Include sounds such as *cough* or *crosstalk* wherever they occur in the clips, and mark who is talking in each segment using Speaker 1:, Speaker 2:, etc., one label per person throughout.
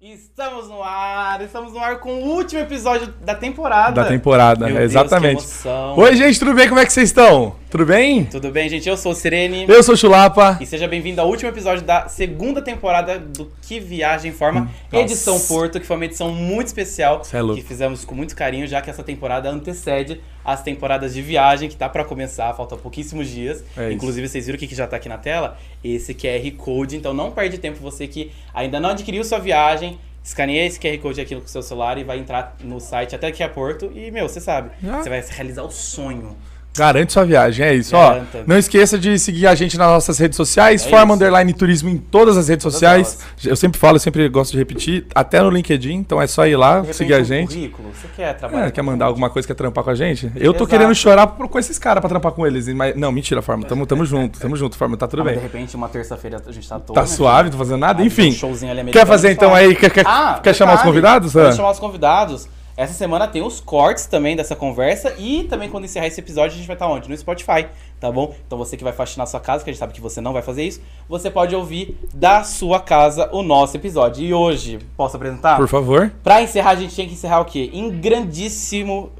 Speaker 1: Estamos no ar, estamos no ar com o último episódio da temporada.
Speaker 2: Da temporada,
Speaker 1: Meu Deus,
Speaker 2: exatamente.
Speaker 1: que emoção.
Speaker 2: Oi, gente, tudo bem? Como é que vocês estão? Tudo bem?
Speaker 1: Tudo bem, gente? Eu sou o Sirene.
Speaker 2: Eu sou o Chulapa.
Speaker 1: E seja bem-vindo ao último episódio da segunda temporada do Que Viagem Forma,
Speaker 2: Nossa.
Speaker 1: edição Porto, que foi uma edição muito especial
Speaker 2: Cê é louco.
Speaker 1: que fizemos com muito carinho, já que essa temporada antecede as temporadas de viagem, que tá pra começar, falta pouquíssimos dias.
Speaker 2: É isso.
Speaker 1: Inclusive, vocês viram o que que já tá aqui na tela? Esse QR Code, então não perde tempo você que ainda não adquiriu sua viagem. Escaneia esse QR Code aqui no seu celular e vai entrar no site até que é Porto. E, meu, você sabe,
Speaker 2: Ah.
Speaker 1: você vai realizar o sonho.
Speaker 2: Garante sua viagem, é isso.
Speaker 1: Garanta.
Speaker 2: Ó, não esqueça de seguir a gente nas nossas redes sociais,
Speaker 1: É
Speaker 2: Forma
Speaker 1: isso.
Speaker 2: Underline Turismo em todas as redes sociais. Eu sempre falo, eu sempre gosto de repetir, até no LinkedIn, então é só ir lá,
Speaker 1: Você
Speaker 2: seguir
Speaker 1: tem
Speaker 2: a
Speaker 1: um
Speaker 2: gente.
Speaker 1: Currículo. Você quer trabalhar?
Speaker 2: É, quer mandar alguma coisa, quer trampar com a gente? Eu tô
Speaker 1: Exato.
Speaker 2: querendo chorar por- com esses caras pra trampar com eles. Mas, não, mentira, Forma, tamo, tamo junto, tamo junto, Forma, tá tudo
Speaker 1: Ah, mas
Speaker 2: bem.
Speaker 1: de repente, uma terça-feira a gente tá todo.
Speaker 2: Tá suave, não tô fazendo
Speaker 1: Ah,
Speaker 2: nada, enfim.
Speaker 1: um é showzinho ali
Speaker 2: Quer
Speaker 1: americano,
Speaker 2: fazer
Speaker 1: a gente
Speaker 2: então
Speaker 1: faz.
Speaker 2: aí, quer, quer-
Speaker 1: Ah,
Speaker 2: quer chamar os
Speaker 1: detalhe,
Speaker 2: convidados? Ah.
Speaker 1: Quero
Speaker 2: Sam?
Speaker 1: chamar os convidados. Essa semana tem os cortes também dessa conversa. E também, quando encerrar esse episódio, a gente vai estar onde? No Spotify, tá bom? Então você que vai faxinar sua casa, que a gente sabe que você não vai fazer isso, você pode ouvir da sua casa o nosso episódio. E hoje, posso apresentar?
Speaker 2: Por favor.
Speaker 1: Pra encerrar, a gente tinha que encerrar o quê? Em grandíssimo.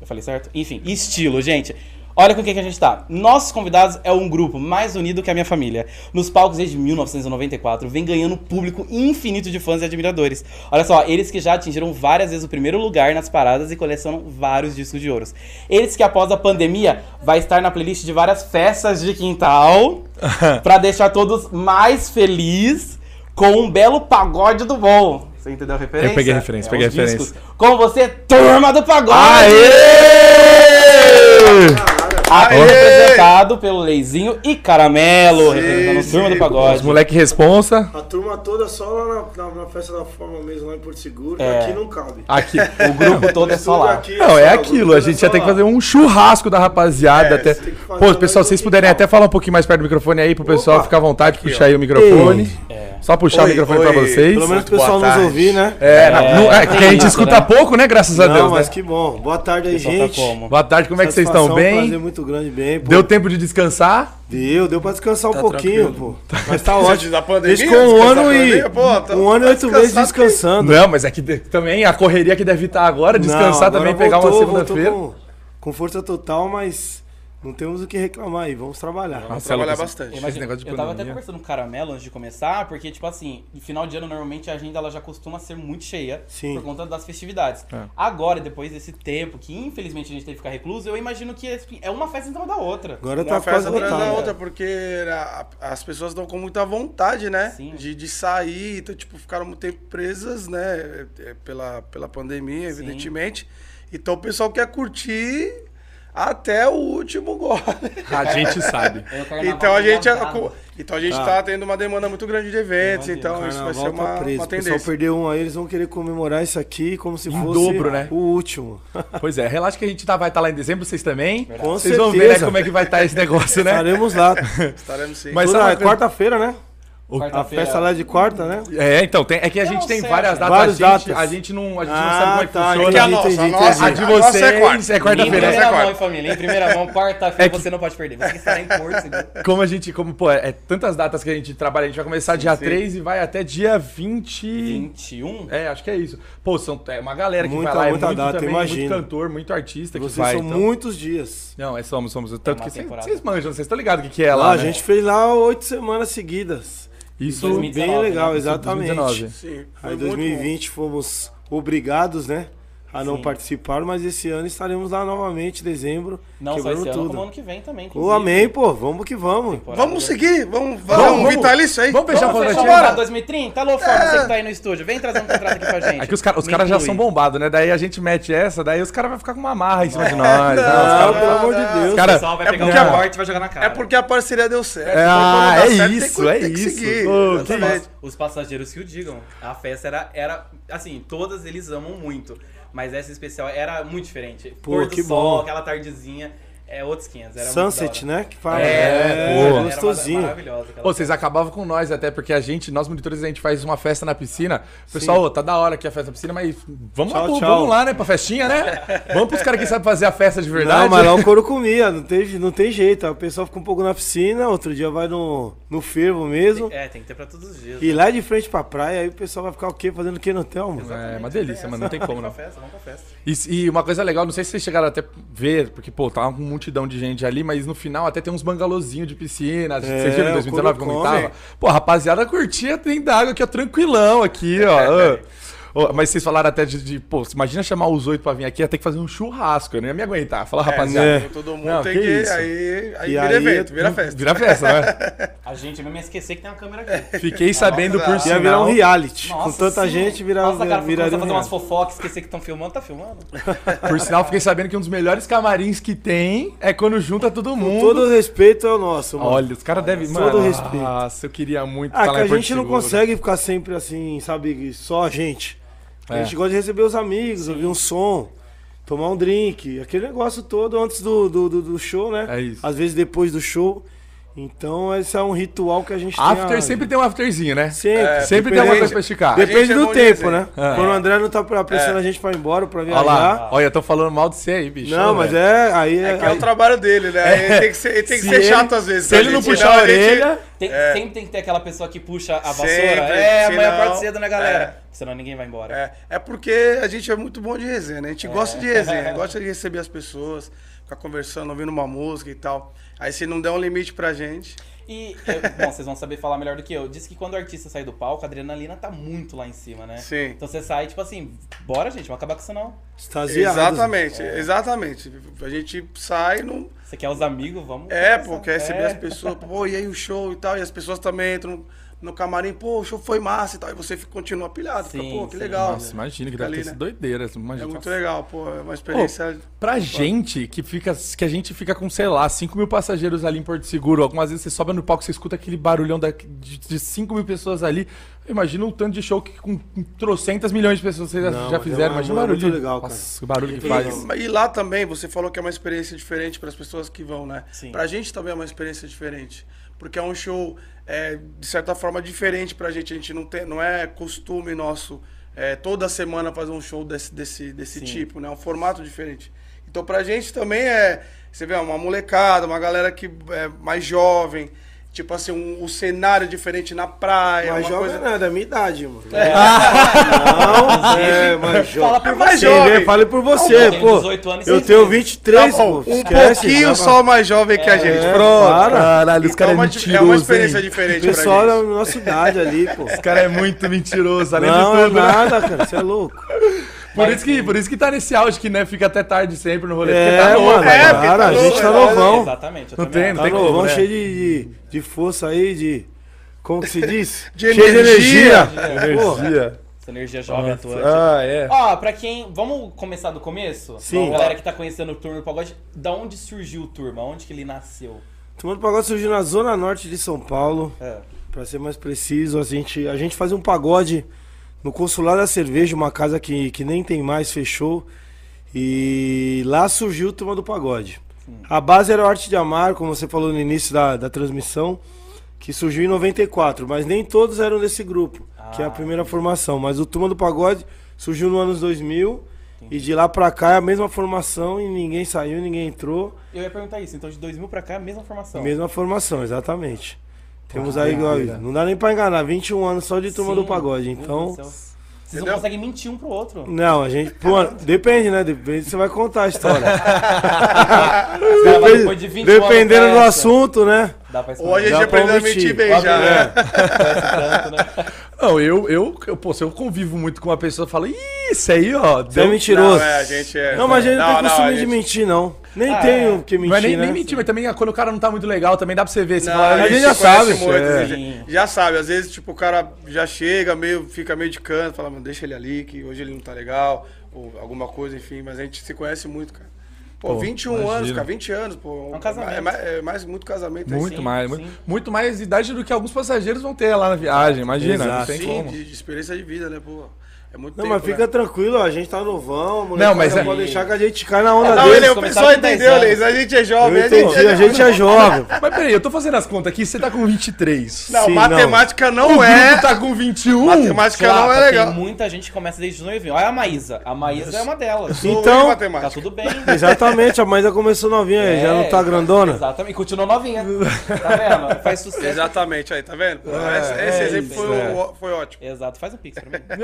Speaker 1: Eu falei certo? Enfim, estilo, gente. Olha com quem que a gente tá. Nossos convidados é um grupo mais unido que a minha família. Nos palcos desde 1994, vem ganhando um público infinito de fãs e admiradores. Olha só, eles que já atingiram várias vezes o primeiro lugar nas paradas e colecionam vários discos de ouros. Eles que após a pandemia vai estar na playlist de várias festas de
Speaker 2: *laughs*
Speaker 1: quintal pra deixar todos mais felizes com um belo pagode do bom. Você entendeu a referência?
Speaker 2: Eu peguei a referência,
Speaker 1: É,
Speaker 2: peguei a
Speaker 1: os
Speaker 2: referência.
Speaker 1: discos. Com você, turma do pagode!
Speaker 2: Aê!
Speaker 1: Aqui
Speaker 2: Aê!
Speaker 1: representado pelo Leizinho e Caramelo, representando
Speaker 3: sim.
Speaker 1: o turma do pagode.
Speaker 2: Os moleque responsa.
Speaker 3: A turma toda só lá na, na- na festa da forma mesmo, lá em Porto Seguro.
Speaker 1: É.
Speaker 3: Aqui não cabe.
Speaker 2: Aqui.
Speaker 1: O grupo *laughs* todo é só
Speaker 3: Tudo
Speaker 1: lá.
Speaker 3: aqui
Speaker 2: Não, é
Speaker 3: só, o
Speaker 2: aquilo.
Speaker 3: grupo
Speaker 2: A
Speaker 3: todo
Speaker 2: gente
Speaker 3: é
Speaker 2: já
Speaker 3: só
Speaker 2: tem que
Speaker 3: lá.
Speaker 2: fazer um churrasco da rapaziada.
Speaker 3: É,
Speaker 2: até...
Speaker 3: você tem que fazer
Speaker 2: Pô, pessoal,
Speaker 3: um
Speaker 2: vocês puderem até falar um pouquinho mais perto do microfone aí, pro pessoal
Speaker 3: Opa.
Speaker 2: ficar à vontade, puxar aí o microfone. Só puxar o
Speaker 4: Oi,
Speaker 2: microfone
Speaker 4: oi.
Speaker 2: pra vocês.
Speaker 3: Pelo menos o
Speaker 4: Muito boa
Speaker 3: pessoal nos
Speaker 4: tarde.
Speaker 3: ouvir, né?
Speaker 2: É, na- não- é,
Speaker 1: É,
Speaker 2: que a
Speaker 1: tem
Speaker 2: gente
Speaker 1: isso,
Speaker 2: escuta
Speaker 1: né?
Speaker 2: pouco, né? Graças a
Speaker 3: não,
Speaker 2: Deus,
Speaker 3: mas
Speaker 2: né?
Speaker 3: que bom. Boa tarde aí,
Speaker 1: O pessoal tá
Speaker 3: gente.
Speaker 1: como?
Speaker 2: Boa tarde, como é que vocês
Speaker 3: Satisfação, um
Speaker 2: estão? Bem?
Speaker 3: prazer muito grande, bem. Pô.
Speaker 2: Deu tempo de descansar?
Speaker 3: Deu, deu pra descansar um
Speaker 4: Tá
Speaker 3: pouquinho,
Speaker 4: tranquilo.
Speaker 3: pô.
Speaker 2: *laughs*
Speaker 3: Mas tá
Speaker 4: Antes
Speaker 3: ótimo.
Speaker 4: da pandemia,
Speaker 3: Desde com um
Speaker 4: antes da
Speaker 3: ano e.
Speaker 4: pandemia, pô, tá-
Speaker 3: um ano e
Speaker 4: tá
Speaker 3: oito meses
Speaker 4: descansado,
Speaker 3: descansando.
Speaker 2: Não, mas é que de- também a correria que deve estar agora, descansar
Speaker 3: Não,
Speaker 2: também,
Speaker 3: agora
Speaker 2: pegar uma
Speaker 3: voltou, voltou
Speaker 2: segunda-feira.
Speaker 3: Com, com força total, mas não temos o que reclamar aí. Vamos trabalhar.
Speaker 4: Vamos
Speaker 2: Marcelo,
Speaker 4: trabalhar
Speaker 2: você-
Speaker 4: bastante.
Speaker 1: Imagina,
Speaker 2: negócio de
Speaker 1: eu tava até
Speaker 2: pandemia.
Speaker 1: conversando com o Caramelo antes de começar, porque, tipo assim, no final de ano, normalmente, a agenda ela já costuma ser muito cheia
Speaker 3: Sim.
Speaker 1: por conta das festividades.
Speaker 2: É.
Speaker 1: Agora, depois desse tempo, que infelizmente a gente teve que ficar recluso, eu imagino que é uma festa em cima da outra.
Speaker 3: Agora
Speaker 4: Uma
Speaker 3: tá quase
Speaker 4: festa atrás da
Speaker 3: lotado.
Speaker 4: outra, porque a- a- as pessoas estão com muita vontade, né?
Speaker 1: Sim.
Speaker 4: De, de sair, então, tipo, ficaram muito tempo presas, né? é, é, Pela, pela pandemia,
Speaker 1: Sim.
Speaker 4: evidentemente. Então o pessoal quer curtir até o último gole.
Speaker 2: A
Speaker 1: *laughs*
Speaker 2: gente sabe.
Speaker 1: É o *laughs* carnaval
Speaker 4: Então a gente,
Speaker 1: agarrado.
Speaker 4: então a gente
Speaker 3: Tá.
Speaker 4: tá tendo uma demanda muito grande de eventos,
Speaker 1: Imagina,
Speaker 4: então isso vai ser uma,
Speaker 3: tá preso.
Speaker 4: uma
Speaker 3: O pessoal
Speaker 4: tendência.
Speaker 3: perdeu um aí, eles vão querer comemorar isso aqui como se
Speaker 2: Em
Speaker 3: fosse
Speaker 2: dobro, né?
Speaker 3: o último.
Speaker 2: Pois é, relaxa que a gente tá, vai estar lá em dezembro, vocês também.
Speaker 3: Com
Speaker 2: vocês vão ver né,
Speaker 3: certeza.
Speaker 2: como é que vai estar esse negócio, né?
Speaker 3: Estaremos lá.
Speaker 4: Estaremos sim.
Speaker 2: Mas
Speaker 3: Toda-
Speaker 2: sabe
Speaker 3: é
Speaker 2: uma coisa-
Speaker 3: quarta-feira, né? A
Speaker 1: Quarta-feira.
Speaker 3: festa lá é de quarta, né?
Speaker 2: É, então, tem, é que a
Speaker 1: Eu
Speaker 2: gente
Speaker 1: não
Speaker 2: tem
Speaker 1: sei, né?
Speaker 2: várias
Speaker 1: cara.
Speaker 2: datas,
Speaker 3: Várias
Speaker 2: a, gente,
Speaker 3: datas.
Speaker 2: a gente não, a gente não
Speaker 3: Ah,
Speaker 2: sabe como é que
Speaker 3: tá,
Speaker 2: funciona.
Speaker 4: Porque a
Speaker 3: entendi,
Speaker 4: nossa, a
Speaker 3: entendi,
Speaker 4: nossa,
Speaker 2: A
Speaker 3: entendi.
Speaker 2: de
Speaker 4: a nossa
Speaker 2: vocês
Speaker 4: é
Speaker 2: é
Speaker 4: quarta.
Speaker 1: Em
Speaker 2: quarta-feira.
Speaker 1: primeira mão,
Speaker 4: quarta.
Speaker 1: hein, família. Em primeira mão, quarta-feira,
Speaker 2: É que-
Speaker 1: você não pode perder. Você que estará em Porto Seguro.
Speaker 3: né?
Speaker 2: Como a gente, como, pô, é, é tantas datas que a gente trabalha, a gente vai começar dia
Speaker 4: sim.
Speaker 2: 3 e vai até dia 20.
Speaker 1: 21?
Speaker 2: É, acho que é isso. Pô, são, é uma galera que
Speaker 3: Muita-
Speaker 2: vai lá, é
Speaker 3: muita
Speaker 2: muito
Speaker 3: data,
Speaker 2: também, muito
Speaker 3: imagino.
Speaker 2: cantor, muito artista que
Speaker 3: Vocês
Speaker 2: vai.
Speaker 3: são
Speaker 2: então.
Speaker 3: muitos dias.
Speaker 2: Não, é somos, somos. Tanto
Speaker 1: uma
Speaker 2: que vocês-
Speaker 1: temporada.
Speaker 2: vocês manjam, vocês estão ligados o que, que é lá,
Speaker 3: Ah, a
Speaker 2: né?
Speaker 3: gente fez lá oito semanas seguidas.
Speaker 2: Isso,
Speaker 3: Foi
Speaker 1: 2019,
Speaker 3: bem legal,
Speaker 1: né? Isso,
Speaker 3: exatamente.
Speaker 2: 2019.
Speaker 4: Sim, foi
Speaker 3: Aí em
Speaker 4: muito bom.
Speaker 3: 2020 fomos obrigados, né? A não
Speaker 1: Sim.
Speaker 3: participar, mas esse ano estaremos lá novamente, dezembro,
Speaker 1: Não só
Speaker 3: quebrando
Speaker 1: esse ano,
Speaker 3: tudo.
Speaker 1: como ano que vem também.
Speaker 3: Ô,
Speaker 1: inclusive.
Speaker 3: amém, pô, vamos que vamos.
Speaker 1: Temporada
Speaker 4: Vamos
Speaker 1: do-
Speaker 4: seguir, vamos, vamos,
Speaker 2: Vamos,
Speaker 4: um
Speaker 2: vamos.
Speaker 4: vitalício aí.
Speaker 2: Vamos fechar
Speaker 1: Vamos
Speaker 2: o
Speaker 1: fechar o
Speaker 2: contratinho?
Speaker 1: contrato 2030? Alô, Forma,
Speaker 3: É.
Speaker 1: você que tá aí no estúdio. Vem trazer um contrato aqui pra gente.
Speaker 2: É que os caras os
Speaker 1: Me
Speaker 2: caras já
Speaker 1: inclui.
Speaker 2: são bombados, né? Daí a gente mete essa, daí os caras vão ficar com uma marra em cima
Speaker 3: É.
Speaker 2: de nós. né? Os caras-
Speaker 3: Ah, pelo amor de Deus.
Speaker 2: Cara,
Speaker 1: O pessoal vai
Speaker 4: é
Speaker 1: pegar
Speaker 4: porque
Speaker 1: o
Speaker 4: a-
Speaker 1: corte e vai jogar na cara.
Speaker 4: É porque a parceria deu certo.
Speaker 2: É,
Speaker 4: então quando dá
Speaker 2: é
Speaker 4: certo, tem
Speaker 2: isso,
Speaker 4: que-
Speaker 2: é
Speaker 4: tem que
Speaker 2: isso.
Speaker 4: seguir.
Speaker 2: Pô, que é-
Speaker 4: Exatamente.
Speaker 1: Os- Os passageiros que o digam. A festa era, era. Assim, todas eles amam muito. Mas essa especial era muito diferente.
Speaker 3: Pô,
Speaker 1: Pôr do
Speaker 3: que
Speaker 1: sol,
Speaker 3: bom.
Speaker 1: aquela tardezinha. É outros 500. Era muito
Speaker 3: Sunset,
Speaker 1: da
Speaker 3: né? Que fala.
Speaker 1: hora.
Speaker 2: É,
Speaker 1: era-
Speaker 2: boa.
Speaker 1: era
Speaker 3: gostosinho.
Speaker 1: maravilhosa aquela
Speaker 2: Ô, vocês acabavam com nós até, porque a gente, nós monitores, a gente faz uma festa na piscina. Pessoal, ô, tá da hora aqui a festa na piscina, mas vamos, lá,
Speaker 3: Tchau,
Speaker 2: pô,
Speaker 3: tchau.
Speaker 2: vamos lá, né, pra festinha, né? vamos pros caras que sabem fazer a festa de verdade. é.
Speaker 3: Não, mas lá o couro comia, não tem, não tem jeito. O pessoal fica um pouco na piscina, outro dia vai no, no fervo mesmo.
Speaker 1: É, tem que ter pra todos os dias.
Speaker 3: E lá de frente pra praia, aí o pessoal vai ficar o quê? Fazendo o quê no hotel, mano?
Speaker 2: É uma delícia, mano, não tem como,
Speaker 1: Vamos
Speaker 2: não.
Speaker 1: pra festa, vamos pra festa.
Speaker 2: E, e uma coisa legal, não sei se vocês chegaram até ver, porque, pô, tava uma multidão de gente ali, mas no final até tem uns bangalôzinhos de piscina. vocês viram em
Speaker 3: É, o
Speaker 2: 2019
Speaker 3: Coro
Speaker 2: como tava?
Speaker 3: come.
Speaker 2: Pô, a rapaziada curtia dentro da água aqui, ó, tranquilão
Speaker 3: *laughs*
Speaker 2: aqui, ó. Ô, ô, mas vocês falaram até de, de, pô, imagina chamar os oito pra vir aqui, ia ter que fazer um churrasco, eu não ia me aguentar. Fala, rapaziada.
Speaker 3: né?
Speaker 4: Então, Todo mundo
Speaker 2: é. Não,
Speaker 4: tem
Speaker 2: que
Speaker 4: que.
Speaker 2: isso.
Speaker 4: Aí, aí
Speaker 3: E
Speaker 4: vira
Speaker 3: aí,
Speaker 4: evento, vira festa.
Speaker 2: Vira festa, né?
Speaker 1: A gente vai me esquecer que tem uma câmera aqui.
Speaker 3: *laughs*
Speaker 2: Fiquei
Speaker 3: Tá
Speaker 2: sabendo por
Speaker 3: Ia virar
Speaker 2: sinal.
Speaker 3: um reality.
Speaker 1: Nossa,
Speaker 3: Com tanta
Speaker 1: sim.
Speaker 3: gente, virar,
Speaker 1: Nossa, cara,
Speaker 3: viraria
Speaker 1: começar
Speaker 3: um
Speaker 1: a fazer umas
Speaker 3: reality.
Speaker 1: fofocas, esquecer que estão filmando, tá filmando?
Speaker 2: Por sinal, fiquei sabendo que um dos melhores camarins que tem é quando junta todo mundo.
Speaker 3: Todo respeito é o nosso, mano.
Speaker 2: Olha, os caras devem.
Speaker 3: todo
Speaker 2: Mano,
Speaker 3: respeito.
Speaker 2: Nossa, eu queria muito
Speaker 3: Ah,
Speaker 2: tá lá
Speaker 3: que a
Speaker 2: em Porto
Speaker 3: gente não
Speaker 2: Seguro.
Speaker 3: consegue ficar sempre assim, sabe, só a gente. A
Speaker 2: É.
Speaker 3: gente gosta de receber os amigos, ouvir um som, tomar um drink, aquele negócio todo antes do, do, do- do show, né?
Speaker 2: É isso.
Speaker 3: Às vezes depois do show. Então, esse é um ritual que a gente tem.
Speaker 2: After
Speaker 3: a-
Speaker 2: sempre tem um afterzinho, né?
Speaker 3: Sempre,
Speaker 2: sempre tem uma
Speaker 3: depende-
Speaker 2: coisa pra esticar.
Speaker 4: Dep-
Speaker 3: Depende
Speaker 4: A gente é
Speaker 3: do
Speaker 4: bom de
Speaker 3: tempo,
Speaker 4: resenha.
Speaker 3: né? Quando o André não tá pra- pressionando a gente pra ir embora, pra
Speaker 2: Olha
Speaker 3: viajar.
Speaker 2: lá. Olha, eu tô falando mal de você aí, bicho.
Speaker 3: Não, mas é. Aí é.
Speaker 4: É que é o trabalho dele, né? Aí Ele tem que ser, ele tem que
Speaker 3: Se
Speaker 4: ser
Speaker 3: ele-
Speaker 4: chato às vezes.
Speaker 2: É.
Speaker 4: né,
Speaker 2: Se ele não puxar a orelha.
Speaker 1: Tem- Sempre tem que ter aquela pessoa que puxa a vassoura.
Speaker 4: É. Sempre,
Speaker 1: é,
Speaker 4: senão-
Speaker 1: amanhã parte cedo, né, galera? Senão ninguém vai embora.
Speaker 4: É, é porque a gente é muito bom de resenha, né? A gente gosta de
Speaker 2: É.
Speaker 4: resenha, gosta de receber as pessoas, ficar conversando, ouvindo uma música e tal. Aí se não der um limite pra gente.
Speaker 1: E, eu- bom, vocês vão saber falar melhor do que eu. Diz que quando o artista sai do palco, a adrenalina tá muito lá em cima, né?
Speaker 4: Sim.
Speaker 1: Então você sai, tipo assim, bora, gente, vamos acabar com isso não.
Speaker 3: Extasiado.
Speaker 4: Exatamente, exatamente. A gente sai não.
Speaker 1: Você quer os amigos, vamos.
Speaker 4: É,
Speaker 1: conversar.
Speaker 4: pô, quer receber as pessoas, pô, e aí o show e tal, e as pessoas também entram no camarim, pô, o show foi massa e tal, e você fica- continua pilhado, fica,
Speaker 1: Sim,
Speaker 4: pô, que
Speaker 1: sim.
Speaker 4: legal.
Speaker 2: Nossa, imagina que
Speaker 4: Fica
Speaker 2: deve ter
Speaker 4: ali,
Speaker 2: sido
Speaker 4: né?
Speaker 2: doideira.
Speaker 4: É
Speaker 2: Imagina.
Speaker 4: muito
Speaker 2: Nossa.
Speaker 4: legal, pô, é uma experiência.
Speaker 2: Pra gente que fica, que a gente fica com, sei lá, 5 mil passageiros ali em Porto Seguro, algumas vezes você sobe no palco, você escuta aquele barulhão da, de, de 5 mil pessoas ali. Imagina o tanto de show que com trocentas milhões de pessoas vocês já-
Speaker 3: Não,
Speaker 2: já
Speaker 3: mas é
Speaker 2: fizeram.
Speaker 3: uma-
Speaker 2: Imagina o
Speaker 3: é
Speaker 2: barulho.
Speaker 3: muito legal, cara.
Speaker 2: Nossa, o barulho que
Speaker 4: E-
Speaker 2: faz.
Speaker 4: E, lá também, você falou que é uma experiência diferente para as pessoas que vão, né?
Speaker 1: Sim.
Speaker 4: Pra gente também é uma experiência diferente. Porque é um show, é, de certa forma, diferente pra gente. A gente não, tem, não é costume nosso é, toda semana fazer um show desse, desse, desse
Speaker 1: Sim.
Speaker 4: tipo, né? É um formato diferente. Então pra gente também é, você vê, é uma molecada, uma galera que é mais jovem, tipo assim, um, um cenário diferente na praia,
Speaker 3: Mas
Speaker 4: uma
Speaker 3: joga
Speaker 4: coisa...
Speaker 3: nada, é da minha idade, mano.
Speaker 1: Ah,
Speaker 3: Não, é, mas
Speaker 1: Fala
Speaker 3: joga.
Speaker 1: por
Speaker 4: É mais
Speaker 1: você.
Speaker 4: jovem.
Speaker 3: Sim, né? Fale por você,
Speaker 1: Eu tenho
Speaker 3: pô.
Speaker 1: 18 anos e
Speaker 3: eu
Speaker 1: seis
Speaker 3: tenho
Speaker 1: meses.
Speaker 3: 23,
Speaker 4: Tá bom,
Speaker 3: pô.
Speaker 4: um
Speaker 3: Esquece,
Speaker 4: pouquinho
Speaker 3: já
Speaker 4: só mais jovem que a gente.
Speaker 3: É,
Speaker 2: Pronto,
Speaker 3: para.
Speaker 2: caralho, os caras
Speaker 4: Então
Speaker 2: é
Speaker 4: é uma-
Speaker 2: mentiroso.
Speaker 4: é uma experiência
Speaker 2: hein?
Speaker 3: O
Speaker 4: diferente pra
Speaker 3: pessoal é
Speaker 4: gente.
Speaker 3: da nossa idade ali, pô.
Speaker 2: Esse cara é muito mentiroso, além
Speaker 3: Não,
Speaker 2: de
Speaker 3: é
Speaker 2: tudo. né?
Speaker 3: nada, cara. Você é louco.
Speaker 2: Por isso, que, por isso que tá nesse auge que né, fica até tarde sempre no rolê.
Speaker 3: É,
Speaker 2: porque tá novo,
Speaker 3: mano.
Speaker 2: né?
Speaker 4: é, porque
Speaker 3: cara,
Speaker 4: tá
Speaker 3: a
Speaker 4: novo,
Speaker 3: gente tá
Speaker 4: é,
Speaker 3: novão.
Speaker 1: Exatamente. eu
Speaker 2: Não
Speaker 1: também
Speaker 2: tem,
Speaker 1: acho.
Speaker 2: não
Speaker 3: Tá
Speaker 2: tem como,
Speaker 3: novão,
Speaker 2: né?
Speaker 3: cheio de, de, de força aí, de... Como que se diz?
Speaker 4: De
Speaker 3: cheio
Speaker 4: energia.
Speaker 3: de energia. Pô,
Speaker 2: Energia.
Speaker 1: Essa energia jovem atuante.
Speaker 2: Ah, é.
Speaker 1: Ó, pra quem. Vamos começar do começo?
Speaker 3: Sim.
Speaker 1: Pra galera que tá conhecendo o Turma do Pagode, da onde surgiu o Turma? Onde que ele nasceu?
Speaker 3: Turma do Pagode surgiu na zona norte de São Paulo.
Speaker 1: É.
Speaker 3: Pra ser mais preciso, a gente, a gente fazia um pagode no Consulado da Cerveja, uma casa que, que nem tem mais, fechou. E lá surgiu o Turma do Pagode. A base era o Arte de Amar, como você falou no início da, da transmissão, que surgiu em 94, mas nem todos eram desse grupo, que é a
Speaker 1: Ah,
Speaker 3: primeira formação. Mas o Turma do Pagode surgiu no anos 2000 e de lá pra cá é a mesma formação e ninguém saiu, ninguém entrou.
Speaker 1: Eu ia perguntar isso, então de 2000 pra cá, a mesma formação.
Speaker 3: Mesma formação, exatamente. Temos aí, igual, não dá nem pra enganar, 21 anos só de turma
Speaker 1: Sim. um
Speaker 3: do pagode,
Speaker 1: Meu Deus
Speaker 3: então...
Speaker 1: do céu. Vocês não
Speaker 4: Entendeu?
Speaker 1: conseguem mentir um pro outro.
Speaker 3: Não, a gente... Pô, depende, né? Depende se você vai contar a história.
Speaker 1: Dá, mas
Speaker 3: Depende-
Speaker 1: depois de 20
Speaker 3: dependendo
Speaker 1: anos
Speaker 3: do
Speaker 1: dessa,
Speaker 3: assunto, né?
Speaker 1: Dá pra esconder.
Speaker 4: Ou a gente
Speaker 3: Dá pra
Speaker 4: aprendeu a
Speaker 3: omitir.
Speaker 4: mentir bem
Speaker 1: Ou
Speaker 4: já,
Speaker 1: aprendeu.
Speaker 4: né?
Speaker 1: tanto, né?
Speaker 2: Não, eu, eu, eu, pô, se eu convivo muito com uma pessoa, eu falo, "Ih, isso aí, ó.
Speaker 3: Você é
Speaker 2: deu-
Speaker 3: mentiroso.
Speaker 4: Não, é, a gente é.
Speaker 3: Não, mas a gente não,
Speaker 4: Não,
Speaker 3: tem
Speaker 4: não,
Speaker 3: costume
Speaker 4: a
Speaker 3: de
Speaker 4: gente-
Speaker 3: mentir, não. Nem
Speaker 1: Ah,
Speaker 3: tem
Speaker 1: é.
Speaker 3: o que mentir,
Speaker 2: Não é nem,
Speaker 3: né?
Speaker 2: nem mentir, mas também ah, quando o cara não tá muito legal, também dá pra você ver. Você fala,
Speaker 4: Não,
Speaker 3: a
Speaker 2: "Ih,
Speaker 3: gente já
Speaker 4: se
Speaker 3: sabe,
Speaker 4: conhece muito,
Speaker 3: é.
Speaker 4: a gente Já sabe, às vezes, tipo, o cara já chega, meio, fica meio de canto, fala, mano, deixa ele ali, que hoje ele não tá legal, ou alguma coisa, enfim, mas a gente se conhece muito, cara. Pô,
Speaker 2: Pô,
Speaker 4: 21
Speaker 2: imagina.
Speaker 4: anos, cara, 20 anos, pô.
Speaker 1: É um casamento.
Speaker 4: É mais, é mais muito casamento
Speaker 2: muito
Speaker 1: Sim,
Speaker 2: mais.
Speaker 1: sim.
Speaker 2: Muito, muito mais idade do que alguns passageiros vão ter lá na viagem, imagina. Não
Speaker 3: Exato.
Speaker 2: tem
Speaker 4: assim,
Speaker 2: como.
Speaker 4: de, de experiência de vida, né, pô. É muito
Speaker 3: Não,
Speaker 4: tempo,
Speaker 3: mas fica
Speaker 4: né?
Speaker 3: tranquilo, ó, a gente tá novão, moleque.
Speaker 2: Não, mas é-
Speaker 3: pode deixar que a gente cai na onda
Speaker 4: Não,
Speaker 3: dele.
Speaker 4: ele, é- o
Speaker 1: começaram
Speaker 4: pessoal
Speaker 1: com 10
Speaker 4: entendeu,
Speaker 1: anos.
Speaker 4: Leis. A gente é
Speaker 3: Eu
Speaker 4: jovem, a gente
Speaker 3: entendi,
Speaker 4: é
Speaker 3: a gente é jovem.
Speaker 2: Mas peraí, eu tô fazendo as contas aqui, você tá com 23.
Speaker 4: Não,
Speaker 3: Sim,
Speaker 4: matemática não,
Speaker 2: o
Speaker 4: é.
Speaker 2: Bruno tá com 21.
Speaker 4: Matemática não é
Speaker 1: Flapa,
Speaker 4: legal.
Speaker 1: Tem muita gente que começa desde os noivinhos. Olha a Maísa. A Maísa é uma delas.
Speaker 4: Sou eu em
Speaker 3: Então-
Speaker 1: Tá
Speaker 4: matemática.
Speaker 1: tudo
Speaker 3: *laughs*
Speaker 1: bem. É,
Speaker 3: Exatamente, a mãe já começou novinha, aí, já não tá grandona.
Speaker 1: Exatamente. E continua novinha. Tá vendo? Faz sucesso.
Speaker 4: Exatamente, aí, tá vendo? esse esse
Speaker 2: é
Speaker 4: exemplo
Speaker 2: isso,
Speaker 4: foi,
Speaker 2: é.
Speaker 4: o- foi ótimo.
Speaker 1: Exato. Faz um pix
Speaker 4: *laughs*
Speaker 1: pra mim.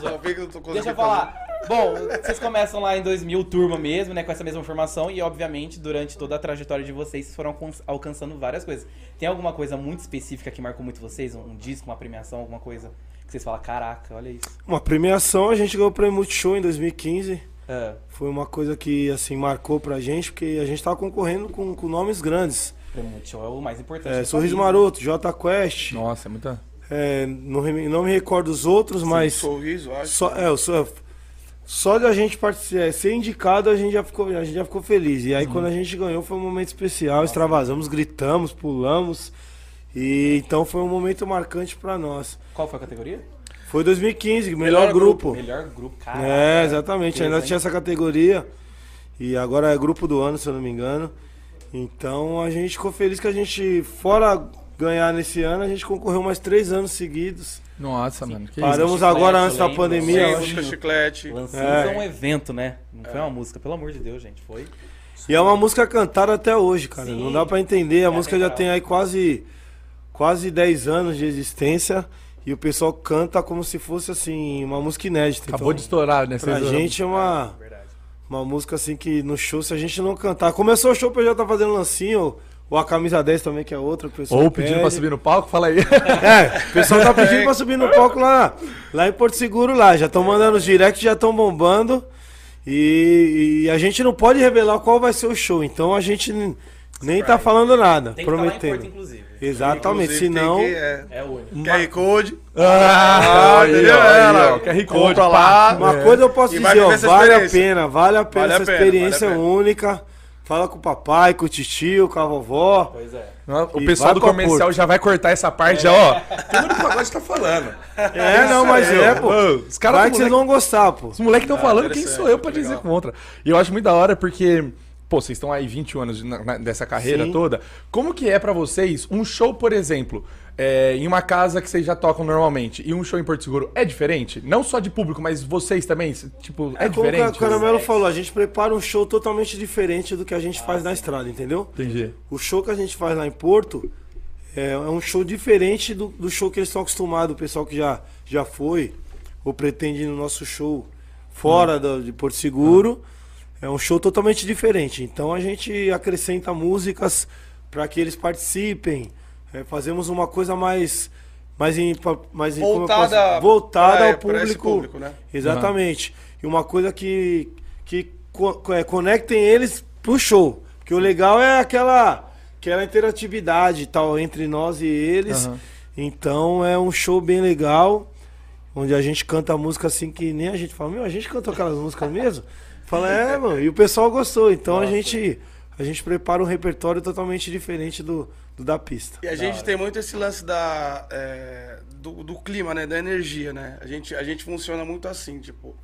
Speaker 4: Só vi que eu não tô conseguindo
Speaker 1: É. Deixa eu
Speaker 4: fazer.
Speaker 1: falar. Bom, vocês começam lá em 2000, turma mesmo, né? Com essa mesma formação. E, obviamente, durante toda a trajetória de vocês, vocês foram alcan- alcançando várias coisas. Tem alguma coisa muito específica que marcou muito vocês? Um, um disco, uma premiação, alguma coisa que vocês falam, caraca, olha isso.
Speaker 3: Uma premiação, a gente ganhou o prêmio Multishow em 2015.
Speaker 1: Ah,
Speaker 3: Foi uma coisa que, assim, marcou pra gente, porque a gente tava concorrendo com, com nomes grandes.
Speaker 1: prêmio Multishow é o mais importante. né?
Speaker 3: É,
Speaker 1: do
Speaker 3: Sorriso
Speaker 1: país.
Speaker 3: Maroto, Jota Quest.
Speaker 2: Nossa, é muita.
Speaker 3: é, não, re- não me recordo os outros, mas.
Speaker 4: um Sorriso, acho.
Speaker 3: Só, é, eu sou- só de a gente participar, ser indicado, a gente já ficou, a gente já ficou feliz. E aí quando a gente ganhou foi um momento especial, extravasamos, gritamos, pulamos. E então foi um momento marcante pra nós.
Speaker 1: Qual foi a categoria?
Speaker 3: Foi 2015, melhor,
Speaker 4: Melhor
Speaker 3: grupo.
Speaker 1: Melhor grupo, cara.
Speaker 3: É, exatamente,
Speaker 1: Ah, Beleza,
Speaker 3: ainda
Speaker 1: hein?
Speaker 3: tinha essa categoria. E agora é grupo do ano, se eu não me engano. Então a gente ficou feliz que a gente, fora ganhar nesse ano, a gente concorreu mais três anos seguidos.
Speaker 2: Nossa, mano. Que isso?
Speaker 3: Paramos
Speaker 1: Chiclete,
Speaker 3: agora
Speaker 1: eu
Speaker 3: antes da
Speaker 1: lembro.
Speaker 3: pandemia.
Speaker 4: Sim,
Speaker 1: Sim,
Speaker 3: eu acho.
Speaker 4: música chiclete.
Speaker 1: Lançamos
Speaker 3: É.
Speaker 1: é um evento, né? Não foi uma música, pelo amor de Deus, gente. Foi.
Speaker 3: E é uma música cantada até hoje, cara.
Speaker 1: Sim.
Speaker 3: Não dá pra entender. A
Speaker 1: É
Speaker 3: música já
Speaker 1: legal.
Speaker 3: tem aí quase quase 10 anos de existência e o pessoal canta como se fosse assim uma música inédita.
Speaker 2: Acabou de
Speaker 3: então,
Speaker 2: estourar, né?
Speaker 3: pra
Speaker 2: vocês-
Speaker 3: gente é uma
Speaker 1: Verdade.
Speaker 3: uma música assim que no show se a gente não cantar, começou o show pra eu já tá fazendo lancinho ou a camisa 10 também que é outra que o pessoal
Speaker 2: Ou pedindo pra subir no palco, fala
Speaker 3: *laughs*
Speaker 2: aí.
Speaker 3: É, o pessoal tá pedindo
Speaker 1: *laughs*
Speaker 3: pra subir no
Speaker 1: É.
Speaker 3: palco lá, lá em Porto Seguro lá. Já estão mandando os directs, já estão bombando. E, e a gente não pode revelar qual vai ser o show. Então a gente n- nem tá falando nada,
Speaker 1: Tem que estar lá em Porto,
Speaker 3: prometendo.
Speaker 1: inclusive.
Speaker 3: Exatamente,
Speaker 4: Inclusive,
Speaker 3: senão.
Speaker 4: tem que- é.
Speaker 1: É único.
Speaker 4: QR Code.
Speaker 2: Ah,
Speaker 4: Ah, entendeu? Ela
Speaker 2: QR Code,
Speaker 4: compra
Speaker 2: pá.
Speaker 4: lá.
Speaker 3: Uma coisa eu posso
Speaker 4: E vai
Speaker 3: dizer, ó,
Speaker 4: viver essa
Speaker 3: vale a
Speaker 4: experiência.
Speaker 3: pena, vale a pena
Speaker 4: Vale a
Speaker 3: essa
Speaker 4: pena,
Speaker 3: experiência
Speaker 4: vale a pena.
Speaker 3: única. Fala com o papai, com o tio, com a vovó.
Speaker 1: Pois é.
Speaker 2: O
Speaker 3: E
Speaker 2: pessoal
Speaker 3: vai
Speaker 2: do
Speaker 3: pra
Speaker 2: comercial já vai cortar essa parte, já, ó. Tudo que o pagode tá falando.
Speaker 3: *laughs* É, não, mas é, pô.
Speaker 2: Ô, Os caras
Speaker 3: Vai
Speaker 2: do
Speaker 3: que
Speaker 2: moleque-
Speaker 3: vocês vão gostar, pô.
Speaker 2: Os moleques estão falando, quem
Speaker 4: Ah, interessante,
Speaker 2: sou eu pra
Speaker 4: muito
Speaker 2: dizer
Speaker 4: legal.
Speaker 2: contra? E eu acho muito da hora porque, pô, vocês estão aí 21 anos de- na- na- dessa carreira
Speaker 3: Sim.
Speaker 2: toda. Como que é pra vocês um show, por exemplo, é, em uma casa que vocês já tocam normalmente e um show em Porto Seguro é diferente? Não só de público, mas vocês também, c- tipo, é,
Speaker 3: Como
Speaker 2: diferente?
Speaker 3: o Caramelo falou, a gente prepara um show totalmente diferente do que a gente faz na estrada, entendeu?
Speaker 2: Entendi.
Speaker 3: O show que a gente faz lá em Porto é, é um show diferente do, do show que eles estão acostumados, o pessoal que já, já foi ou pretende ir no nosso show fora
Speaker 4: Hum.
Speaker 3: da- de Porto Seguro. É um show totalmente diferente. Então a gente acrescenta músicas para que eles participem. É, fazemos uma coisa mais. Mais, em, pa- mais em- como eu posso-
Speaker 4: Voltada-
Speaker 3: voltada
Speaker 4: pra- é,
Speaker 3: ao
Speaker 4: pra esse
Speaker 3: público.
Speaker 4: público, né?
Speaker 3: Exatamente. E uma coisa que, que co- co- é, conectem eles pro show. Porque o legal é aquela, aquela interatividade e tal entre nós e eles.
Speaker 2: Aham.
Speaker 3: Então é um show bem legal, onde a gente canta música assim que nem a gente fala, meu, a gente cantou aquelas músicas mesmo? Fala, é, mano, e o pessoal gostou. Então a gente a gente prepara um repertório totalmente diferente do, do da pista.
Speaker 4: E a gente tem muito esse lance da, é, do, do clima, né? Da energia, né? A gente, a gente funciona muito assim, tipo,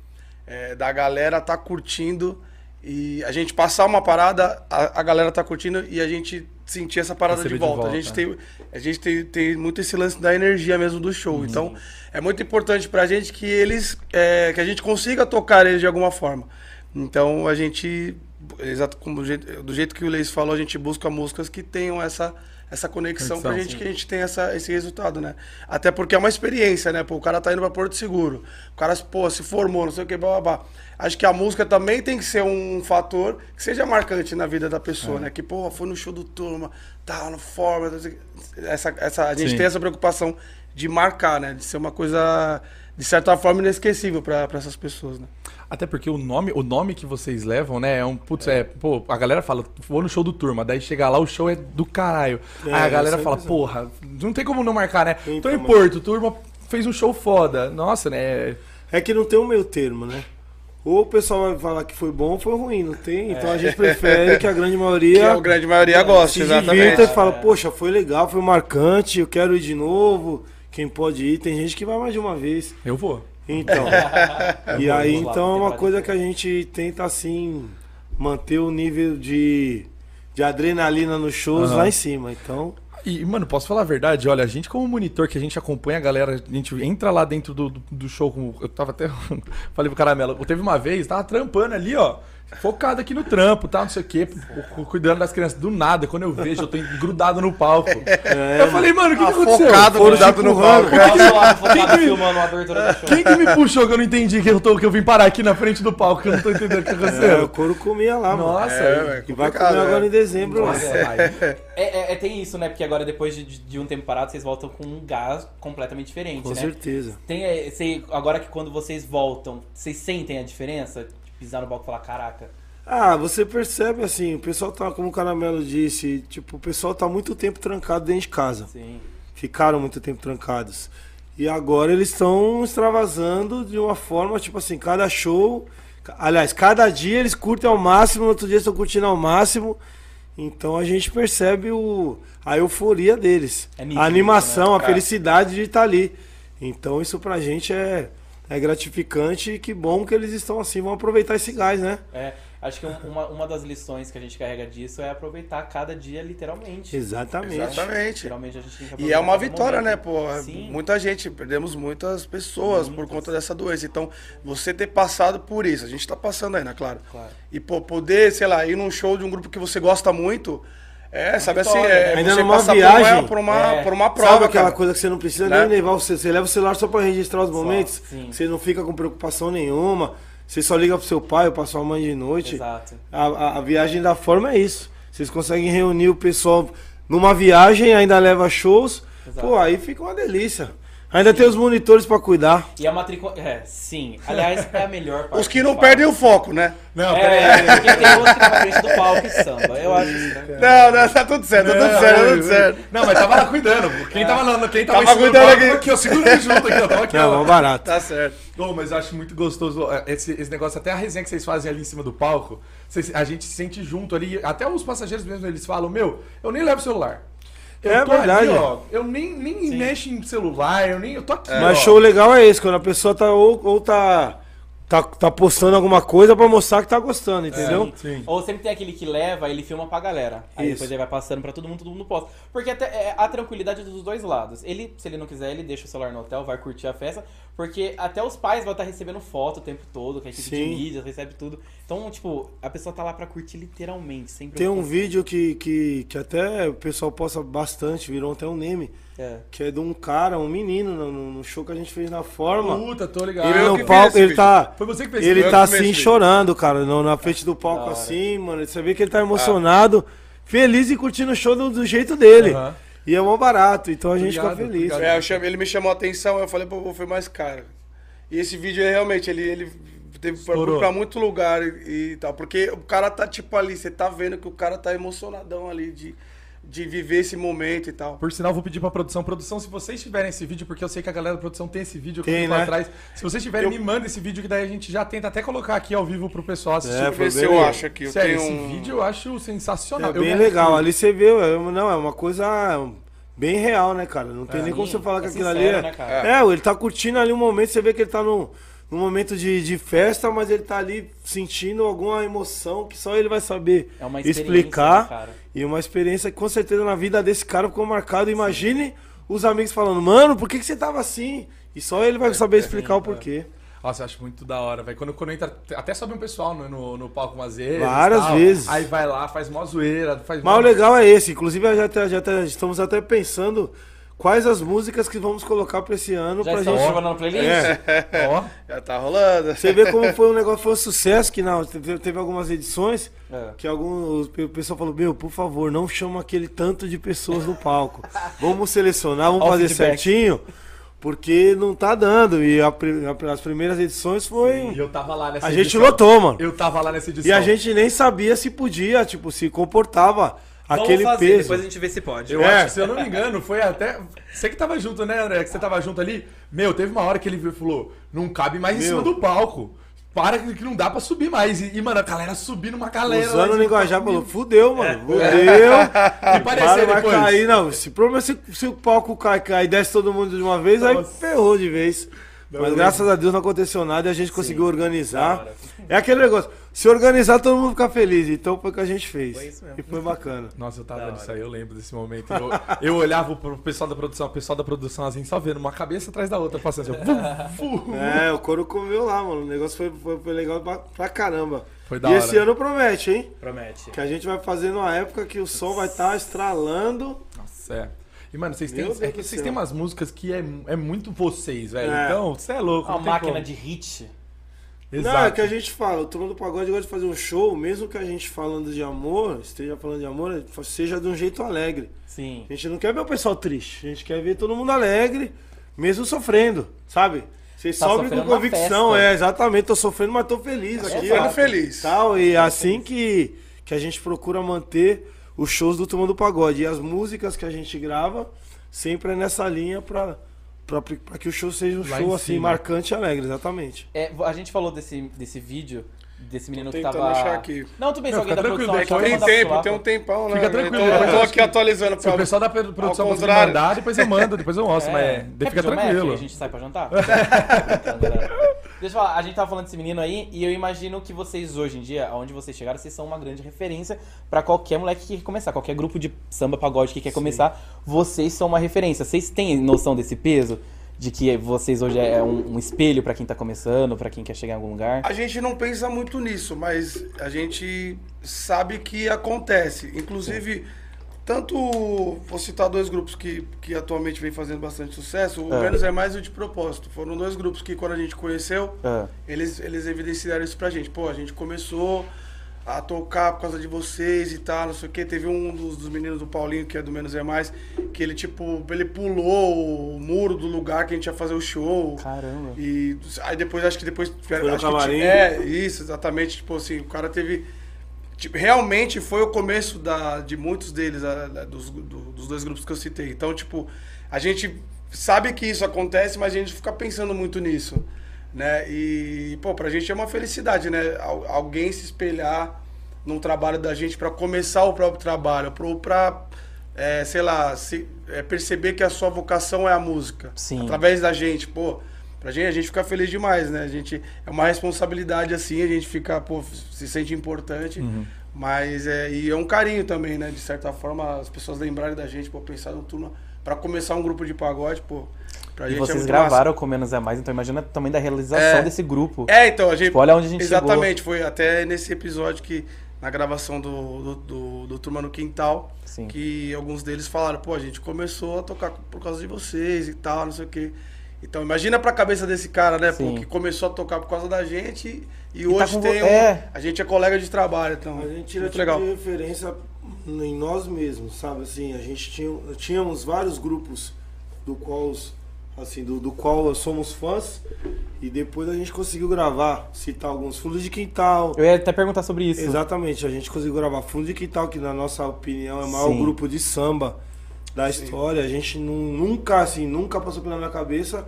Speaker 4: é, da galera tá curtindo e a gente passar uma parada, a, a galera tá curtindo e a gente sentir essa parada de
Speaker 2: Receber de
Speaker 4: volta. A
Speaker 2: volta.
Speaker 4: gente, tem, a gente tem, tem muito esse lance da energia mesmo do show. Então, é muito importante pra gente que eles. é, que a gente consiga tocar eles de alguma forma. Então a gente. Exato, como, do jeito- do jeito que o Leis falou, a gente busca músicas que tenham essa, essa conexão pra
Speaker 2: Conexão,
Speaker 4: gente que a gente tem essa, esse resultado, né? Até porque é uma experiência, né? Pô, o cara tá indo pra Porto Seguro. O cara, pô, se formou, não sei o que, blá, blá, blá. Acho que a música também tem que ser um fator que seja marcante na vida da pessoa, né? Que, pô, foi no show do turma, tá no forma. não sei o quê. Essa, essa, a gente
Speaker 2: Sim.
Speaker 4: tem essa preocupação de marcar, né? De ser uma coisa, de certa forma, inesquecível pra pra essas pessoas, né?
Speaker 2: Até porque o nome, o nome que vocês levam, né, é um putz, é, pô, a galera fala, vou no show do turma, daí chega lá, o show é do caralho. Aí
Speaker 3: É,
Speaker 2: a galera
Speaker 3: isso é
Speaker 2: fala,
Speaker 3: bizarro.
Speaker 2: porra, não tem como não marcar, né?
Speaker 3: Tem
Speaker 2: Tô em
Speaker 3: como.
Speaker 2: Porto, turma fez um show foda. Nossa, né?
Speaker 3: É que não tem um meio termo, né? Ou o pessoal vai falar que foi bom ou foi ruim, não tem? Então a gente prefere que a grande
Speaker 4: É. *laughs* Que
Speaker 3: maioria.
Speaker 4: a grande maioria gosta,
Speaker 3: se divirta e
Speaker 4: exatamente.
Speaker 3: fala, poxa, foi legal, foi marcante, eu quero ir de novo, Quem pode ir, tem gente que vai mais de uma vez.
Speaker 2: Eu vou.
Speaker 4: *laughs*
Speaker 3: Então. e
Speaker 1: vou, vamos lá,
Speaker 3: aí, então, é uma
Speaker 1: temporada
Speaker 3: coisa
Speaker 1: inteira.
Speaker 3: que a gente tenta, assim, manter o nível de, de adrenalina nos shows
Speaker 2: Aham.
Speaker 3: lá em cima. Então,
Speaker 2: E, mano, posso falar a verdade? Olha, a gente, como monitor, que a gente acompanha a galera, a gente entra lá dentro do, do, do show. Com, eu tava até. *laughs* falei pro caramelo, teve uma vez, tava trampando ali, ó. Focado aqui no trampo, tá? Não sei o quê, cu- cuidando das crianças. Do nada, quando eu vejo, eu tô grudado no
Speaker 4: *laughs*
Speaker 2: palco. eu falei, mano, o que, que aconteceu?
Speaker 4: É, tá Focado,
Speaker 3: Foram
Speaker 4: grudado no
Speaker 3: empurrando.
Speaker 4: palco.
Speaker 1: Eu tô lá
Speaker 3: *laughs*
Speaker 1: focado tá filmando a abertura do show.
Speaker 2: Quem que me puxou que eu não entendi que eu, tô, que eu vim parar aqui na frente do palco, que eu não tô entendendo o que
Speaker 3: é, o
Speaker 2: aconteceu?
Speaker 3: couro comia lá, mano.
Speaker 2: Nossa,
Speaker 4: É,
Speaker 2: aí-
Speaker 3: E
Speaker 4: velho,
Speaker 3: vai comer
Speaker 4: complicado,
Speaker 3: agora
Speaker 4: né?
Speaker 3: em dezembro. lá.
Speaker 4: *laughs*
Speaker 2: Nossa, aí-
Speaker 1: É, é- é, tem isso, né? Porque agora, depois de, de um tempo parado, vocês voltam com um gás completamente diferente,
Speaker 3: Com
Speaker 1: né?
Speaker 3: certeza.
Speaker 1: Tem, é, cê- agora que quando vocês voltam, vocês sentem a diferença? De pisar no palco e falar, caraca.
Speaker 3: Ah, você percebe assim, o pessoal tá, como o Caramelo disse, tipo, o pessoal tá muito tempo trancado dentro de casa.
Speaker 1: Sim.
Speaker 3: Ficaram muito tempo trancados. E agora eles estão extravasando de uma forma, tipo assim, cada show. ca- Aliás, cada dia eles curtem ao máximo, no outro dia estão curtindo ao máximo. Então a gente percebe o, a euforia deles.
Speaker 1: É nítido,
Speaker 3: a animação, a
Speaker 4: É.
Speaker 3: felicidade de estar ali. Então isso pra gente é, é gratificante e que bom que eles estão assim, vão aproveitar esse gás, né?
Speaker 1: É, acho que
Speaker 4: *laughs*
Speaker 1: um- uma, uma das lições que a gente carrega disso é aproveitar cada dia, literalmente.
Speaker 3: Exatamente.
Speaker 4: Exatamente.
Speaker 1: Literalmente a gente tem que
Speaker 4: E é uma
Speaker 1: aproveitar cada
Speaker 4: vitória, né,
Speaker 1: momento.
Speaker 4: pô?
Speaker 1: Sim.
Speaker 4: Muita gente, perdemos muitas pessoas por conta dessa doença. Então, você ter passado por isso, a gente tá passando ainda, claro.
Speaker 1: Claro.
Speaker 4: E pô, poder, sei lá, ir num show de um grupo que você gosta muito, é, sabe assim,
Speaker 1: vitória,
Speaker 4: é,
Speaker 1: né?
Speaker 3: Ainda
Speaker 4: você
Speaker 3: numa
Speaker 4: passar por
Speaker 3: viagem,
Speaker 4: uma, por uma,
Speaker 1: é.
Speaker 4: por uma prova,
Speaker 3: Prova, Sabe aquela
Speaker 4: cara.
Speaker 3: coisa que você não precisa
Speaker 4: Né?
Speaker 3: nem levar o celular, você leva o celular só pra registrar os momentos,
Speaker 1: sim.
Speaker 3: você não fica com preocupação nenhuma, você só liga pro seu pai ou pra sua mãe de noite.
Speaker 1: Exato.
Speaker 3: A, a- a viagem da forma é isso. Vocês conseguem reunir o pessoal numa viagem, ainda leva shows,
Speaker 1: Exato.
Speaker 3: pô, aí fica uma delícia. Ainda tem os monitores pra cuidar.
Speaker 1: E a matriculação. É, sim. Aliás, é a melhor parte.
Speaker 4: *laughs* Os que
Speaker 1: do
Speaker 4: não
Speaker 1: palco.
Speaker 4: perdem o foco, né?
Speaker 2: Não, peraí.
Speaker 1: É, porque tem outro que tá na frente do palco e samba. Eu acho estranho.
Speaker 4: Não,
Speaker 3: É,
Speaker 4: não, tá tudo certo, tá tudo certo,
Speaker 2: é,
Speaker 4: tá tudo certo.
Speaker 2: Não, mas tava lá cuidando. pô. Quem tava lá, quem tava,
Speaker 4: Tava
Speaker 2: em cima do
Speaker 4: cuidando
Speaker 2: palco,
Speaker 4: aqui.
Speaker 2: aqui, ó, segura ele junto aqui, ó, tava aqui,
Speaker 3: Não, é
Speaker 2: ó.
Speaker 3: um barato.
Speaker 4: Tá certo.
Speaker 2: Ô, mas eu acho muito gostoso ó, esse, esse negócio, até a resenha que vocês fazem ali em cima do palco, vocês- a gente se sente junto ali, até os passageiros mesmo, eles falam, meu, eu nem levo celular. Eu
Speaker 3: É
Speaker 2: tô ali,
Speaker 3: verdade.
Speaker 2: ó, eu nem, nem mexo em celular, eu nem, eu tô aqui,
Speaker 3: Mas
Speaker 2: ó.
Speaker 3: show legal é esse, quando a pessoa tá ou, ou tá, tá, tá postando alguma coisa pra mostrar que tá gostando, entendeu?
Speaker 1: Sim.
Speaker 2: Sim.
Speaker 1: Ou sempre tem aquele que leva, ele filma pra galera. Aí
Speaker 3: Isso.
Speaker 1: depois ele vai passando pra todo mundo, todo mundo posta. Porque até é, a tranquilidade dos dois lados. Ele, se ele não quiser, ele deixa o celular no hotel, vai curtir a festa. Porque até os pais vão estar recebendo foto o tempo todo, que a equipe
Speaker 3: Sim.
Speaker 1: de mídias recebe tudo. Então, tipo, a pessoa tá lá pra curtir literalmente, sempre.
Speaker 3: Tem um vídeo que, que, que até o pessoal posta bastante, virou até um meme,
Speaker 1: É.
Speaker 3: que é de um cara, um menino, no- no, no show que a gente fez na forma.
Speaker 2: Puta, tô ligado.
Speaker 3: Ele
Speaker 4: eu que
Speaker 3: no
Speaker 4: fiz
Speaker 3: palco,
Speaker 4: esse
Speaker 3: ele
Speaker 4: vídeo.
Speaker 3: tá.
Speaker 2: Foi você que fez
Speaker 3: Ele
Speaker 2: esse
Speaker 3: tá
Speaker 4: vídeo. Eu que
Speaker 3: assim
Speaker 4: fiz esse
Speaker 3: chorando, cara, no- na frente do
Speaker 1: Da
Speaker 3: palco
Speaker 1: hora.
Speaker 3: assim, mano. Você vê que ele tá emocionado, feliz e curtindo o show do, do jeito dele.
Speaker 2: Aham.
Speaker 3: E é mó barato, então a gente fica
Speaker 2: Obrigado,
Speaker 3: feliz.
Speaker 2: obrigado.
Speaker 4: É, eu chamei- ele me chamou a atenção, eu falei, pô, pô, foi mais caro. E esse vídeo é realmente, ele, ele teve pra-
Speaker 2: Estourou.
Speaker 4: pra muito lugar e, e tal. Porque o cara tá, tipo, ali, você tá vendo que o cara tá emocionadão ali de, de viver esse momento e tal.
Speaker 2: Por sinal, vou pedir pra produção. Produção, se vocês tiverem esse vídeo, porque eu sei que a galera da produção tem esse vídeo que
Speaker 3: Tem,
Speaker 2: eu vi lá
Speaker 3: né?
Speaker 2: atrás. Se vocês tiverem, me manda esse vídeo que daí a gente já tenta até colocar aqui ao vivo pro pessoal assistir.
Speaker 3: É,
Speaker 4: Deixa eu
Speaker 3: foi
Speaker 4: ver se
Speaker 3: bem-
Speaker 4: eu acho aqui. Eu
Speaker 2: Sério,
Speaker 4: tenho
Speaker 2: esse
Speaker 4: um...
Speaker 2: vídeo eu acho sensacional.
Speaker 3: É
Speaker 2: Eu
Speaker 3: bem
Speaker 2: me-
Speaker 3: legal. Ali você vê, é, uma- não, é uma coisa bem real, né, cara? Não tem nem como
Speaker 1: Sim,
Speaker 3: você falar
Speaker 1: é
Speaker 3: que aquilo ali
Speaker 1: sincero,
Speaker 3: é...
Speaker 1: né, cara?
Speaker 3: é, ele tá curtindo ali um momento, você vê que ele tá num, num momento de, de festa, mas ele tá ali sentindo alguma emoção que só ele vai saber
Speaker 1: É uma experiência, né,
Speaker 3: explicar.
Speaker 1: cara?
Speaker 3: E uma experiência que com certeza na vida desse cara ficou marcado. Imagine os amigos falando, mano, por que, que você tava assim? E só ele vai saber explicar
Speaker 2: É.
Speaker 3: o porquê.
Speaker 2: Nossa, eu acho muito da hora, velho. Quando, quando entra. Até sobe um pessoal no, no, no palco umas vezes.
Speaker 3: Várias
Speaker 2: tal.
Speaker 3: vezes.
Speaker 2: Aí vai lá, faz mó zoeira. Faz
Speaker 3: Mas
Speaker 2: mó-
Speaker 3: o legal é esse. Inclusive, já, tá- já tá- estamos até pensando quais as músicas que vamos colocar pra esse ano.
Speaker 1: Já
Speaker 3: pra
Speaker 1: estão
Speaker 3: gente...
Speaker 1: jogando na playlist?
Speaker 3: É.
Speaker 2: Ó.
Speaker 4: Já tá rolando.
Speaker 3: Você vê como foi um negócio, foi um sucesso que na, teve, teve algumas edições
Speaker 1: É.
Speaker 3: que alguns, o pessoal falou, meu, por favor, não chama aquele tanto de pessoas no palco. Vamos selecionar, vamos
Speaker 1: Ó o
Speaker 3: fazer
Speaker 1: feedback.
Speaker 3: certinho, porque não tá dando. E a pri- a- as primeiras edições foi...
Speaker 2: E eu tava lá nessa
Speaker 3: A gente
Speaker 2: edição.
Speaker 3: lotou, mano.
Speaker 2: Eu tava lá nessa edição.
Speaker 3: E a gente nem sabia se podia, tipo, se comportava aquele
Speaker 1: Vamos fazer,
Speaker 3: peso.
Speaker 1: depois a gente vê se pode.
Speaker 2: Eu
Speaker 3: É.
Speaker 2: acho que, se eu não me engano, foi até. Você que tava junto, né, André? Que você tava junto ali. Meu, teve uma hora que ele falou: não cabe mais em
Speaker 3: Meu.
Speaker 2: cima do palco. para que que não dá pra subir mais. E, e, mano, a galera subindo uma galera. lá,
Speaker 3: Usando o
Speaker 2: assim,
Speaker 3: linguajar, falou, fudeu, mano, fudeu.
Speaker 2: É. *laughs* E parecer
Speaker 3: Para, vai
Speaker 2: depois.
Speaker 3: cair, não. Se, problema, se, se o palco cai, cai e desce todo mundo de uma vez, aí
Speaker 2: Nossa.
Speaker 3: ferrou de vez. Mas
Speaker 2: ruim.
Speaker 3: graças a Deus não aconteceu nada e a gente conseguiu organizar. É aquele negócio, se organizar todo mundo fica feliz. Então foi o que a gente fez.
Speaker 1: isso mesmo.
Speaker 3: E foi bacana.
Speaker 2: Nossa, eu tava nisso aí, eu lembro desse momento. Eu, eu olhava pro pessoal da produção, o pessoal da produção assim, só vendo uma cabeça atrás da outra, passando assim,
Speaker 1: *laughs*
Speaker 2: ó, vum, vum.
Speaker 3: É, o couro comeu lá, mano. O negócio foi, foi, foi legal pra, pra caramba.
Speaker 2: Foi da
Speaker 3: e
Speaker 2: hora.
Speaker 3: esse ano promete, hein?
Speaker 1: Promete.
Speaker 3: Que a gente vai fazer numa época que o som vai estar estralando.
Speaker 2: Nossa, é. E, mano, vocês têm,
Speaker 3: Meu Deus
Speaker 2: é que
Speaker 3: do
Speaker 2: vocês
Speaker 3: céu.
Speaker 2: têm umas músicas que é, é muito vocês, velho.
Speaker 3: É.
Speaker 2: Então, você é louco.
Speaker 1: A
Speaker 2: não tem
Speaker 1: máquina
Speaker 2: como.
Speaker 1: de hit.
Speaker 2: Exato.
Speaker 3: Não, é que a gente fala, o Turma do Pagode gosta de fazer um show, mesmo que a gente falando de amor, esteja falando de amor, seja de um jeito alegre.
Speaker 1: Sim.
Speaker 3: A gente não quer ver o pessoal triste, a gente quer ver todo mundo alegre, mesmo sofrendo, sabe? Vocês
Speaker 1: Tá
Speaker 3: sofrem com
Speaker 1: sofrendo uma
Speaker 3: convicção,
Speaker 1: festa.
Speaker 3: é, exatamente, tô sofrendo, mas tô feliz aqui.
Speaker 4: sofrendo
Speaker 3: ó,
Speaker 4: feliz.
Speaker 3: Tal, e é assim que, que a gente procura manter os shows do Turma do Pagode. E as músicas que a gente grava sempre é nessa linha pra, pra, pra que o show seja um
Speaker 2: Lá em
Speaker 3: show assim,
Speaker 2: cima.
Speaker 3: marcante e alegre, exatamente.
Speaker 1: É, a gente falou desse, desse vídeo, desse menino que
Speaker 4: tentando
Speaker 1: tava.
Speaker 4: achar aqui.
Speaker 1: Não, tudo bem, se
Speaker 2: Não,
Speaker 1: alguém da
Speaker 2: fica
Speaker 1: produção
Speaker 2: tranquilo,
Speaker 1: achar, eu vou
Speaker 4: Tem
Speaker 1: mandar pro
Speaker 4: tempo,
Speaker 1: Rafa.
Speaker 4: tem um tempão, né?
Speaker 2: Fica
Speaker 4: Eu tô-
Speaker 2: tranquilo,
Speaker 4: Eu tô
Speaker 2: é.
Speaker 4: aqui atualizando
Speaker 2: Se
Speaker 4: pra
Speaker 2: o pessoal da pro- produção
Speaker 4: Ao
Speaker 2: pode me
Speaker 4: contrário.
Speaker 2: mandar, depois eu mando, depois eu
Speaker 1: *laughs*
Speaker 2: mostro, mas é,
Speaker 1: Quer
Speaker 2: fica
Speaker 1: pedir um Mac?
Speaker 2: tranquilo.
Speaker 1: A gente sai pra
Speaker 4: *laughs*
Speaker 1: jantar? Brincando, galera. Deixa eu falar, a gente tava falando desse menino aí, e eu imagino que vocês hoje em dia, aonde vocês chegaram, vocês são uma grande referência pra qualquer moleque que quer começar, qualquer grupo de samba pagode que quer começar, vocês são uma referência. Vocês têm noção desse peso? De que vocês hoje é um, um espelho pra quem tá começando, pra quem quer chegar em algum lugar?
Speaker 4: A gente não pensa muito nisso, mas a gente sabe que acontece. Inclusive, tanto. Vou citar dois grupos que, que atualmente vem fazendo bastante sucesso. O
Speaker 1: Ah.
Speaker 4: Menos é Mais e o De Propósito. Foram dois grupos que, quando a gente conheceu,
Speaker 1: Ah,
Speaker 4: eles, eles evidenciaram isso pra gente. Pô, a gente começou a tocar por causa de vocês e tal, não sei o quê. Teve um dos, dos meninos do Paulinho, que é do Menos é Mais, que ele, tipo, ele pulou o muro do lugar que a gente ia fazer o show.
Speaker 1: caramba.
Speaker 4: E aí depois, acho que depois tiveram.
Speaker 3: no
Speaker 4: acho que
Speaker 3: camarim.
Speaker 4: ti- é, isso, exatamente. Tipo assim, o cara teve. tipo, realmente foi o começo da, de muitos deles, a- da- dos, do- dos dois grupos que eu citei. Então, tipo, a gente sabe que isso acontece, mas a gente fica pensando muito nisso. Né? E, pô, pra gente é uma felicidade, né? Al- alguém se espelhar num trabalho da gente pra começar o próprio trabalho, pro- pra, é, sei lá, se- é, perceber que a sua vocação é a música.
Speaker 1: Sim.
Speaker 4: Atra- através da gente, pô. Pra gente, a gente fica feliz demais, né? A gente é uma responsabilidade assim, a gente fica, pô, se sente importante.
Speaker 1: Uhum.
Speaker 4: Mas é, e é um carinho também, né? De certa forma, as pessoas lembrarem da gente, pô, pensar no turma pra começar um grupo de pagode, pô. Pra
Speaker 1: E
Speaker 4: gente é
Speaker 1: vocês
Speaker 4: muito
Speaker 1: gravaram com Menos é Mais, então imagina também da realização
Speaker 4: É.
Speaker 1: desse grupo.
Speaker 4: massa. É, então, a gente.
Speaker 1: Tipo, olha onde a gente
Speaker 4: Exatamente, foi até nesse episódio que, na gravação do, do, do- do Turma no Quintal,
Speaker 1: Sim.
Speaker 4: que alguns deles falaram, pô, a gente começou a tocar por causa de vocês e tal, não sei o quê. Então, imagina pra cabeça desse cara, né, pô,
Speaker 1: Sim.
Speaker 4: que começou a tocar por causa da gente e,
Speaker 1: tá
Speaker 4: hoje
Speaker 1: com vo-
Speaker 4: tem um...
Speaker 1: é.
Speaker 4: A gente é colega de trabalho, então,
Speaker 3: A gente tira
Speaker 4: muito
Speaker 3: tipo
Speaker 4: legal.
Speaker 3: de referência em nós mesmos, sabe? Assim, a gente tinha, tínhamos vários grupos do qual, os- assim, do, do qual somos fãs e depois a gente conseguiu gravar, citar alguns fundos de quintal.
Speaker 1: Eu ia até perguntar sobre É isso.
Speaker 3: Exatamente, a gente conseguiu gravar Fundo de Quintal, que na nossa opinião é o maior
Speaker 1: Sim.
Speaker 3: grupo de samba da história. A gente nu- nunca, assim, nunca passou pela minha cabeça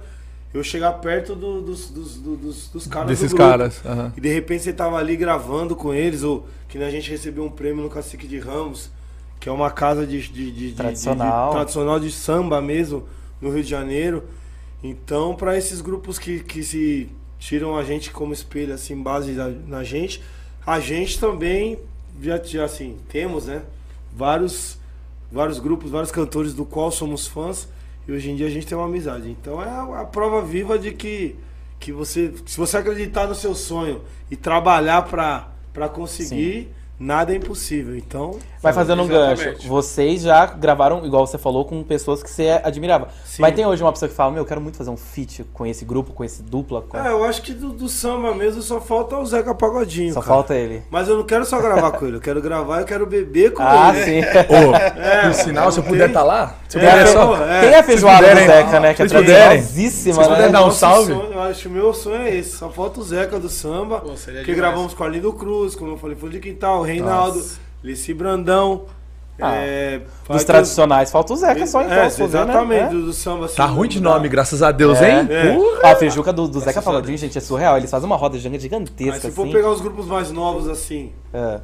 Speaker 3: eu chegar perto do- dos, dos, dos- dos- dos caras do
Speaker 2: Desses
Speaker 3: grupo.
Speaker 2: caras.
Speaker 3: *laughs*
Speaker 2: aham.
Speaker 3: E de repente você tava ali gravando com eles, ou que nem a gente recebeu um prêmio no Cacique de Ramos, que é uma casa de, de- de- de-
Speaker 1: Tradicional.
Speaker 3: de- tradicional de samba mesmo, no Rio de Janeiro. Então, para esses grupos que, que se tiram a gente como espelho, assim, base da- na gente, a gente também já, já assim, temos, né? Vários, vários grupos, vários cantores do qual somos fãs, e hoje em dia a gente tem uma amizade. Então é a, a prova viva de que, que você, se você acreditar no seu sonho e trabalhar para conseguir, nada é impossível. Então,
Speaker 1: Vai fazendo um
Speaker 4: Exatamente.
Speaker 1: gancho. Vocês já gravaram, igual você falou, com pessoas que você admirava.
Speaker 3: Sim.
Speaker 1: Mas tem hoje uma pessoa que fala, meu, eu quero muito fazer um feat com esse grupo, com esse dupla. com-
Speaker 3: é, eu acho que do, do samba mesmo só falta o Zeca Pagodinho.
Speaker 1: Só
Speaker 3: cara.
Speaker 1: falta ele.
Speaker 3: Mas eu não quero só gravar com ele, eu quero gravar, eu quero beber com
Speaker 1: Ah,
Speaker 3: ele. é?
Speaker 1: sim. *laughs*
Speaker 2: Ô, por sinal, se eu
Speaker 3: não
Speaker 2: puder
Speaker 3: tem.
Speaker 2: estar lá, se eu
Speaker 3: É,
Speaker 2: puder só.
Speaker 3: pô, é.
Speaker 1: Tem a feijoada do
Speaker 2: puderem,
Speaker 1: Zeca, né? Que é
Speaker 2: vocês puderem.
Speaker 1: tradicionalzíssima,
Speaker 2: Vocês
Speaker 1: né?
Speaker 2: puderem dar um
Speaker 3: Nosso
Speaker 2: salve?
Speaker 3: sonho, eu acho que o meu sonho é esse. Só falta o Zeca do samba.
Speaker 4: Pô, seria
Speaker 3: que um
Speaker 4: demais.
Speaker 3: gravamos com Arlindo Cruz, como eu falei, Fundo de Quintal, Reinaldo,
Speaker 2: Nossa.
Speaker 3: Leci Brandão, É, vai
Speaker 1: Ah, Dos
Speaker 3: ter-
Speaker 1: tradicionais. Falta o Zeca só, então.
Speaker 3: É,
Speaker 1: se for ver, né?
Speaker 3: exatamente,
Speaker 1: É.
Speaker 3: do, do samba. assim,
Speaker 2: Tá ruim de
Speaker 3: da-
Speaker 2: nome, graças a Deus, hein?
Speaker 3: É.
Speaker 2: Uh,
Speaker 1: A feijuca do, do Zeca Pagodinho, gente, é surreal. Eles fazem uma roda de janga
Speaker 3: Mas
Speaker 1: gigantesca,
Speaker 3: se
Speaker 1: assim.
Speaker 3: for pegar os grupos mais novos, assim,
Speaker 1: É.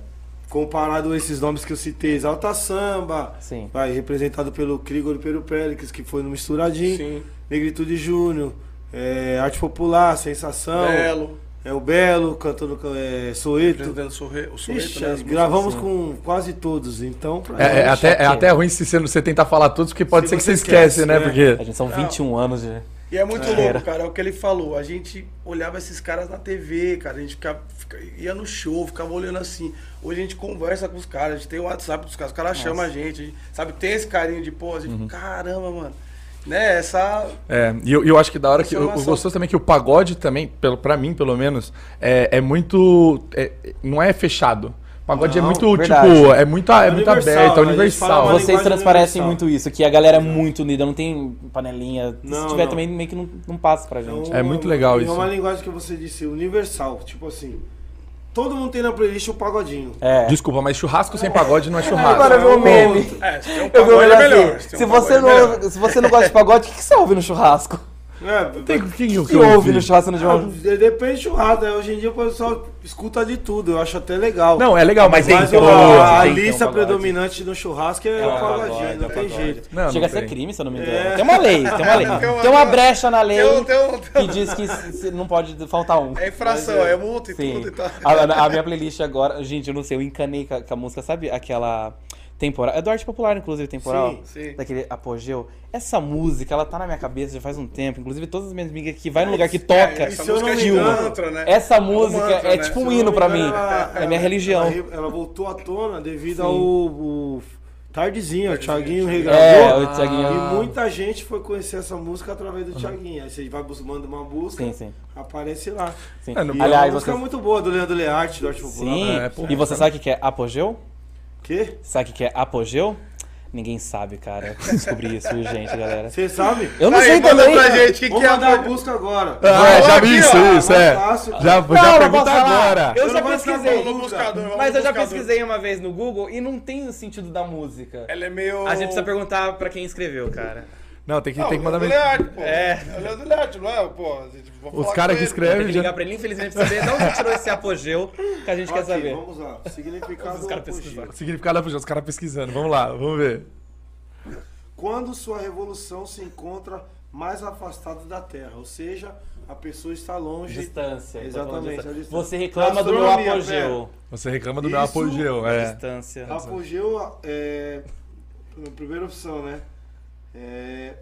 Speaker 3: comparado a esses nomes que eu citei, Exalta Samba,
Speaker 1: Sim.
Speaker 3: vai, representado pelo Krigor e pelo Pélix, que foi no Misturadinho,
Speaker 4: Sim.
Speaker 3: Negritude Júnior, é, Arte Popular, Sensação,
Speaker 4: Belo.
Speaker 3: é o Belo, cantando é, Soeto.
Speaker 4: Presidente Sorre- O Sorreto,
Speaker 3: Ixi,
Speaker 4: né, as músicas.
Speaker 3: gravamos com quase todos, então... pra-
Speaker 2: É, é até, é
Speaker 1: Chatinho.
Speaker 2: até ruim se você, você tentar falar todos, porque pode
Speaker 3: Se
Speaker 2: ser que
Speaker 3: você
Speaker 2: você esquece,
Speaker 3: esquece,
Speaker 2: né?
Speaker 3: né?
Speaker 1: A
Speaker 2: Porque.
Speaker 1: gente são 21 anos de.
Speaker 4: E é muito
Speaker 1: Era.
Speaker 4: louco, cara. É o que ele falou. A gente olhava esses caras na TV, cara. A gente ficava, fica- ia no show, ficava olhando assim. Hoje a gente conversa com os caras, a gente tem o WhatsApp dos caras, os caras chamam a gente, a gente, sabe? Tem esse carinho de pô, a gente,
Speaker 1: Uhum.
Speaker 4: caramba, mano. Né? Essa.
Speaker 2: É, e eu, e eu acho que da hora que. Eu, eu
Speaker 4: Informação.
Speaker 2: gostoso também é que o pagode também, pelo, pra mim pelo menos, é, é muito. é- não é fechado. O pagode é
Speaker 3: Não,
Speaker 2: muito,
Speaker 1: verdade.
Speaker 2: tipo, é muito, é muito aberto,
Speaker 3: Universal,
Speaker 2: é
Speaker 3: né? A gente fala
Speaker 2: universal.
Speaker 3: mais-
Speaker 1: Vocês
Speaker 3: linguagem
Speaker 1: transparecem
Speaker 3: universal.
Speaker 1: muito isso, que a galera é muito unida, não tem panelinha. Se
Speaker 3: Não,
Speaker 1: tiver
Speaker 3: não.
Speaker 1: também, meio que não, não passa pra gente.
Speaker 2: É muito legal isso.
Speaker 3: então, É uma linguagem que você disse, universal, tipo assim, todo mundo tem na playlist o pagodinho.
Speaker 1: É.
Speaker 2: Desculpa, mas churrasco sem pagode não é churrasco.
Speaker 1: Agora eu vi um meme.
Speaker 4: É, se tem um
Speaker 1: Eu vi um
Speaker 4: pagode
Speaker 1: meme
Speaker 4: é
Speaker 1: assim,
Speaker 4: melhor. tem
Speaker 1: se,
Speaker 4: um
Speaker 1: você
Speaker 4: pagode, é melhor.
Speaker 1: não, se você não gosta de pagode, o que, que você ouve no churrasco?
Speaker 3: É,
Speaker 2: Tem quem eu
Speaker 1: O que ouve no churrasco no João?
Speaker 3: Ah, Depende do churrasco, né? Hoje em dia o pessoal escuta de tudo, eu acho até legal.
Speaker 2: Não, é legal, mas,
Speaker 3: Mas
Speaker 2: tem
Speaker 3: o-
Speaker 2: todo.
Speaker 3: a, a
Speaker 1: tem que ter um
Speaker 3: lista
Speaker 1: pagode.
Speaker 3: predominante no churrasco é, o pagodinho, não tem jeito.
Speaker 2: Não,
Speaker 1: Chega a
Speaker 2: não
Speaker 1: ser
Speaker 2: tem.
Speaker 1: crime, se eu não me engano. Tem uma lei,
Speaker 4: *laughs*
Speaker 1: tem uma lei.
Speaker 4: É. Tem uma-
Speaker 1: Tem uma brecha na lei
Speaker 4: Tem um- tem um- tem
Speaker 1: que
Speaker 4: um-
Speaker 1: diz que se- se não pode faltar um.
Speaker 4: É infração, é multa e
Speaker 1: Sim.
Speaker 4: tudo e tal.
Speaker 1: A, a- a minha playlist agora, gente, eu não sei, eu encanei com a, com a música, sabe? Aquela temporal. É do Arte Popular, inclusive, temporal.
Speaker 3: Sim,
Speaker 4: sim.
Speaker 1: Daquele apogeu. Essa música, ela tá na minha cabeça já faz um tempo. Inclusive, todas as minhas amigas que vai no lugar que toca.
Speaker 4: essa
Speaker 3: se eu não
Speaker 4: música é
Speaker 3: me
Speaker 4: de
Speaker 3: engano,
Speaker 4: mantra, né?
Speaker 1: Essa
Speaker 4: É um
Speaker 1: música
Speaker 4: mantra,
Speaker 1: é
Speaker 4: né?
Speaker 1: tipo
Speaker 4: Se
Speaker 1: um
Speaker 4: eu não
Speaker 1: hino
Speaker 4: me
Speaker 1: pra
Speaker 4: engano,
Speaker 1: mim.
Speaker 4: ela-
Speaker 1: É minha religião.
Speaker 3: Ela, ela voltou à tona devido
Speaker 1: Sim.
Speaker 3: ao, ao Tardezinho, o Thiaguinho regravou.
Speaker 4: né?
Speaker 1: É, o Thiaguinho.
Speaker 3: E muita gente foi conhecer essa música através do Thiaguinho. Aí você vai buscando uma busca,
Speaker 1: Sim, sim.
Speaker 3: aparece lá.
Speaker 1: Sim.
Speaker 2: É, não-
Speaker 3: E é uma
Speaker 1: Aliás,
Speaker 3: música
Speaker 1: vocês.
Speaker 3: muito boa do Leandro Learte, do Arte Popular.
Speaker 1: Sim.
Speaker 2: É, pô,
Speaker 1: e você
Speaker 2: cara.
Speaker 1: sabe o que que é apogeu?
Speaker 3: Quê?
Speaker 1: Sabe o que que é apogeu? Ninguém sabe, cara. Eu preciso descobrir isso, gente, galera.
Speaker 3: Você sabe?
Speaker 1: Eu não
Speaker 4: Aí,
Speaker 1: sei
Speaker 4: manda
Speaker 1: também.
Speaker 4: pra gente que,
Speaker 3: Vou
Speaker 4: que é
Speaker 3: mandar a
Speaker 4: a...
Speaker 3: busca agora.
Speaker 2: Ah,
Speaker 4: Vou
Speaker 2: já
Speaker 4: aqui,
Speaker 2: vi isso,
Speaker 4: ó,
Speaker 2: isso, é.
Speaker 3: fácil.
Speaker 2: Já,
Speaker 1: um Não,
Speaker 2: já
Speaker 1: não
Speaker 2: pergunta
Speaker 1: posso falar.
Speaker 2: agora.
Speaker 1: Eu
Speaker 3: Eu
Speaker 1: já
Speaker 3: não vou falar
Speaker 1: pesquisei.
Speaker 3: do
Speaker 4: Vamos buscador, vamos
Speaker 1: Mas eu já
Speaker 4: buscador.
Speaker 1: pesquisei uma vez no Google e não tem o sentido da música.
Speaker 4: Ela é meio...
Speaker 1: A gente precisa perguntar pra quem escreveu, cara.
Speaker 2: Não, tem que,
Speaker 4: Não,
Speaker 2: tem que mandar
Speaker 4: o Leandro
Speaker 2: mensagem.
Speaker 4: Learte, pô.
Speaker 1: É.
Speaker 4: É o Leandro Learte, não é? Pô, a gente- vou
Speaker 2: Os
Speaker 4: falar
Speaker 2: caras
Speaker 4: com
Speaker 2: que
Speaker 4: ele.
Speaker 1: Tem
Speaker 2: escrevem
Speaker 1: que
Speaker 2: É, já.
Speaker 1: ligar pra ah, ele, infelizmente, pra saber de onde tirou esse apogeu que a gente quer
Speaker 3: Aqui,
Speaker 1: saber.
Speaker 3: Vamos lá. Significado
Speaker 1: Os caras
Speaker 3: do apogeu.
Speaker 1: pesquisaram.
Speaker 2: Significado da os caras pesquisando. Vamos lá, vamos ver.
Speaker 3: Quando sua revolução se encontra mais afastada da Terra, ou seja, a pessoa está longe.
Speaker 1: Distância.
Speaker 3: Exatamente,
Speaker 1: Distância.
Speaker 3: a distância.
Speaker 1: Você reclama do meu
Speaker 3: Astronomia,
Speaker 1: apogeu.
Speaker 2: Você reclama do meu
Speaker 3: Isso-
Speaker 2: apogeu, é.
Speaker 1: Distância.
Speaker 3: Apogeu é. a Primeira opção, né? É.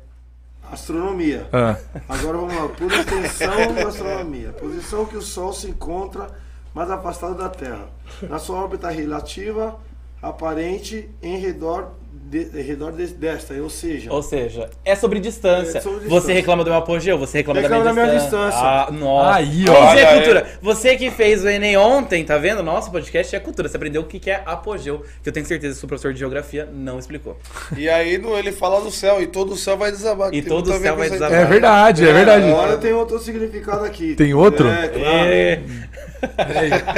Speaker 3: Astronomia.
Speaker 2: Ah.
Speaker 3: Agora vamos lá. Por extensão da astronomia. Posição que o Sol se encontra mais afastado da Terra. Na sua órbita relativa, aparente em redor, de- em redor de- desta, ou seja.
Speaker 1: Ou seja, é sobre distância.
Speaker 3: É sobre
Speaker 1: Você
Speaker 3: distância.
Speaker 1: reclama do meu apogeu, você reclama,
Speaker 3: Reclama
Speaker 1: da, minha
Speaker 3: da minha
Speaker 1: Ah, nossa.
Speaker 2: Aí, ó.
Speaker 1: Pois é,
Speaker 4: Olha,
Speaker 1: cultura. Você que fez o Enem ontem, tá vendo? Nosso podcast é cultura. Você aprendeu o que que é apogeu, que eu tenho certeza que o seu professor de geografia não explicou.
Speaker 4: E aí no- ele fala do céu, e todo o céu vai desabar. que
Speaker 1: E
Speaker 4: tem
Speaker 1: todo
Speaker 4: muito a
Speaker 1: o
Speaker 4: ver
Speaker 1: céu
Speaker 4: com
Speaker 1: vai
Speaker 4: essa-
Speaker 1: desabar.
Speaker 2: É verdade, é
Speaker 3: Agora
Speaker 2: verdade.
Speaker 3: tem outro significado aqui.
Speaker 2: Tem outro?
Speaker 3: É, claro.
Speaker 1: É.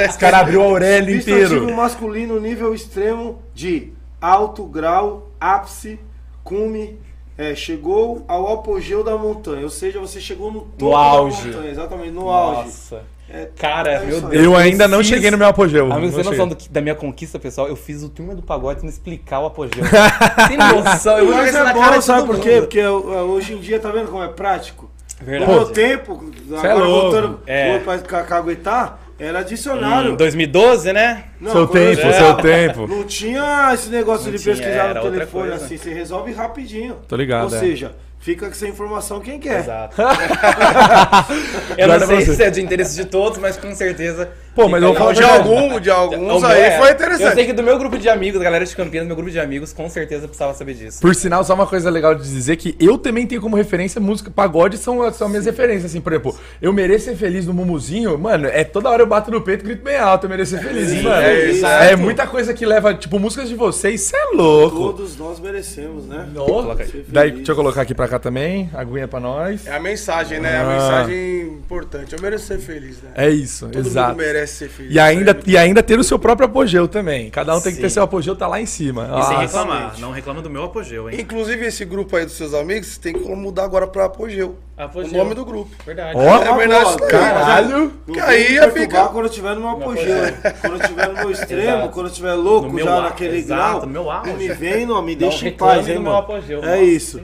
Speaker 2: Os
Speaker 1: tá
Speaker 2: caras abriu a orelha
Speaker 3: Substantivo
Speaker 2: inteiro.
Speaker 1: um-
Speaker 3: masculino nível extremo de alto grau, ápice, cume, é, chegou ao apogeu da montanha. Ou seja, você chegou no topo
Speaker 1: auge.
Speaker 3: da montanha. Exatamente, no auge.
Speaker 1: Nossa.
Speaker 3: É,
Speaker 1: Cara,
Speaker 3: é
Speaker 1: meu
Speaker 3: isso aí.
Speaker 1: Deus.
Speaker 2: Eu ainda não
Speaker 1: preciso-
Speaker 2: cheguei no meu apogeu.
Speaker 1: Amigo,
Speaker 2: não
Speaker 1: você tem
Speaker 2: cheguei.
Speaker 1: noção do que- da minha conquista, pessoal? Eu fiz o turma do pagode não explicar o
Speaker 2: *laughs*
Speaker 1: apogeu. Sem noção, eu vou jogar
Speaker 3: Mas
Speaker 1: isso na
Speaker 3: é
Speaker 1: cara
Speaker 3: bom,
Speaker 1: de
Speaker 3: sabe
Speaker 1: todo
Speaker 3: por
Speaker 1: mundo.
Speaker 3: quê? Porque é, é, hoje em dia, tá vendo como é prático?
Speaker 1: Verdade.
Speaker 3: No meu tempo, agora
Speaker 2: louco.
Speaker 3: voltando
Speaker 1: É. Hum,
Speaker 3: é. pra ca- caguetar, era dicionário.
Speaker 1: Em 2012, né?
Speaker 3: Não,
Speaker 2: Seu
Speaker 3: quando eu
Speaker 2: tempo,
Speaker 3: já-
Speaker 2: seu
Speaker 1: é.
Speaker 2: tempo.
Speaker 3: Não tinha esse negócio
Speaker 1: Não
Speaker 3: de
Speaker 1: tinha,
Speaker 3: pesquisar
Speaker 1: era
Speaker 3: no
Speaker 1: outra
Speaker 3: telefone
Speaker 1: coisa.
Speaker 3: assim, você resolve rapidinho.
Speaker 2: Tô ligado,
Speaker 3: Ou
Speaker 2: é.
Speaker 3: seja, fica com essa informação quem quer.
Speaker 1: Exato.
Speaker 2: *laughs*
Speaker 1: eu não
Speaker 2: Guarda pra
Speaker 1: sei
Speaker 2: você.
Speaker 1: se é de interesse de todos, mas com certeza.
Speaker 2: Pô, mas eu vou
Speaker 1: fica
Speaker 2: falar
Speaker 1: aí.
Speaker 4: De algum, de
Speaker 1: Algum
Speaker 4: alguns
Speaker 1: é.
Speaker 4: aí foi
Speaker 1: Eu sei
Speaker 4: interessante.
Speaker 1: que do meu grupo de amigos, da galera de Campinas, meu grupo de amigos, com certeza precisava saber disso.
Speaker 2: Por sinal, só uma coisa legal de dizer que eu também tenho como referência música, pagode são, são minhas referências, assim, por exemplo, eu mereço ser feliz no Mumuzinho, mano, é toda hora eu bato no peito e grito bem alto, eu mereço ser feliz,
Speaker 1: Sim,
Speaker 2: mano.
Speaker 1: é
Speaker 2: É,
Speaker 1: isso.
Speaker 2: muita coisa que leva, tipo, músicas de vocês, cê é louco.
Speaker 3: Todos nós merecemos, né?
Speaker 2: Ó,
Speaker 3: Ser
Speaker 2: Daí,
Speaker 3: feliz.
Speaker 2: deixa eu colocar aqui pra cá cá também, aguinha pra nós.
Speaker 4: É a mensagem, né? É a
Speaker 2: Ah.
Speaker 4: mensagem importante. Eu mereço ser feliz, né?
Speaker 2: É isso,
Speaker 4: Todo
Speaker 2: exato.
Speaker 4: mundo merece ser feliz.
Speaker 2: E ainda,
Speaker 4: né?
Speaker 2: e ainda ter o seu próprio apogeu também. Cada um tem que ter
Speaker 5: Sim.
Speaker 2: seu apogeu, tá lá em cima.
Speaker 5: E sem
Speaker 2: Ah,
Speaker 5: reclamar. Não reclama do meu apogeu, hein?
Speaker 4: Inclusive, esse grupo aí dos seus amigos tem que mudar agora pra Apogeu.
Speaker 1: Apogeu.
Speaker 4: O nome do grupo.
Speaker 1: Verdade.
Speaker 2: Ó,
Speaker 3: Tá
Speaker 4: É verdade,
Speaker 3: boa,
Speaker 2: caralho.
Speaker 4: Que aí ia ficar.
Speaker 3: quando eu tiver no meu apogeu. Quando eu tiver no meu extremo, quando eu tiver louco,
Speaker 5: No meu
Speaker 3: já
Speaker 5: auge,
Speaker 3: naquele
Speaker 5: exato,
Speaker 3: grau.
Speaker 5: meu auge.
Speaker 3: Me vem, não, me deixa em
Speaker 1: reclame
Speaker 3: paz, hein,
Speaker 1: do meu
Speaker 3: mano.
Speaker 1: apogeu,
Speaker 3: é
Speaker 1: nossa,
Speaker 3: isso.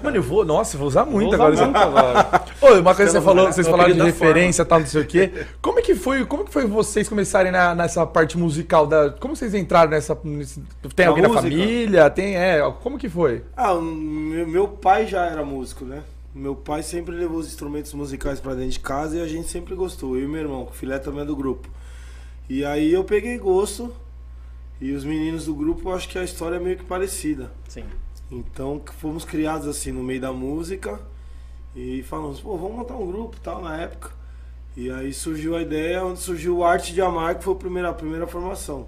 Speaker 2: Mano, eu vou. Nossa, eu vou usar muito
Speaker 1: Vou
Speaker 2: agora.
Speaker 1: usar
Speaker 2: isso-
Speaker 1: muito agora.
Speaker 2: Ô, uma coisa que você falou, vocês
Speaker 5: meu
Speaker 2: falaram
Speaker 5: apelido
Speaker 2: de
Speaker 5: da
Speaker 2: referência, tal, não sei o quê. Como é que foi, como que foi vocês começarem na- nessa parte musical da. Como vocês entraram nessa. nesse- tem
Speaker 3: Na
Speaker 2: alguém na
Speaker 3: música?
Speaker 2: família? Tem, é. Como que foi?
Speaker 3: Ah, o meu meu pai já era músico, né? Meu pai sempre levou os instrumentos musicais pra dentro de casa e a gente sempre gostou. Eu e meu irmão, que o filé também é do grupo. E aí eu peguei gosto. E os meninos do grupo, eu acho que a história é meio que parecida.
Speaker 5: Sim.
Speaker 3: Então que fomos criados assim no meio da música e falamos, pô, vamos montar um grupo e tal na época. E aí surgiu a ideia, onde surgiu o Arte de Amar, que foi a primeira, a primeira formação.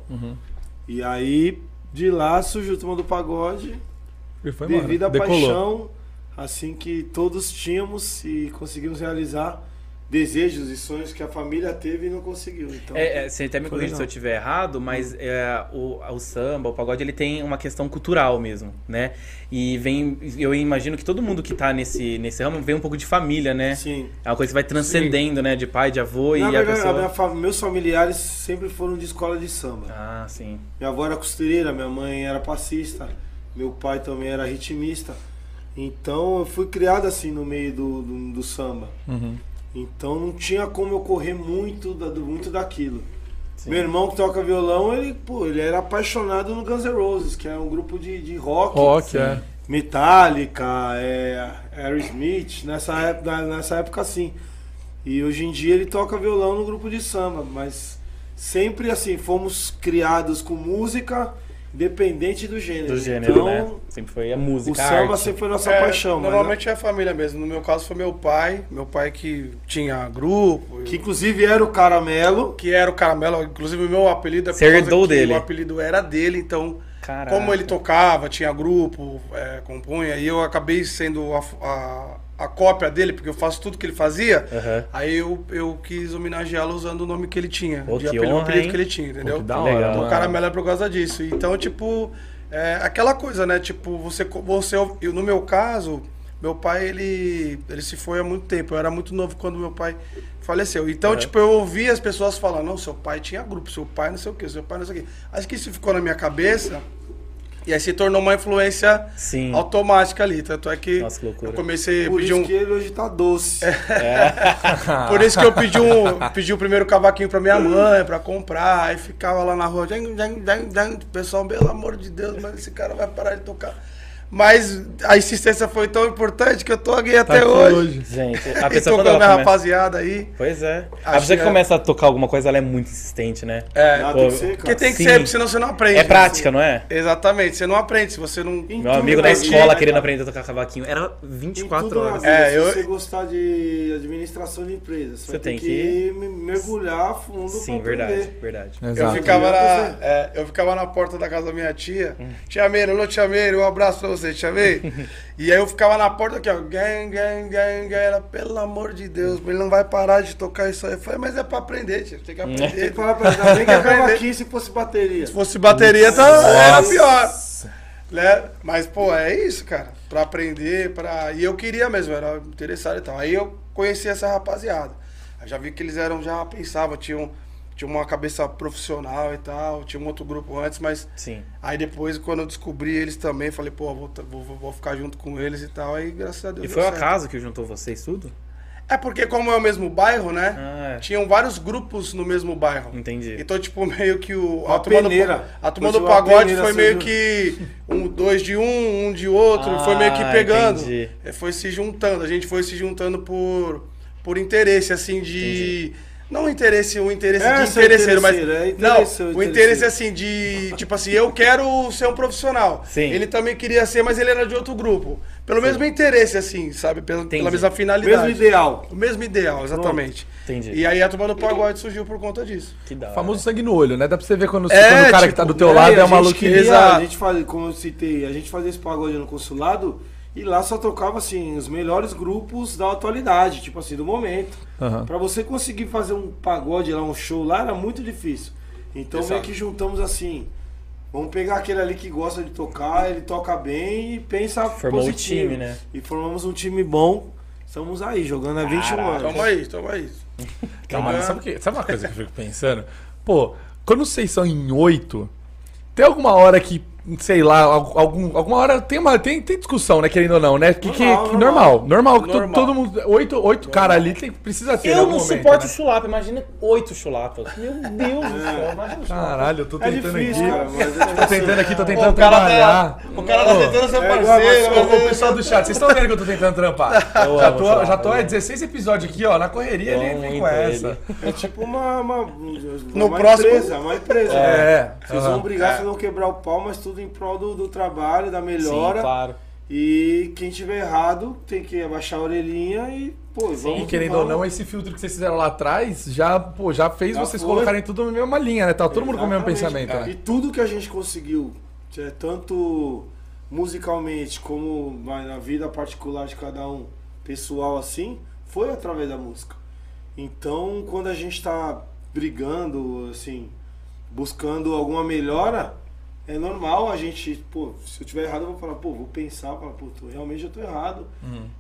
Speaker 3: E aí de lá surgiu o Turma do Pagode,
Speaker 2: Ele foi embora,
Speaker 3: devido à
Speaker 2: decolou.
Speaker 3: paixão, assim que todos tínhamos e conseguimos realizar desejos e sonhos que a família teve e não conseguiu. Então, Hum.
Speaker 1: É, é, você até me corrige se eu estiver errado, mas é, o, o samba, o pagode, ele tem uma questão cultural mesmo, né? E vem, eu imagino que todo mundo que tá nesse, nesse ramo vem um pouco de família, né?
Speaker 3: sim.
Speaker 1: É uma coisa que vai transcendendo, né? De pai, de avô
Speaker 3: Na
Speaker 1: e a
Speaker 3: verdade,
Speaker 1: pessoa...
Speaker 3: a minha fa- meus familiares sempre foram de escola de samba.
Speaker 1: Ah, sim.
Speaker 3: Minha avó era costureira, minha mãe era passista, meu pai também era ritmista. Então eu fui criado assim no meio do, do, do samba.
Speaker 2: Uhum.
Speaker 3: Então não tinha como eu correr muito, da, do- muito daquilo. Meu irmão que toca violão, ele, pô, ele era apaixonado no Guns N' Roses, que é um grupo de, de rock,
Speaker 2: Rock, é.
Speaker 3: Metallica, é, Aerosmith, nessa época, na- nessa época assim. E hoje em dia ele toca violão no grupo de samba, mas sempre assim, fomos criados com música, independente do gênero.
Speaker 1: Do gênero,
Speaker 3: então,
Speaker 1: né? Sempre foi a música,
Speaker 3: O
Speaker 1: a
Speaker 3: samba
Speaker 1: arte.
Speaker 3: sempre foi nossa
Speaker 4: É,
Speaker 3: paixão, né? mas,
Speaker 4: Normalmente é a família mesmo. No meu caso foi meu pai. Meu pai que tinha grupo.
Speaker 3: Que inclusive era o caramelo.
Speaker 4: que era o caramelo, inclusive o meu apelido é por
Speaker 1: Você
Speaker 4: causa
Speaker 1: herdou
Speaker 4: que
Speaker 1: dele.
Speaker 4: O apelido era dele, então.
Speaker 1: Caraca.
Speaker 4: Como ele tocava, tinha grupo, é, compunha, e eu acabei sendo a, a- a cópia dele, porque eu faço tudo que ele fazia,
Speaker 1: Aham.
Speaker 4: aí eu, eu quis homenageá-lo usando o nome que ele tinha,
Speaker 1: Pô, que
Speaker 4: o
Speaker 1: honra,
Speaker 4: apelido
Speaker 1: hein?
Speaker 4: que ele tinha, entendeu?
Speaker 2: que da
Speaker 1: hora,
Speaker 4: então,
Speaker 2: mano.
Speaker 4: o caramelo é por causa disso. Então, tipo, é aquela coisa, né? Tipo, você, co- você eu, no meu caso, meu pai, ele, ele se foi há muito tempo. Eu era muito novo quando meu pai faleceu. Então,
Speaker 1: É.
Speaker 4: tipo, eu ouvi as pessoas falando, não, seu pai tinha grupo, seu pai não sei o quê, seu pai não sei o quê. Acho que isso ficou na minha cabeça e aí se tornou uma influência
Speaker 1: Sim.
Speaker 4: automática ali. Tanto é que
Speaker 1: Nossa, que loucura.
Speaker 4: eu comecei a
Speaker 3: Por
Speaker 4: pedir
Speaker 3: isso
Speaker 4: um...
Speaker 3: que ele hoje tá doce.
Speaker 1: É,
Speaker 4: Por isso que eu pedi, um, *laughs* pedi o primeiro cavaquinho pra minha mãe, pra comprar, aí ficava lá na rua, dang, dang, dang, dang, pessoal, pelo amor de Deus, mas esse cara vai parar de tocar. Mas a insistência foi tão importante que eu tô aqui até
Speaker 2: Tá aqui
Speaker 4: hoje.
Speaker 3: *laughs*
Speaker 1: Gente, a
Speaker 4: E
Speaker 1: pessoa
Speaker 4: tocando
Speaker 1: quando
Speaker 4: a
Speaker 1: ela começa...
Speaker 4: rapaziada aí.
Speaker 1: Pois é. A pessoa
Speaker 4: Acho
Speaker 1: que
Speaker 4: que é.
Speaker 1: começa a tocar alguma coisa, ela é muito insistente, né?
Speaker 4: É,
Speaker 3: Ah,
Speaker 1: pô,
Speaker 3: tem que ser,
Speaker 4: porque
Speaker 3: cara.
Speaker 4: tem que
Speaker 1: Sim.
Speaker 4: ser, assim. senão você não aprende. né?
Speaker 1: É prática, não é?
Speaker 4: Exatamente, você não aprende, se você não...
Speaker 1: Meu amigo na
Speaker 3: na
Speaker 1: escola
Speaker 3: vida,
Speaker 1: querendo
Speaker 3: cara.
Speaker 1: aprender a tocar cavaquinho. Era
Speaker 3: Em
Speaker 1: 24
Speaker 3: é assim. tudo na
Speaker 1: horas.
Speaker 3: vida,
Speaker 4: É,
Speaker 3: se
Speaker 4: eu-
Speaker 3: você gostar de administração de empresas, você
Speaker 1: Você
Speaker 3: vai ter
Speaker 1: tem
Speaker 3: que, me- mergulhar fundo
Speaker 1: Sim,
Speaker 3: pra aprender.
Speaker 1: verdade, verdade.
Speaker 4: Eu
Speaker 2: Exato.
Speaker 4: ficava, na,
Speaker 3: Obrigado,
Speaker 4: é, eu ficava na porta da casa da minha tia. Tia Meire, alô, tia Meire, um abraço pra você, tia Meire. e aí eu ficava na porta aqui, ó. Gang, gang, gang, gang. Ela, pelo amor de Deus, ele não vai parar de tocar isso aí. Eu falei, mas é pra aprender, tia. Tem que
Speaker 3: Tem
Speaker 4: aprender.
Speaker 3: que falar *laughs* pra ele, ainda bem que
Speaker 4: *laughs*
Speaker 3: acaba aqui se fosse bateria.
Speaker 4: Se fosse bateria, tá, era pior. Né? Mas, pô, é isso, cara. Pra aprender, pra. E eu queria mesmo, era interessado e tal. Aí eu conheci essa rapaziada. Eu já vi que eles eram, já pensavam, tinham, tinham uma cabeça profissional e tal. Tinha um outro grupo antes, mas.
Speaker 1: Sim.
Speaker 4: Aí depois, quando eu descobri eles também, falei, pô, vou, ta- vou, vou- vou ficar junto com eles e tal. Aí, graças a Deus.
Speaker 1: E
Speaker 4: deu
Speaker 1: foi o
Speaker 4: certo.
Speaker 1: acaso que juntou vocês tudo?
Speaker 4: É porque, como é o mesmo bairro, né?
Speaker 1: Ah, é.
Speaker 4: Tinham vários grupos no mesmo bairro.
Speaker 1: Entendi.
Speaker 4: Então, tipo, *laughs* meio que o.
Speaker 3: Uma
Speaker 4: a turma
Speaker 3: peneira.
Speaker 4: do, a turma do
Speaker 3: Foi tipo uma
Speaker 4: pagode
Speaker 3: peneira, assim
Speaker 4: foi
Speaker 3: seu
Speaker 4: meio
Speaker 3: Júlio.
Speaker 4: que um, dois de um, um de outro. foi meio que
Speaker 1: Ah,
Speaker 4: pegando.
Speaker 1: entendi.
Speaker 4: É, Foi se juntando. A gente foi se juntando por, por interesse, assim, de. Não interesse, o interesse
Speaker 3: É,
Speaker 4: de
Speaker 3: seu
Speaker 4: interesseiro, mas.
Speaker 3: interesseiro, é interesse, seu
Speaker 4: não, o interesse
Speaker 3: interesseiro.
Speaker 4: assim, de. Tipo assim, eu quero ser um profissional.
Speaker 1: Sim.
Speaker 4: Ele também queria ser, mas ele era de outro grupo. Pelo mesmo interesse, assim, sabe? Pela,
Speaker 1: Entendi.
Speaker 4: pela mesma finalidade.
Speaker 3: Mesmo ideal.
Speaker 4: O mesmo ideal, exatamente.
Speaker 1: Entendi.
Speaker 4: E aí a turma do pagode surgiu por conta disso.
Speaker 1: Que da hora.
Speaker 2: Famoso sangue no olho, né? Dá pra você ver quando,
Speaker 4: É,
Speaker 2: quando o cara
Speaker 4: tipo,
Speaker 2: que tá do teu
Speaker 3: É,
Speaker 2: lado
Speaker 3: a
Speaker 2: é
Speaker 3: gente
Speaker 2: um maluco que
Speaker 3: queria-
Speaker 4: Exato.
Speaker 3: A gente fazia, como eu citei, a gente fazia esse pagode no consulado E lá só tocava, assim, os melhores grupos da atualidade, tipo assim, do momento.
Speaker 2: Aham.
Speaker 3: Pra você conseguir fazer um pagode lá, um show lá, era muito difícil. Então meio
Speaker 4: Exato.
Speaker 3: que juntamos assim. Vamos pegar aquele ali que gosta de tocar, ele toca bem e pensa
Speaker 6: Formou um
Speaker 3: positivo.
Speaker 6: time, né?
Speaker 3: E formamos um time bom. Estamos aí, jogando há 21 anos.
Speaker 4: Toma aí, toma aí.
Speaker 2: Calma, sabe, o que, sabe uma coisa que eu fico pensando? Pô, quando vocês são em oito, tem alguma hora que, sei lá, al- algum, alguma hora tem, uma, tem, tem discussão, né? Querendo ou não, né? Que, que-
Speaker 3: Normal,
Speaker 2: que normal, normal, que to-
Speaker 4: Normal.
Speaker 2: todo mundo. Oito, oito cara ali tem, precisa ter. em
Speaker 6: Eu
Speaker 2: algum
Speaker 1: um
Speaker 6: não
Speaker 2: momento,
Speaker 6: suporto
Speaker 2: né?
Speaker 6: chulapa, imagina oito chulapas. Meu Deus do céu, imagina o chulapa.
Speaker 2: *laughs* Caralho, eu tô
Speaker 3: É
Speaker 2: tentando
Speaker 3: difícil,
Speaker 2: aqui.
Speaker 3: cara. Mas
Speaker 2: *laughs*
Speaker 3: é
Speaker 2: Tô tentando aqui, tô
Speaker 1: Pô,
Speaker 2: tentando
Speaker 1: o cara
Speaker 2: trabalhar.
Speaker 1: tá, o cara tá
Speaker 2: Pô,
Speaker 1: tentando ser
Speaker 3: igual a
Speaker 1: parceiro.
Speaker 2: Ô, ô, pessoal do chat, vocês estão vendo que eu tô tentando trampar?
Speaker 6: Eu
Speaker 2: já
Speaker 6: amo
Speaker 2: tô,
Speaker 6: chulapa,
Speaker 2: já tô há
Speaker 6: né?
Speaker 2: 16 episódios aqui, ó, na
Speaker 1: Ah,
Speaker 2: correria
Speaker 6: Amo
Speaker 2: ali,
Speaker 1: então
Speaker 2: vem com
Speaker 6: muito
Speaker 2: essa.
Speaker 3: é tipo uma, uma,
Speaker 4: No
Speaker 3: uma
Speaker 4: próximo-
Speaker 3: empresa, uma empresa. né?
Speaker 2: É.
Speaker 3: Vocês
Speaker 2: aham.
Speaker 3: vão brigar, vocês vão quebrar o pau, mas tudo em prol do, do trabalho, da melhora.
Speaker 6: Sim, claro.
Speaker 3: E quem tiver errado tem que abaixar a orelhinha e, pô, vamos.
Speaker 2: E querendo ou não, esse filtro que vocês fizeram lá atrás já, pô, já fez
Speaker 3: Já
Speaker 2: vocês
Speaker 3: foi.
Speaker 2: colocarem tudo na mesma linha, né? Tá todo mundo com o mesmo
Speaker 3: Exatamente.
Speaker 2: pensamento, né?
Speaker 3: E tudo que a gente conseguiu, que é tanto musicalmente como na na vida particular de cada um, pessoal assim, foi através da música. Então, quando a gente tá brigando, assim, buscando alguma melhora, é normal a gente, pô, se eu tiver errado, eu vou falar, pô, vou pensar, falar, pô, tô- realmente eu tô errado.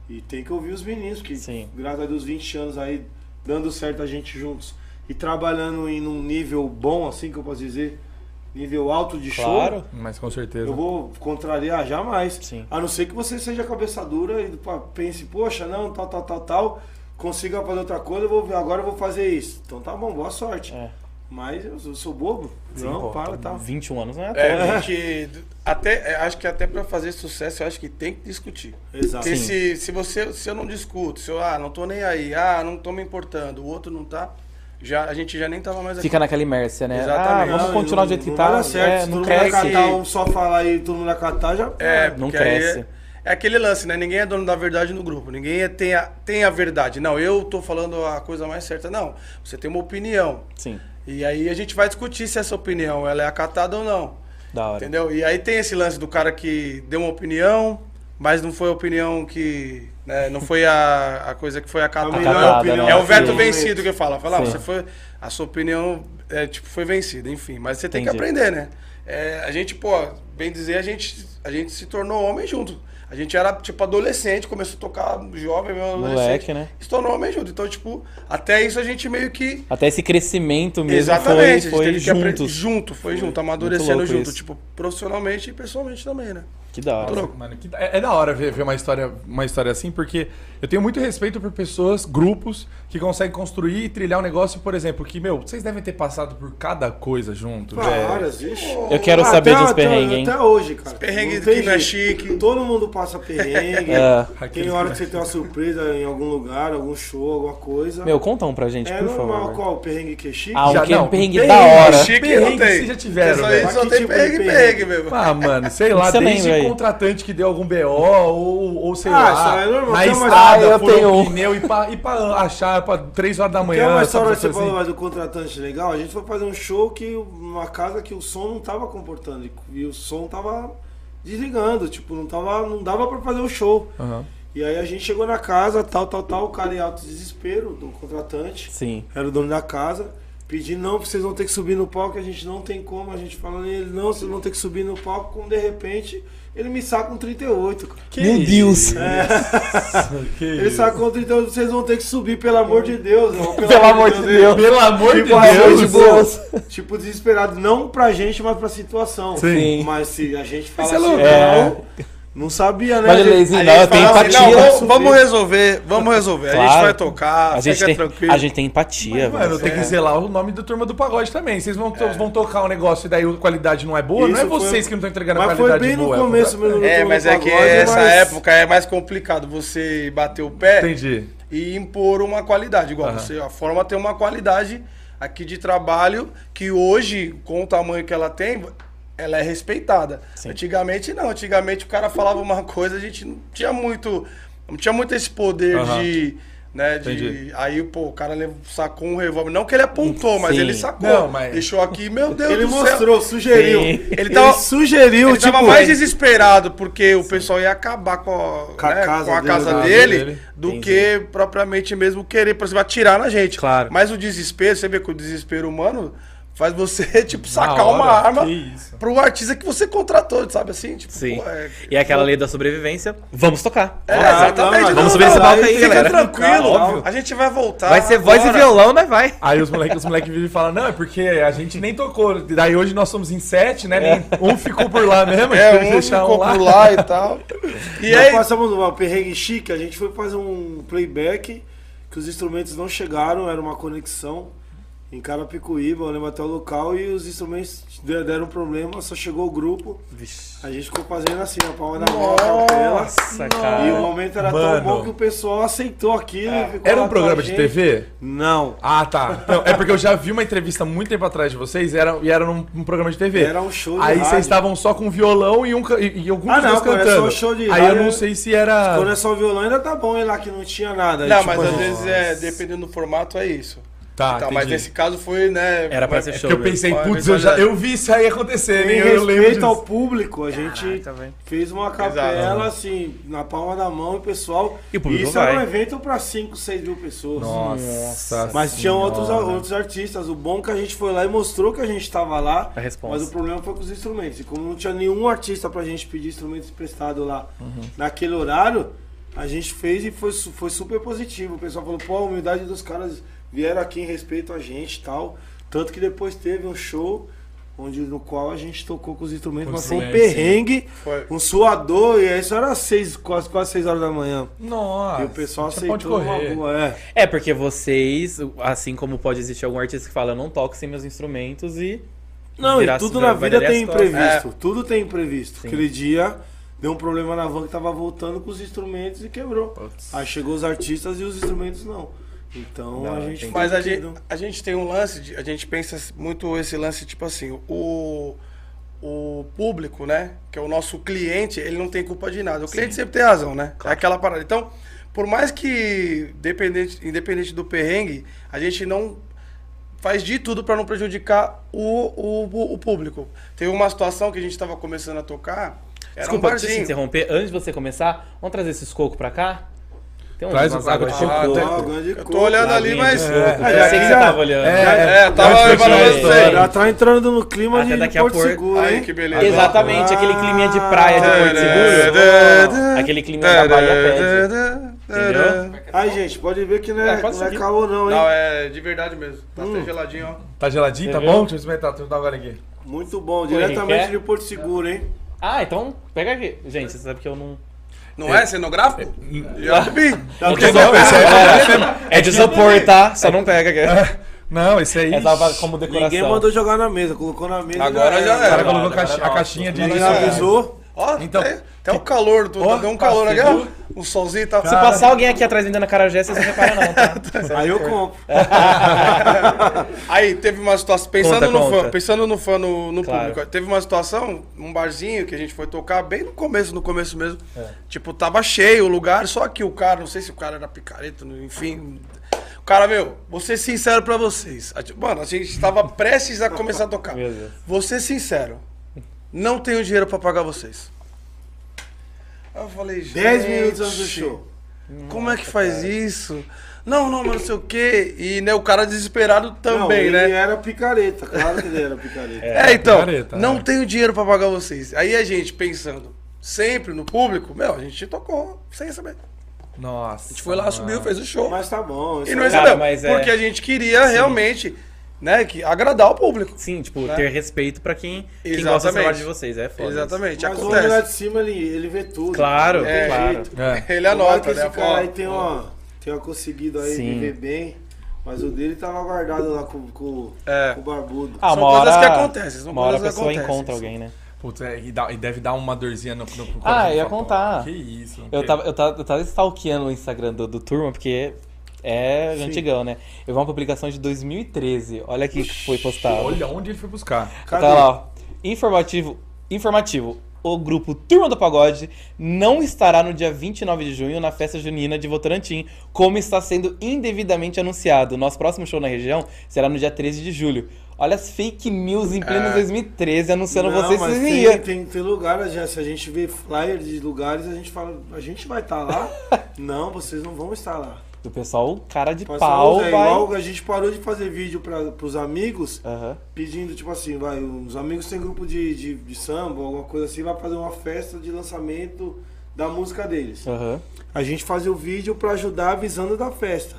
Speaker 3: E tem que ouvir os meninos, que
Speaker 6: Sim.
Speaker 3: graças a Deus 20 anos aí dando certo a gente juntos e trabalhando em um nível bom, assim que eu posso dizer, nível alto de show.
Speaker 6: Claro.
Speaker 2: né? Mas com certeza.
Speaker 3: Eu vou contrariar jamais.
Speaker 6: Sim.
Speaker 3: A não ser que você seja cabeça dura e pá, pense, poxa, não, tal, tal, tal, tal, consiga fazer outra coisa, eu vou, agora eu vou fazer isso. Então tá bom, boa sorte.
Speaker 6: É.
Speaker 3: Mas eu, eu sou bobo. não,
Speaker 6: Pô,
Speaker 3: para, tá.
Speaker 6: 21 anos
Speaker 1: né?
Speaker 6: não é à toa.
Speaker 4: É, gente, até, é, acho que até pra fazer sucesso, eu acho que tem que discutir.
Speaker 3: Exato.
Speaker 4: Porque se, se, você, se eu não discuto, se eu, ah, não tô nem aí, ah, não tô me importando, o outro não tá, já, a gente já nem tava mais aqui.
Speaker 1: Fica naquela inércia, né?
Speaker 4: Exatamente.
Speaker 1: Ah, vamos
Speaker 3: Não,
Speaker 1: continuar
Speaker 3: não-
Speaker 1: do jeito que
Speaker 3: não
Speaker 1: tá.
Speaker 3: vai dar certo.
Speaker 1: É,
Speaker 3: Se
Speaker 1: não
Speaker 3: todo mundo
Speaker 1: cresce.
Speaker 3: acatar um só falar e todo mundo acatar, já.
Speaker 4: É,
Speaker 1: Não
Speaker 4: porque
Speaker 1: cresce.
Speaker 4: aí É, é aquele lance, né? Ninguém é dono da verdade no grupo. Ninguém é- tem, a, tem a verdade. Não, eu tô falando a coisa mais certa. Não, você tem uma opinião.
Speaker 1: Sim,
Speaker 4: E aí a gente vai discutir se essa opinião ela é acatada ou não.
Speaker 1: da hora.
Speaker 4: Entendeu? E aí tem esse lance do cara que deu uma opinião, mas não foi a opinião que. né, não foi a, a coisa que foi acatada.
Speaker 3: A melhor opinião.
Speaker 4: É o veto
Speaker 3: Sim.
Speaker 4: vencido que eu falo. Fala, ah,
Speaker 1: Sim.
Speaker 4: você foi. A sua opinião é, tipo, foi vencida, enfim. Mas você tem que
Speaker 1: Entendi.
Speaker 4: aprender, né? É, a gente, pô, bem dizer, a gente, a gente se tornou homem junto. A gente era, tipo, adolescente, começou a tocar jovem, meu
Speaker 1: Moleque,
Speaker 4: adolescente.
Speaker 1: né?
Speaker 4: Se tornou homem junto. Então, tipo, até isso a gente meio que
Speaker 1: Até esse crescimento mesmo
Speaker 4: Exatamente, a
Speaker 1: foi,
Speaker 4: gente
Speaker 1: foi
Speaker 4: teve que aprender
Speaker 1: juntos.
Speaker 4: junto, foi, junto,
Speaker 1: Muito
Speaker 4: amadurecendo
Speaker 1: louco
Speaker 4: junto,
Speaker 1: isso.
Speaker 4: tipo, profissionalmente e pessoalmente também, né?
Speaker 1: Que da hora.
Speaker 2: Nossa, mano, que da- é, é da hora ver, ver uma, história, uma história assim, porque eu tenho muito respeito por pessoas, grupos, que conseguem construir e trilhar um negócio, por exemplo, que, meu, vocês devem ter passado por cada coisa junto,
Speaker 3: Ah,
Speaker 2: né? velho.
Speaker 3: Várias, vixe.
Speaker 1: Eu quero
Speaker 3: Ah,
Speaker 1: saber
Speaker 3: até-
Speaker 1: dos
Speaker 3: até-
Speaker 1: perrengues, hein?
Speaker 3: Até hoje, cara.
Speaker 4: perrengue
Speaker 3: tem
Speaker 4: que não é
Speaker 3: jeito.
Speaker 4: chique.
Speaker 3: Todo mundo passa perrengue.
Speaker 1: *laughs* É.
Speaker 3: Tem hora que você tem uma surpresa em algum lugar, algum show, alguma coisa.
Speaker 1: Meu, conta um pra gente,
Speaker 3: é
Speaker 1: por
Speaker 3: normal
Speaker 1: favor.
Speaker 3: qual o perrengue que é chique?
Speaker 1: Ah, um
Speaker 2: Já
Speaker 1: que é
Speaker 2: não,
Speaker 1: um perrengue
Speaker 2: bem
Speaker 1: da hora.
Speaker 2: chique. Perrengue que vocês já tiveram, né?
Speaker 4: Só,
Speaker 2: velho.
Speaker 4: só
Speaker 3: Mas que
Speaker 4: tem
Speaker 3: tipo de
Speaker 4: perrengue,
Speaker 3: perrengue?
Speaker 4: perrengue mesmo.
Speaker 2: Ah, mano, sei lá,
Speaker 1: Você
Speaker 2: desde
Speaker 1: lembra aí?
Speaker 2: contratante que deu algum BO ou, ou sei
Speaker 3: Ah, isso
Speaker 2: lá,
Speaker 3: é normal,
Speaker 2: na
Speaker 3: tem uma-
Speaker 2: estrada,
Speaker 1: Ah, eu
Speaker 2: furou
Speaker 1: tenho
Speaker 2: o
Speaker 1: um.
Speaker 2: pneu e pra, e pra achar pra 3 horas da manhã. assim.
Speaker 3: Tem uma
Speaker 2: sabe,
Speaker 3: história que você
Speaker 2: essas
Speaker 3: falou
Speaker 1: assim.
Speaker 2: coisas
Speaker 3: mais do contratante legal. A gente foi fazer um show que uma casa que o som não tava comportando e, e o som tava desligando, tipo, não tava não dava pra fazer o show.
Speaker 1: Ah.
Speaker 2: assim. Aham.
Speaker 3: E aí a gente chegou na casa, tal, tal, tal, o cara em alto desespero do contratante.
Speaker 1: Sim.
Speaker 3: Era o dono da casa. Pedi, não, vocês vão ter que subir no palco, a gente não tem como. A gente falando, ele, não, vocês vão ter que subir no palco. Como de repente, ele me saca um 38. cara.
Speaker 1: Meu Deus.
Speaker 2: Que
Speaker 3: Ele
Speaker 2: isso.
Speaker 3: sacou um 38, vocês vão ter que subir, pelo amor de Deus. irmão,
Speaker 1: Pelo amor de Deus.
Speaker 2: Pelo amor de
Speaker 3: Tipo, realmente,
Speaker 2: Deus.
Speaker 1: de Deus.
Speaker 3: pô, tipo, desesperado, não pra gente, mas pra situação.
Speaker 1: Sim.
Speaker 3: Mas se a gente fala
Speaker 2: Isso é
Speaker 3: assim,
Speaker 2: louco.
Speaker 3: não, não sabia, né?
Speaker 1: É. Mas ele
Speaker 3: gente-
Speaker 1: lesinho,
Speaker 4: A
Speaker 1: não,
Speaker 4: gente
Speaker 1: eu tenho
Speaker 4: fala assim,
Speaker 1: empatia.
Speaker 4: não, vamos,
Speaker 3: subir.
Speaker 4: vamos resolver, vamos resolver. A gente
Speaker 1: Claro.
Speaker 4: vai tocar,
Speaker 1: a, gente
Speaker 4: fica
Speaker 1: tem,
Speaker 4: tranquilo. É.
Speaker 1: a gente tem empatia, velho.
Speaker 2: Mano, tem que zelar o nome do Turma do Pagode também. Vocês vão, to- vão tocar um negócio e daí a qualidade não é boa? não é
Speaker 3: É. Isso foi-
Speaker 2: vocês que não estão entregando a
Speaker 3: Mas foi
Speaker 2: qualidade
Speaker 3: bem no
Speaker 2: boa.
Speaker 3: começo mesmo. do
Speaker 4: É,
Speaker 3: Turma
Speaker 4: mas
Speaker 3: do
Speaker 4: é que
Speaker 3: Pagode,
Speaker 4: essa
Speaker 3: mas-
Speaker 4: época é mais complicado você bater o pé
Speaker 2: Entendi.
Speaker 4: e impor uma qualidade. Igual
Speaker 2: Aham.
Speaker 4: você, a forma tem uma qualidade aqui de trabalho que hoje, com o tamanho que ela tem, ela é respeitada. Antigamente não, antigamente o cara falava uma coisa, a gente não tinha muito, não tinha muito esse poder
Speaker 2: Aham.
Speaker 4: de né? de-
Speaker 2: Entendi.
Speaker 4: aí, pô, o cara levou- sacou um revólver. Não que ele apontou, mas
Speaker 7: Sim.
Speaker 4: ele sacou.
Speaker 2: Não, mas-
Speaker 4: Deixou aqui, meu Deus
Speaker 3: Ele
Speaker 4: do céu.
Speaker 3: mostrou, sugeriu.
Speaker 7: Sim.
Speaker 4: Ele tava-
Speaker 3: Ele sugeriu,
Speaker 4: Ele
Speaker 3: tipo.
Speaker 4: tava mais desesperado porque o pessoal ia acabar com a,
Speaker 3: Com a
Speaker 4: né,
Speaker 3: casa
Speaker 4: com a
Speaker 3: dele,
Speaker 4: casa
Speaker 2: né?
Speaker 4: dele,
Speaker 2: dele.
Speaker 4: do que propriamente mesmo querer, por exemplo, atirar na gente.
Speaker 2: Claro.
Speaker 4: Mas o desespero, você vê que o desespero humano faz você, *laughs* tipo, sacar
Speaker 2: hora,
Speaker 4: uma arma
Speaker 2: que isso.
Speaker 4: pro artista que você contratou, sabe assim? Tipo,
Speaker 1: Sim.
Speaker 4: pô, é-
Speaker 1: E aquela lei da sobrevivência, vamos tocar.
Speaker 4: É,
Speaker 3: Ah,
Speaker 4: exatamente.
Speaker 3: não,
Speaker 4: não,
Speaker 1: Vamos subir
Speaker 4: não,
Speaker 1: esse
Speaker 4: não,
Speaker 1: palco aí,
Speaker 4: Fica
Speaker 1: galera.
Speaker 4: tranquilo,
Speaker 3: Óbvio.
Speaker 4: a gente vai voltar.
Speaker 1: Vai ser voz e
Speaker 4: agora.
Speaker 1: violão, né? Vai.
Speaker 2: Aí os moleques os moleque viram e falam, não, é porque a gente nem tocou. Daí hoje nós somos em sete, né?
Speaker 3: É.
Speaker 2: Nem- Um ficou por lá
Speaker 3: *laughs*
Speaker 2: mesmo, eles
Speaker 4: É,
Speaker 1: *laughs*
Speaker 4: um
Speaker 2: deixaram
Speaker 4: ficou por lá e tal. E é
Speaker 3: Nós
Speaker 4: aí,
Speaker 3: passamos numa perrengue chique, a gente foi fazer um playback que os instrumentos não chegaram, era uma conexão em Carapicuíba, eu lembro até o local, e os instrumentos de- deram problema, só chegou o grupo. A gente ficou fazendo assim, a palma na mão, a capela.
Speaker 1: Nossa, cara.
Speaker 3: E o momento era
Speaker 2: Mano.
Speaker 3: tão bom que o pessoal aceitou aquilo
Speaker 4: É.
Speaker 3: e ficou
Speaker 2: Era
Speaker 3: lá
Speaker 2: um programa
Speaker 3: com a
Speaker 2: de
Speaker 3: Ah, tá, gente.
Speaker 2: TV?
Speaker 3: Não.
Speaker 2: Ah, tá. Não, é porque eu já vi uma entrevista muito tempo atrás de vocês e era, e era num, num programa de TV.
Speaker 3: Era um show de
Speaker 2: Aí
Speaker 3: rádio.
Speaker 2: vocês estavam só com violão e, um, ca- e, e alguns
Speaker 3: Ah, não,
Speaker 2: dois
Speaker 3: quando é
Speaker 2: cantando.
Speaker 3: só show de
Speaker 2: Aí eu
Speaker 3: rádio,
Speaker 2: não sei se era...
Speaker 3: Quando é só o violão ainda tá bom, e lá que não tinha nada.
Speaker 4: não,
Speaker 3: Tipo,
Speaker 4: mas
Speaker 3: a
Speaker 4: às
Speaker 3: gente-
Speaker 4: vezes, é, dependendo do formato, é isso.
Speaker 2: Tá,
Speaker 4: Tá,
Speaker 2: entendi.
Speaker 4: mas nesse caso foi, né?
Speaker 1: Ah, Era pra
Speaker 4: mas-
Speaker 1: ser show.
Speaker 2: Porque eu pensei,
Speaker 4: Olha,
Speaker 2: putz, eu, já, eu vi isso aí acontecer,
Speaker 3: Em
Speaker 2: hein? Eu, eu lembro
Speaker 3: respeito
Speaker 2: disso.
Speaker 3: ao público, a gente
Speaker 1: então.
Speaker 3: fez uma capela
Speaker 4: Exato.
Speaker 3: assim, na palma da mão e o pessoal.
Speaker 1: E o público
Speaker 3: isso
Speaker 1: vai.
Speaker 3: era um evento pra 5, 6 mil pessoas.
Speaker 2: Nossa
Speaker 3: Mas tinham
Speaker 2: senhora.
Speaker 3: outros, outros artistas. O bom é que a gente foi lá e mostrou que a gente tava lá.
Speaker 1: A resposta.
Speaker 3: Mas o problema foi com os instrumentos. E como não tinha nenhum artista pra gente pedir instrumentos emprestado lá
Speaker 2: Uhum.
Speaker 3: naquele horário, a gente fez e foi, su- foi super positivo. O pessoal falou, pô, a humildade dos caras vieram aqui em respeito a gente e tal. Tanto que depois teve um show. Onde, no qual a gente tocou com os instrumentos,
Speaker 2: Com
Speaker 3: mas foi um
Speaker 2: instrumentos, sim.
Speaker 3: perrengue,
Speaker 4: Foi.
Speaker 3: um suador, e isso era seis, quase, quase seis horas da manhã.
Speaker 2: Nossa.
Speaker 3: e o pessoal
Speaker 2: tinha pra onde
Speaker 3: aceitou uma
Speaker 2: correr.
Speaker 3: boa, é.
Speaker 1: É, porque vocês, assim como pode existir algum artista que fala, eu não toco sem meus instrumentos e.
Speaker 3: Não,
Speaker 1: virar-
Speaker 3: e tudo
Speaker 1: vai-
Speaker 3: na
Speaker 1: vai
Speaker 3: vida
Speaker 1: dar as
Speaker 3: tem
Speaker 1: costas. É.
Speaker 3: imprevisto. Tudo tem imprevisto. Aquele dia deu um problema na van que tava voltando com os instrumentos e quebrou. Aí chegou os artistas e os instrumentos não. Então a gente
Speaker 4: Mas a
Speaker 3: que-
Speaker 4: gente, a gente tem um lance, de- a gente pensa muito esse lance, tipo assim, o, o público, né? Que é o nosso cliente, ele não tem culpa de nada. O cliente sempre tem razão, né? É aquela parada. Então, por mais que, dependente, independente do perrengue, a gente não faz de tudo para não prejudicar o, o, o público. Teve uma situação que a gente estava começando a tocar. Era
Speaker 1: Desculpa,
Speaker 4: um
Speaker 1: deixa eu te
Speaker 4: barzinho.
Speaker 1: interromper. Antes de você começar, vamos trazer esses cocos pra cá? Tem
Speaker 2: Traz
Speaker 1: umas
Speaker 2: o-
Speaker 1: águas de
Speaker 2: ah,
Speaker 1: coco.
Speaker 3: Ó,
Speaker 4: tem-
Speaker 3: água de
Speaker 4: Eu tô
Speaker 3: coco.
Speaker 4: olhando
Speaker 1: Lá
Speaker 4: ali,
Speaker 1: vem
Speaker 4: mas.
Speaker 1: de coco.
Speaker 3: é,
Speaker 1: eu sei que
Speaker 3: é,
Speaker 1: você tava olhando.
Speaker 4: É, tava
Speaker 2: Vai
Speaker 4: levando
Speaker 2: continuar a
Speaker 4: você.
Speaker 2: história.
Speaker 3: Já tá entrando no clima
Speaker 1: Até daqui
Speaker 3: de
Speaker 1: a
Speaker 3: Porto
Speaker 1: pouco.
Speaker 3: Seguro,
Speaker 4: Aí,
Speaker 3: hein?
Speaker 4: que beleza. é,
Speaker 1: Exatamente, aquele climinha de praia de Porto Seguro. Aquele climinha é da Bahia pede. Entendeu?
Speaker 3: Ai, gente, pode ver que não é,
Speaker 1: É, pode
Speaker 3: não é
Speaker 1: seguir.
Speaker 3: calor não, hein?
Speaker 4: Não, é de verdade mesmo. Tá até geladinho, ó.
Speaker 2: Tá geladinho, tá
Speaker 1: Entendeu?
Speaker 2: bom? Deixa eu experimentar, deixa eu dar agora aqui. *laughs*
Speaker 3: Muito bom,
Speaker 1: Henrique,
Speaker 3: diretamente
Speaker 1: quer?
Speaker 3: de Porto Seguro, hein?
Speaker 1: Ah, então pega aqui. Gente, você sabe que eu não.
Speaker 4: Não é cenográfico? Já vi.
Speaker 1: É de isopor, é de isopor, tá? Só não pega. cara.
Speaker 2: Não, esse aí.
Speaker 1: É tava como decoração.
Speaker 3: Ninguém mandou jogar na mesa, colocou na mesa.
Speaker 4: Agora já
Speaker 2: O
Speaker 4: era.
Speaker 2: cara
Speaker 4: Não,
Speaker 2: colocou
Speaker 1: não,
Speaker 2: caixa-
Speaker 1: não,
Speaker 2: a
Speaker 1: é não.
Speaker 2: caixinha de.
Speaker 3: Ninguém avisou.
Speaker 4: Ó,
Speaker 2: Então-
Speaker 4: até, até o calor, do,
Speaker 2: Ó,
Speaker 4: deu um calor aqui, ó.
Speaker 2: parceiro.
Speaker 4: O solzinho tá.
Speaker 1: Se passar alguém aqui atrás vendendo a carajé, vocês não reparam,
Speaker 4: *laughs*
Speaker 1: não, tá?
Speaker 3: Aí eu compro.
Speaker 4: É. Aí teve uma situação. Pensando
Speaker 1: Conta,
Speaker 4: no
Speaker 1: conta.
Speaker 4: fã, pensando no fã no, no
Speaker 1: Claro.
Speaker 4: público. Teve uma situação, um barzinho que a gente foi tocar bem no começo, no começo mesmo.
Speaker 1: É.
Speaker 4: Tipo, tava cheio o lugar, só que o cara, não sei se o cara era picareta, não- enfim. O cara, meu, vou ser sincero pra vocês. A gente- Mano, a gente
Speaker 1: *laughs*
Speaker 4: tava prestes a começar a tocar.
Speaker 1: Meu Deus.
Speaker 4: Vou ser sincero. Não tenho dinheiro pra pagar vocês. Aí Eu falei, gente.
Speaker 3: 10 minutos antes do show.
Speaker 4: Como é que faz isso? Não, não, mas não sei o quê. E né, o cara desesperado também,
Speaker 3: Não, ele
Speaker 4: né?
Speaker 3: era picareta, claro que ele era picareta.
Speaker 4: É, então,
Speaker 2: picareta,
Speaker 4: não
Speaker 2: é.
Speaker 4: tenho dinheiro pra pagar vocês. Aí a gente pensando sempre no público, meu, a gente tocou sem saber. A
Speaker 2: Nossa. A gente
Speaker 4: gente
Speaker 1: Ah.
Speaker 4: foi lá, subiu, fez o show
Speaker 3: Mas tá bom.
Speaker 4: e
Speaker 3: isso
Speaker 4: não
Speaker 3: aí-
Speaker 4: recebeu.
Speaker 1: mas é-
Speaker 4: Porque a gente queria
Speaker 3: assim,
Speaker 4: realmente, né, que agradar o público.
Speaker 1: Sim, tipo, ter respeito pra quem, quem
Speaker 4: Exatamente.
Speaker 1: gosta do trabalho de vocês. É foda.
Speaker 4: Exatamente,
Speaker 3: Mas o homem lá
Speaker 4: acontece.
Speaker 3: de cima, ele, ele vê tudo.
Speaker 1: Claro,
Speaker 4: É,
Speaker 1: claro.
Speaker 4: jeito.
Speaker 2: É.
Speaker 3: Tomara
Speaker 4: Ele
Speaker 3: que
Speaker 4: anota, né?
Speaker 3: esse cara é aí
Speaker 4: Fala,
Speaker 3: tenha, ó, tenha conseguido aí
Speaker 1: Sim.
Speaker 3: viver bem. Mas o dele tava guardado lá com, com,
Speaker 4: É.
Speaker 3: com o barbudo.
Speaker 1: Ah,
Speaker 4: São
Speaker 1: uma
Speaker 4: coisas
Speaker 1: hora,
Speaker 4: que acontecem, são
Speaker 1: uma hora a
Speaker 4: coisas que
Speaker 1: pessoa
Speaker 4: acontecem,
Speaker 1: encontra
Speaker 4: sim.
Speaker 1: alguém, né?
Speaker 2: Putz, é, e, dá- e deve dar uma dorzinha no, no, no
Speaker 1: Ah, eu ia
Speaker 2: do Fapão.
Speaker 1: contar.
Speaker 2: Que isso.
Speaker 1: Eu tava, eu tava, eu tava stalkeando o Instagram do, do Turma, porque é antigão, né? Eu vi uma publicação de 2013. Olha aqui que foi postado.
Speaker 2: Olha onde ele foi buscar.
Speaker 3: Cadê?
Speaker 1: Tá lá, ó. Informativo. Informativo. o grupo Turma do Pagode não estará no dia 29 de junho na festa junina de Votorantim, como está sendo indevidamente anunciado. Nosso próximo show na região será no dia 13 de julho. Olha as fake news em pleno 2013 anunciando vocês
Speaker 3: É. mas
Speaker 1: vocês
Speaker 3: tem,
Speaker 1: iam.
Speaker 3: Tem, tem lugar, já, se a gente vê flyer de lugares, a gente fala, a gente vai
Speaker 1: *laughs*
Speaker 3: estar lá? não, vocês não vão estar lá.
Speaker 1: O pessoal, cara de
Speaker 3: Mas
Speaker 1: pau,
Speaker 3: é
Speaker 1: vai.
Speaker 3: igual a gente parou de fazer vídeo para pros amigos,
Speaker 1: Aham.
Speaker 3: pedindo, tipo assim, vai, os amigos têm grupo de, de, de samba, alguma coisa assim, vai fazer uma festa de lançamento da música deles.
Speaker 1: Aham.
Speaker 3: A gente fazia o vídeo pra ajudar avisando da festa.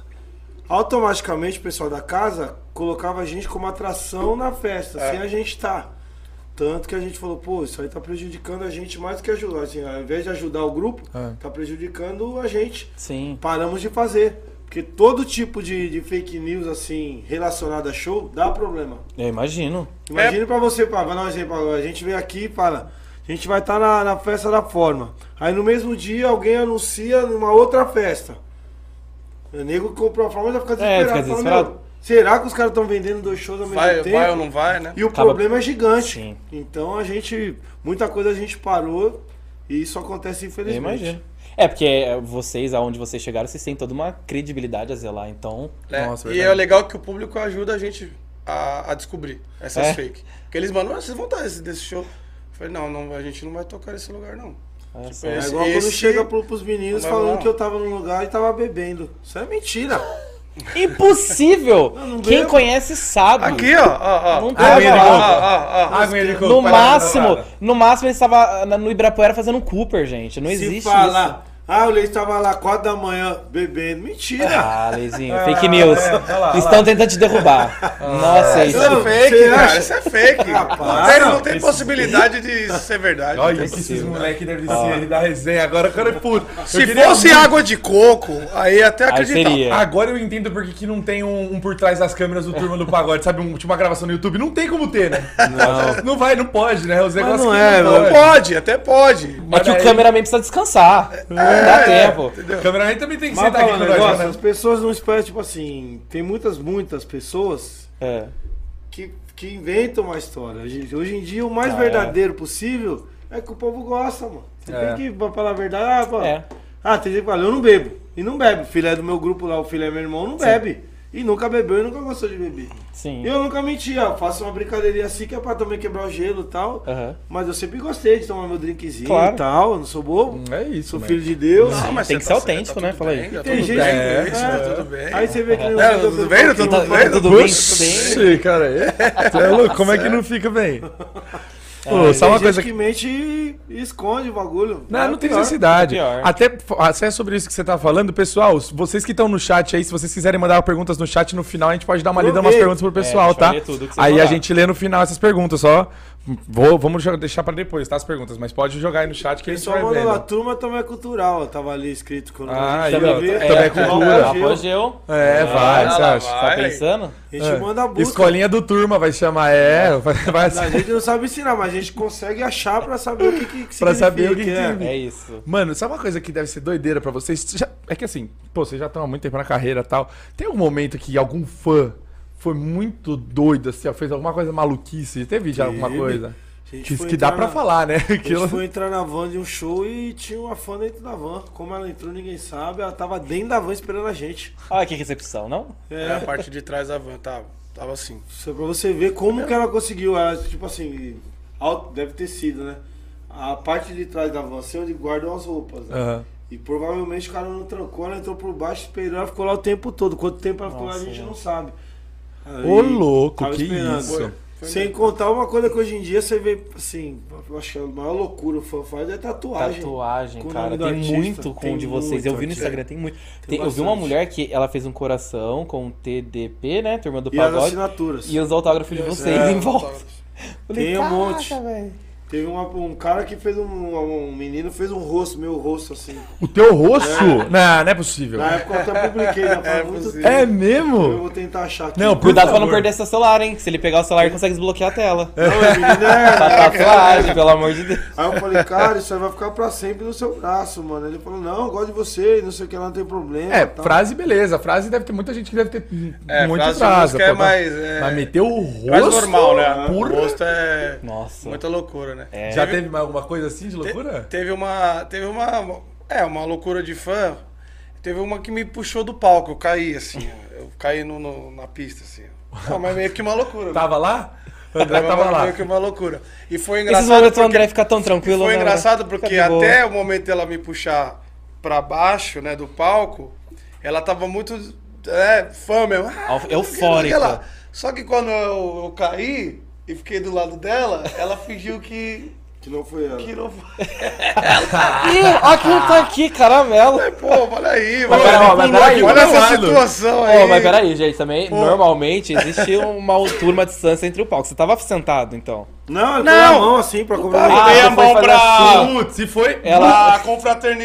Speaker 3: Automaticamente o pessoal da casa colocava a gente como atração na festa, sem a gente estar. Tanto que a gente falou, pô, isso aí tá prejudicando a gente mais do que ajudar. Assim, ao invés de ajudar o grupo,
Speaker 2: É.
Speaker 3: tá prejudicando a gente.
Speaker 1: Sim.
Speaker 3: Paramos de fazer. Porque todo tipo de, de fake news, assim, relacionado a show, dá problema.
Speaker 1: Eu imagino.
Speaker 3: Imagina pra você, pá, vai dar um exemplo agora. A gente vem aqui e fala, a gente vai estar na, na festa da forma. Aí no mesmo dia alguém anuncia numa outra festa. O nego comprou a forma e já fica
Speaker 1: É,
Speaker 3: desesperado.
Speaker 1: fica
Speaker 3: Fala, meu,
Speaker 1: desesperado.
Speaker 3: será que os caras estão vendendo dois shows ao mesmo
Speaker 4: Vai,
Speaker 3: tempo?
Speaker 4: vai ou não vai, né?
Speaker 3: E o
Speaker 1: Acaba-
Speaker 3: problema é gigante.
Speaker 1: Sim.
Speaker 3: Então a gente. Muita coisa a gente parou e isso acontece
Speaker 1: Eu
Speaker 3: infelizmente.
Speaker 1: imagino. É, porque é, vocês, aonde vocês chegaram, vocês têm toda uma credibilidade a zelar, então.
Speaker 4: É,
Speaker 2: Nossa,
Speaker 4: e
Speaker 2: verdade.
Speaker 4: é legal que o público ajuda a gente a, a descobrir essas
Speaker 1: É.
Speaker 4: fake. Porque eles mandam, "Ah, vocês vão estar nesse, desse show. Eu falei, não, não, a gente não vai tocar nesse lugar, não.
Speaker 1: É,
Speaker 4: Tipo,
Speaker 1: só-
Speaker 3: É
Speaker 4: esse-
Speaker 3: igual quando
Speaker 4: esse-
Speaker 3: chega pro, pros meninos
Speaker 4: Não vai
Speaker 3: falando
Speaker 4: rolar.
Speaker 3: que eu tava num lugar e tava bebendo. Isso é mentira.
Speaker 1: Impossível!
Speaker 3: Não, não
Speaker 1: Quem
Speaker 3: bebo.
Speaker 1: conhece sabe.
Speaker 4: Aqui, ó, ó, ó.
Speaker 3: Ah,
Speaker 1: Não
Speaker 4: Ó,
Speaker 1: tava
Speaker 2: Aguinha de
Speaker 1: lá.
Speaker 2: coco.
Speaker 4: ó, ó, ó.
Speaker 2: Água de coco,
Speaker 1: No
Speaker 2: parada,
Speaker 1: máximo,
Speaker 2: parada.
Speaker 1: no máximo ele estava na- no Ibirapuera fazendo um Cooper, gente. Não
Speaker 3: Se
Speaker 1: existe
Speaker 3: falar, ah, o Leite tava lá 4 da manhã bebendo.
Speaker 1: isso.
Speaker 3: Mentira!
Speaker 1: Ah, Leizinho, fake news.
Speaker 2: É,
Speaker 1: Estão tentando te derrubar. Nossa,
Speaker 4: Isso
Speaker 1: isso.
Speaker 4: é
Speaker 3: Não,
Speaker 4: fake,
Speaker 3: você
Speaker 4: cara.
Speaker 3: acha?
Speaker 4: Isso é fake.
Speaker 3: Rapaz,
Speaker 4: Sério, não
Speaker 3: não,
Speaker 4: tem
Speaker 2: esse-
Speaker 4: possibilidade de isso ser verdade.
Speaker 2: Olha que esses moleques devem ser ele da resenha. Agora o cara é puto. Eu
Speaker 4: Se
Speaker 2: queria
Speaker 4: fosse
Speaker 2: muito-
Speaker 4: água de coco, aí até
Speaker 1: Aí
Speaker 4: acreditava.
Speaker 1: seria.
Speaker 2: Agora eu entendo porque que não tem um, um por trás das câmeras do Turma do Pagode, sabe? Um, tipo uma gravação no YouTube. Não tem como ter, né? Não. Não vai, não pode, né? Os negócios
Speaker 3: não
Speaker 2: que
Speaker 3: é,
Speaker 2: não
Speaker 4: Não Pode, até pode.
Speaker 1: É que o
Speaker 2: daí-
Speaker 1: cameraman precisa descansar. Não dá tempo.
Speaker 2: O cameraman também tem que
Speaker 3: Mas
Speaker 1: tá
Speaker 2: sentar aqui
Speaker 3: falar um
Speaker 2: com nós,
Speaker 3: negócio, as
Speaker 2: né?
Speaker 3: pessoas não esperam, tipo assim, tem muitas, muitas pessoas
Speaker 1: É.
Speaker 3: que, que inventam uma história. Hoje hoje em dia, o mais
Speaker 1: Ah, é.
Speaker 3: verdadeiro possível é que o povo gosta, mano. Você
Speaker 2: É.
Speaker 3: tem que falar a verdade. Ah, pô,
Speaker 1: É.
Speaker 3: ah, tem gente que fala, eu não bebo. E não bebe. O filé do meu grupo lá, o filé é meu irmão, não bebe. E nunca bebeu e nunca gostou de beber.
Speaker 1: Sim.
Speaker 3: Eu nunca menti, ó. Faço uma brincadeirinha assim que é pra também quebrar o gelo e tal.
Speaker 1: Aham.
Speaker 3: Mas eu sempre gostei de tomar meu drinkzinho
Speaker 1: Claro.
Speaker 3: e tal. Eu não sou bobo.
Speaker 2: É isso,
Speaker 3: sou
Speaker 2: mano.
Speaker 3: filho de Deus.
Speaker 4: Não, mas
Speaker 1: Tem
Speaker 4: você
Speaker 1: que
Speaker 4: tá
Speaker 1: ser
Speaker 4: certo,
Speaker 1: autêntico,
Speaker 4: tá
Speaker 1: né?
Speaker 4: tudo
Speaker 1: Fala aí.
Speaker 4: bem, tá
Speaker 3: Tem
Speaker 4: tudo
Speaker 3: gente
Speaker 4: bem,
Speaker 3: que-
Speaker 4: isso,
Speaker 3: é.
Speaker 4: tá tudo bem.
Speaker 3: Aí você vê que ele
Speaker 4: É, tudo bem, tudo
Speaker 3: né?
Speaker 1: Tá-
Speaker 4: bem,
Speaker 1: tá tudo bem? Tudo bem?
Speaker 2: Oxi, cara. é- Você é louco? Como é que não fica bem? Ô, só
Speaker 3: Tem
Speaker 2: uma
Speaker 3: gente
Speaker 2: coisa
Speaker 3: que
Speaker 2: que.
Speaker 3: mente e esconde o bagulho.
Speaker 2: Não, não tem
Speaker 3: pior.
Speaker 2: necessidade.
Speaker 1: É pior.
Speaker 2: Até, até sobre isso que você tá falando, pessoal, vocês que estão no chat aí, se vocês quiserem mandar perguntas no chat, no final a gente pode dar uma lida umas
Speaker 3: Aproveita.
Speaker 2: perguntas pro pessoal,
Speaker 1: deixa eu
Speaker 2: tá?
Speaker 1: ler tudo que você
Speaker 2: Aí a
Speaker 1: mandar.
Speaker 2: gente lê no final essas perguntas, só. Vou, vamos jo- deixar pra depois, tá? As perguntas, mas pode jogar aí no chat que a gente
Speaker 3: Pessoal
Speaker 2: vai
Speaker 3: manda lá,
Speaker 2: vendo.
Speaker 3: turma também é cultural. ó, Tava ali escrito quando
Speaker 2: Ah,
Speaker 3: a
Speaker 2: aí,
Speaker 3: gente
Speaker 2: ó,
Speaker 3: vê.
Speaker 2: também é cultura.
Speaker 3: apogeu.
Speaker 1: Apogeu.
Speaker 2: É, vai,
Speaker 4: Ah,
Speaker 2: você
Speaker 4: lá
Speaker 2: acha?
Speaker 1: Tá
Speaker 4: vai.
Speaker 1: pensando?
Speaker 3: A gente
Speaker 2: É.
Speaker 3: manda a busca.
Speaker 2: Escolinha do turma vai chamar, é. Vai, vai-
Speaker 3: A gente não sabe ensinar, mas a gente consegue achar pra saber o que, que, que
Speaker 2: *laughs* Pra saber o que
Speaker 3: significa,
Speaker 2: que-
Speaker 3: é.
Speaker 1: É isso.
Speaker 2: Mano, sabe uma coisa que deve ser doideira pra vocês? Já- é que assim, pô, vocês já estão há muito tempo na carreira e tal. Tem algum momento que algum fã foi muito doido, assim, ó, fez alguma coisa maluquice? Teve já alguma
Speaker 3: Teve.
Speaker 2: coisa?
Speaker 3: A gente
Speaker 2: Que,
Speaker 3: foi
Speaker 2: que dá
Speaker 3: entrar
Speaker 2: pra
Speaker 3: na-
Speaker 2: falar, né?
Speaker 3: A gente
Speaker 2: *laughs* Aquilo-
Speaker 3: foi entrar na van de um show e tinha uma fã dentro da van. Como ela entrou, ninguém sabe. Ela tava dentro da van esperando a gente.
Speaker 1: Olha que recepção, não?
Speaker 4: É, a parte de trás da van, tava, tava assim.
Speaker 3: Só pra você ver como que ela conseguiu. Ela, tipo assim, alto, deve ter sido, né? A parte de trás da van, assim, onde guardam as roupas, né?
Speaker 2: Aham.
Speaker 3: E provavelmente o cara não trancou, ela entrou por baixo, esperou, ela ficou lá o tempo todo. Quanto tempo ela ficou lá, a gente não sabe. Aí,
Speaker 2: Ô, louco,
Speaker 3: tava
Speaker 2: que
Speaker 3: esperando.
Speaker 2: isso.
Speaker 3: Sem contar uma coisa que hoje em dia você vê, assim, eu acho que a maior loucura o fã faz é tatuagem.
Speaker 1: Tatuagem,
Speaker 3: Com o
Speaker 1: cara.
Speaker 3: nome do
Speaker 1: Tem
Speaker 3: artista.
Speaker 1: muito com o de
Speaker 3: Tem
Speaker 1: vocês.
Speaker 3: muito
Speaker 1: Eu vi no
Speaker 3: artista.
Speaker 1: Instagram, tem muito. Tem- eu vi
Speaker 3: bastante.
Speaker 1: uma mulher que ela fez um coração com TDP, né? Turma do
Speaker 3: E as
Speaker 1: Pagode.
Speaker 3: assinaturas.
Speaker 1: E os autógrafos de vocês
Speaker 3: É,
Speaker 1: em volta.
Speaker 3: *laughs*
Speaker 1: Falei,
Speaker 3: Tem um
Speaker 1: "Caraca,
Speaker 3: monte."
Speaker 1: velho.
Speaker 3: Teve uma- um cara que fez um, um menino fez um rosto, meu rosto, assim.
Speaker 2: O teu rosto? Não, não é possível.
Speaker 3: Na época eu até publiquei, *laughs* né? Faz
Speaker 4: É
Speaker 3: muito
Speaker 4: possível.
Speaker 3: tempo.
Speaker 2: É
Speaker 3: Eu
Speaker 2: mesmo?
Speaker 3: vou tentar achar aqui.
Speaker 2: Não, por-
Speaker 1: Cuidado pra não
Speaker 2: favor.
Speaker 1: perder seu celular, hein? Se ele pegar o celular, ele consegue desbloquear a tela.
Speaker 3: Não, é, menino,
Speaker 1: *laughs* Pra
Speaker 3: é.
Speaker 1: tatuagem, pelo amor de
Speaker 3: *laughs*
Speaker 1: Deus.
Speaker 3: Aí eu falei, cara, isso aí vai ficar pra sempre no seu braço, mano. Ele falou, não, eu gosto de você, não sei o que lá, não tem problema.
Speaker 2: É,
Speaker 3: tal.
Speaker 2: frase beleza. Frase deve ter muita gente que deve ter
Speaker 4: É,
Speaker 2: muito
Speaker 4: frase de
Speaker 2: frase.
Speaker 4: música é
Speaker 2: pô, tá? mas-
Speaker 4: mais, é,
Speaker 2: Mas meteu o rosto.
Speaker 4: mais normal, né?
Speaker 2: Porra.
Speaker 4: O rosto é
Speaker 1: Nossa. É.
Speaker 4: muita loucura, né? né?
Speaker 2: Já teve mais alguma coisa assim de loucura?
Speaker 4: Teve uma. Teve uma. É, uma loucura de fã. Teve uma que me puxou do palco, eu caí assim, ó. eu caí no, no- na pista, assim. ó. Não, mas meio que uma loucura. né?
Speaker 2: Tava lá? O André
Speaker 4: Tava
Speaker 2: tava lá.
Speaker 4: Meio que uma loucura. E foi
Speaker 1: Esses
Speaker 4: engraçado.
Speaker 1: momentos o
Speaker 4: porque-
Speaker 1: André fica tão tranquilo.
Speaker 4: Foi
Speaker 1: né?
Speaker 4: engraçado porque
Speaker 1: Fica de boa.
Speaker 4: até o momento dela me puxar pra baixo, né, do palco, ela tava muito é, fã mesmo. Ah,
Speaker 8: Eu- eufórica.
Speaker 4: aquela- Só que quando eu, eu caí e fiquei do lado dela, ela fingiu que.
Speaker 3: Que não foi ela.
Speaker 4: que não foi.
Speaker 1: Ih, aquilo
Speaker 3: *laughs*
Speaker 1: tá aqui, caramelo.
Speaker 4: Pô, olha aí,
Speaker 1: Mas
Speaker 4: mano.
Speaker 1: pera- ó, mas pera aí,
Speaker 4: Olha essa
Speaker 2: lado.
Speaker 4: situação aí.
Speaker 1: Ó, mas peraí, gente, também, normalmente existe uma altura, uma distância entre o palco. Você tava sentado, então.
Speaker 3: Não, eu dei
Speaker 4: Não.
Speaker 3: a mão assim pra
Speaker 4: Eu
Speaker 3: comer.
Speaker 4: dei
Speaker 1: você
Speaker 4: a
Speaker 1: foi
Speaker 4: mão
Speaker 1: fazer
Speaker 4: pra-
Speaker 1: assim.
Speaker 2: Putz, se foi.
Speaker 1: Ela...
Speaker 4: Pra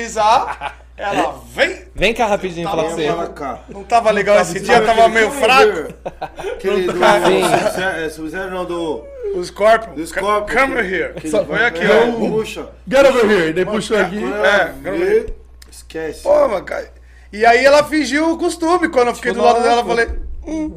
Speaker 4: confraternizar, ela vem.
Speaker 1: Vem cá rapidinho falar com você.
Speaker 3: cá.
Speaker 4: Não tava legal assim. esse dia, tava meio fraco.
Speaker 3: Aquele do.
Speaker 1: Sim.
Speaker 3: é, Sub-Zero não, do.
Speaker 4: O Scorpion.
Speaker 3: Do Scorpion.
Speaker 4: Come here.
Speaker 3: Aquele-
Speaker 4: Foi aqui,
Speaker 3: é,
Speaker 4: ó.
Speaker 3: Puxa.
Speaker 2: Get over here. Ele puxou aqui.
Speaker 3: Quando
Speaker 4: É,
Speaker 3: ela
Speaker 4: quero
Speaker 3: vê, Esquece.
Speaker 4: Pô, mano, cara. E aí ela fingiu o costume. Quando eu
Speaker 1: Tipo,
Speaker 4: fiquei do lado dela, eu falei. Hum.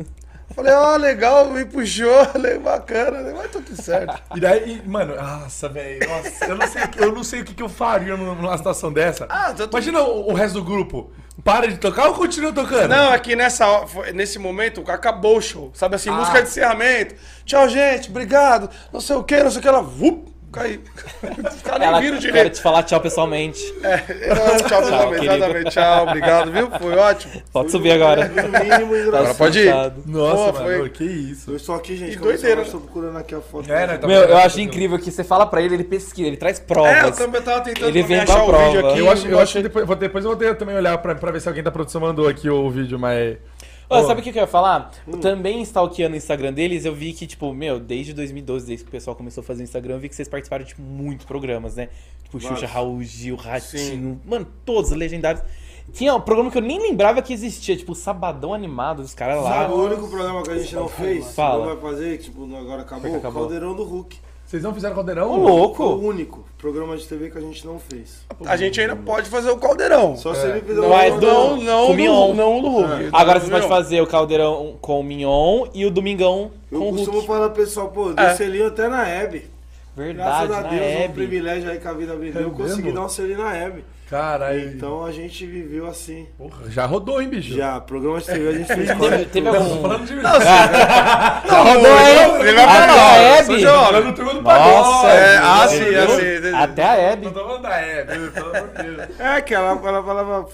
Speaker 4: Falei, ó, legal, me puxou, *laughs* falei, bacana, né? mas tudo certo.
Speaker 2: E daí, e, mano, nossa, velho. Nossa, eu não sei, o que- eu não sei o que, que eu faria numa numa situação dessa.
Speaker 4: Ah, tô- tô-
Speaker 2: Imagina o, o resto do grupo. Para de tocar ou continua tocando?
Speaker 4: Não, é que nessa, hora- foi- nesse momento acabou o show,
Speaker 1: Ah.
Speaker 4: sabe assim, música de encerramento. Tchau, gente, obrigado, não sei o que, não sei o que, ela. Vup, caiu. Os caras nem
Speaker 1: Ela
Speaker 4: viram
Speaker 1: quero
Speaker 4: direito.
Speaker 1: te falar tchau pessoalmente.
Speaker 4: É, não, tchau, exatamente,
Speaker 1: querido.
Speaker 4: exatamente, tchau, obrigado, viu? Foi ótimo.
Speaker 1: Pode subir agora.
Speaker 3: No mínimo
Speaker 4: Agora
Speaker 3: engraçado.
Speaker 4: pode ir.
Speaker 1: Engraçado.
Speaker 2: Nossa,
Speaker 4: Pô,
Speaker 2: mano,
Speaker 4: foi-
Speaker 2: que isso.
Speaker 3: Eu estou aqui, gente.
Speaker 4: Que
Speaker 3: como
Speaker 4: doideira,
Speaker 3: você- eu Estou procurando aqui a foto.
Speaker 2: É, né, tá
Speaker 1: Meu, eu
Speaker 2: vendo?
Speaker 1: acho incrível que você fala pra ele, ele pesquisa, ele traz
Speaker 4: É, eu
Speaker 1: provas.
Speaker 4: também tava tentando
Speaker 1: Ele
Speaker 4: também
Speaker 1: vem pra
Speaker 4: achar o vídeo
Speaker 1: prova.
Speaker 4: aqui.
Speaker 2: Eu acho, eu
Speaker 4: não
Speaker 2: acho que
Speaker 4: achei.
Speaker 2: depois, vou- depois eu vou ter- também olhar pra, pra ver se alguém da produção mandou aqui o vídeo, mas.
Speaker 1: Ô, sabe o que que eu ia falar? Também stalkeando o Instagram deles, eu vi que, tipo, meu, desde 2012, desde que o pessoal começou a fazer o Instagram, eu vi que vocês participaram de tipo, muitos programas, né? Tipo, Xuxa, Raul Gil, Ratinho, mano, todos legendários. Tinha um programa que eu nem lembrava que existia, tipo, Sabadão Animado, os caras lá.
Speaker 3: Sabe o único programa que a gente não fez?
Speaker 1: Fala.
Speaker 3: Não vai fazer, tipo, não- agora acabou?
Speaker 1: acabou?
Speaker 3: Caldeirão do Hulk.
Speaker 2: Vocês não fizeram caldeirão?
Speaker 1: Ô,
Speaker 3: Foi o
Speaker 1: louco!
Speaker 3: único programa de TV que a gente não fez.
Speaker 4: A gente ainda pode fazer o caldeirão.
Speaker 3: Só se ele fizer
Speaker 1: Não é
Speaker 3: um-
Speaker 1: do-
Speaker 4: Não, não,
Speaker 1: Com
Speaker 4: do-
Speaker 1: Mion.
Speaker 4: não do Hulk.
Speaker 1: É. Agora vocês
Speaker 4: Não,
Speaker 1: podem
Speaker 4: não.
Speaker 1: fazer o Caldeirão com o Mignon e o Domingão
Speaker 3: Eu
Speaker 1: com o
Speaker 3: costumo
Speaker 1: Hulk.
Speaker 3: falar pro pessoal, pô, eu dei
Speaker 4: É.
Speaker 3: selinho até na Hebe.
Speaker 1: Verdade, né?
Speaker 3: Graças
Speaker 1: na
Speaker 3: a Deus, é um
Speaker 1: Hebe.
Speaker 3: privilégio aí que a vida me deu,
Speaker 2: É
Speaker 3: eu consegui
Speaker 2: mesmo? É.
Speaker 3: dar um selinho na Hebe.
Speaker 2: Caralho.
Speaker 3: Então a gente viveu assim.
Speaker 2: Porra, já rodou, hein, bicho?
Speaker 3: Já, programa de TV a
Speaker 1: *laughs*
Speaker 3: gente fez
Speaker 1: Teve,
Speaker 3: quase
Speaker 1: teve
Speaker 2: Tô
Speaker 1: algum...
Speaker 2: falando de
Speaker 1: Rodou,
Speaker 4: Ele vai
Speaker 1: Até
Speaker 4: falar,
Speaker 1: a
Speaker 4: ó,
Speaker 1: Hebe.
Speaker 4: sou jovem.
Speaker 2: Falando turma do
Speaker 1: Nossa,
Speaker 2: pagode.
Speaker 4: É, ah,
Speaker 1: Deus,
Speaker 4: sim,
Speaker 1: Deus.
Speaker 4: ah, sim, entendi.
Speaker 1: Até a Hebe.
Speaker 2: Não tô falando da Hebe, pelo amor de Deus.
Speaker 3: É, que ela, ela falava.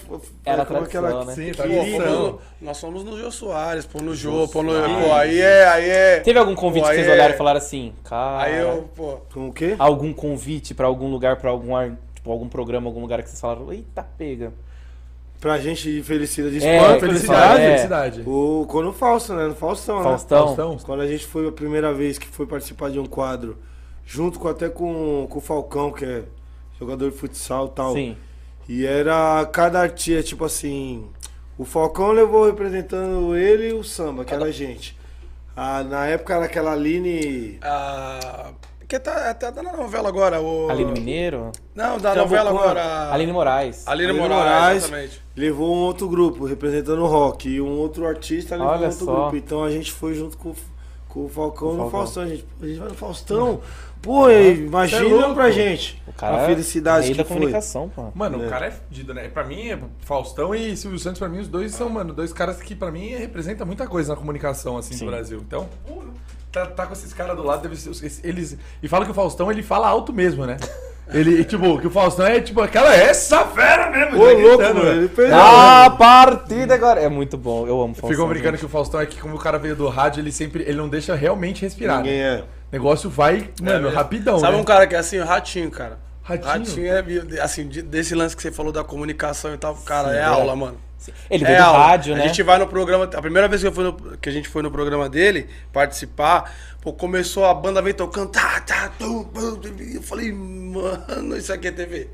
Speaker 1: Era
Speaker 3: como
Speaker 1: tradição,
Speaker 3: é aquela-
Speaker 1: né?
Speaker 2: Sim, tá
Speaker 4: Pô,
Speaker 2: ligado?
Speaker 4: pô, no- nós somos no Jô Soares, pô, no Jô, pô, no. Pô, aí é, aí é.
Speaker 1: Teve algum convite
Speaker 4: Pô,
Speaker 1: que
Speaker 4: aí
Speaker 1: vocês
Speaker 4: é-
Speaker 1: olharam e falaram assim, cara...
Speaker 4: Aí eu, pô.
Speaker 3: Com o quê?
Speaker 1: Algum convite pra algum lugar, pra algum ar- tipo, algum programa, algum lugar que vocês falaram, eita, pega.
Speaker 3: Pra gente de felicidade de
Speaker 1: É,
Speaker 3: espanto,
Speaker 1: que eles
Speaker 3: felicidade.
Speaker 1: falam, é.
Speaker 2: felicidade.
Speaker 3: O, quando o Fausto, né? No Faustão, né?
Speaker 1: Faustão.
Speaker 3: Quando a gente foi a primeira vez que foi participar de um quadro, junto com até com, com o Falcão, que é jogador de futsal e tal.
Speaker 1: Sim.
Speaker 3: E era cada artista, tipo assim. O Falcão levou representando ele e o samba, que era a gente. Ah, na época era aquela Aline.
Speaker 4: Ah, que tá, tá dando na novela agora. O...
Speaker 1: Aline Mineiro?
Speaker 4: Não, da
Speaker 3: Jambo
Speaker 4: novela
Speaker 3: Clã.
Speaker 4: agora.
Speaker 1: Aline Moraes.
Speaker 4: Aline
Speaker 3: Aline
Speaker 4: Moraes,
Speaker 3: Moraes.
Speaker 4: exatamente.
Speaker 3: Levou um outro grupo representando o rock. E um outro artista levou
Speaker 1: Olha
Speaker 3: um outro
Speaker 1: só.
Speaker 3: grupo. Então a gente foi junto com, o- com o Falcão no
Speaker 1: Falcão.
Speaker 3: Faustão. A gente, a gente vai no Faustão. Pô, e
Speaker 2: Cê é
Speaker 3: imagina
Speaker 2: louco.
Speaker 3: pra gente
Speaker 1: O cara é
Speaker 3: a felicidade
Speaker 1: rei
Speaker 3: que
Speaker 1: da
Speaker 3: foi.
Speaker 1: comunicação, pô.
Speaker 2: Mano,
Speaker 3: É.
Speaker 2: o cara é fudido, né? Pra mim, é Faustão e Silvio Santos, pra mim, os dois são, mano, dois caras que pra mim representam muita coisa na comunicação, assim,
Speaker 1: Sim.
Speaker 2: do Brasil. Então, porra, tá, tá com esses caras do lado, deve ser, esse- eles... E fala que o Faustão, ele fala alto mesmo, né? Ele, tipo, que o Faustão é, tipo, aquela, essa fera mesmo!
Speaker 3: Ô,
Speaker 2: ele vai
Speaker 3: louco,
Speaker 2: gritando,
Speaker 3: mano.
Speaker 2: né?
Speaker 3: Ele perdeu.
Speaker 1: A partida agora! É muito bom, eu amo Faustão.
Speaker 2: Ficou brincando
Speaker 1: gente.
Speaker 2: que o Faustão é que, como o cara veio do rádio, ele sempre, ele não deixa realmente respirar.
Speaker 3: Ninguém
Speaker 2: né?
Speaker 3: é.
Speaker 2: O negócio vai, mano,
Speaker 1: Então,
Speaker 2: rapidão,
Speaker 4: Sabe
Speaker 2: né?
Speaker 4: um cara que é assim, o ratinho, cara.
Speaker 2: Ratinho?
Speaker 4: é meio- assim, de- desse lance que você falou da comunicação e tal, cara, é aula, mano.
Speaker 1: Ele
Speaker 4: É
Speaker 1: veio do
Speaker 4: aula.
Speaker 1: rádio, né?
Speaker 4: A gente vai no programa. A primeira vez que, eu fui no- que a gente foi no programa dele participar, pô, começou a banda veio tocando. Tá, tá, tum, bum, tum, e eu falei, mano, isso aqui é TV.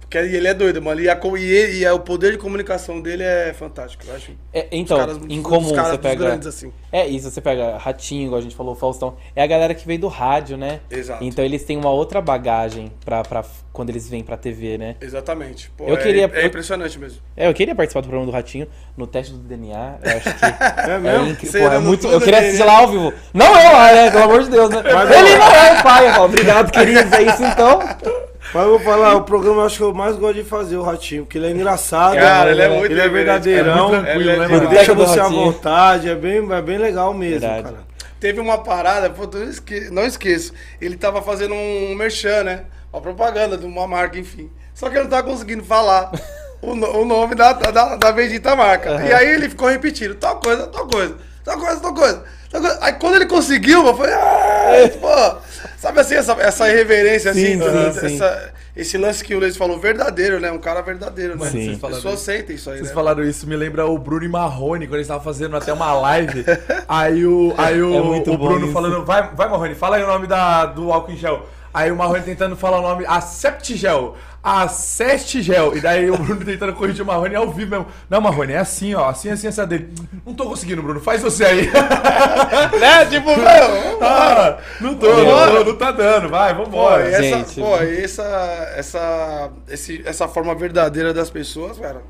Speaker 4: Porque Que ele é doido, mano. E, a co- e ele- e a- o poder de comunicação dele é fantástico, eu acho.
Speaker 6: É, então,
Speaker 4: caras-
Speaker 6: em
Speaker 4: os
Speaker 6: comum
Speaker 4: caras
Speaker 6: você
Speaker 4: dos
Speaker 6: pega.
Speaker 4: grandes, assim.
Speaker 6: É isso, você pega Ratinho, igual a gente falou, Faustão. É a galera que veio do rádio, né?
Speaker 4: Exato.
Speaker 6: Então eles têm uma outra bagagem pra, pra quando eles vêm pra TV, né?
Speaker 4: Exatamente. Pô,
Speaker 6: Eu
Speaker 4: é,
Speaker 6: queria-
Speaker 4: é impressionante mesmo.
Speaker 6: É, eu queria participar do programa do Ratinho no teste do DNA. Eu acho
Speaker 4: *laughs*
Speaker 6: que.
Speaker 3: É
Speaker 6: É
Speaker 3: mesmo?
Speaker 6: incrível,
Speaker 4: Você
Speaker 6: porra, é
Speaker 4: não
Speaker 6: muito.
Speaker 4: muda
Speaker 6: Eu queria
Speaker 4: dele,
Speaker 6: assistir
Speaker 4: né?
Speaker 6: lá ao vivo. Não eu lá, né? Pelo amor de Deus, né? Ele não é o pai, eu falo, obrigado, queridos, é isso então.
Speaker 4: *laughs*
Speaker 3: Mas eu vou falar, o programa eu acho que eu mais gosto de fazer, o Ratinho, porque ele é engraçado.
Speaker 4: Cara, ele é muito
Speaker 3: Ele é
Speaker 4: irreverente,
Speaker 3: verdadeirão.
Speaker 4: é muito tranquilo,
Speaker 3: ele
Speaker 4: né,
Speaker 6: mano? Boteco
Speaker 3: deixa
Speaker 6: do
Speaker 3: você à
Speaker 6: Ratinho.
Speaker 3: vontade, é bem, é bem legal mesmo,
Speaker 6: Verdade.
Speaker 3: cara.
Speaker 4: Teve uma parada, pô, eu esque- não esqueço. Ele tava fazendo um merchan, né? Uma propaganda de uma marca, enfim. Só que ele não tava conseguindo falar o, no- o nome da, da, da bendita marca. E aí ele ficou repetindo, tal coisa, tal coisa, tal coisa, tal coisa. tal coisa. Aí quando ele conseguiu, eu falei, "Ah, pô, sabe assim, essa, essa irreverência,
Speaker 6: É. Sim,
Speaker 4: assim,
Speaker 6: sim,
Speaker 4: essa-
Speaker 6: sim.
Speaker 4: essa- esse lance que o Leis falou, verdadeiro, né? Um cara verdadeiro, né?
Speaker 6: Sim.
Speaker 4: As pessoas sentem isso aí,
Speaker 2: Vocês
Speaker 4: né?
Speaker 2: falaram isso, me lembra o Bruno e Marrone, quando eles estavam fazendo até uma *laughs* live. Aí o, aí o,
Speaker 6: É muito
Speaker 2: o
Speaker 6: bom
Speaker 2: Bruno
Speaker 6: isso.
Speaker 2: falando, vai, vai Marrone, fala aí o nome da, do álcool em gel. Aí o Marrone tentando falar o nome, a Septigel, a Sestigel. E daí o Bruno tentando corrigir o Marrone ao vivo mesmo. Não, Marrone, é assim, ó, assim, assim, assim, a dele. Não tô conseguindo, Bruno, faz você aí. *laughs*
Speaker 4: *laughs* Né? Tipo, meu,
Speaker 2: Ah, não tô, não, tô, não tá dando, vai,
Speaker 4: Pô,
Speaker 2: vambora.
Speaker 4: e essa,
Speaker 6: gente.
Speaker 4: pô, e essa, essa, esse- essa forma verdadeira das pessoas, cara.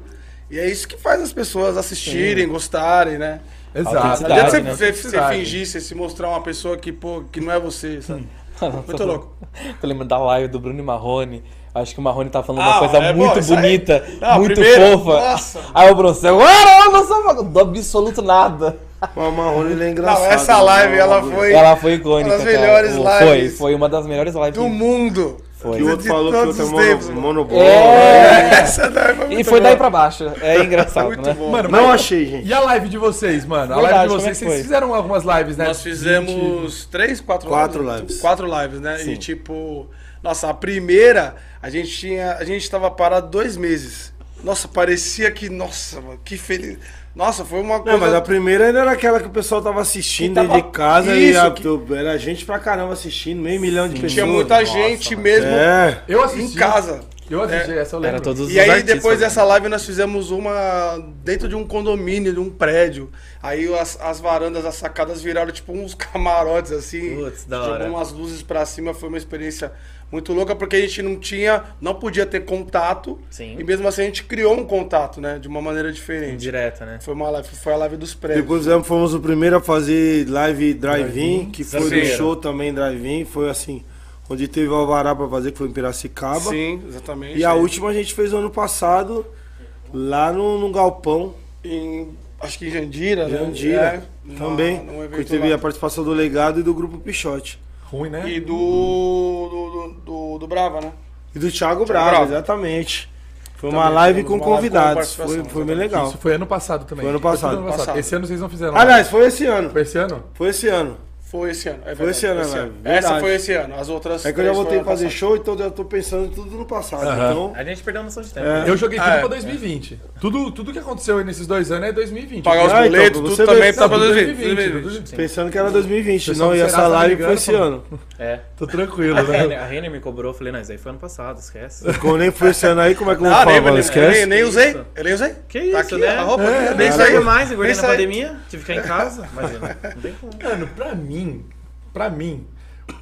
Speaker 4: E é isso que faz as pessoas assistirem, gostarem, né?
Speaker 2: Exato.
Speaker 4: Não adianta você,
Speaker 6: né?
Speaker 4: você, você
Speaker 2: Autenticidade.
Speaker 4: fingir, você se mostrar uma pessoa que, pô, que não é você,
Speaker 6: Hum.
Speaker 4: sabe?
Speaker 6: *laughs*
Speaker 4: Muito
Speaker 6: Tô-
Speaker 4: louco.
Speaker 6: Tô lembrando da live do Bruno e Marrone. Acho que o Marrone tá falando
Speaker 4: Ah,
Speaker 6: uma coisa
Speaker 4: é bom,
Speaker 6: muito
Speaker 4: isso aí.
Speaker 6: bonita,
Speaker 4: Ah,
Speaker 6: muito
Speaker 4: primeiro,
Speaker 6: fofa.
Speaker 4: nossa.
Speaker 6: Aí o Bruno, você, agora eu não sou do absoluto nada.
Speaker 3: Mas o Marrone ele é engraçado.
Speaker 4: Não, essa live,
Speaker 3: né?
Speaker 4: ela foi
Speaker 6: Ela foi icônica.
Speaker 4: Uma das
Speaker 6: cara.
Speaker 4: melhores
Speaker 6: Pô,
Speaker 4: lives.
Speaker 6: Foi, foi uma das melhores lives.
Speaker 4: do mundo.
Speaker 6: Foi.
Speaker 3: E o outro
Speaker 4: De
Speaker 3: falou que o
Speaker 4: todos
Speaker 3: outro é
Speaker 4: os tempos,
Speaker 3: mono-
Speaker 4: mano.
Speaker 3: monobolo.
Speaker 6: É.
Speaker 4: Essa daí foi
Speaker 6: E
Speaker 4: muito
Speaker 6: foi daí
Speaker 4: boa.
Speaker 6: pra baixo. É engraçado,
Speaker 4: Muito
Speaker 6: né?
Speaker 4: bom.
Speaker 2: Mano,
Speaker 3: Não
Speaker 2: mas-
Speaker 3: achei, gente.
Speaker 2: E a live de vocês, mano? a live
Speaker 6: Verdade,
Speaker 2: de
Speaker 6: como
Speaker 2: vocês,
Speaker 6: é que
Speaker 2: vocês
Speaker 6: foi?
Speaker 2: fizeram algumas lives, né?
Speaker 4: Nós fizemos três, quatro,
Speaker 3: Quatro lives.
Speaker 4: Quatro lives, né? E tipo, nossa, a primeira, a gente tinha. A gente tava parado dois meses. Nossa, parecia que. Nossa, mano, que feliz. Nossa, foi uma coisa.
Speaker 3: Não, mas a primeira ainda era aquela que o pessoal tava assistindo
Speaker 4: Que tava-
Speaker 3: dentro de casa
Speaker 4: Isso,
Speaker 3: e a-
Speaker 4: que-
Speaker 3: era gente pra caramba assistindo, meio milhão de pessoas.
Speaker 4: Tinha muita gente né? mesmo
Speaker 3: É.
Speaker 2: Eu
Speaker 4: em
Speaker 2: assisti.
Speaker 4: casa. É.
Speaker 2: Eu assisti, essa eu lembro.
Speaker 6: Era todos os
Speaker 4: E aí,
Speaker 6: artistas,
Speaker 4: depois
Speaker 6: né?
Speaker 4: dessa live, nós fizemos uma dentro de um condomínio, de um prédio. Aí as, as varandas, as sacadas viraram tipo uns *laughs* camarotes, assim.
Speaker 5: Putz, da
Speaker 4: jogou
Speaker 5: hora.
Speaker 4: umas luzes pra cima. Foi uma experiência muito louca, porque a gente não tinha, não podia ter contato.
Speaker 5: Sim.
Speaker 4: E mesmo assim, a gente criou um contato, né? De uma maneira diferente.
Speaker 5: Indireta, né?
Speaker 4: Foi, uma live, foi a live dos prédios.
Speaker 3: Depois fizemos- fomos o primeiro a fazer live drive-in, que foi do
Speaker 5: Zazeira.
Speaker 3: show também drive-in, foi assim, onde teve o Alvará pra fazer, que foi em Piracicaba.
Speaker 4: Sim, exatamente.
Speaker 3: E a última a gente fez ano passado, lá no, no Galpão,
Speaker 4: Em, acho que em Jandira, né?
Speaker 3: Jandira,
Speaker 4: É,
Speaker 3: também,
Speaker 4: num- num evento
Speaker 3: que teve
Speaker 4: lá.
Speaker 3: a participação do Legado e do Grupo Pichote.
Speaker 2: Ruim, né?
Speaker 4: E do do, do, do- do Brava, né?
Speaker 3: E do Thiago Bravo,
Speaker 4: Bravo.
Speaker 3: exatamente. Foi uma
Speaker 4: Também
Speaker 3: live
Speaker 4: fizemos
Speaker 3: com
Speaker 4: uma live com
Speaker 3: convidados, foi,
Speaker 4: participação,
Speaker 3: foi bem
Speaker 4: exatamente.
Speaker 3: legal.
Speaker 2: Isso foi ano passado também.
Speaker 3: Foi ano passado.
Speaker 2: Foi tudo
Speaker 4: Passado.
Speaker 2: Esse ano vocês não fizeram live.
Speaker 3: Aliás, foi esse ano,
Speaker 2: Foi esse ano?
Speaker 3: foi esse ano.
Speaker 4: Foi esse ano. É
Speaker 3: Foi esse ano,
Speaker 4: verdade,
Speaker 3: né,
Speaker 4: esse
Speaker 3: velho?
Speaker 4: Essa
Speaker 3: Verdade.
Speaker 4: foi esse ano. As outras.
Speaker 3: É que eu já
Speaker 4: três
Speaker 3: voltei a
Speaker 4: foram ano
Speaker 3: fazer
Speaker 4: passado.
Speaker 3: show, então eu tô pensando tudo no passado,
Speaker 2: Aham.
Speaker 3: então...
Speaker 5: A gente perdeu a noção de tempo.
Speaker 3: É.
Speaker 5: né?
Speaker 2: Eu joguei tudo
Speaker 4: Ah, é.
Speaker 2: pra 2020. Tudo, tudo que aconteceu aí nesses dois anos é 2020.
Speaker 4: Pagar os
Speaker 3: Ah, então,
Speaker 4: boletos,
Speaker 3: pra
Speaker 4: tudo
Speaker 3: você
Speaker 4: também
Speaker 3: ver,
Speaker 4: tá pra
Speaker 2: é
Speaker 4: 2020.
Speaker 2: tudo-
Speaker 5: Sim.
Speaker 3: Pensando que era 2020,
Speaker 2: Pessoal
Speaker 3: não,
Speaker 2: do
Speaker 3: e essa
Speaker 2: Serasa tá
Speaker 3: live
Speaker 2: ligando,
Speaker 3: foi esse
Speaker 2: falando.
Speaker 3: ano.
Speaker 5: É.
Speaker 2: Tô tranquilo,
Speaker 5: A
Speaker 2: né?
Speaker 5: Renner, a Renner me cobrou, eu falei, não, isso aí foi ano passado, esquece.
Speaker 3: *laughs* Quando nem foi esse ano aí, como é que eu vou
Speaker 4: Ah,
Speaker 3: falar?
Speaker 4: nem,
Speaker 3: mano?
Speaker 4: nem, nem,
Speaker 3: Esquece.
Speaker 4: nem usei. Eu nem usei.
Speaker 5: Que
Speaker 4: tá
Speaker 5: isso,
Speaker 4: aqui,
Speaker 5: né?
Speaker 4: A roupa,
Speaker 2: É,
Speaker 4: nem
Speaker 5: Nem
Speaker 4: saiu.
Speaker 5: saiu mais, eu
Speaker 4: Nem
Speaker 5: na
Speaker 4: saiu.
Speaker 5: pandemia, tive que ficar em casa. Imagina, não tem como.
Speaker 2: Mano, pra mim, pra mim,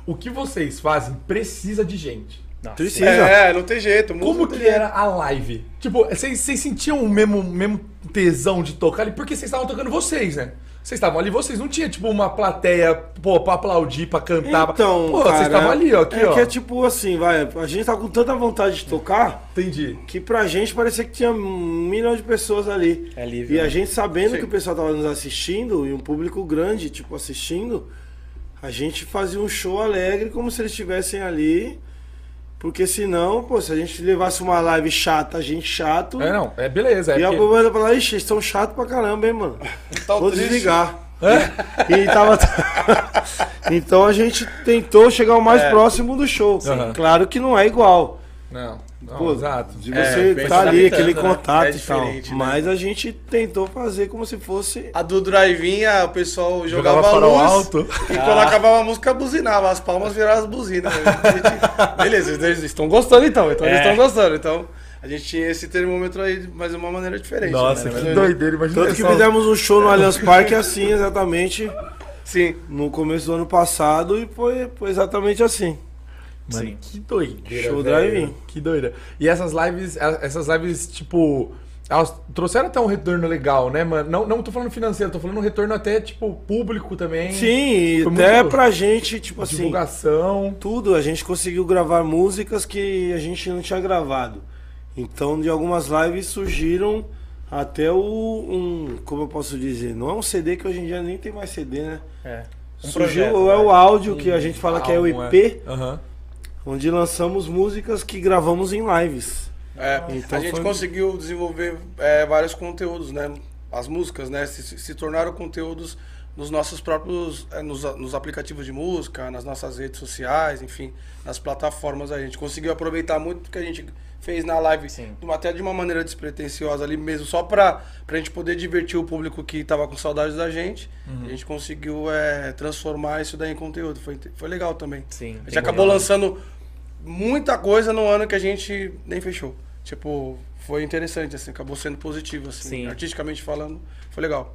Speaker 2: o que vocês fazem precisa de gente.
Speaker 5: Nossa,
Speaker 3: Precisa.
Speaker 4: É, não tem jeito. o mundo
Speaker 2: Como
Speaker 4: não tem
Speaker 2: que
Speaker 3: é?
Speaker 4: jeito.
Speaker 2: era a live? Tipo, vocês vocês sentiam o mesmo, mesmo tesão de tocar ali? Porque vocês estavam tocando vocês, né? Vocês estavam ali, vocês não tinha tipo uma plateia, pô, pra aplaudir, pra cantar.
Speaker 3: Então,
Speaker 2: pô,
Speaker 3: cara,
Speaker 2: vocês estavam ali, ó, aqui,
Speaker 3: é
Speaker 2: ó.
Speaker 3: que é tipo assim, vai, a gente tá com tanta vontade de tocar
Speaker 2: Entendi.
Speaker 3: que pra gente parecia que tinha um milhão de pessoas ali.
Speaker 6: É alívio,
Speaker 3: e a
Speaker 6: né?
Speaker 3: gente sabendo
Speaker 4: Sim.
Speaker 3: que o pessoal tava nos assistindo, e um público grande, tipo, assistindo, a gente fazia um show alegre como se eles estivessem ali. Porque senão, pô, se a gente levasse uma live chata, a gente chato.
Speaker 2: É, não, é beleza. É
Speaker 3: E a
Speaker 2: porque...
Speaker 3: bobana falar, ixi, eles são chatos pra caramba, hein, mano.
Speaker 4: *laughs* Tá
Speaker 3: Vou
Speaker 4: triste.
Speaker 3: desligar.
Speaker 2: É?
Speaker 3: E tava. *laughs* então a gente tentou chegar o mais próximo do show.
Speaker 2: É. Sim.
Speaker 3: Claro que não é igual.
Speaker 2: Não, não,
Speaker 3: Pô,
Speaker 2: exato.
Speaker 3: De
Speaker 4: É,
Speaker 3: você
Speaker 4: bem
Speaker 3: tá ali,
Speaker 4: fundamentando,
Speaker 3: aquele
Speaker 4: né? É
Speaker 3: contato e tal.
Speaker 4: diferente, né?
Speaker 3: Mas a gente tentou fazer como se fosse.
Speaker 4: A do drive-in, a- o pessoal jogava,
Speaker 2: Jogava farol
Speaker 4: luz.
Speaker 2: alto.
Speaker 3: *laughs*
Speaker 2: Ah.
Speaker 4: E quando acabava a música, buzinava. As palmas viravam as buzinas. A gente- Beleza, eles estão gostando então. Então eles
Speaker 5: É.
Speaker 4: estão gostando. Então A gente tinha esse termômetro aí, mas de uma maneira diferente.
Speaker 2: Nossa,
Speaker 4: né? Mas
Speaker 2: que
Speaker 4: eu-
Speaker 2: doideira, imagina
Speaker 3: Tanto que
Speaker 2: só.
Speaker 3: fizemos um show no Allianz Parque assim, exatamente,
Speaker 4: Sim.
Speaker 3: no começo do ano passado, e foi, foi exatamente assim.
Speaker 2: Mano,
Speaker 5: Sim.
Speaker 2: que doideira. velho.
Speaker 3: Show drive-in.
Speaker 2: Que doida. E essas lives, é, essas lives, tipo. Elas trouxeram até um retorno legal, né, mano? Não, não tô falando financeiro, tô falando um retorno até, tipo, público também.
Speaker 3: Sim, e
Speaker 2: Foi
Speaker 3: até
Speaker 2: muito-
Speaker 3: pra gente, tipo assim,
Speaker 2: Divulgação.
Speaker 3: tudo, a gente conseguiu gravar músicas que a gente não tinha gravado. Então, de algumas lives surgiram até o um, como eu posso dizer, não é um CD que hoje em dia nem tem mais CD, né?
Speaker 5: É. Um
Speaker 3: Surgiu
Speaker 5: projeto,
Speaker 3: é
Speaker 5: né?
Speaker 3: o áudio que a gente fala que é o
Speaker 2: Álbum,
Speaker 3: EP,
Speaker 2: Aham.
Speaker 3: onde lançamos músicas que gravamos em lives.
Speaker 4: É,
Speaker 3: Então
Speaker 4: a gente
Speaker 3: foi-
Speaker 4: conseguiu desenvolver é, vários conteúdos, né? As músicas, né? Se, se- se tornaram conteúdos nos nossos próprios, é, nos, a- nos aplicativos de música, nas nossas redes sociais, enfim, nas plataformas. A gente conseguiu aproveitar muito o que a gente fez na live,
Speaker 5: Sim.
Speaker 4: de uma- até de uma maneira despretensiosa ali mesmo, só pra, pra gente poder divertir o público que tava com saudades da gente. A gente conseguiu é, transformar isso daí em conteúdo. Foi, inte- foi legal também.
Speaker 5: Sim,
Speaker 4: A gente
Speaker 5: tem
Speaker 4: acabou
Speaker 5: legal.
Speaker 4: lançando muita coisa no ano que a gente nem fechou. Tipo, foi interessante, assim, acabou sendo positivo, assim.
Speaker 5: Sim.
Speaker 4: Artisticamente falando, foi legal.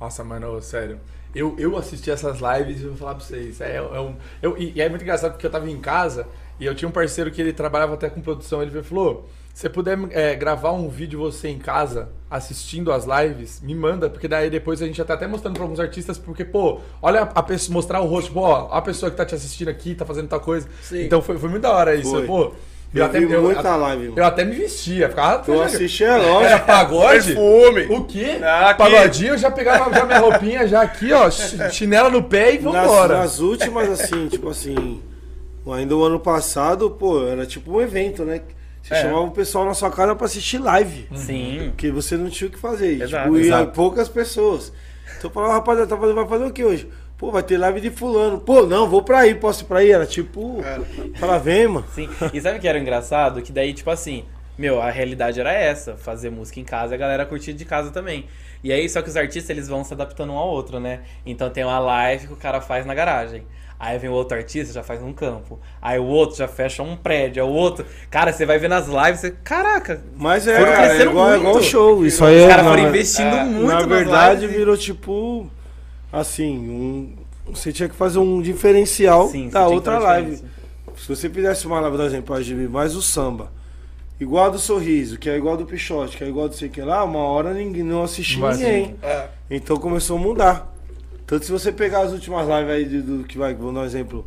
Speaker 2: Nossa, mano, ô, sério. Eu, eu assisti essas lives e vou falar pra vocês. É, é um, eu, e e é muito engraçado porque eu tava em casa e eu tinha um parceiro que ele trabalhava até com produção. Ele veio e falou: se você puder é, gravar um vídeo você em casa assistindo as lives, me manda, porque daí depois a gente já tá até mostrando pra alguns artistas, porque, pô, olha a pessoa, mostrar o rosto, tipo, ó, a pessoa que tá te assistindo aqui, tá fazendo tal coisa.
Speaker 4: Sim.
Speaker 2: Então foi, foi muito da hora isso.
Speaker 3: Foi.
Speaker 2: Pô,
Speaker 3: Eu vi muita live, mano. Então
Speaker 2: Eu até me vestia, ficava.
Speaker 3: Eu assisti é a loja.
Speaker 2: Era pagode?
Speaker 4: Perfume!
Speaker 2: O quê?
Speaker 4: Ah, aqui.
Speaker 2: Pagodinho, eu já pegava já minha roupinha já aqui, ó, chi- chinela no pé e
Speaker 3: Nas,
Speaker 2: vambora.
Speaker 3: nas últimas, assim, tipo assim, ainda o ano passado, pô, era tipo um evento, né? Você chamava o pessoal na sua casa pra assistir live.
Speaker 1: Hum.
Speaker 5: Sim.
Speaker 3: Porque você não tinha o que fazer. e,
Speaker 5: Exato,
Speaker 3: tipo, ia
Speaker 2: exato.
Speaker 3: poucas pessoas. Então eu falava, rapaziada, tá fazendo- vai fazer o que hoje? Pô, vai ter live de fulano. Pô, não, vou pra aí, posso ir pra aí? Era tipo, fala, vem, mano.
Speaker 6: Sim. E sabe o que era engraçado? Que daí, tipo assim, meu, a realidade era essa, fazer música em casa e a galera curtir de casa também. E aí, só que os artistas, eles vão se adaptando um ao outro, né? Então tem uma live que o cara faz na garagem. Aí vem o outro artista, já faz num campo. Aí o outro já fecha um prédio. Aí o outro. Cara, você vai ver nas lives, você. Caraca!
Speaker 3: Mas é,
Speaker 6: Foram
Speaker 3: cara, é
Speaker 6: crescendo
Speaker 3: igual, é igual
Speaker 6: muito.
Speaker 3: show. Isso aí
Speaker 6: Os
Speaker 3: é-
Speaker 6: caras
Speaker 3: na
Speaker 6: foram
Speaker 3: ver-
Speaker 6: investindo muito
Speaker 3: Na
Speaker 6: nas
Speaker 3: verdade,
Speaker 6: lives e-
Speaker 3: virou tipo. Assim, um. Você tinha que fazer um diferencial
Speaker 6: Sim, você tinha
Speaker 3: da
Speaker 6: que
Speaker 3: outra
Speaker 6: fazer
Speaker 3: live.
Speaker 6: diferença.
Speaker 3: Se você fizesse uma live da gente pra exibir mais o samba, igual a do sorriso, que é igual a do pichote, que é igual a do sei que lá, uma hora ninguém não assistia
Speaker 2: Vai,
Speaker 3: ninguém.
Speaker 4: É,
Speaker 3: Então começou a mudar. Tanto se você pegar as últimas lives aí de- do que vai, vou dar um exemplo.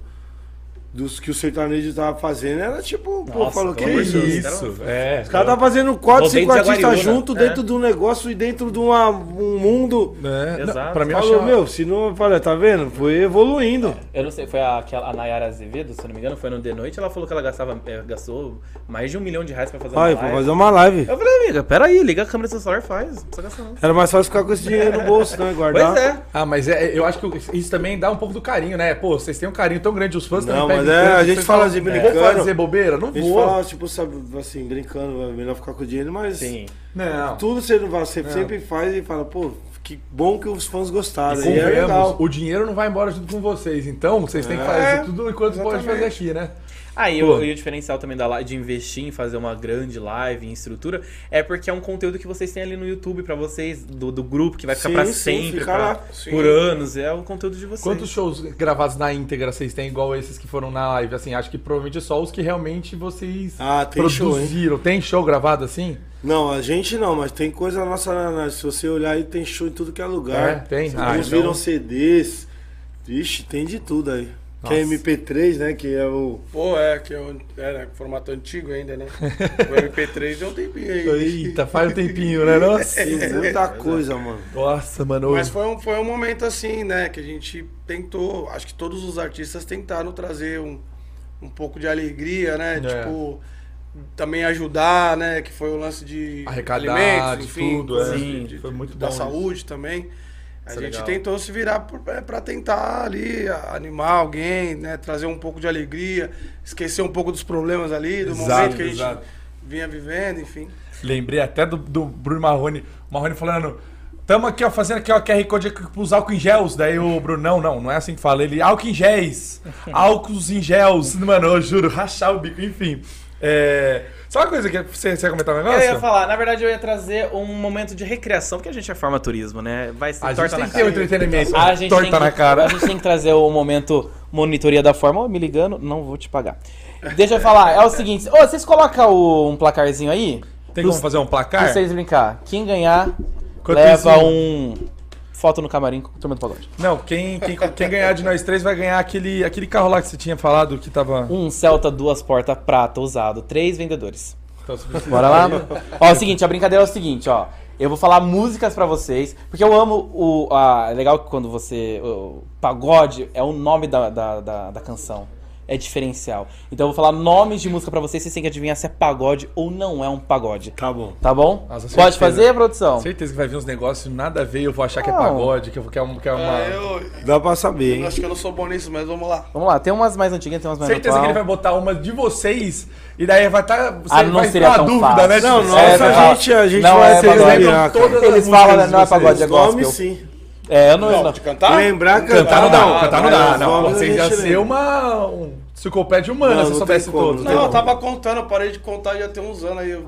Speaker 3: Dos que o sertanejo tava fazendo, era tipo, pô,
Speaker 6: Nossa,
Speaker 3: falou que
Speaker 6: pelo amor de Deus.
Speaker 3: isso.
Speaker 2: Isso, é.
Speaker 3: Os caras tá fazendo quatro,
Speaker 6: Vou
Speaker 3: cinco
Speaker 6: dentro de
Speaker 3: artistas
Speaker 6: Aguariúna. né?
Speaker 3: junto dentro de um negócio e dentro de uma- um mundo.
Speaker 2: É, não,
Speaker 6: Exato.
Speaker 2: Pra mim, eu
Speaker 3: Falou,
Speaker 2: achei-
Speaker 3: meu, se não. Olha, tá vendo? Foi evoluindo.
Speaker 6: Eu não sei, foi a, aquela, a Nayara Azevedo, se eu não me engano, foi no The Noite, ela falou que ela gastava, eh, gastou mais de um milhão de reais pra fazer uma
Speaker 3: Vai,
Speaker 6: live.
Speaker 3: vou fazer um uma live.
Speaker 6: Eu falei, amiga, peraí, liga a câmera do seu celular e faz. Não precisa gastar não.
Speaker 3: Era mais fácil ficar com esse dinheiro no bolso, né? Guardar.
Speaker 6: Pois é.
Speaker 2: Ah, mas é, eu acho que isso também dá um pouco do carinho, né? Pô, vocês têm um carinho tão grande, os fãs
Speaker 3: Não,
Speaker 2: também
Speaker 3: mas é,
Speaker 2: tanto,
Speaker 3: a gente
Speaker 2: vocês
Speaker 3: fala
Speaker 2: falam,
Speaker 3: de
Speaker 2: "Vou
Speaker 3: brincando."
Speaker 2: fazer bobeira? Não
Speaker 3: A gente
Speaker 2: vou.
Speaker 3: falava, tipo, sabe, assim, brincando, é melhor ficar com o dinheiro, mas
Speaker 6: Sim.
Speaker 2: Não.
Speaker 3: tudo você não vai, você sempre faz e fala, pô, que bom que os fãs gostaram. E é
Speaker 2: Convenhamos,
Speaker 3: legal. É,
Speaker 2: o dinheiro não vai embora junto com vocês, então vocês têm que fazer tudo enquanto pode fazer aqui, né?
Speaker 6: Ah, e,
Speaker 2: Pô.
Speaker 6: o, e o diferencial também da, li- de investir em fazer uma grande live em estrutura é porque é um conteúdo que vocês têm ali no YouTube pra vocês, do, do grupo, que vai ficar
Speaker 3: Sim,
Speaker 6: pra
Speaker 3: sim,
Speaker 6: sempre,
Speaker 3: fica
Speaker 6: pra-
Speaker 3: lá.
Speaker 6: por anos. É o conteúdo de vocês.
Speaker 2: Quantos shows gravados na íntegra vocês têm, igual esses que foram na live? Assim, acho que provavelmente só os que realmente vocês
Speaker 3: Ah, tem show, hein?
Speaker 2: produziram. tem show gravado assim?
Speaker 3: Não, a gente não, mas tem coisa nossa. na- na- Se você olhar aí, tem show em tudo que é lugar.
Speaker 2: É, tem. Ah,
Speaker 3: Alguns
Speaker 2: então-
Speaker 3: viram CDs. Vixe, tem de tudo aí. Que é
Speaker 2: Nossa.
Speaker 3: MP3, né? Que é o.
Speaker 4: pô, é, que é um é, né, formato antigo ainda, né? O MP3 é um tempinho aí.
Speaker 2: Eita, faz um tempinho, né?
Speaker 1: É,
Speaker 2: Nossa,
Speaker 3: Tem muita coisa, mano.
Speaker 2: Nossa mano.
Speaker 4: Mas foi um, foi um momento assim, né? Que a gente tentou, acho que todos os artistas tentaram trazer um, um pouco de alegria, né?
Speaker 2: É.
Speaker 4: Tipo, também ajudar, né? Que foi o lance de
Speaker 2: Arrecadar, de tudo, é.
Speaker 4: coisas
Speaker 2: Sim, foi muito
Speaker 4: da
Speaker 2: bom
Speaker 4: saúde também. A
Speaker 2: Isso é
Speaker 4: gente
Speaker 2: legal.
Speaker 4: tentou se virar por- é, pra tentar ali a- animar alguém, né? Trazer um pouco de alegria, esquecer um pouco dos problemas ali, do
Speaker 2: Exato,
Speaker 4: momento que a gente
Speaker 2: exato.
Speaker 4: vinha vivendo, enfim.
Speaker 2: Lembrei até do, do Bruno Marrone. O Marrone falando. Tamo aqui, ó, fazendo aqui, ó, QR Code aqui pros álcool em gels. Daí o Bruno, não, não, não é assim que fala. Ele, álcool em géis, álcool em gels. Mano, eu juro, rachar o bico, enfim. É... Sabe uma coisa que você, você ia comentar um negócio?
Speaker 9: Eu ia falar, na verdade eu ia trazer um momento de recreação, porque a gente é forma turismo, né? Vai ser
Speaker 2: A gente
Speaker 9: torta
Speaker 2: tem
Speaker 9: na
Speaker 2: que ter um
Speaker 9: cara.
Speaker 2: entretenimento.
Speaker 1: A gente
Speaker 2: torta
Speaker 1: tem que,
Speaker 2: na cara.
Speaker 1: A gente tem que trazer o momento monitoria da forma. Ô, me ligando, não vou te pagar. Deixa eu falar, é o seguinte. Ô, vocês colocam o- um placarzinho aí?
Speaker 2: Tem como fazer um
Speaker 1: Pra
Speaker 2: placar?
Speaker 1: vocês brincar. Quem ganhar
Speaker 2: Enquanto
Speaker 1: leva
Speaker 2: isso-
Speaker 1: um... Foto no camarim com o Turma do Pagode.
Speaker 2: Não, quem, quem, quem ganhar de nós três vai ganhar aquele, aquele carro lá que você tinha falado que tava.
Speaker 1: Um Celta, duas portas, prata, usado. Três vendedores.
Speaker 2: Então,
Speaker 1: Bora lá? *laughs* ó, é o seguinte, a brincadeira é o seguinte, ó. Eu vou falar músicas pra vocês, porque eu amo o. A, é legal que quando você. O pagode é o nome da, da, da, da canção. É diferencial. Então eu vou falar nomes de música pra vocês, vocês têm que adivinhar se é pagode ou não é um pagode.
Speaker 3: Tá bom.
Speaker 1: Tá bom?
Speaker 2: Nossa,
Speaker 1: Pode
Speaker 2: certeza.
Speaker 1: fazer, produção?
Speaker 2: Certeza que vai vir uns negócios, nada a ver, eu vou achar que é
Speaker 1: Não.
Speaker 2: pagode, que, eu, que é um- que é uma.
Speaker 4: É, eu,
Speaker 3: Dá pra saber,
Speaker 4: eu
Speaker 3: hein?
Speaker 4: acho que eu não sou bom nisso, mas vamos lá.
Speaker 1: Vamos lá, tem umas mais antigas, tem umas mais
Speaker 2: Certeza que ele vai
Speaker 1: atual.
Speaker 2: botar uma de vocês e daí vai estar. Tá, você
Speaker 1: Ah, não
Speaker 2: vai
Speaker 1: seria
Speaker 2: ter uma
Speaker 1: tão
Speaker 2: dúvida,
Speaker 1: fácil.
Speaker 2: né?
Speaker 3: Não,
Speaker 2: Tipo,
Speaker 3: nossa,
Speaker 1: é,
Speaker 3: a
Speaker 1: vai
Speaker 3: gente, a gente
Speaker 1: Não
Speaker 3: vai
Speaker 1: é
Speaker 3: se
Speaker 1: pagode.
Speaker 3: lembrar, cara.
Speaker 2: todas as
Speaker 1: Eles falam, né?
Speaker 2: músicas
Speaker 1: Não é
Speaker 2: de vocês.
Speaker 1: pagode, é
Speaker 3: Nome
Speaker 1: gospel.
Speaker 3: sim.
Speaker 1: É, eu não, eu
Speaker 4: Não,
Speaker 1: não.
Speaker 4: de cantar?
Speaker 3: Lembrar
Speaker 2: Cantar não dá,
Speaker 4: Ah,
Speaker 2: cantar não dá.
Speaker 4: mas
Speaker 2: Não,
Speaker 3: vamos
Speaker 2: você
Speaker 3: a
Speaker 2: ia
Speaker 3: gente
Speaker 2: ser
Speaker 3: lembra.
Speaker 2: uma um enciclopédia humana
Speaker 3: Não,
Speaker 2: se
Speaker 3: não
Speaker 2: soubesse
Speaker 3: tem como,
Speaker 2: todos.
Speaker 3: não
Speaker 4: Não, eu
Speaker 3: Entendeu?
Speaker 4: tava contando, eu parei de contar já tem uns anos aí. Eu,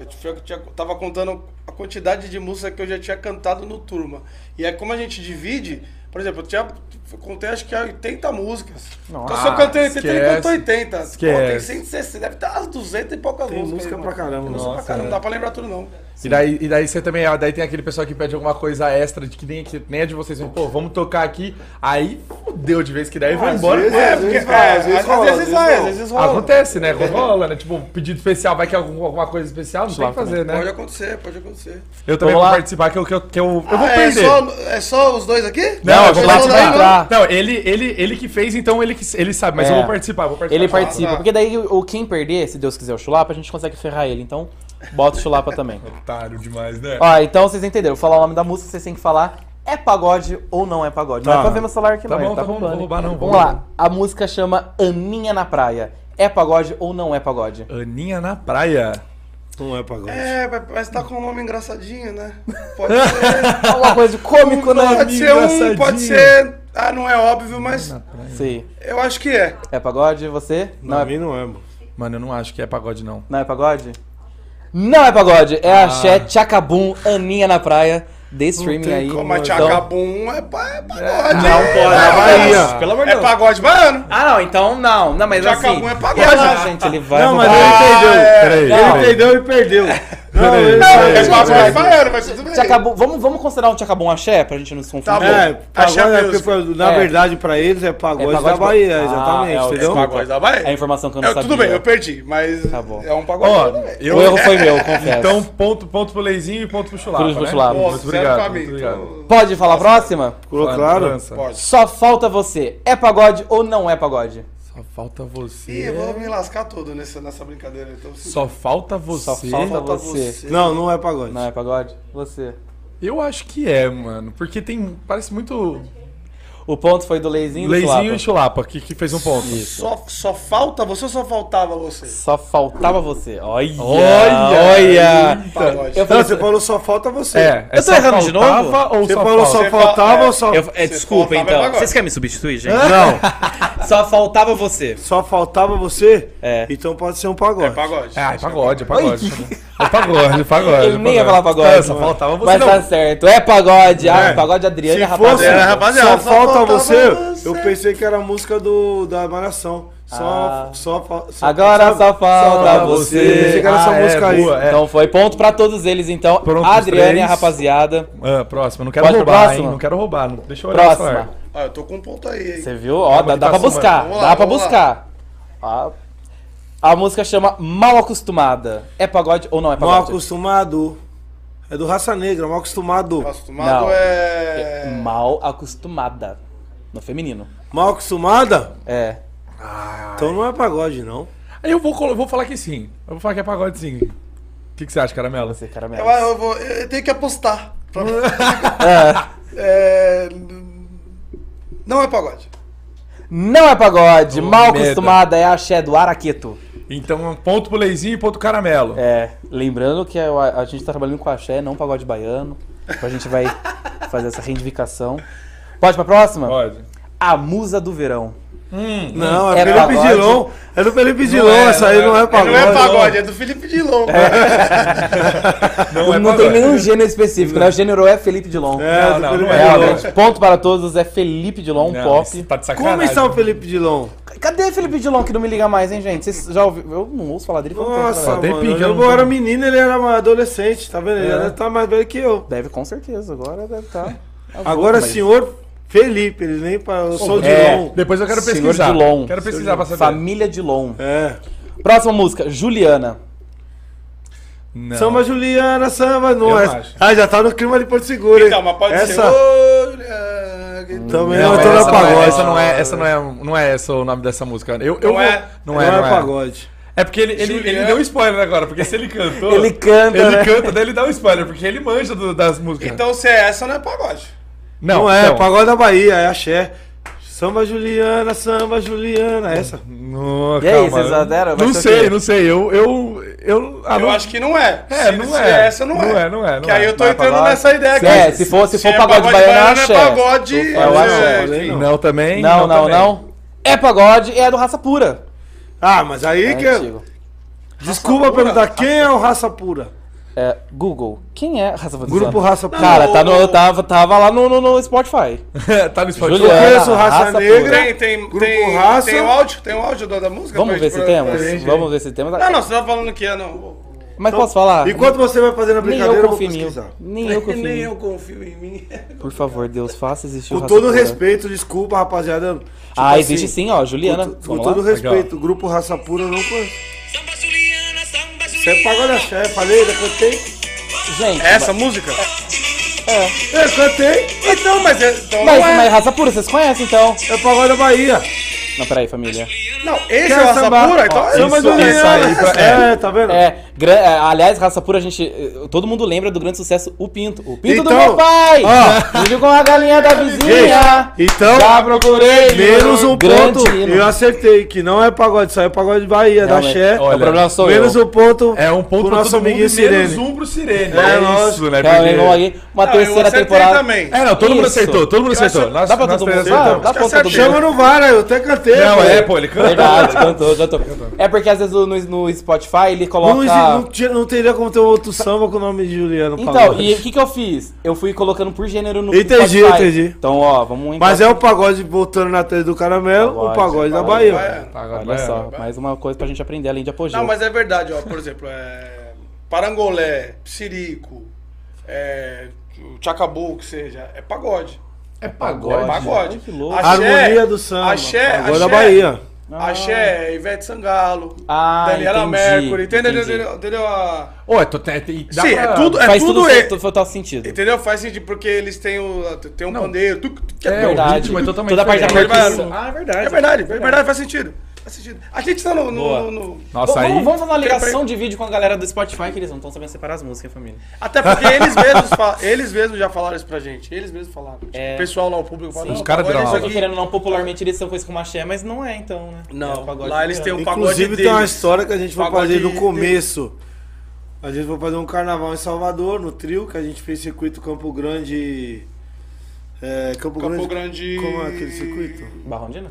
Speaker 4: eu tinha- eu tinha- tava contando a quantidade de música que eu já tinha cantado no turma. E aí, como a gente divide, por exemplo, eu tinha. eu contei acho que 80 músicas. Então, se eu cantei 80, ele
Speaker 2: esquece.
Speaker 4: cantou 80. Pô, tem
Speaker 2: Esquece.
Speaker 4: 160, deve ter umas 200 e poucas
Speaker 3: Tem
Speaker 4: músicas.
Speaker 3: música
Speaker 4: aí,
Speaker 3: pra
Speaker 4: mano.
Speaker 3: caramba.
Speaker 4: Música pra
Speaker 3: Nossa.
Speaker 4: caramba, não dá pra lembrar tudo não.
Speaker 2: E daí, e daí você também, ah, daí tem aquele pessoal que pede alguma coisa extra de que nem, que nem é de vocês, pô, vamos tocar aqui. Aí fudeu de vez que daí vai embora.
Speaker 3: vezes-
Speaker 2: É,
Speaker 3: às
Speaker 2: porque-
Speaker 3: vai, às vezes rola, às vezes
Speaker 4: vai,
Speaker 3: não.
Speaker 4: às vezes rola.
Speaker 2: acontece, né? Rola, né? Tipo, pedido especial, vai que é algum- alguma coisa especial, não tem o que fazer,
Speaker 4: Pode
Speaker 2: né?
Speaker 4: acontecer, pode acontecer.
Speaker 2: Eu
Speaker 1: Vamos
Speaker 2: também vou
Speaker 1: lá.
Speaker 2: participar que eu, que eu, que eu, eu vou
Speaker 4: Ah, é,
Speaker 2: perder.
Speaker 4: só, é só os dois aqui?
Speaker 2: Não, é eu vou
Speaker 1: Ele
Speaker 4: Vocês
Speaker 1: vai
Speaker 4: não dá,
Speaker 2: participar.
Speaker 1: entrar.
Speaker 2: Não, ele, ele, ele que fez, então ele, que, ele sabe, mas
Speaker 1: É.
Speaker 2: eu vou participar, vou participar.
Speaker 1: Ele participa,
Speaker 4: tá.
Speaker 1: porque daí o o quem perder, se Deus quiser o chulapa, a gente consegue ferrar ele. Então, bota o chulapa também.
Speaker 2: Otário demais, né?
Speaker 1: Ó, então vocês entenderam. Eu vou falar o nome da música, vocês têm que falar é pagode ou não é pagode. Não
Speaker 3: Tá.
Speaker 1: é pra ver meu celular aqui
Speaker 2: Tá
Speaker 1: não,
Speaker 2: bom,
Speaker 1: ele tá
Speaker 2: tá bom,
Speaker 1: com
Speaker 2: não vou
Speaker 1: pane.
Speaker 2: roubar não,
Speaker 1: Vamos
Speaker 2: vou
Speaker 1: lá, a música chama Aninha na Praia. É pagode ou não é pagode? *laughs*
Speaker 2: Aninha na praia.
Speaker 3: Não é pagode.
Speaker 4: É, mas- mas tá com um nome engraçadinho, né? Pode ser.
Speaker 1: É uma coisa de cômico, né?
Speaker 4: pode ser um,
Speaker 2: engraçadinho.
Speaker 4: pode ser. Ah, não é óbvio, mas
Speaker 1: Sim.
Speaker 4: eu acho que é.
Speaker 1: É pagode, você? Não
Speaker 3: Pra
Speaker 1: é,
Speaker 3: mim não é, mano.
Speaker 2: Mano, eu não acho que é pagode, não.
Speaker 1: não é pagode? Não é pagode, é axé, tchacabum, Aninha na Praia. Dê streaming
Speaker 3: tem
Speaker 1: aí.
Speaker 4: Como a
Speaker 1: Então,
Speaker 4: Tchacabum é, pa- é pagode.
Speaker 1: Não
Speaker 4: hein?
Speaker 1: pode.
Speaker 4: É pagode.
Speaker 3: Bahia.
Speaker 1: Pelo amor de
Speaker 4: É
Speaker 1: Deus.
Speaker 4: pagode baiano?
Speaker 1: Ah, não, então não. Não, mas assim...
Speaker 4: Jacabum é pagode.
Speaker 1: eu acho, gente, ele vai...
Speaker 3: Não, mas
Speaker 4: Ah,
Speaker 1: roubar.
Speaker 3: ele entendeu.
Speaker 4: é.
Speaker 2: Peraí,
Speaker 1: Não.
Speaker 3: Ele entendeu e
Speaker 1: *laughs*
Speaker 3: perdeu. Não, ele
Speaker 4: Não,
Speaker 3: perdeu.
Speaker 4: é pagode
Speaker 1: gente.
Speaker 4: baiano, mas tudo bem.
Speaker 1: Tchacabum- vamos, vamos considerar um Tchacabum axé pra gente não se confundir?
Speaker 4: Tá bom.
Speaker 3: É,
Speaker 4: Achei
Speaker 3: pagode, é
Speaker 4: mesmo.
Speaker 3: porque, foi- na
Speaker 1: É.
Speaker 3: verdade, pra eles é pagode,
Speaker 1: É pagode
Speaker 3: da Bahia,
Speaker 1: ba-
Speaker 3: exatamente,
Speaker 1: Ah, é,
Speaker 3: entendeu?
Speaker 4: É pagode da Bahia.
Speaker 1: É a informação que eu não
Speaker 4: É,
Speaker 1: sabia.
Speaker 4: tudo bem, eu perdi, mas
Speaker 1: Tá bom.
Speaker 4: é um pagode.
Speaker 2: Ó,
Speaker 4: tudo bem.
Speaker 2: eu...
Speaker 1: O erro foi meu, eu confesso.
Speaker 2: Então, ponto, ponto pro Leizinho e ponto pro Chulapa,
Speaker 1: Cruz pro
Speaker 2: né?
Speaker 1: Chulapa.
Speaker 4: Pô,
Speaker 2: Muito
Speaker 4: zero
Speaker 2: obrigado,
Speaker 4: pra
Speaker 2: muito
Speaker 4: mim, então,
Speaker 2: obrigado. Tá.
Speaker 1: Pode falar a próxima?
Speaker 3: Colocou
Speaker 2: Fala,
Speaker 3: claro.
Speaker 2: França.
Speaker 4: Pode.
Speaker 1: Só falta você. É pagode ou não é pagode?
Speaker 2: Só falta
Speaker 4: Ih, eu
Speaker 2: você.
Speaker 4: vou me lascar todo nessa, nessa brincadeira. Então, se-
Speaker 2: É. Só falta você.
Speaker 1: Só falta
Speaker 4: falta
Speaker 1: você.
Speaker 4: você.
Speaker 3: Não, não é pagode.
Speaker 1: Não é pagode? Você.
Speaker 2: Eu acho que é, mano. Porque tem. Parece muito.
Speaker 1: O ponto foi do Leizinho e do
Speaker 2: Leizinho
Speaker 1: Chulapa.
Speaker 2: e Chulapa, que, que fez um ponto.
Speaker 4: Só, só falta você ou só faltava você?
Speaker 1: Só faltava você. Olha! Olha!
Speaker 2: Olha!
Speaker 4: É Pagode.
Speaker 1: Eu
Speaker 3: Não,
Speaker 1: falei,
Speaker 3: você falou só falta você.
Speaker 2: É, é
Speaker 1: Eu tô
Speaker 2: só
Speaker 1: errando de
Speaker 2: faltava
Speaker 1: novo?
Speaker 2: Ou
Speaker 3: Você
Speaker 2: só
Speaker 3: falou
Speaker 2: falta?
Speaker 3: só
Speaker 4: Você
Speaker 3: faltava
Speaker 4: fala-
Speaker 3: ou só...
Speaker 1: eu- é,
Speaker 4: Você
Speaker 1: desculpa,
Speaker 4: faltava
Speaker 1: então.
Speaker 4: agora.
Speaker 1: Vocês querem me substituir, gente? *laughs*
Speaker 3: Não,
Speaker 1: Só faltava você.
Speaker 3: só faltava você?
Speaker 1: É.
Speaker 3: Então pode ser um pagode.
Speaker 4: É pagode.
Speaker 2: Ah, é pagode, é pagode. É pagode, é pagode.
Speaker 1: Ele nem ia falar pagode.
Speaker 2: É, só faltava você.
Speaker 1: Mas
Speaker 2: não.
Speaker 1: tá certo. É pagode. Ah, pagode Adriana,
Speaker 3: Se
Speaker 1: rapaziada.
Speaker 3: fosse,
Speaker 4: rapaziada. Rapaziada,
Speaker 3: só
Speaker 4: só
Speaker 3: falta
Speaker 4: faltava
Speaker 3: você,
Speaker 4: você.
Speaker 3: eu pensei que era a música do, da Malhação. Só,
Speaker 1: Ah.
Speaker 3: só, fa- só,
Speaker 1: Agora
Speaker 3: sabe?
Speaker 1: só falta
Speaker 2: falta
Speaker 1: você.
Speaker 2: você.
Speaker 3: Pensei que era essa
Speaker 2: Ah, é,
Speaker 3: música aí.
Speaker 2: boa, é.
Speaker 1: Então foi ponto pra todos eles, então.
Speaker 2: Pronto, os
Speaker 1: Adriana e a
Speaker 2: três.
Speaker 1: rapaziada.
Speaker 2: Ah, próximo, não quero
Speaker 1: Pode pro
Speaker 2: roubar, hein?
Speaker 1: próximo?
Speaker 2: Não quero roubar. Não... Deixa eu olhar o
Speaker 1: Próxima.
Speaker 2: celular.
Speaker 4: Ah, eu tô com um ponto aí, hein?
Speaker 1: Você viu? Ó, dá, dá
Speaker 2: que tá
Speaker 1: pra
Speaker 2: somando.
Speaker 1: buscar.
Speaker 4: Vamos
Speaker 1: dá
Speaker 4: lá,
Speaker 1: pra
Speaker 4: vamos lá.
Speaker 1: buscar. A, a música chama Mal Acostumada. É pagode ou não é
Speaker 3: Mal
Speaker 1: pagode?
Speaker 3: acostumado. É do Raça Negra, mal acostumado.
Speaker 4: Mal Tá acostumado
Speaker 1: Não.
Speaker 4: é...
Speaker 1: Mal acostumada. No feminino.
Speaker 3: Mal acostumada?
Speaker 1: É.
Speaker 3: Então não é pagode, não.
Speaker 2: Aí eu vou, colo- eu vou falar que sim. Eu vou falar que é pagode sim. O que, que você acha, caramelo?
Speaker 1: Você, cara
Speaker 4: Eu, eu vou, eu tenho que apostar. Pra- *laughs* É, Não é pagode.
Speaker 1: Não é pagode. Mal
Speaker 2: merda.
Speaker 1: acostumada é a axé do Araqueto.
Speaker 2: Então, ponto pro Leizinho e ponto pro caramelo.
Speaker 1: É. Lembrando que a, a gente tá trabalhando com axé, não pagode baiano. Então a gente vai fazer essa reivindicação. Pode pra próxima?
Speaker 2: Pode. Hum,
Speaker 1: A Musa do Verão.
Speaker 3: Não, é,
Speaker 1: É
Speaker 3: Felipe
Speaker 1: pagode.
Speaker 3: Dilon. É do Felipe Dilon,
Speaker 2: é,
Speaker 3: essa aí não é pagode.
Speaker 4: Não é pagode, é do Felipe Dilon. cara.
Speaker 2: Não, é
Speaker 1: não tem
Speaker 2: pagode.
Speaker 1: nenhum gênero específico, né? O gênero é Felipe Dilon.
Speaker 3: É,
Speaker 2: Não,
Speaker 3: do
Speaker 2: não,
Speaker 3: Felipe
Speaker 2: não é.
Speaker 3: Dilon.
Speaker 6: Realmente, ponto para todos é Felipe Dilon,
Speaker 2: Não, isso
Speaker 6: pop.
Speaker 2: Tá de sacanagem.
Speaker 3: Como está o Felipe Dilon?
Speaker 1: Cadê Felipe Dilon que não me liga mais, hein, gente? Vocês já ouviram? Eu não ouço falar dele. faz um
Speaker 2: tá,
Speaker 1: tempo,
Speaker 3: Nossa,
Speaker 1: galera.
Speaker 2: tem
Speaker 3: mano,
Speaker 2: pinga,
Speaker 3: eu,
Speaker 2: não É.
Speaker 3: era
Speaker 2: tem.
Speaker 3: menino, ele era uma adolescente, tá vendo? Ele ainda tá mais velho que eu.
Speaker 1: Deve, com certeza. Agora deve tá.
Speaker 2: *laughs*
Speaker 1: estar...
Speaker 3: Agora, senhor Felipe, ele nem para Eu sou o
Speaker 6: é.
Speaker 3: Dilon.
Speaker 2: Depois eu quero
Speaker 6: Senhor
Speaker 2: pesquisar.
Speaker 6: Dilon.
Speaker 2: Quero pesquisar pra saber.
Speaker 6: Família Dilon.
Speaker 3: É.
Speaker 6: Próxima música, Juliana.
Speaker 2: Não.
Speaker 3: Samba Juliana, samba, não
Speaker 2: Eu
Speaker 3: é.
Speaker 2: acho.
Speaker 3: Ah, já tá no clima de Porto Seguro, hein?
Speaker 4: Então, mas pode
Speaker 3: essa... Tá.
Speaker 4: ser. então. Olha, que tal.
Speaker 3: Também
Speaker 2: Não,
Speaker 3: não, eu tô na
Speaker 2: essa, não é,
Speaker 3: pagode.
Speaker 2: essa não é, essa não é, não é essa o nome dessa música. Eu, eu
Speaker 4: Não
Speaker 2: vou-
Speaker 4: é.
Speaker 2: não é, não é.
Speaker 3: pagode.
Speaker 2: É porque ele, ele, ele
Speaker 4: Juliana.
Speaker 2: deu spoiler agora, porque se ele cantou,
Speaker 1: Ele canta,
Speaker 2: ele
Speaker 1: né?
Speaker 2: canta, daí ele dá um spoiler, porque ele manja do- das músicas.
Speaker 4: Então, se é essa, não é pagode.
Speaker 3: Não, é,
Speaker 2: então,
Speaker 3: pagode da Bahia, é axé. Samba Juliana, samba Juliana, é essa.
Speaker 2: Não,
Speaker 1: E aí,
Speaker 2: calma.
Speaker 1: vocês aderam? Vai
Speaker 2: Não
Speaker 1: ser o
Speaker 2: sei,
Speaker 1: quê?
Speaker 2: não sei. Eu. Eu, eu, ah,
Speaker 4: Eu
Speaker 2: não-
Speaker 4: acho que não é.
Speaker 2: É,
Speaker 4: se,
Speaker 2: não
Speaker 4: se
Speaker 2: é.
Speaker 4: essa, não,
Speaker 2: Não
Speaker 4: é.
Speaker 2: é, não é, não
Speaker 4: que
Speaker 2: é.
Speaker 4: aí eu tô
Speaker 2: Vai
Speaker 4: entrando
Speaker 2: falar?
Speaker 4: nessa ideia aqui.
Speaker 1: É, se for, se for pagode, baiano, é
Speaker 4: é
Speaker 1: axé.
Speaker 4: pagode.
Speaker 1: Eu acho,
Speaker 4: é,
Speaker 3: eu falei,
Speaker 4: enfim.
Speaker 2: Não também.
Speaker 1: Não, não,
Speaker 2: também.
Speaker 1: não. É pagode e é do Raça Pura.
Speaker 3: Ah, mas aí que.
Speaker 1: É antigo.
Speaker 3: Desculpa perguntar, quem é o Raça Pura?
Speaker 1: É, Google, quem é Raça Pura?
Speaker 3: Grupo Raça Pura.
Speaker 1: Cara, tá
Speaker 4: Não,
Speaker 1: no,
Speaker 4: o-
Speaker 1: tava, tava lá no, no, no Spotify.
Speaker 2: *laughs* tá no Spotify.
Speaker 1: Juliana,
Speaker 3: conheço Raça Negra.
Speaker 1: Pura.
Speaker 4: Tem, tem,
Speaker 3: Grupo
Speaker 4: tem,
Speaker 3: Raça.
Speaker 4: tem o áudio, tem o áudio da, da música?
Speaker 1: Vamos
Speaker 4: pra
Speaker 1: ver
Speaker 4: gente-
Speaker 1: se
Speaker 4: pra- pra
Speaker 1: temos.
Speaker 4: gente?
Speaker 1: Vamos ver se temos.
Speaker 4: Não, não, você tá falando que é, não.
Speaker 1: Mas posso falar?
Speaker 3: Enquanto você vai fazendo a
Speaker 1: Nem
Speaker 3: brincadeira,
Speaker 1: eu
Speaker 3: eu vou
Speaker 1: confio em mim.
Speaker 3: pesquisar.
Speaker 1: Nem eu
Speaker 3: *laughs*
Speaker 1: confio em mim.
Speaker 4: confio em mim.
Speaker 1: Por favor, Deus, faça existir o
Speaker 3: Com
Speaker 1: Raça
Speaker 3: todo
Speaker 1: Pura.
Speaker 3: respeito, desculpa, rapaziada. Tipo
Speaker 1: Ah,
Speaker 3: assim,
Speaker 1: existe sim, ó, Juliana.
Speaker 3: Com, tu- com
Speaker 1: Vamos lá?
Speaker 3: todo respeito, o grupo Raça Pura eu não conheço.
Speaker 10: Samba Juliana, samba
Speaker 3: Você é
Speaker 10: Juliana.
Speaker 3: pagode axé, falei, já cantei.
Speaker 1: Gente,
Speaker 4: É Essa música?
Speaker 3: Eu cantei,
Speaker 4: Então, mas. é- Então
Speaker 1: mas,
Speaker 4: não, é.
Speaker 1: mas Raça Pura, vocês conhecem então?
Speaker 3: é pagode da Bahia.
Speaker 1: Não, peraí, família.
Speaker 4: não, esse é
Speaker 3: Quero
Speaker 4: o Raça
Speaker 3: samba.
Speaker 4: Pura, então
Speaker 3: Ó,
Speaker 4: é
Speaker 3: samba
Speaker 4: isso.
Speaker 3: Juliana.
Speaker 2: isso aí pra-
Speaker 3: é. tá vendo?
Speaker 1: É, gran- é, aliás, Raça Pura, a gente. eh, Todo mundo lembra do grande sucesso O Pinto. O Pinto do
Speaker 3: Então,
Speaker 1: meu pai!
Speaker 3: ó.
Speaker 1: Vive com a galinha da vizinha!
Speaker 3: Gente, então,
Speaker 1: já procurei!
Speaker 3: menos um
Speaker 1: grande
Speaker 3: ponto.
Speaker 1: hino.
Speaker 3: Eu acertei que não é pagode, só é pagode de Bahia, da
Speaker 1: Realmente,
Speaker 3: Xé.
Speaker 1: o problema sou
Speaker 3: menos
Speaker 1: eu.
Speaker 3: um ponto.
Speaker 2: É um ponto
Speaker 3: pro
Speaker 2: pra
Speaker 3: nosso
Speaker 2: todo mundo
Speaker 3: amiguinho
Speaker 2: e menos
Speaker 3: Sirene.
Speaker 2: um pro Sirene.
Speaker 3: É,
Speaker 2: isso, né?
Speaker 1: Calma aí, vamos
Speaker 2: porque-
Speaker 1: aí. Uma
Speaker 4: Não, eu
Speaker 1: terceira
Speaker 4: acertei
Speaker 1: temporada.
Speaker 4: também.
Speaker 2: É, não, todo mundo
Speaker 1: Isso.
Speaker 2: acertou, todo mundo
Speaker 4: Eu
Speaker 2: acertou.
Speaker 4: acho-
Speaker 2: Nós-
Speaker 1: Dá pra
Speaker 2: nós
Speaker 1: todo
Speaker 2: três
Speaker 1: mundo? Dá,
Speaker 2: acertamos.
Speaker 1: dá pra todo
Speaker 4: acertei.
Speaker 1: mundo.
Speaker 3: Chama no VAR, eu até cantei.
Speaker 2: Não,
Speaker 3: pô.
Speaker 2: é, pô, ele canta.
Speaker 1: *laughs* Verdade, cantou, cantou. É porque às vezes no, no Spotify ele coloca.
Speaker 3: Não, exi-
Speaker 2: tá.
Speaker 3: não tinha- não teria como ter um outro samba com o nome de Juliano
Speaker 1: Então,
Speaker 3: Pagode.
Speaker 1: e o que, que eu fiz? Eu fui colocando por gênero no
Speaker 3: Entendi,
Speaker 1: Spotify.
Speaker 3: entendi.
Speaker 1: Então, ó, vamos
Speaker 3: Mas é o pagode voltando na trilha do caramelo, o
Speaker 1: Pagode,
Speaker 3: pagode da
Speaker 1: pagode.
Speaker 3: Bahia.
Speaker 4: É.
Speaker 1: Olha só, mais uma coisa pra gente aprender além de apogeu.
Speaker 4: Não, mas é verdade, ó. Por exemplo, é. Parangolé, Psirico, é. Chacabu, que seja. É pagode.
Speaker 2: É
Speaker 4: É
Speaker 2: pagode.
Speaker 4: pagode.
Speaker 1: Ai, que louco.
Speaker 3: Harmonia do samba,
Speaker 4: Axé,
Speaker 3: pagode
Speaker 4: axé,
Speaker 3: da Bahia.
Speaker 4: Axé, Ivete Sangalo,
Speaker 1: Ah,
Speaker 4: Daniela
Speaker 1: entendi,
Speaker 4: Mercury, entendeu?
Speaker 1: entendi.
Speaker 4: Entendeu? entendeu a-
Speaker 2: Ô, é, tu- tem- tem- dá
Speaker 4: Sim,
Speaker 2: pra-
Speaker 4: é tudo, é
Speaker 1: Faz
Speaker 4: tudo,
Speaker 1: tudo
Speaker 4: é-
Speaker 1: fe- total sentido.
Speaker 4: Entendeu? Faz sentido, porque eles têm o, tem um pandeiro. tuc, tuc,
Speaker 2: É,
Speaker 4: tuc,
Speaker 2: o
Speaker 1: Verdade.
Speaker 2: ritmo é totalmente
Speaker 1: Toda a parte da
Speaker 4: Ele
Speaker 2: diferente.
Speaker 4: vai-
Speaker 1: percussão.
Speaker 4: Ah, é verdade. É verdade, é verdade, faz sentido. Faz sentido. A gente tá no. no- no-
Speaker 1: Vamos,
Speaker 2: Nossa, aí...
Speaker 1: vamos- vamos fazer uma ligação de vídeo com a galera do Spotify que eles não estão sabendo separar as músicas, família.
Speaker 4: Até porque eles mesmos, fa- eles mesmos já falaram isso pra gente. Eles mesmos falaram. Tipo,
Speaker 1: É.
Speaker 4: O pessoal lá, o público fala.
Speaker 1: Sim,
Speaker 4: não,
Speaker 2: os caras
Speaker 4: agora
Speaker 2: deram
Speaker 4: isso
Speaker 2: aula.
Speaker 1: Porque
Speaker 4: aqui-
Speaker 1: querendo ou não, popularmente eles são coisa com maché, mas não é então, né? É, o
Speaker 4: Não,
Speaker 1: pagode
Speaker 4: lá eles têm um o pagode
Speaker 3: Inclusive tem
Speaker 4: deles.
Speaker 3: uma história que a gente vai
Speaker 4: Pagode
Speaker 3: fazer no
Speaker 4: deles.
Speaker 3: começo. A gente vai fazer um carnaval em Salvador, no trio, que a gente fez circuito Campo Grande. É, Campo, Grande.
Speaker 4: Campo Grande-
Speaker 3: Como é aquele circuito?
Speaker 1: Barrondina?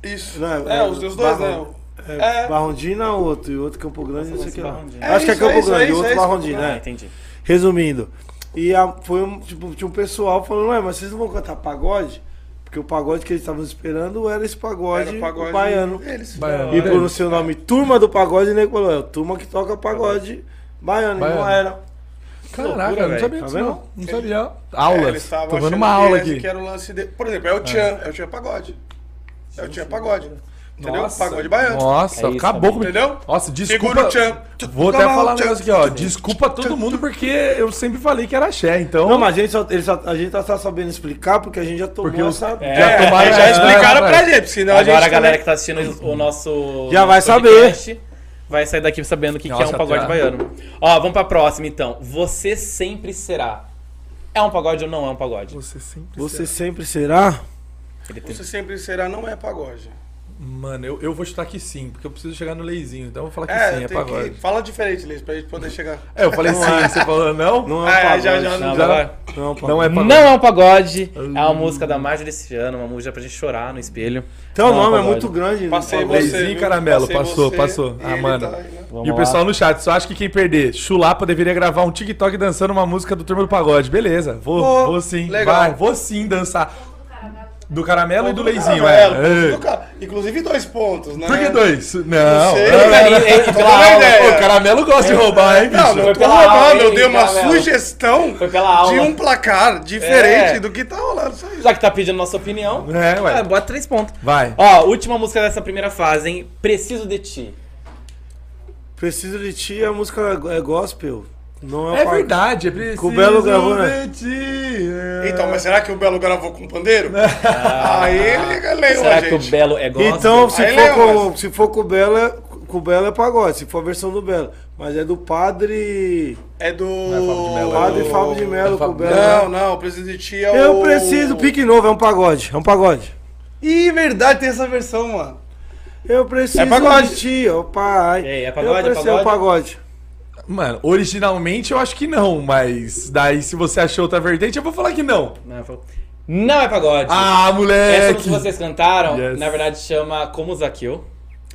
Speaker 4: Isso.
Speaker 3: Não,
Speaker 4: é, os, os dois,
Speaker 3: Barron-
Speaker 4: né?
Speaker 3: É,
Speaker 4: É.
Speaker 3: Barrondina, outro, e outro Campo Grande, não sei o que lá.
Speaker 1: Barrondina.
Speaker 4: É
Speaker 3: Acho que é
Speaker 4: isso, é
Speaker 3: Campo
Speaker 4: isso, é
Speaker 3: Grande,
Speaker 4: isso,
Speaker 3: outro
Speaker 4: é Então, isso,
Speaker 3: Barrondina,
Speaker 1: Ah,
Speaker 3: é.
Speaker 1: entendi.
Speaker 3: Resumindo, e a- foi um, tipo, tinha um pessoal falando, ué, mas vocês não vão cantar pagode? Porque o pagode que eles estavam esperando era esse pagode,
Speaker 4: Era o pagode.
Speaker 3: baiano.
Speaker 4: Eles
Speaker 2: Baiano.
Speaker 3: E por seu nome, turma do pagode, né? Falou, é, o turma que toca pagode baiano, e não
Speaker 2: Baiano.
Speaker 3: era.
Speaker 2: Caraca, eu não sabia
Speaker 3: Tá
Speaker 2: disso,
Speaker 3: vendo?
Speaker 2: não. Não sabia.
Speaker 4: É,
Speaker 2: Aula.
Speaker 4: eles estavam
Speaker 2: Tô dando
Speaker 4: achando
Speaker 2: uma aula
Speaker 4: que,
Speaker 2: aqui.
Speaker 4: que era o lance dele. Por exemplo, é o Tchan, é o Tchan Pagode. É o Tchan Pagode. Entendeu?
Speaker 1: Nossa.
Speaker 4: Pagode baiano.
Speaker 2: Nossa,
Speaker 1: É isso,
Speaker 2: acabou comigo.
Speaker 4: Entendeu?
Speaker 2: Nossa,
Speaker 4: Segura
Speaker 2: desculpa.
Speaker 4: o tchan.
Speaker 2: Vou até
Speaker 4: Tchan,
Speaker 2: falar um
Speaker 4: tchan,
Speaker 2: negócio aqui, ó. Desculpa a todo mundo porque eu sempre falei que era axé, então.
Speaker 3: Não, mas a gente, só, ele só- a gente tá só sabendo explicar porque a gente já tomou
Speaker 2: Porque os-
Speaker 3: essa...
Speaker 4: É,
Speaker 2: Já
Speaker 4: é,
Speaker 2: tomaram-
Speaker 4: já explicaram
Speaker 2: Ah,
Speaker 4: pra gente, porque senão
Speaker 1: Agora
Speaker 4: a gente.
Speaker 1: a galera que
Speaker 4: também-
Speaker 1: tá assistindo o nosso.
Speaker 3: Já vai
Speaker 1: nosso podcast Vai sair daqui sabendo o que, que é
Speaker 2: Nossa,
Speaker 1: um pagode
Speaker 2: tá.
Speaker 1: baiano. Ó, vamos pra próxima então. Você sempre será. É um pagode ou não é um pagode?
Speaker 2: Você sempre.
Speaker 3: Você sempre será?
Speaker 1: Ele tem-
Speaker 4: Você sempre será, não é pagode.
Speaker 2: Mano, eu, eu vou chutar que sim, porque eu preciso chegar no leizinho. Então eu vou falar que
Speaker 4: É,
Speaker 2: sim, é
Speaker 4: tem
Speaker 2: pagode.
Speaker 4: que. Fala diferente, Liz, pra gente poder chegar.
Speaker 2: É, eu falei sim, você falou não?
Speaker 3: Não é um
Speaker 4: Ah,
Speaker 3: pagode.
Speaker 4: já,
Speaker 1: Não,
Speaker 4: já, não.
Speaker 1: vai,
Speaker 2: Já,
Speaker 1: vai.
Speaker 2: já,
Speaker 3: Não, pô.
Speaker 2: Não é pra
Speaker 6: Não é um pagode, é
Speaker 4: Hum.
Speaker 6: uma música da Marjorie esse ano, uma música pra gente chorar no espelho.
Speaker 1: um
Speaker 3: Então o
Speaker 6: Não é
Speaker 3: nome é
Speaker 6: pagode.
Speaker 3: muito grande.
Speaker 4: Passei
Speaker 3: Pagode.
Speaker 4: você.
Speaker 2: Leizinho
Speaker 4: viu?
Speaker 2: caramelo,
Speaker 4: Passei
Speaker 2: passou,
Speaker 4: você,
Speaker 2: passou. Ah,
Speaker 4: ele
Speaker 2: mano.
Speaker 4: tá aí, né?
Speaker 2: e o pessoal no chat, só acha que quem perder, Chulapa deveria gravar um TikTok dançando uma música do Turma do Pagode. Beleza, vou,
Speaker 4: Pô,
Speaker 2: vou sim,
Speaker 4: legal.
Speaker 2: vai, vou sim dançar. Do caramelo e do leizinho,
Speaker 4: Caramelo,
Speaker 2: é.
Speaker 4: do ca- Ah, Inclusive dois pontos, né?
Speaker 2: Por que dois? Não,
Speaker 4: sei,
Speaker 2: não,
Speaker 4: cara,
Speaker 2: não,
Speaker 4: eu *laughs*
Speaker 2: não.
Speaker 4: tô dando uma ideia.
Speaker 2: Pô, O caramelo gosta de roubar, hein, bicho?
Speaker 4: Não, não tô
Speaker 6: pela aula,
Speaker 4: roubando,
Speaker 6: hein,
Speaker 4: eu dei uma
Speaker 6: Caramelo?
Speaker 4: sugestão
Speaker 6: Foi pela aula.
Speaker 4: de um placar diferente
Speaker 6: É.
Speaker 4: do que tá rolando. Só isso.
Speaker 6: Já que tá pedindo nossa opinião,
Speaker 2: É, ué.
Speaker 6: ah, bota três pontos.
Speaker 2: Vai.
Speaker 6: Ó, última música dessa primeira fase, hein? Preciso de ti.
Speaker 3: Preciso de ti, a música é gospel. Não é,
Speaker 2: É
Speaker 3: pagode.
Speaker 2: verdade, é preciso.
Speaker 3: o Belo gravou, né?
Speaker 2: de ti, é.
Speaker 4: Então, mas será que o Belo gravou com o pandeiro? Aí ele ganhou,
Speaker 6: Será que o
Speaker 4: gente.
Speaker 6: Belo é gospel?
Speaker 3: Então, se
Speaker 4: Aí
Speaker 3: for,
Speaker 4: lembra.
Speaker 3: com, se for com o Belo, é, com o Belo é pagode. Se for a versão do Belo. Mas é do padre.
Speaker 4: É do...
Speaker 3: Padre é Fábio de Melo com o Belo.
Speaker 4: Não,
Speaker 6: né?
Speaker 4: não, eu preciso de ti é o...
Speaker 3: Eu preciso, pique novo, é um pagode. É um pagode.
Speaker 4: Ih, verdade, tem essa versão, mano.
Speaker 3: Eu preciso
Speaker 4: É pagode.
Speaker 3: de ti, ó pai.
Speaker 6: E aí, é pagode, é
Speaker 3: Eu preciso, é um pagode.
Speaker 2: Mano, originalmente eu acho que não, mas daí se você achou outra vertente, eu vou falar que não.
Speaker 6: Não, falou- Não é pagode.
Speaker 2: Ah,
Speaker 6: essa
Speaker 2: moleque!
Speaker 6: que vocês cantaram,
Speaker 2: Yes.
Speaker 6: na verdade, chama Como Zaqueu.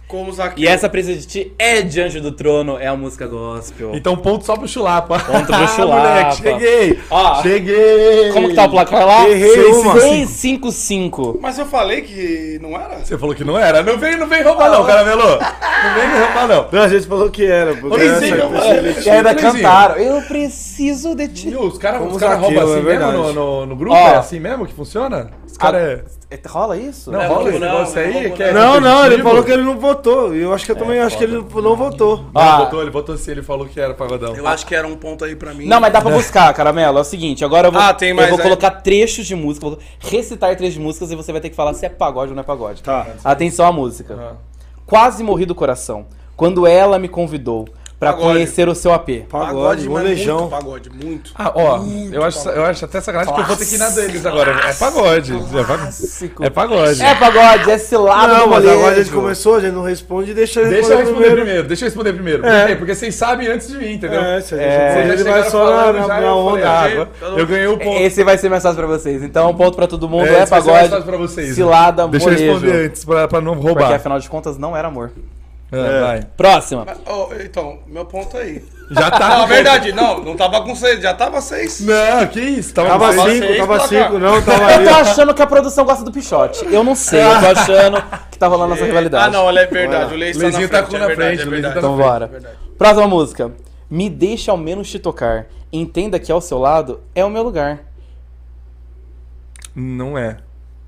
Speaker 4: Como os aqui.
Speaker 6: E essa Preciso de ti é de Anjo do Trono, é a música gospel.
Speaker 2: Então ponto só pro Chulapa.
Speaker 6: Ponto pro
Speaker 2: *laughs* Ah,
Speaker 6: Chulapa.
Speaker 2: moleque, cheguei!
Speaker 6: Ó,
Speaker 2: cheguei!
Speaker 6: Como que tá o placar lá?
Speaker 3: Errei
Speaker 2: Seis,
Speaker 3: uma.
Speaker 2: cinco.
Speaker 6: 655.
Speaker 4: Mas eu falei que não era?
Speaker 2: Você falou que não era. Não vem, não vem roubar
Speaker 6: Ah.
Speaker 2: não, Caramelo. Não vem me roubar não.
Speaker 3: Não, a gente falou que era. Porque
Speaker 2: Sim,
Speaker 3: essa
Speaker 2: sim,
Speaker 3: é
Speaker 2: eu-
Speaker 3: preciso de ti.
Speaker 2: Ainda cantaram.
Speaker 6: Eu preciso de ti.
Speaker 2: E os caras
Speaker 3: Como
Speaker 2: os cara
Speaker 3: zaqueu,
Speaker 2: roubam assim
Speaker 3: é
Speaker 2: mesmo
Speaker 3: verdade.
Speaker 2: no, no- no grupo?
Speaker 6: Ó.
Speaker 2: é assim mesmo que funciona? é- Os caras...
Speaker 1: Rola isso?
Speaker 2: Não,
Speaker 6: Não,
Speaker 2: rola um esse
Speaker 6: um não,
Speaker 2: negócio
Speaker 6: não,
Speaker 2: aí?
Speaker 6: não,
Speaker 2: que é
Speaker 3: Não, não, ele
Speaker 2: repetitivo?
Speaker 3: falou que ele não votou. Eu acho que eu também acho que ele não votou.
Speaker 2: Não,
Speaker 1: Ah.
Speaker 2: ele votou, ele votou sim, ele falou que era pagodão.
Speaker 4: Eu acho que era um ponto aí pra mim.
Speaker 1: Não, mas dá pra
Speaker 2: Né?
Speaker 1: buscar, Caramelo. É o seguinte, agora eu vou,
Speaker 4: Ah, tem
Speaker 1: eu
Speaker 4: mais
Speaker 1: vou
Speaker 4: aí.
Speaker 1: colocar trechos de música, vou recitar trechos de músicas e você vai ter que falar se é pagode ou não é pagode.
Speaker 3: Tá.
Speaker 1: Atenção à música. Quase morri do coração quando ela me convidou pra
Speaker 4: Pagode.
Speaker 1: conhecer o seu AP.
Speaker 3: Pagode,
Speaker 4: mas
Speaker 3: molejão.
Speaker 4: muito pagode, muito.
Speaker 2: Ah, ó, eu acho, eu acho até sacanagem porque eu vou ter que ir na deles agora. É pagode. É pagode. É pagode.
Speaker 1: É pagode, é cilada
Speaker 3: Não,
Speaker 1: do
Speaker 3: mas
Speaker 1: molejo.
Speaker 3: agora a gente começou, a gente não responde e deixa ele
Speaker 2: Deixa eu responder primeiro. É. deixa eu responder primeiro. Por quê? Porque vocês sabem antes de mim, entendeu?
Speaker 3: É, se a
Speaker 2: Vocês
Speaker 3: gente
Speaker 2: já
Speaker 3: ele
Speaker 2: chegaram
Speaker 3: vai só
Speaker 2: falando,
Speaker 3: na,
Speaker 2: já
Speaker 3: na,
Speaker 2: eu falei,
Speaker 3: onda.
Speaker 2: ah,
Speaker 3: água.
Speaker 2: Eu ganhei o ponto.
Speaker 1: Esse vai ser mensagem pra vocês. Então, um ponto pra todo mundo.
Speaker 2: É,
Speaker 1: É,
Speaker 2: esse vai ser
Speaker 1: pagode,
Speaker 2: mensagem pra vocês. né?
Speaker 1: cilada,
Speaker 2: Deixa eu
Speaker 1: molejo.
Speaker 2: responder antes pra, pra não roubar.
Speaker 1: Porque, afinal de contas, não era amor.
Speaker 2: É, vai.
Speaker 1: Próxima.
Speaker 4: Mas, ó, então, meu ponto aí.
Speaker 2: Já *laughs* tá.
Speaker 4: Na verdade, *laughs* não, não tava com seis, já tava seis.
Speaker 2: Não, que isso? Tava,
Speaker 3: Tava
Speaker 1: assim.
Speaker 2: tava
Speaker 4: Vocês
Speaker 3: cinco, tava
Speaker 4: placar.
Speaker 3: cinco, não,
Speaker 2: Tá,
Speaker 3: tava
Speaker 1: Eu tô
Speaker 3: ali.
Speaker 1: achando que a produção gosta do Pichote. Eu não sei, eu tô
Speaker 2: *laughs*
Speaker 1: achando que tá rolando essa rivalidade.
Speaker 4: Ah, não, olha, é verdade. O Leizinho
Speaker 2: Leizinho tá
Speaker 4: tá na
Speaker 2: com
Speaker 4: frente,
Speaker 2: na
Speaker 4: é verdade,
Speaker 2: frente,
Speaker 4: é
Speaker 2: o Leizinho
Speaker 4: verdade.
Speaker 2: tá na
Speaker 1: Então bora. Próxima música. Me deixa ao menos te tocar. Entenda que ao seu lado é o meu lugar.
Speaker 2: Não é.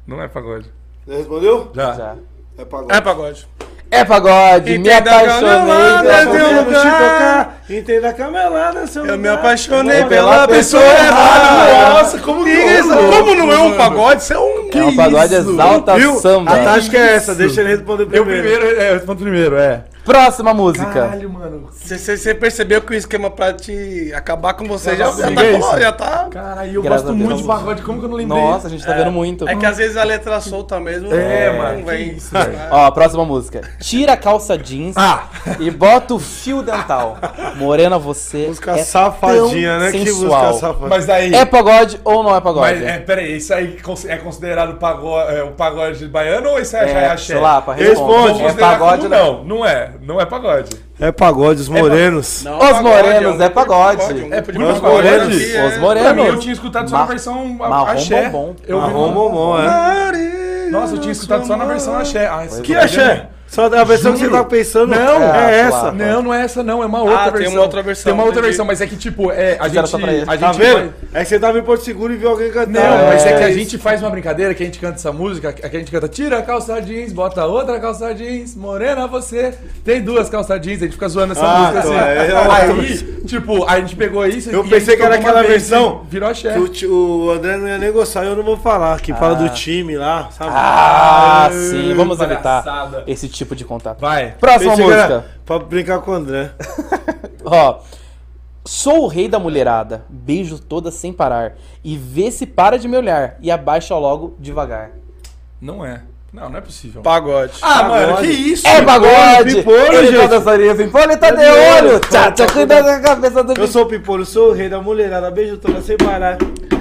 Speaker 2: Não é pagode.
Speaker 3: Já respondeu?
Speaker 2: Já.
Speaker 1: Já.
Speaker 3: É pagode.
Speaker 4: É pagode.
Speaker 1: É pagode, me
Speaker 4: Entenda que eu não
Speaker 1: apaixonei.
Speaker 4: amo,
Speaker 1: pela mulher.
Speaker 4: meu Deus.
Speaker 3: Entenda,
Speaker 4: lugar.
Speaker 3: tocar, entenda a camelada, seu
Speaker 4: Eu me
Speaker 3: lugar.
Speaker 4: apaixonei
Speaker 1: É
Speaker 3: Bom,
Speaker 4: pela pessoa
Speaker 1: um
Speaker 4: errada.
Speaker 2: Ah, Nossa, como que roubou?
Speaker 4: Como não é um pagode, você é um...
Speaker 1: É um pagode
Speaker 2: isso?
Speaker 1: exalta
Speaker 3: Viu?
Speaker 1: samba.
Speaker 3: A tática é essa,
Speaker 2: Isso.
Speaker 3: deixa ele responder
Speaker 2: Eu
Speaker 3: primeiro.
Speaker 2: primeiro, é, eu respondo primeiro, é.
Speaker 1: Próxima música.
Speaker 2: mano.
Speaker 4: Você, você- você percebeu que o esquema pra te acabar com você já,
Speaker 2: Nossa,
Speaker 4: já, tá,
Speaker 2: diga
Speaker 4: colo-
Speaker 2: isso.
Speaker 4: já tá...
Speaker 2: Caralho, eu
Speaker 1: Graças
Speaker 2: gosto
Speaker 1: a Deus.
Speaker 2: muito de pagode, como que eu não lembrei?
Speaker 1: Nossa, a gente tá vendo muito.
Speaker 4: É que às vezes a letra solta mesmo.
Speaker 2: É,
Speaker 4: não
Speaker 2: mano, que
Speaker 4: Vem.
Speaker 2: isso, velho.
Speaker 1: Ó, próxima música. Tira a calça jeans
Speaker 2: Ah!
Speaker 1: e bota o fio dental. Morena, você.
Speaker 3: Música
Speaker 1: é
Speaker 3: safadinha,
Speaker 1: tão
Speaker 3: né? Que
Speaker 1: sensual.
Speaker 3: música safadinha.
Speaker 2: Mas daí.
Speaker 1: É pagode ou não é pagode?
Speaker 2: Mas, é, peraí, isso aí cons- é considerado pagode, é, o pagode baiano ou isso aí já é
Speaker 1: É,
Speaker 2: axé?
Speaker 1: sei lá, pra
Speaker 3: Responde.
Speaker 1: responde. É pagode ou não?
Speaker 2: não? Não é, não é pagode.
Speaker 3: É pagode, os morenos.
Speaker 4: Não,
Speaker 1: Os
Speaker 4: pagode,
Speaker 1: morenos,
Speaker 4: um
Speaker 1: é pagode.
Speaker 4: um grupo de
Speaker 2: Os
Speaker 4: pagode
Speaker 3: morenos,
Speaker 4: aqui, é.
Speaker 1: os morenos.
Speaker 2: Pra mim, eu tinha escutado só
Speaker 1: Ma-
Speaker 2: na versão a-
Speaker 1: marrom
Speaker 2: axé.
Speaker 1: bombom.
Speaker 2: Eu ouvi
Speaker 3: Marrom
Speaker 2: no-
Speaker 3: bombom, é.
Speaker 2: Nossa, eu tinha escutado só na versão axé. Ah, esse
Speaker 3: Que
Speaker 2: pagode
Speaker 3: axé?
Speaker 2: é-
Speaker 3: Tá Só a versão que você
Speaker 2: Juro.
Speaker 3: tá pensando
Speaker 2: Não,
Speaker 3: é
Speaker 1: é
Speaker 3: essa.
Speaker 1: suave.
Speaker 2: Não, não é essa não, é uma outra
Speaker 4: Ah, tem
Speaker 2: versão.
Speaker 4: uma outra versão,
Speaker 2: Tem uma outra
Speaker 4: entendi.
Speaker 2: versão, mas é que tipo, é, a
Speaker 1: Fizeram
Speaker 2: gente...
Speaker 1: só pra ele.
Speaker 2: a
Speaker 3: Tá
Speaker 2: gente
Speaker 3: vendo?
Speaker 2: vai-
Speaker 3: É que você tava em Porto Seguro e viu alguém
Speaker 2: Não,
Speaker 3: cantar.
Speaker 2: mas é que a gente faz uma brincadeira que a gente canta essa música, que a gente canta tira a calça jeans, bota outra calça jeans, morena você, tem duas calça jeans, a gente fica zoando essa
Speaker 3: Ah,
Speaker 2: música
Speaker 3: tá,
Speaker 2: assim.
Speaker 3: é, é,
Speaker 2: aí, tipo, a gente pegou isso
Speaker 3: Eu
Speaker 2: e a
Speaker 3: pensei
Speaker 2: gente
Speaker 3: que era
Speaker 2: tocou uma
Speaker 3: aquela
Speaker 2: vez,
Speaker 3: versão
Speaker 2: e Virou axé.
Speaker 3: Que o ti- o, André não ia negociar, eu não vou falar. Que fala do time lá, sabe? É.
Speaker 1: Ah, sim. Vamos
Speaker 2: palhaçada.
Speaker 1: evitar esse tipo de contato.
Speaker 2: Vai.
Speaker 1: Próxima
Speaker 3: Pensei que
Speaker 1: música.
Speaker 3: era Pra brincar com o André.
Speaker 1: Ó. Sou o rei da mulherada, beijo toda sem parar. E vê se para de me olhar e abaixa logo devagar.
Speaker 2: Não é. Não, não é possível.
Speaker 4: Pagode.
Speaker 2: Ah, mano, que isso?
Speaker 1: É pagode!
Speaker 3: pimpolho,
Speaker 1: ele tá
Speaker 3: gente.
Speaker 1: dançarino, pimpolho, ele tá de
Speaker 3: olho.
Speaker 1: olho! Tchá, tchá, cuidado com a cabeça do
Speaker 3: Eu
Speaker 1: bicho.
Speaker 3: sou o Pipolho, sou o rei da mulherada. Beijo toda sem parar.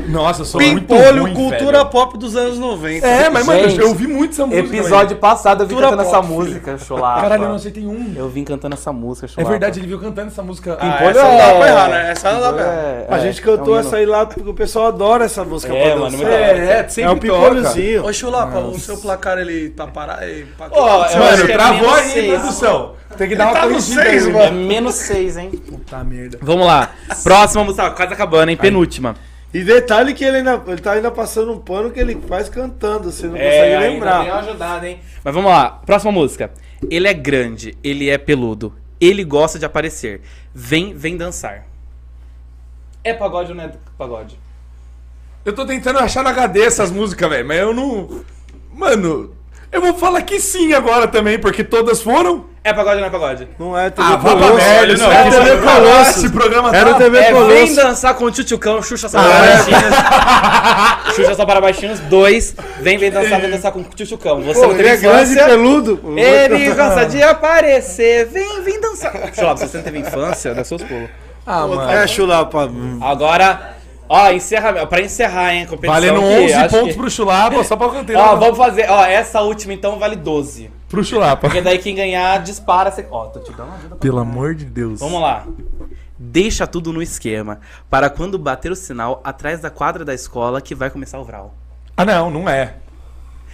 Speaker 2: Nossa, eu sou muito
Speaker 4: Pimpolho,
Speaker 2: ruim,
Speaker 4: cultura
Speaker 2: velho.
Speaker 4: pop dos anos 90.
Speaker 2: É, mas, mano,
Speaker 11: Gente,
Speaker 2: eu ouvi muito essa música.
Speaker 11: Episódio passado eu vim
Speaker 4: Cultura
Speaker 11: cantando
Speaker 4: pop,
Speaker 11: essa
Speaker 4: filho.
Speaker 11: música, chulapa.
Speaker 2: velho. Caralho, eu não acertei um.
Speaker 11: Eu vim cantando essa música,
Speaker 2: É
Speaker 11: chulapa.
Speaker 2: verdade, ele viu cantando essa música.
Speaker 4: Ah,
Speaker 11: Pimpolho
Speaker 4: essa não dá
Speaker 11: é-
Speaker 4: pra errar, né? Essa não dá pra errar.
Speaker 3: A gente cantou
Speaker 11: é um
Speaker 3: essa aí lá porque o pessoal adora essa música.
Speaker 1: É,
Speaker 3: pra
Speaker 1: mano,
Speaker 3: dançar.
Speaker 1: muito da hora.
Speaker 2: É, é,
Speaker 3: É um
Speaker 2: sempre toca.
Speaker 3: pipolhozinho.
Speaker 4: Ô, Chulapa, o seu placar, ele tá parado? ele pa-
Speaker 11: Ó, Eu acho
Speaker 2: Mano,
Speaker 11: que é
Speaker 2: travou
Speaker 11: menos
Speaker 2: aí,
Speaker 11: seis.
Speaker 2: produção. Tem que dar uma
Speaker 4: Tá no
Speaker 2: corrigida.
Speaker 4: seis,
Speaker 2: aí,
Speaker 11: hino. É
Speaker 4: mano.
Speaker 11: menos seis, hein?
Speaker 2: Puta Tá, merda.
Speaker 1: Vamos lá. Próxima música, quase acabando, hein? Penúltima.
Speaker 3: E detalhe que ele, ainda, ele tá ainda passando um pano que ele faz cantando, você
Speaker 1: É,
Speaker 3: não
Speaker 2: É,
Speaker 3: consegue lembrar.
Speaker 1: ajudada, tá hein? Mas vamos lá. Próxima música. Ele é grande, ele é peludo, ele gosta de aparecer. Vem, vem dançar. É pagode ou não é pagode?
Speaker 2: Eu tô tentando achar no HD essas músicas, velho, mas eu não. Mano, eu vou falar que sim agora também, porque todas foram.
Speaker 1: É pagode ou não é pagode?
Speaker 3: Não é TV
Speaker 2: Ah, vá pra
Speaker 3: Colosso.
Speaker 2: merda,
Speaker 3: Isso
Speaker 2: não.
Speaker 3: É TV
Speaker 2: Esse
Speaker 3: Colosso.
Speaker 2: programa
Speaker 3: Era o
Speaker 2: tá-
Speaker 3: TV
Speaker 1: É Vem
Speaker 3: Colosso. Ah, é.
Speaker 1: Dançar com o Tchutchucão, Xuxa Só para Baixinhos.
Speaker 3: *laughs*
Speaker 1: Xuxa Só para Baixinhos 2. Vem, vem dançar, vem dançar com o Tchutchucão. Você
Speaker 3: Pô,
Speaker 1: não
Speaker 3: ele
Speaker 1: teve
Speaker 3: é grande e
Speaker 1: infância.
Speaker 3: peludo. pô.
Speaker 1: Ele gosta de aparecer. Vem, vem dançar. Sei lá, se você não teve infância, dá seus pulos.
Speaker 2: Ah, mano.
Speaker 3: É, chulapa.
Speaker 1: Agora, ó, encerra, pra encerrar, hein, a competição.
Speaker 2: Valendo
Speaker 1: aqui,
Speaker 2: 11
Speaker 1: acho
Speaker 2: pontos
Speaker 1: que-
Speaker 2: pro Chulapa, só pra canteiro.
Speaker 1: Ó, vamos fazer, ó, essa última então vale 12.
Speaker 2: Pro Chulapa.
Speaker 1: *laughs* Porque daí quem ganhar dispara. Você... Ó, tô te dando uma ajuda.
Speaker 2: Pelo amor de Deus.
Speaker 1: Vamos lá. Deixa tudo no esquema, para quando bater o sinal atrás da quadra da escola que vai começar o Vral.
Speaker 2: Ah, não, não é.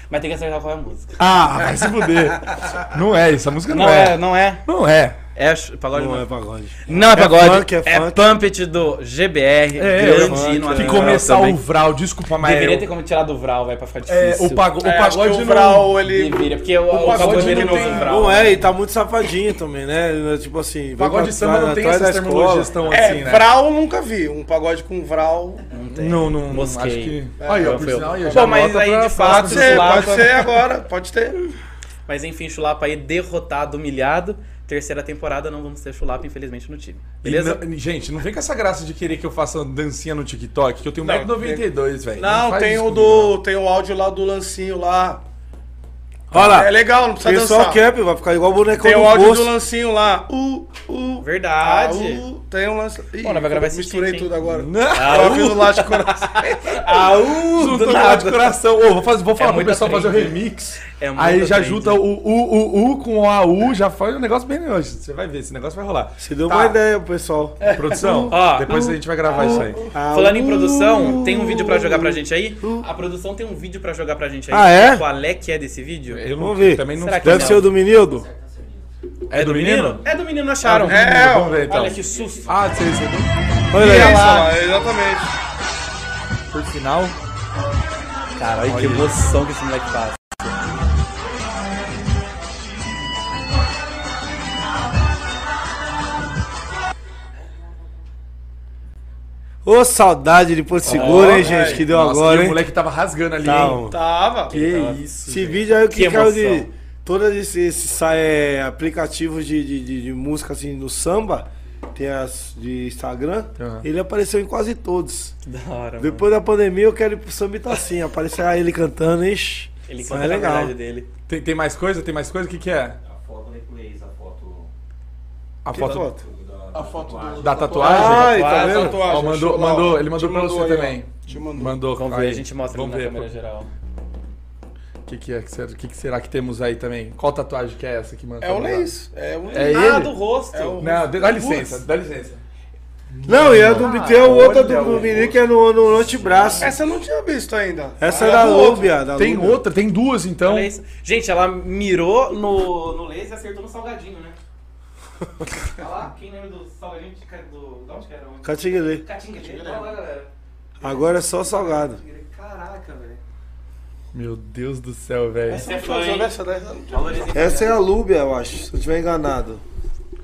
Speaker 1: Mas tem que acertar qual é a música.
Speaker 2: Ah, vai se fuder. não é, essa música não,
Speaker 1: Não
Speaker 2: é.
Speaker 1: é, não é.
Speaker 2: Não é.
Speaker 1: É ch- pagode
Speaker 3: Não
Speaker 1: não.
Speaker 3: é pagode.
Speaker 1: Não é pagode. É,
Speaker 3: funk, é funk.
Speaker 1: Pumpet do GBR,
Speaker 2: É,
Speaker 1: grande
Speaker 2: eu-
Speaker 1: hino
Speaker 2: que
Speaker 1: nacional
Speaker 2: começar
Speaker 1: também.
Speaker 2: o Vral, desculpa, mas.
Speaker 1: Deveria
Speaker 2: eu-
Speaker 1: ter como tirar do Vral, vai, pra ficar
Speaker 2: é,
Speaker 1: difícil.
Speaker 2: o, pago,
Speaker 4: É,
Speaker 2: o
Speaker 4: acho que
Speaker 2: pagode
Speaker 4: o
Speaker 2: não.
Speaker 4: Vral, ele...
Speaker 1: Deveria, porque o, o,
Speaker 4: pagode
Speaker 1: Cagoeiro
Speaker 4: não
Speaker 1: não usa
Speaker 4: tem-
Speaker 1: o Vral.
Speaker 3: Não é, e tá muito safadinho também, né? Tipo assim...
Speaker 2: O pagode samba não tem essas terminologias tão
Speaker 4: É,
Speaker 2: assim, né?
Speaker 4: Vral eu nunca vi. Um pagode com Vral.
Speaker 2: Não, não, não acho
Speaker 1: Mosquei.
Speaker 2: que. É, Aí, ó,
Speaker 1: não
Speaker 2: por
Speaker 1: foi eu.
Speaker 2: sinal, aí, eu
Speaker 1: Bom,
Speaker 2: já
Speaker 1: mas
Speaker 2: anota
Speaker 1: aí,
Speaker 2: pra
Speaker 1: de
Speaker 2: próxima.
Speaker 1: fato,
Speaker 4: Pode ser,
Speaker 1: Chulapa.
Speaker 4: pode ser agora. Pode ter.
Speaker 1: Mas enfim, Chulapa aí derrotado, humilhado. Terceira temporada, não vamos ter Chulapa, infelizmente, no time. Beleza?
Speaker 2: E não- gente, não vem com essa graça de querer que eu faça um dancinha no TikTok, que eu tenho
Speaker 4: Não,
Speaker 2: 1,92m, velho.
Speaker 4: Não,
Speaker 2: faz
Speaker 4: tem
Speaker 2: isso
Speaker 4: o
Speaker 2: comigo,
Speaker 4: do. Tem o áudio lá do Lancinho lá.
Speaker 3: Olha lá.
Speaker 2: *laughs*
Speaker 4: É legal, não precisa
Speaker 3: Pessoal
Speaker 4: dançar.
Speaker 3: cap, vai ficar igual boneco
Speaker 4: Tem
Speaker 3: do
Speaker 4: o áudio
Speaker 3: posto.
Speaker 4: do Lancinho lá. Uh, uh.
Speaker 1: Verdade.
Speaker 4: Ah, uh, tem um lance. Ih,
Speaker 1: Pô, nós vai gravar esse
Speaker 4: misturei
Speaker 1: cinco, hein?
Speaker 4: tudo agora.
Speaker 2: Não.
Speaker 4: Agora eu fiz o laço de coração.
Speaker 1: Ah, Aú!
Speaker 2: Junta o lado de coração. Ô, vou, fazer, vou falar pro
Speaker 1: muita
Speaker 2: pessoal fazer o
Speaker 1: frente.
Speaker 2: remix.
Speaker 1: É muita
Speaker 2: aí já
Speaker 1: frente.
Speaker 2: junta o U, U, U com o AU, já faz um negócio bem hoje. Você vai ver, esse negócio vai rolar.
Speaker 3: Se deu
Speaker 2: Tá, É,
Speaker 3: uma ideia, pessoal. Ah,
Speaker 2: Produção,
Speaker 1: É. *laughs* Ó.
Speaker 2: depois a gente vai gravar
Speaker 1: *laughs*
Speaker 2: isso aí.
Speaker 1: Falando em produção, tem um vídeo pra jogar pra gente aí? A produção tem um vídeo pra jogar pra gente aí.
Speaker 3: Ah, é?
Speaker 1: Qual é que é desse vídeo?
Speaker 2: Eu não
Speaker 3: Vamos ver.
Speaker 2: Também não
Speaker 1: Será que-
Speaker 3: Deve ser o do Minildo?
Speaker 2: É do menino?
Speaker 1: É do menino, acharam.
Speaker 4: É,
Speaker 2: Vamos ver então.
Speaker 1: Olha que susto.
Speaker 2: Ah, você recebeu?
Speaker 3: Olha
Speaker 4: Isso,
Speaker 3: aí.
Speaker 4: lá, exatamente.
Speaker 2: Por sinal.
Speaker 1: Caralho, que emoção que esse moleque faz.
Speaker 3: Ô, saudade de Porto Seguro, hein, gente, que deu
Speaker 2: é. Nossa,
Speaker 3: agora,
Speaker 2: e o
Speaker 3: hein?
Speaker 2: moleque tava rasgando ali,
Speaker 3: Tá,
Speaker 2: hein?
Speaker 3: ó.
Speaker 4: Tava.
Speaker 3: Que isso. Esse vídeo aí o que,
Speaker 1: Que
Speaker 3: caiu de.
Speaker 1: emoção.
Speaker 3: Todos esses esses, é, aplicativos de, de, de- de música assim no samba, tem as de Instagram,
Speaker 2: Aham.
Speaker 3: ele apareceu em quase todos.
Speaker 1: Que da hora, mano.
Speaker 3: Depois da pandemia eu quero ir pro samba Itacim, aparecer ah, ele cantando, ixi.
Speaker 1: Ele
Speaker 3: mas
Speaker 1: canta
Speaker 3: é
Speaker 1: na
Speaker 3: legal.
Speaker 1: verdade dele.
Speaker 2: Tem, tem mais coisa? Tem mais coisa? O que, que é? A foto da ex, a foto. A foto da tatuagem?
Speaker 3: Ai, tá
Speaker 1: Quase,
Speaker 3: vendo?
Speaker 2: Ó, mandou,
Speaker 4: Chulapa.
Speaker 2: mandou, ele mandou
Speaker 4: Te
Speaker 2: pra
Speaker 4: mandou
Speaker 2: você
Speaker 4: aí,
Speaker 2: também.
Speaker 4: ó. Te mandou.
Speaker 2: Mandou.
Speaker 1: Vamos ver,
Speaker 2: aí.
Speaker 1: a gente mostra
Speaker 2: Vamos
Speaker 1: ele na
Speaker 2: ver.
Speaker 1: câmera geral.
Speaker 2: O que, que é? que será- que, que será que temos aí também? Qual tatuagem que é essa que manda?
Speaker 4: É o Leis. É o
Speaker 2: É
Speaker 4: Leis.
Speaker 1: Ah,
Speaker 2: ele?
Speaker 1: do rosto.
Speaker 4: É o-
Speaker 2: Não, dê- dá licença, dá licença.
Speaker 3: Não, e a do tem a outra
Speaker 2: olha,
Speaker 3: do, do menino que é no, no antebraço.
Speaker 4: Essa eu não tinha visto ainda.
Speaker 3: Essa é
Speaker 4: Olha
Speaker 3: da
Speaker 4: do outro.
Speaker 3: Lúbia. da
Speaker 2: Tem
Speaker 3: Lúbia.
Speaker 2: outra, tem duas então.
Speaker 1: Olha isso. Gente, ela mirou no, no laser e acertou no salgadinho, *laughs* né? Olha lá, quem lembra do salgadinho de, ca- do, de onde que era? Onde?
Speaker 3: Catinguele.
Speaker 1: Catinga,
Speaker 3: né?
Speaker 1: olha lá, galera.
Speaker 3: Agora é só salgado.
Speaker 1: Caraca, velho.
Speaker 2: Meu Deus do céu, velho.
Speaker 1: Você é
Speaker 4: Deixa
Speaker 1: fã,
Speaker 4: eu ver
Speaker 1: hein?
Speaker 4: essa dessa.
Speaker 1: Valorize.
Speaker 3: Essa é a Lúbia, eu acho, se eu tiver enganado.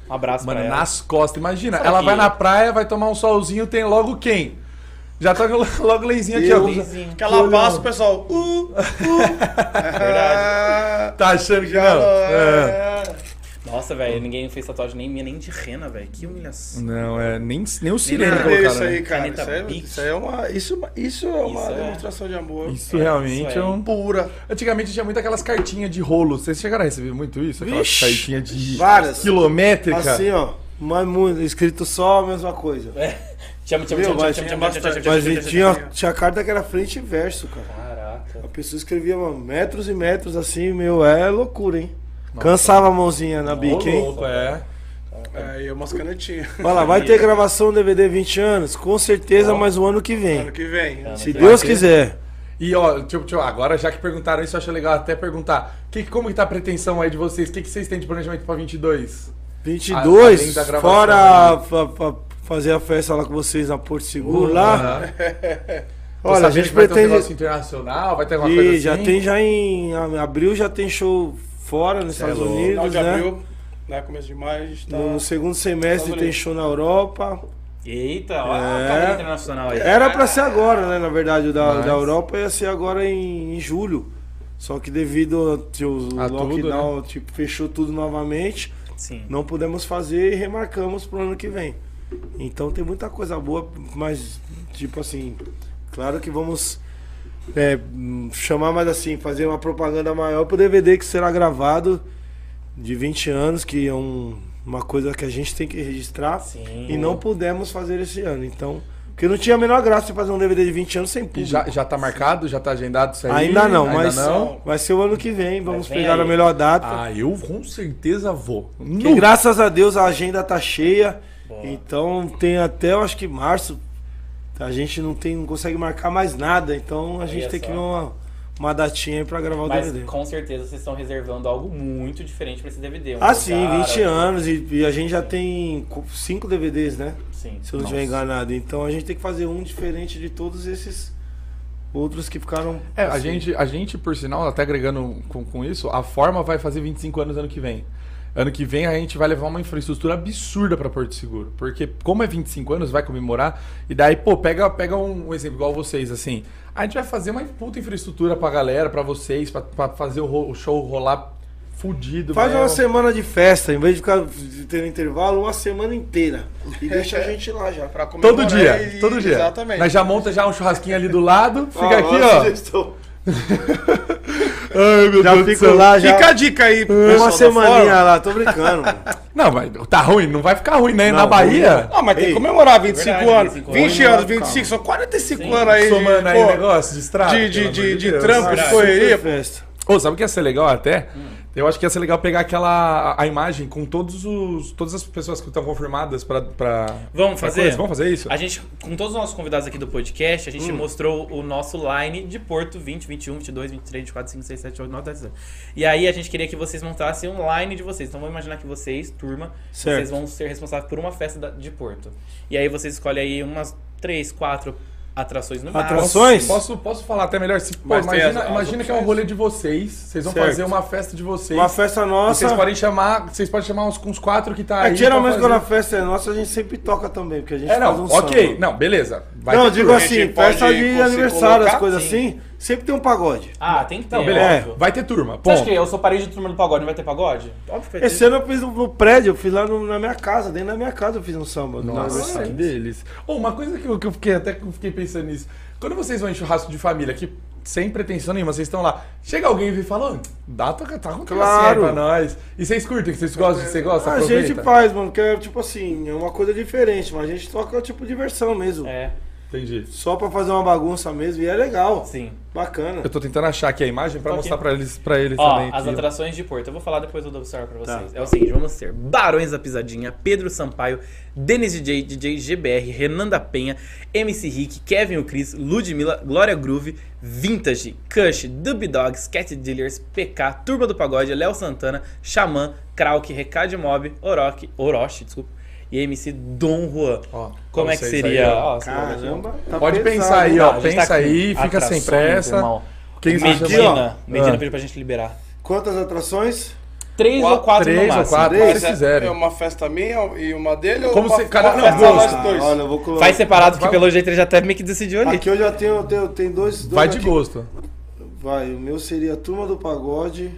Speaker 1: Um abraço
Speaker 2: Mano,
Speaker 1: pra ela.
Speaker 2: nas costas, imagina. ela vai
Speaker 1: que-
Speaker 2: na praia, vai tomar um solzinho, tem logo quem? Já tá com *laughs* logo o lenzinho aqui, ó.
Speaker 1: *laughs* é
Speaker 4: Que ela passa, o pessoal. Uh, uh. Verdade.
Speaker 2: Tá achando que não? É.
Speaker 1: Nossa, velho, ninguém fez tatuagem nem minha, nem de rena, velho. Que humilhação. *laughs*
Speaker 2: Não, é. Nem, nem o
Speaker 4: Que
Speaker 2: sirene
Speaker 4: é
Speaker 2: colocaram.
Speaker 4: isso aí,
Speaker 2: né?
Speaker 4: cara.
Speaker 1: Caneta
Speaker 4: Isso é,
Speaker 1: Bic.
Speaker 4: isso aí é uma. Isso, é uma- isso é uma
Speaker 1: Isso é-
Speaker 4: demonstração de amor.
Speaker 2: Isso realmente
Speaker 1: isso
Speaker 2: é
Speaker 1: aí.
Speaker 2: um.
Speaker 4: Pura.
Speaker 2: Antigamente tinha muito aquelas cartinhas de rolo. Vocês chegaram a receber muito isso? Aquelas
Speaker 3: Vixe,
Speaker 2: cartinhas de
Speaker 3: várias.
Speaker 2: quilométrica. É,
Speaker 3: Assim, ó. Mas muito, escrito só a mesma coisa.
Speaker 1: Chama, chama,
Speaker 3: Meu,
Speaker 1: chama, chama,
Speaker 3: mas
Speaker 1: chama,
Speaker 3: tinha
Speaker 1: chama,
Speaker 4: bastante.
Speaker 1: chama, chama,
Speaker 3: Mas
Speaker 1: chama,
Speaker 3: ele
Speaker 1: chama,
Speaker 3: tinha,
Speaker 1: chama.
Speaker 3: tinha carta que era frente e verso, cara.
Speaker 1: Caraca.
Speaker 3: A pessoa escrevia mano, metros e metros assim, meu, é loucura, hein? Cansava a mãozinha na bica, hein?
Speaker 2: louco, é.
Speaker 4: É, e umas canetinhas.
Speaker 3: Vai lá, vai ter gravação DVD 20 anos? Com certeza, mas o ano que
Speaker 4: *laughs* Ano
Speaker 3: vem.
Speaker 4: que vem.
Speaker 3: Se Deus quiser.
Speaker 2: E ó, deixa eu- deixa eu- agora já que perguntaram isso, eu acho legal até perguntar. Que, como que tá a pretensão aí de vocês? O que, que vocês têm de planejamento pra 22? Além
Speaker 3: 22,
Speaker 2: da gravação,
Speaker 3: fora fa- fa- fazer a festa lá com vocês na Porto Seguro lá.
Speaker 2: Uhum. Aham.
Speaker 3: Olha, a
Speaker 2: Você acha
Speaker 3: gente
Speaker 2: que vai ter um
Speaker 3: pretende.
Speaker 2: negócio internacional, vai ter alguma coisa
Speaker 3: E
Speaker 2: assim?
Speaker 3: já tem já em a- abril já tem show fora nos Estados
Speaker 2: é louco.
Speaker 4: Final
Speaker 3: Unidos,
Speaker 4: de
Speaker 3: né?
Speaker 4: abril, né? Começo de maio, a gente tá.
Speaker 3: No, no segundo semestre
Speaker 4: Estados
Speaker 3: tem
Speaker 4: Unidos.
Speaker 3: show na Europa.
Speaker 1: Eita, ó
Speaker 3: É.
Speaker 1: a carreira internacional aí.
Speaker 3: Era pra ser agora, né? Na verdade, o da,
Speaker 2: Mas-
Speaker 3: da Europa ia ser agora em, em julho. Só que devido
Speaker 2: A
Speaker 3: ao
Speaker 2: tudo, né?
Speaker 3: lockdown, tipo, fechou tudo novamente,
Speaker 1: Sim.
Speaker 3: não pudemos fazer e remarcamos pro ano que vem. Então tem muita coisa boa, mas tipo assim, claro que vamos é, hum, chamar mais assim, fazer uma propaganda maior pro DVD que será gravado de 20 anos, que é um- uma coisa que a gente tem que registrar
Speaker 1: Sim.
Speaker 3: e não pudemos fazer esse ano. Então, porque não tinha a menor graça de fazer um DVD de 20 anos sem
Speaker 2: E
Speaker 3: público.
Speaker 2: já, já tá marcado? Já tá agendado isso aí?
Speaker 3: Ainda não, mas
Speaker 2: não?
Speaker 3: vai ser o ano que vem, vamos
Speaker 1: vem
Speaker 3: pegar
Speaker 1: aí.
Speaker 3: a melhor data.
Speaker 2: Ah, eu com certeza vou.
Speaker 3: Que graças a Deus a agenda tá cheia. Então tem até, eu acho que março. A gente não tem, não consegue marcar mais nada. Então a gente tem
Speaker 1: só.
Speaker 3: que ver uma, uma datinha aí pra gravar o
Speaker 6: é Mas
Speaker 3: DVD.
Speaker 6: com certeza vocês estão reservando algo muito diferente pra esse DVD. um
Speaker 3: Ah, sim,
Speaker 6: lugar,
Speaker 3: 20 anos e, e a gente já tem 5 DVDs, né?
Speaker 6: Sim.
Speaker 3: Se eu não estiver enganado. Então a gente tem que fazer um diferente de todos esses outros que ficaram.
Speaker 2: É, a
Speaker 3: assim.
Speaker 2: gente, a gente, por sinal, até agregando com, com isso, a Forma vai fazer 25 anos ano que vem. Ano que vem a gente vai levar uma infraestrutura absurda pra Porto Seguro, porque como é 25 anos, vai comemorar, e daí, pô, pega, pega um, um exemplo igual vocês, assim, a gente vai fazer uma puta infraestrutura pra galera, pra vocês, pra, pra fazer o, ro- o show rolar fudido.
Speaker 3: Faz
Speaker 2: mesmo.
Speaker 3: uma semana de festa, em vez de ficar tendo intervalo, uma semana inteira.
Speaker 2: *laughs*
Speaker 3: E deixa a gente lá já.
Speaker 4: Pra comemorar
Speaker 2: Todo dia,
Speaker 4: e-
Speaker 2: todo dia.
Speaker 4: Exatamente.
Speaker 2: Nós já monta já um churrasquinho ali do lado, fica
Speaker 3: Ah,
Speaker 2: aqui,
Speaker 3: uma
Speaker 2: ó.
Speaker 3: sugestão.
Speaker 2: Ai, meu
Speaker 3: Já
Speaker 2: Deus do
Speaker 3: fico
Speaker 2: céu.
Speaker 3: lá, já.
Speaker 4: Fica a dica aí, pessoal
Speaker 3: uma
Speaker 4: da
Speaker 3: semaninha
Speaker 4: Fórmula.
Speaker 3: lá, tô
Speaker 2: *laughs*
Speaker 3: brincando. mano.
Speaker 2: Não, mas tá ruim, não vai ficar ruim, né?
Speaker 3: Não,
Speaker 2: Na Bahia.
Speaker 4: Não, Ah, mas tem
Speaker 3: Ei.
Speaker 4: que comemorar 25
Speaker 6: Verdade,
Speaker 4: anos.
Speaker 6: 25
Speaker 4: 20
Speaker 6: anos,
Speaker 4: anos, 25, são 45 anos aí.
Speaker 2: somando
Speaker 4: de,
Speaker 2: aí né?
Speaker 4: pô,
Speaker 2: negócio de estrada.
Speaker 4: de, de,
Speaker 2: pelo amor
Speaker 4: de, de
Speaker 2: Deus.
Speaker 4: trampo, de correria.
Speaker 3: Super festa.
Speaker 2: Ô, sabe o que ia ser legal até? Eu acho que ia ser legal pegar aquela a, a imagem com todos os todas as pessoas que estão confirmadas pra. pra
Speaker 1: Vamos
Speaker 2: pra
Speaker 1: fazer?
Speaker 2: coisa. Vamos fazer isso?
Speaker 1: A gente, com todos os nossos convidados aqui do podcast, a gente mostrou o nosso line de Porto 20, 21, 22, 23, 24, 25, 6, 7, 8, 9, 10. 11. E aí a gente queria que vocês montassem um line de vocês. Então vamos imaginar que vocês, turma,
Speaker 3: Certo.
Speaker 1: vocês vão ser responsáveis por uma festa da- de Porto. E aí vocês escolhem aí umas 3, 4 atrações no máximo.
Speaker 3: Atrações?
Speaker 2: Posso, posso falar até melhor? Se, pô,
Speaker 4: Mas tem
Speaker 2: imagina
Speaker 4: as- as
Speaker 2: imagina que é um
Speaker 4: opções.
Speaker 2: rolê de vocês. Vocês vão
Speaker 3: Certo.
Speaker 2: fazer uma festa de vocês.
Speaker 3: Uma festa
Speaker 2: e
Speaker 3: nossa.
Speaker 2: vocês podem chamar. Vocês podem chamar uns, uns quatro que tá
Speaker 3: É,
Speaker 2: aí.
Speaker 3: geralmente
Speaker 2: pra
Speaker 3: quando a
Speaker 2: fazer.
Speaker 3: festa é nossa, a gente sempre toca também, porque a gente
Speaker 2: É,
Speaker 3: faz
Speaker 2: não.
Speaker 3: um
Speaker 2: ok.
Speaker 3: samba.
Speaker 2: Não, é beleza. Vai
Speaker 3: Não,
Speaker 2: ter
Speaker 3: eu digo
Speaker 2: tudo.
Speaker 3: assim,
Speaker 4: gente pode
Speaker 3: festa de
Speaker 4: se
Speaker 3: aniversário,
Speaker 4: colocar,
Speaker 3: as coisas assim, sempre tem um pagode.
Speaker 6: Ah, tem que ter.
Speaker 2: Não,
Speaker 3: é.
Speaker 6: óbvio.
Speaker 2: beleza. É, Vai ter turma.
Speaker 6: Você acha
Speaker 1: é?
Speaker 2: Ponto.
Speaker 6: que eu sou parede de turma do pagode, não vai ter pagode?
Speaker 4: Tá
Speaker 1: Óbvio que vai ter.
Speaker 3: Esse ano eu fiz um- no prédio, eu fiz lá no- na minha casa, dentro da minha casa eu fiz um samba. no
Speaker 2: Nossa, que
Speaker 3: aniversário.
Speaker 2: delícia. Ô, uma coisa que eu, que eu fiquei até que eu fiquei pensando nisso. Quando vocês vão em churrasco de família, que sem pretensão nenhuma, vocês estão lá, chega alguém e vem falando, dá pra tá com
Speaker 3: Claro.
Speaker 2: pra nós. E vocês curtem, que vocês gostam, que você gosta,
Speaker 3: A
Speaker 2: aproveita.
Speaker 3: gente faz, mano, que é tipo assim, é uma coisa diferente, mas a gente toca tipo diversão mesmo.
Speaker 6: É,
Speaker 2: Entendi.
Speaker 3: Só pra fazer uma bagunça mesmo, e é legal,
Speaker 6: sim.
Speaker 3: bacana.
Speaker 2: Eu tô tentando achar aqui a imagem pra
Speaker 6: Tô
Speaker 2: mostrar
Speaker 6: aqui.
Speaker 2: pra eles, pra eles
Speaker 6: Ó,
Speaker 2: também.
Speaker 6: as
Speaker 2: aqui.
Speaker 6: atrações de Porto. Eu vou falar depois eu dou o celular pra vocês.
Speaker 1: É o seguinte, vamos ter Barões da Pisadinha, Pedro Sampaio, Denis DJ, DJ GBR, Renan da Penha, MC Rick, Kevin o Cris, Ludmilla, Glória Groove, Vintage, Cush, Dub Dogs, Cat Dealers, PK, Turma do Pagode, Léo Santana, Xamã, Krauk, Recade Mob, Orochi, Orochi, desculpa, e MC Dom Juan.
Speaker 2: Ó,
Speaker 1: Como
Speaker 2: pra
Speaker 1: é que
Speaker 2: vocês
Speaker 1: seria?
Speaker 2: aí, ó.
Speaker 6: Ó,
Speaker 3: Caramba, tá
Speaker 2: Pode
Speaker 3: pesado,
Speaker 2: pensar aí,
Speaker 3: hein?
Speaker 2: ó.
Speaker 6: Não, a gente
Speaker 2: Pensa
Speaker 6: tá com
Speaker 2: aí, fica sem
Speaker 6: atrações,
Speaker 2: pressa.
Speaker 6: irmão.
Speaker 2: Quem você
Speaker 3: Aqui,
Speaker 2: chama?
Speaker 3: ó.
Speaker 6: Medina, Medina
Speaker 2: Ah.
Speaker 6: pediu pra gente liberar.
Speaker 3: Quantas atrações?
Speaker 6: Três ou quatro no
Speaker 2: Três ou
Speaker 6: máximo.
Speaker 2: quatro,
Speaker 3: Três,
Speaker 2: se vocês
Speaker 4: Mas é, é
Speaker 2: quiserem.
Speaker 4: uma festa minha e uma dele
Speaker 2: Como
Speaker 4: ou uma,
Speaker 2: se- cada-
Speaker 4: uma
Speaker 2: não,
Speaker 4: festa
Speaker 2: gosto.
Speaker 4: nós dois?
Speaker 3: Olha, eu vou colocar.
Speaker 1: Faz separado, porque pelo jeito ele já até meio que decidiu ali.
Speaker 3: Aqui eu já tenho, eu tenho, tem dois, dois
Speaker 2: Vai de
Speaker 3: aqui.
Speaker 2: gosto.
Speaker 3: Vai, o meu seria a Turma do Pagode.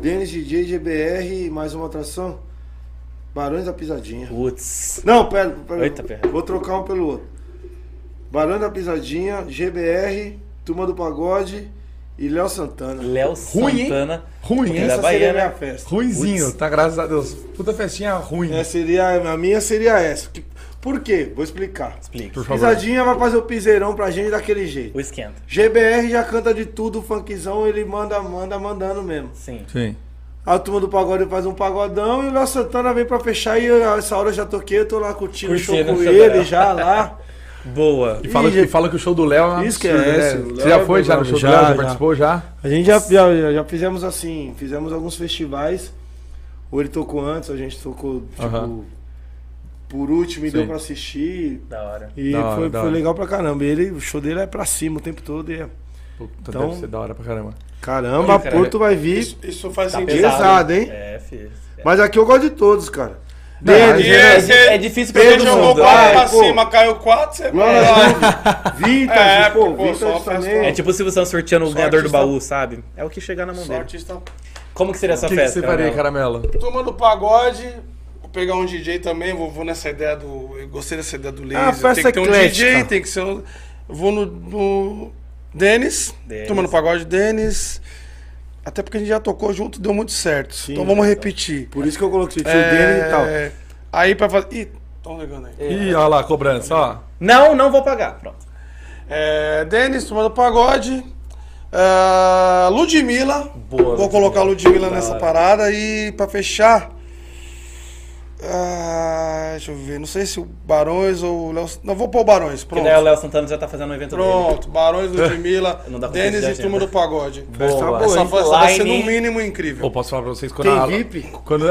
Speaker 3: Denis DJ, GBR, mais uma atração. Barões da Pisadinha.
Speaker 1: Putz.
Speaker 3: Não, pera, pera.
Speaker 1: Eita, pera.
Speaker 3: Vou trocar um pelo outro. Barões da Pisadinha, GBR, Turma do Pagode E Léo Santana.
Speaker 6: Léo
Speaker 2: Ruim, hein?
Speaker 6: Santana.
Speaker 2: Ruim, hein?
Speaker 6: Da
Speaker 3: Essa seria a
Speaker 6: Bahia,
Speaker 3: minha
Speaker 6: né?
Speaker 3: festa.
Speaker 2: Ruinzinho, tá? Graças a Deus. Puta festinha ruim.
Speaker 3: É, seria, a minha seria essa. Que- Por quê? Vou explicar.
Speaker 6: Explique.
Speaker 2: Por favor.
Speaker 3: Pisadinha vai fazer o piseirão pra gente daquele jeito.
Speaker 6: O esquenta.
Speaker 3: GBR já canta de tudo, funkzão, ele manda, manda, mandando mesmo.
Speaker 6: Sim.
Speaker 2: Sim.
Speaker 3: A turma do pagode faz um pagodão e o Léo Santana vem pra fechar e eu, essa hora eu já toquei, eu tô lá curtindo o show
Speaker 6: Curtindo
Speaker 3: com
Speaker 2: né?
Speaker 6: o show
Speaker 3: ele
Speaker 6: dela.
Speaker 3: já lá.
Speaker 6: Boa.
Speaker 2: E fala,
Speaker 3: Ih,
Speaker 2: e fala que o show do Léo é um
Speaker 3: Esquece,
Speaker 2: absurdo,
Speaker 3: o
Speaker 2: né?
Speaker 3: Léo
Speaker 2: Você já
Speaker 3: é
Speaker 2: foi já no
Speaker 3: brabo,
Speaker 2: show do
Speaker 3: já,
Speaker 2: Léo? Já
Speaker 3: já.
Speaker 2: participou já?
Speaker 3: A gente já, já, já fizemos assim, fizemos alguns festivais. Ou ele tocou antes, a gente tocou, tipo,
Speaker 2: Aham.
Speaker 3: por último e
Speaker 2: Sim.
Speaker 3: deu pra assistir.
Speaker 6: Da hora.
Speaker 3: E
Speaker 2: Da hora,
Speaker 3: foi,
Speaker 2: da
Speaker 3: foi
Speaker 2: hora.
Speaker 3: legal pra caramba. E Ele, o show dele é pra cima o tempo todo. E é,
Speaker 2: Puta,
Speaker 3: Então-
Speaker 2: deve ser da hora pra caramba.
Speaker 3: caramba,
Speaker 6: Ih, cara,
Speaker 3: Porto vai vir
Speaker 4: Isso, isso
Speaker 2: Tá
Speaker 4: faz sentido.
Speaker 3: tá pesado, hein?
Speaker 6: É, filho. É.
Speaker 3: Mas aqui eu gosto de todos, cara.
Speaker 2: Não, mas-
Speaker 3: Denis,
Speaker 4: Yes,
Speaker 6: É
Speaker 4: yes.
Speaker 6: difícil pra
Speaker 4: Você
Speaker 6: todo
Speaker 4: jogou
Speaker 6: mundo.
Speaker 4: quatro
Speaker 3: vai,
Speaker 4: pra
Speaker 3: né, pô. é
Speaker 4: cima, caiu quatro, você
Speaker 3: Glória
Speaker 4: vai lá.
Speaker 3: a Deus. Vintage,
Speaker 4: É,
Speaker 3: pô,
Speaker 4: pô, só
Speaker 3: Vintage
Speaker 4: festa
Speaker 3: também.
Speaker 6: É tipo o Silvio Santos sorteando o
Speaker 4: Só
Speaker 6: ganhador do
Speaker 4: artista-
Speaker 6: baú, sabe? É o que chegar
Speaker 1: tipo,
Speaker 6: na mão
Speaker 4: Só
Speaker 6: dele.
Speaker 4: artista.
Speaker 6: Como que seria essa
Speaker 2: O que, que
Speaker 6: festa?
Speaker 2: você faria,
Speaker 6: Leonel?
Speaker 2: Caramelo?
Speaker 4: Turma do pagode. Vou pegar um DJ também, vou, vou nessa ideia do. Eu gostei dessa ideia
Speaker 2: É
Speaker 4: do laser.
Speaker 3: festa
Speaker 4: tem que ter um
Speaker 3: eclética.
Speaker 4: DJ, tem que ser um. eu Vou no. no Denis.
Speaker 6: Denis.
Speaker 4: Turma do pagode, Denis. Até porque a gente já tocou junto, deu muito certo. então vamos repetir.
Speaker 3: tá. Por isso que eu coloquei o tio
Speaker 4: É,
Speaker 3: Denis e tal.
Speaker 4: Aí pra fazer. Ih, tão ligando aí.
Speaker 3: É.
Speaker 2: Ih, olha lá, a cobrança, ó.
Speaker 6: Não, não vou pagar. Pronto.
Speaker 4: É, Denis, turma do pagode. Ah, Ludmilla.
Speaker 6: Boa,
Speaker 4: Vou
Speaker 6: Ludmilla.
Speaker 4: colocar a Ludmilla
Speaker 6: Da
Speaker 4: nessa
Speaker 6: hora.
Speaker 4: parada. E pra fechar. ah, deixa eu ver. Não sei se o Barões ou o Léo. Não, vou pôr o Barões.
Speaker 6: Porque
Speaker 4: Pronto.
Speaker 6: daí o Léo Santana já tá fazendo o evento
Speaker 4: Pronto. Barões, Ludmilla,
Speaker 6: *laughs* Não dá pra
Speaker 4: Denis
Speaker 6: fazer
Speaker 4: e
Speaker 6: agenda.
Speaker 4: turma do pagode.
Speaker 6: dele. Boa.
Speaker 3: boa,
Speaker 4: Essa
Speaker 3: tá hein?
Speaker 4: festa vai ser
Speaker 6: Line.
Speaker 4: no mínimo incrível.
Speaker 2: Eu posso falar pra vocês quando
Speaker 3: Tem
Speaker 2: a...
Speaker 3: VIP?
Speaker 2: Quando... *laughs*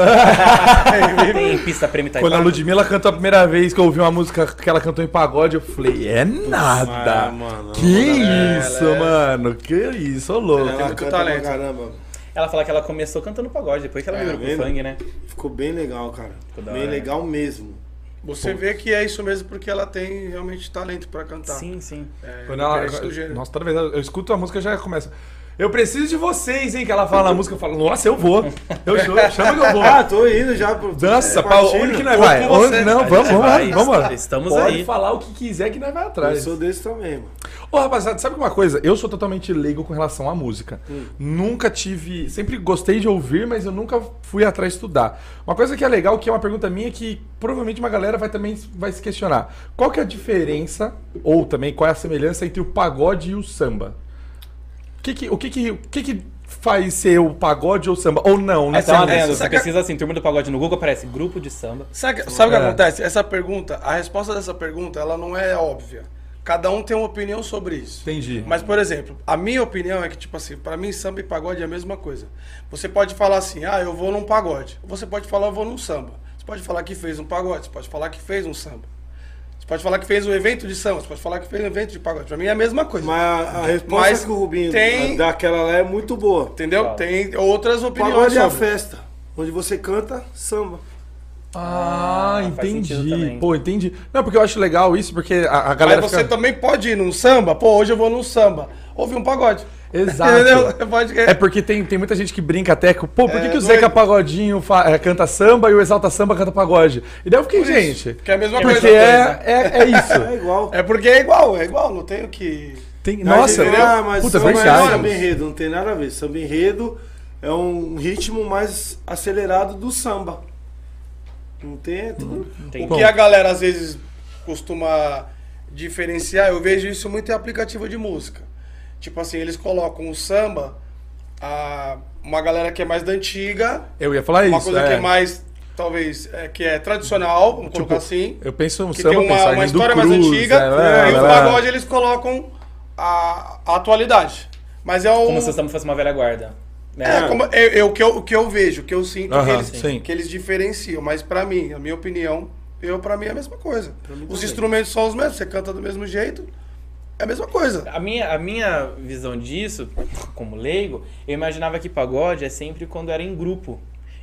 Speaker 6: Tem pista prêmio tá
Speaker 2: Quando a
Speaker 6: Itaipava.
Speaker 2: Ludmilla cantou a primeira vez que eu ouvi uma música que ela cantou em pagode, eu falei, é nada.
Speaker 3: Ah, mano. é
Speaker 2: que isso, mano. Que isso, ô louco.
Speaker 4: Ela- muito
Speaker 3: canta pra
Speaker 4: talento.
Speaker 3: Caramba,
Speaker 6: Ela fala que ela começou cantando pagode, depois que ela
Speaker 3: É,
Speaker 6: migrou pro
Speaker 3: vendo?
Speaker 6: funk, né?
Speaker 3: ficou bem legal, cara.
Speaker 6: da
Speaker 3: bem
Speaker 6: hora.
Speaker 3: legal mesmo.
Speaker 4: Você vê que é isso mesmo, porque ela tem realmente talento pra
Speaker 2: Tá.
Speaker 4: cantar.
Speaker 6: Sim, sim.
Speaker 4: É,
Speaker 2: Quando ela-
Speaker 4: independente do gênero.
Speaker 2: Nossa, toda vez eu eu escuto a música já começa. Eu preciso de vocês, hein? Que ela fala na música, eu falo, nossa, eu vou. Eu cho- chama que eu vou.
Speaker 4: *laughs*
Speaker 3: Ah, tô indo já pro.
Speaker 2: Dança, pau,
Speaker 3: partindo.
Speaker 2: onde que nós
Speaker 4: vou
Speaker 2: vai?
Speaker 4: com
Speaker 2: Onde-
Speaker 4: você,
Speaker 2: não,
Speaker 4: cara.
Speaker 2: vamos, vamos,
Speaker 6: Vai,
Speaker 2: vamos, vamos.
Speaker 6: Estamos
Speaker 2: Pode
Speaker 6: aí.
Speaker 2: falar o que quiser que nós vai
Speaker 3: Eu
Speaker 2: atrás.
Speaker 3: sou desse também, mano.
Speaker 2: Ô, rapaziada, sabe uma coisa? Eu sou totalmente leigo com relação à música. Nunca tive. Sempre gostei de ouvir, mas eu nunca fui atrás de estudar. Uma coisa que é legal, que é uma pergunta minha, que provavelmente uma galera vai também vai se questionar. Qual que é a diferença, ou também qual é a semelhança entre o pagode e o samba? O que que, o que, que, o que, que faz ser o pagode ou o samba? Ou não,
Speaker 1: É,
Speaker 2: né?
Speaker 1: tá
Speaker 6: Então,
Speaker 2: Sabe?
Speaker 6: adendo, você
Speaker 4: saca-
Speaker 6: pesquisa assim, turma do pagode no Google, aparece grupo de samba.
Speaker 4: Sabe, sabe o que
Speaker 2: É.
Speaker 4: acontece? Essa pergunta, a resposta dessa pergunta, ela não é óbvia. Cada um tem uma opinião sobre isso.
Speaker 2: Entendi.
Speaker 4: Mas, por exemplo, a minha opinião é que, tipo assim, pra mim, samba e pagode é a mesma coisa. Você pode falar assim, ah, eu vou num pagode. Você pode falar, eu vou num samba. Você pode falar que fez um pagode, você pode falar que fez um samba. Você pode falar que fez um evento de samba, você pode falar que fez um evento de pagode. Pra mim é a mesma coisa.
Speaker 3: Mas a, a resposta
Speaker 4: Mas
Speaker 3: que o Rubinho
Speaker 4: tem-
Speaker 3: dá daquela lá é muito boa.
Speaker 4: Entendeu? Tem outras opiniões
Speaker 3: Pagode é a
Speaker 4: sobre.
Speaker 3: festa, onde você canta samba.
Speaker 2: Ah,
Speaker 6: Ah, faz sentido
Speaker 2: entendi.
Speaker 6: também.
Speaker 2: Pô, entendi. Não, é porque eu acho legal isso, porque a, a
Speaker 4: Mas
Speaker 2: galera.
Speaker 4: você tá-
Speaker 2: fica-
Speaker 4: também pode ir num samba. Pô, hoje eu vou num samba. Ouvi um pagode.
Speaker 2: Exato.
Speaker 4: *laughs* Entendeu? Você pode...
Speaker 2: É porque tem, tem muita gente que brinca até com, pô, por que,
Speaker 4: É,
Speaker 2: que o
Speaker 4: doido.
Speaker 2: Zeca Pagodinho fa- eh, canta samba e o Exalta Samba canta pagode? E daí eu fiquei,
Speaker 4: Por isso,
Speaker 2: gente.
Speaker 4: que é a mesma
Speaker 2: porque
Speaker 4: coisa,
Speaker 2: é, é, é
Speaker 4: *laughs*
Speaker 3: É
Speaker 2: isso.
Speaker 3: igual.
Speaker 4: É porque é igual, é igual, não tem o que.
Speaker 2: Tem,
Speaker 3: Mas
Speaker 2: nossa,
Speaker 3: entendeu? Ah, mas
Speaker 2: puta,
Speaker 3: samba é samba
Speaker 2: verdade.
Speaker 3: enredo, não tem nada a ver. Samba enredo é um ritmo mais acelerado do samba. Não tem. Tudo...
Speaker 4: O
Speaker 2: Bom.
Speaker 4: que a galera às vezes costuma diferenciar, eu vejo isso muito em aplicativo de música. Tipo assim, eles colocam o samba, a- uma galera que é mais da antiga,
Speaker 2: Eu ia falar
Speaker 4: uma
Speaker 2: isso.
Speaker 4: coisa
Speaker 2: é.
Speaker 4: que é mais, talvez, é, que é tradicional, vamos colocar assim.
Speaker 2: Eu penso no
Speaker 4: que
Speaker 2: samba,
Speaker 4: tem
Speaker 2: eu
Speaker 4: uma,
Speaker 2: penso
Speaker 4: uma
Speaker 2: em Lindo
Speaker 4: história mais
Speaker 2: Cruz,
Speaker 4: antiga,
Speaker 2: é, lá,
Speaker 4: e o
Speaker 2: lá, lá.
Speaker 4: pagode eles colocam a, a atualidade. Mas é o.
Speaker 6: Como se o samba fosse uma velha guarda. né?
Speaker 4: É, como, eu, eu- o que eu, o que eu vejo, o que eu sinto que,
Speaker 2: Aham,
Speaker 4: eles,
Speaker 2: sim.
Speaker 4: que eles diferenciam. Mas pra mim, na minha opinião, eu pra mim é a mesma coisa. Os instrumentos são os mesmos, você canta do mesmo jeito, é a mesma coisa.
Speaker 6: A minha, a minha visão disso, como leigo, eu imaginava que pagode é sempre quando era em grupo.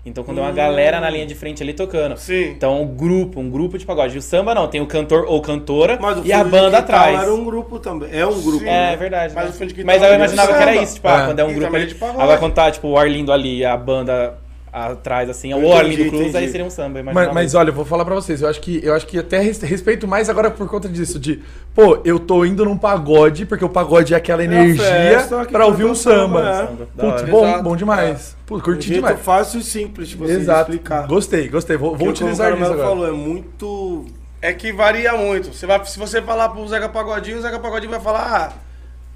Speaker 6: Então, quando é uma galera na linha de frente ali tocando.
Speaker 4: Sim.
Speaker 6: Então, um grupo, um grupo de pagode. E o samba não, tem o cantor ou cantora
Speaker 3: Mas o
Speaker 6: e a
Speaker 3: fundo de
Speaker 6: banda
Speaker 3: quintal
Speaker 6: atrás.
Speaker 3: Era um grupo também. É um grupo.
Speaker 4: Sim.
Speaker 6: É
Speaker 3: né?
Speaker 6: verdade.
Speaker 4: Mas
Speaker 6: né?
Speaker 4: o fundo de quintal
Speaker 6: Mas aí eu
Speaker 4: é
Speaker 6: imaginava que era
Speaker 4: samba.
Speaker 6: isso, tipo, ah,
Speaker 2: É.
Speaker 6: quando é um
Speaker 4: E
Speaker 6: grupo
Speaker 4: também
Speaker 6: ali.
Speaker 4: de pagode.
Speaker 6: Agora quando tá, tipo, o Arlindo ali, a banda
Speaker 1: atrás, assim, é o
Speaker 4: Entendi,
Speaker 1: Orly do Cruz,
Speaker 4: entendi.
Speaker 1: aí seria um samba, imagina.
Speaker 2: Mas, mas olha, eu vou falar pra vocês, eu acho que eu acho que até res- respeito mais agora por conta disso, de, pô, eu tô indo num pagode, porque o pagode é aquela energia
Speaker 4: festa que
Speaker 2: pra ouvir
Speaker 4: canta
Speaker 2: um
Speaker 4: o samba,
Speaker 2: samba.
Speaker 4: é.
Speaker 2: Putz,
Speaker 4: hora.
Speaker 2: bom,
Speaker 4: Exato.
Speaker 2: bom demais. Pô,
Speaker 4: Um
Speaker 2: curti
Speaker 4: jeito
Speaker 2: demais.
Speaker 4: fácil e simples, tipo assim, de
Speaker 2: Exato.
Speaker 4: explicar.
Speaker 2: Gostei, gostei. Vou, vou
Speaker 4: Porque como
Speaker 2: utilizar
Speaker 4: o
Speaker 2: isso
Speaker 4: Carmelo
Speaker 2: agora.
Speaker 4: falou, é muito... É que varia muito. Você vai, se você falar pro Zeca Pagodinho, o Zeca Pagodinho vai falar...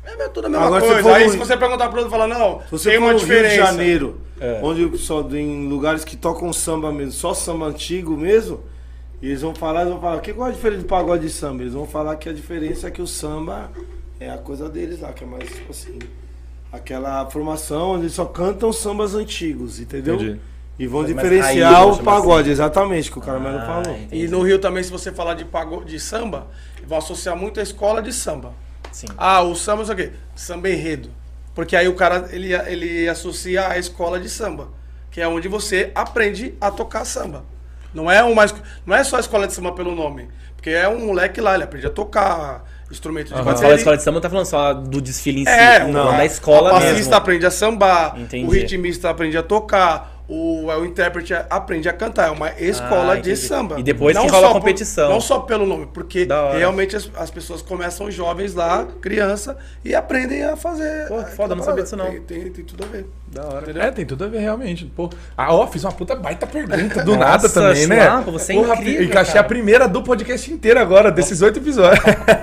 Speaker 4: Ah, é tudo a mesma
Speaker 3: Agora, se
Speaker 4: coisa.
Speaker 3: for
Speaker 4: aí
Speaker 3: no-
Speaker 4: se você perguntar pro outro, fala, não,
Speaker 3: Se você
Speaker 4: tem
Speaker 3: for
Speaker 4: uma
Speaker 3: no
Speaker 4: diferença.
Speaker 3: Rio de Janeiro,
Speaker 1: É.
Speaker 3: onde só em lugares que tocam samba mesmo, só samba antigo mesmo, e eles vão falar, eles vão falar, que qual é a diferença do pagode e samba? Eles vão falar que a diferença é que o samba é a coisa deles lá, que é mais tipo assim, aquela formação onde eles só cantam sambas antigos, entendeu?
Speaker 2: Entendi.
Speaker 3: E vão
Speaker 1: mais
Speaker 3: diferenciar
Speaker 1: raiz,
Speaker 3: o
Speaker 1: chama
Speaker 3: pagode, exatamente, que o Carmelo
Speaker 1: Ah,
Speaker 3: falou.
Speaker 1: entendi.
Speaker 4: E no Rio também, se você falar de pagode de samba, vão associar muito a escola de samba.
Speaker 1: Sim.
Speaker 4: Ah, o samba, não sei o quê. Samba enredo. Porque aí o cara, ele, ele associa a escola de samba, que é onde você aprende a tocar samba. Não é, uma, esco- não é só a escola de samba pelo nome. Porque é um moleque lá, ele aprende a tocar instrumento de
Speaker 1: Quando você
Speaker 4: bateria.
Speaker 1: fala de escola de samba, não tá falando só do desfile em si,
Speaker 4: É,
Speaker 1: tá
Speaker 4: não.
Speaker 1: falando da escola
Speaker 4: o
Speaker 1: mesmo.
Speaker 4: passista aprende a sambar,
Speaker 1: Entendi.
Speaker 4: o ritmista aprende a tocar, o, é, o intérprete aprende a cantar. É uma escola
Speaker 1: Ah,
Speaker 4: de
Speaker 1: entendi.
Speaker 4: samba.
Speaker 1: E depois que rola a
Speaker 4: só por-
Speaker 1: competição.
Speaker 4: não só pelo nome, porque
Speaker 1: Da hora.
Speaker 4: realmente as, as pessoas começam jovens lá, criança, e aprendem a fazer.
Speaker 1: Pô, que
Speaker 4: a-
Speaker 1: foda, eu não sabia disso não.
Speaker 4: Tem, tem- tem tudo a ver. Da hora.
Speaker 2: É, tem tudo a ver, realmente. Pô, ah, ó, fiz uma puta baita pergunta do
Speaker 1: Nossa,
Speaker 2: nada também, né?
Speaker 1: Chulapa, você é incrível,
Speaker 2: Encaixei a
Speaker 1: cara.
Speaker 2: primeira do podcast inteiro agora, desses oito episódios.
Speaker 1: *laughs*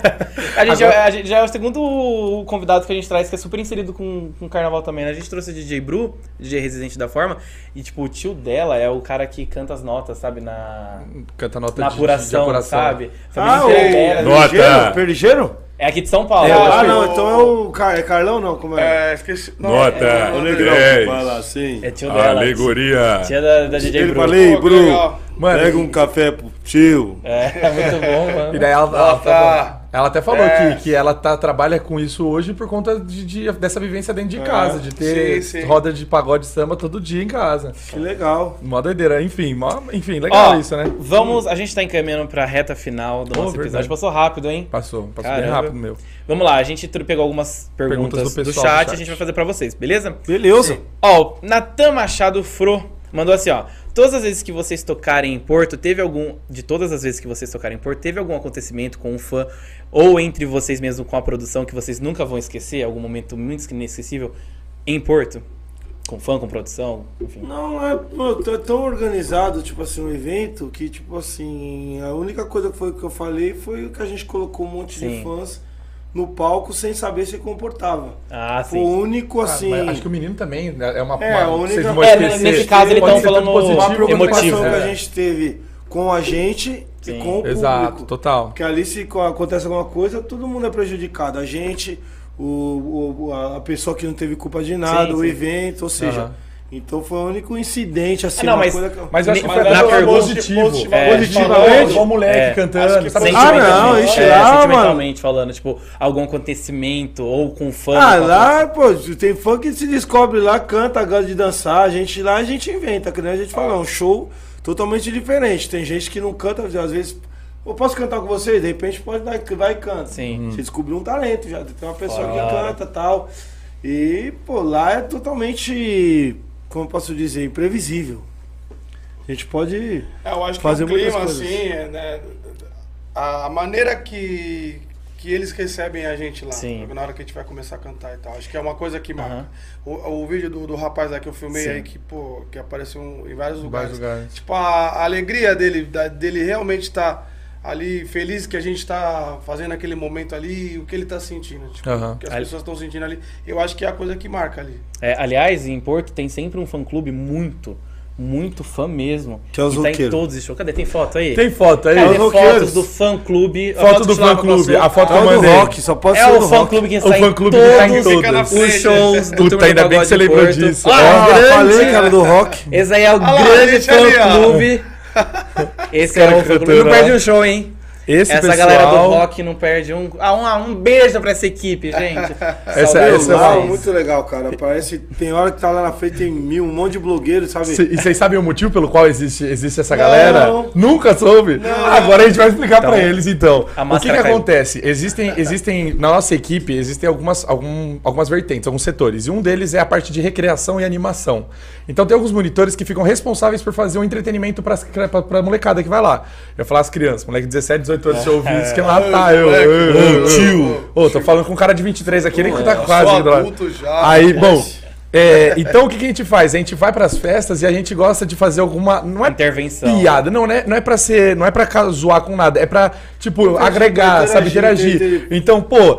Speaker 1: A gente,
Speaker 2: Agora-
Speaker 1: é- a gente já é o segundo convidado que a gente traz, que é super inserido com, com carnaval também, né? A gente trouxe o DJ Bru, DJ Residente da Forma, e tipo, o tio dela é o cara que canta as notas, sabe? Na,
Speaker 2: Canta a nota
Speaker 1: na
Speaker 2: de,
Speaker 1: apuração,
Speaker 2: de apuração.
Speaker 1: sabe?
Speaker 3: Ah,
Speaker 1: Família
Speaker 3: o
Speaker 1: inteira dela.
Speaker 2: Nossa.
Speaker 3: Perligeiro? Perligeiro?
Speaker 1: né? É aqui de São Paulo.
Speaker 3: É,
Speaker 1: eu acho.
Speaker 3: ah,
Speaker 4: o-
Speaker 3: não, então é o Car- é Carlão, não, como é?
Speaker 4: É, esqueci. não,
Speaker 12: Nota.
Speaker 4: é,
Speaker 3: o
Speaker 4: é,
Speaker 12: Legal.
Speaker 3: Negrão,
Speaker 12: é.
Speaker 3: fala assim.
Speaker 1: É tio dela.
Speaker 12: Alegoria.
Speaker 1: Tia da, da DJ
Speaker 3: Ele
Speaker 1: Bru.
Speaker 3: falei,
Speaker 4: Pô, que
Speaker 3: Bruno,
Speaker 4: legal.
Speaker 2: Mano,
Speaker 3: pega
Speaker 2: e-
Speaker 3: um café pro tio.
Speaker 1: É, *laughs* muito bom,
Speaker 2: *laughs* E
Speaker 1: mano.
Speaker 2: daí ela, ela,
Speaker 4: tá.
Speaker 2: ela até falou
Speaker 4: É.
Speaker 2: que, que ela tá, trabalha com isso hoje por conta de, de- dessa vivência dentro de casa, de ter
Speaker 4: É. Sim, sim.
Speaker 2: roda de pagode e samba todo dia em casa.
Speaker 3: Que legal.
Speaker 2: Uma doideira, enfim, mó- enfim,
Speaker 1: Ó,
Speaker 2: legal isso, né?
Speaker 1: vamos... A gente tá encaminhando pra reta final do
Speaker 2: Oh,
Speaker 1: nosso
Speaker 2: verdade.
Speaker 1: episódio. Passou rápido, hein?
Speaker 2: Passou, passou bem
Speaker 1: Caramba.
Speaker 2: rápido, meu.
Speaker 1: Vamos lá, a gente tr- pegou algumas perguntas,
Speaker 2: Perguntas do
Speaker 1: do,
Speaker 2: pessoal do
Speaker 1: chat,
Speaker 2: chat.
Speaker 1: a gente vai fazer pra vocês, beleza?
Speaker 3: Beleza.
Speaker 1: Ó, o Natan Machado Fro mandou assim, ó. Todas as vezes que vocês tocarem em Porto, teve algum. De todas as vezes que vocês tocarem em Porto, teve algum acontecimento com um fã ou entre vocês mesmo com a produção que vocês nunca vão esquecer? Algum momento muito inesquecível em Porto? Com fã, com produção, enfim.
Speaker 3: Não, é, pô, tô- é tão organizado, tipo assim, um evento que, tipo assim, a única coisa que, foi, que eu falei foi que a gente colocou um monte
Speaker 1: Sim.
Speaker 3: de fãs no palco sem saber se comportava.
Speaker 1: Ah,
Speaker 3: Foi o
Speaker 1: sim.
Speaker 3: único,
Speaker 2: Ah,
Speaker 3: assim.
Speaker 2: mas acho que o menino também né, é uma. uma
Speaker 3: É, a única-
Speaker 2: vocês não vão
Speaker 1: É,
Speaker 2: esquecer.
Speaker 1: nesse caso eles
Speaker 2: Pode
Speaker 1: tão
Speaker 2: ser tanto
Speaker 1: falando
Speaker 3: uma
Speaker 2: positivo, quanto
Speaker 3: preocupação
Speaker 1: emotivo,
Speaker 3: que a
Speaker 1: é.
Speaker 3: gente teve com a gente
Speaker 1: Sim.
Speaker 3: e com o
Speaker 2: Exato,
Speaker 3: público.
Speaker 2: total.
Speaker 3: Porque ali se co- acontece alguma coisa, todo mundo é prejudicado. A gente, o, o- a a pessoa que não teve culpa de nada,
Speaker 1: Sim,
Speaker 3: o
Speaker 1: sim.
Speaker 3: evento, ou seja.
Speaker 2: Aham.
Speaker 3: Então foi o único incidente, assim,
Speaker 1: Ah, não,
Speaker 3: uma
Speaker 1: mas-
Speaker 3: coisa que eu-
Speaker 2: Mas eu acho que
Speaker 1: Mas
Speaker 2: foi
Speaker 1: na
Speaker 2: algo
Speaker 1: pergunta-
Speaker 2: positivo.
Speaker 4: positiva-
Speaker 1: É,
Speaker 2: Positivamente. Igual
Speaker 4: falou-
Speaker 2: o moleque
Speaker 1: É,
Speaker 2: cantando.
Speaker 4: que
Speaker 2: sabe?
Speaker 3: foi- Ah, não,
Speaker 1: Sentimentalmente,
Speaker 3: ixi,
Speaker 1: é,
Speaker 3: lá, mano.
Speaker 1: sentimentalmente falando, tipo, algum acontecimento ou com fã.
Speaker 3: Ah,
Speaker 1: com a
Speaker 3: lá, pô, tem fã que se descobre lá, canta, gosta de dançar. A gente lá, a gente inventa, que nem a gente fala, é um show totalmente diferente. Tem gente que não canta, às vezes. Eu posso cantar com vocês? De repente pode vai, vai e canta.
Speaker 1: Sim.
Speaker 3: Você descobriu um talento já. Tem uma pessoa
Speaker 1: Fora.
Speaker 3: que canta e tal. E, pô, lá é totalmente, como eu posso dizer, imprevisível. A gente pode.
Speaker 4: É, eu acho que
Speaker 3: Fazer
Speaker 4: o clima,
Speaker 3: muitas coisas.
Speaker 4: assim, é, né, a maneira que, que eles recebem a gente lá,
Speaker 1: Sim.
Speaker 4: na hora que a gente vai começar a cantar e tal. Acho que é uma coisa que marca. O, o vídeo do, do rapaz lá que eu filmei aí, que, pô, que apareceu um, em vários lugares.
Speaker 2: lugares.
Speaker 4: Tipo, a, a alegria dele, da- dele realmente estar ali, feliz que a gente tá fazendo aquele momento ali, o que ele tá sentindo, tipo,
Speaker 2: Aham.
Speaker 4: o que as
Speaker 1: Ali-
Speaker 4: pessoas estão sentindo ali. Eu acho que é a coisa que marca ali.
Speaker 1: É, aliás, em Porto tem sempre um fã-clube muito, muito fã mesmo.
Speaker 3: Que é os
Speaker 1: e tá em
Speaker 3: roqueiros.
Speaker 1: todos os shows. Cadê? Tem foto aí?
Speaker 2: Tem foto aí?
Speaker 1: Cadê
Speaker 3: os roqueiros.
Speaker 1: fotos do fã-clube? A
Speaker 2: Foto do
Speaker 1: que Chulapa
Speaker 2: fã-clube,
Speaker 1: passou.
Speaker 2: a foto
Speaker 3: É o
Speaker 2: que eu
Speaker 3: do
Speaker 2: mandei.
Speaker 3: rock, só pode
Speaker 1: É
Speaker 3: ser o
Speaker 1: o
Speaker 3: do rock.
Speaker 1: fã-clube que
Speaker 2: O
Speaker 1: está em
Speaker 2: fã-clube
Speaker 1: todos
Speaker 2: que tá em
Speaker 4: Fica na
Speaker 2: todos.
Speaker 1: os
Speaker 4: frente.
Speaker 1: shows do Turma
Speaker 2: Puta,
Speaker 1: do
Speaker 2: ainda bem que
Speaker 1: Pagode
Speaker 2: você
Speaker 1: de
Speaker 2: lembrou
Speaker 1: Porto.
Speaker 2: disso.
Speaker 1: Ah,
Speaker 2: Ó,
Speaker 1: grande!
Speaker 3: Falei, cara, do rock.
Speaker 1: Esse aí é o
Speaker 4: lá,
Speaker 1: grande
Speaker 4: gente ali, ó.
Speaker 1: fã-clube. Esse é o fã-clube. Não
Speaker 2: cantando,
Speaker 1: perde
Speaker 2: ó.
Speaker 1: um show, hein?
Speaker 2: Esse
Speaker 5: Essa
Speaker 2: pessoal,
Speaker 5: galera do rock não perde um. Ah, um, ah, um beijo pra essa equipe, gente.
Speaker 2: *laughs* Essa,
Speaker 3: Meu,
Speaker 2: essa é
Speaker 3: lá,
Speaker 2: uma-
Speaker 3: muito legal, cara. Parece tem hora que tá lá na frente, tem mil, um monte de blogueiro, sabe?
Speaker 2: Cê- E vocês sabem o motivo pelo qual existe, existe essa galera? Nunca soube? Agora a gente vai explicar pra eles então.
Speaker 5: a
Speaker 2: o que,
Speaker 5: máscara
Speaker 2: que
Speaker 5: caiu.
Speaker 2: acontece? Existem, existem na nossa equipe, existem algumas, algum, algumas vertentes, alguns setores. E um deles é a parte de recreação e animação. Então tem alguns monitores que ficam responsáveis por fazer um entretenimento pra, pra, pra molecada que vai lá. Eu ia falar as crianças, moleque de 17, 18 anos, você ouve isso que lá tá. Eu, eu, tio. Ô, tô falando com um cara de 23 aqui, ele que tá quase. aqui do lado.
Speaker 4: adulto já.
Speaker 2: Aí, bom. é, então o que, que a gente faz? A gente vai pras festas e a gente gosta de fazer alguma. Não é
Speaker 5: Intervenção.
Speaker 2: piada, não, né? Não é pra ser. Não é pra ca- zoar com nada. É pra, tipo, agregar, sabe, interagir.
Speaker 3: interagir, interagir.
Speaker 2: Então, pô.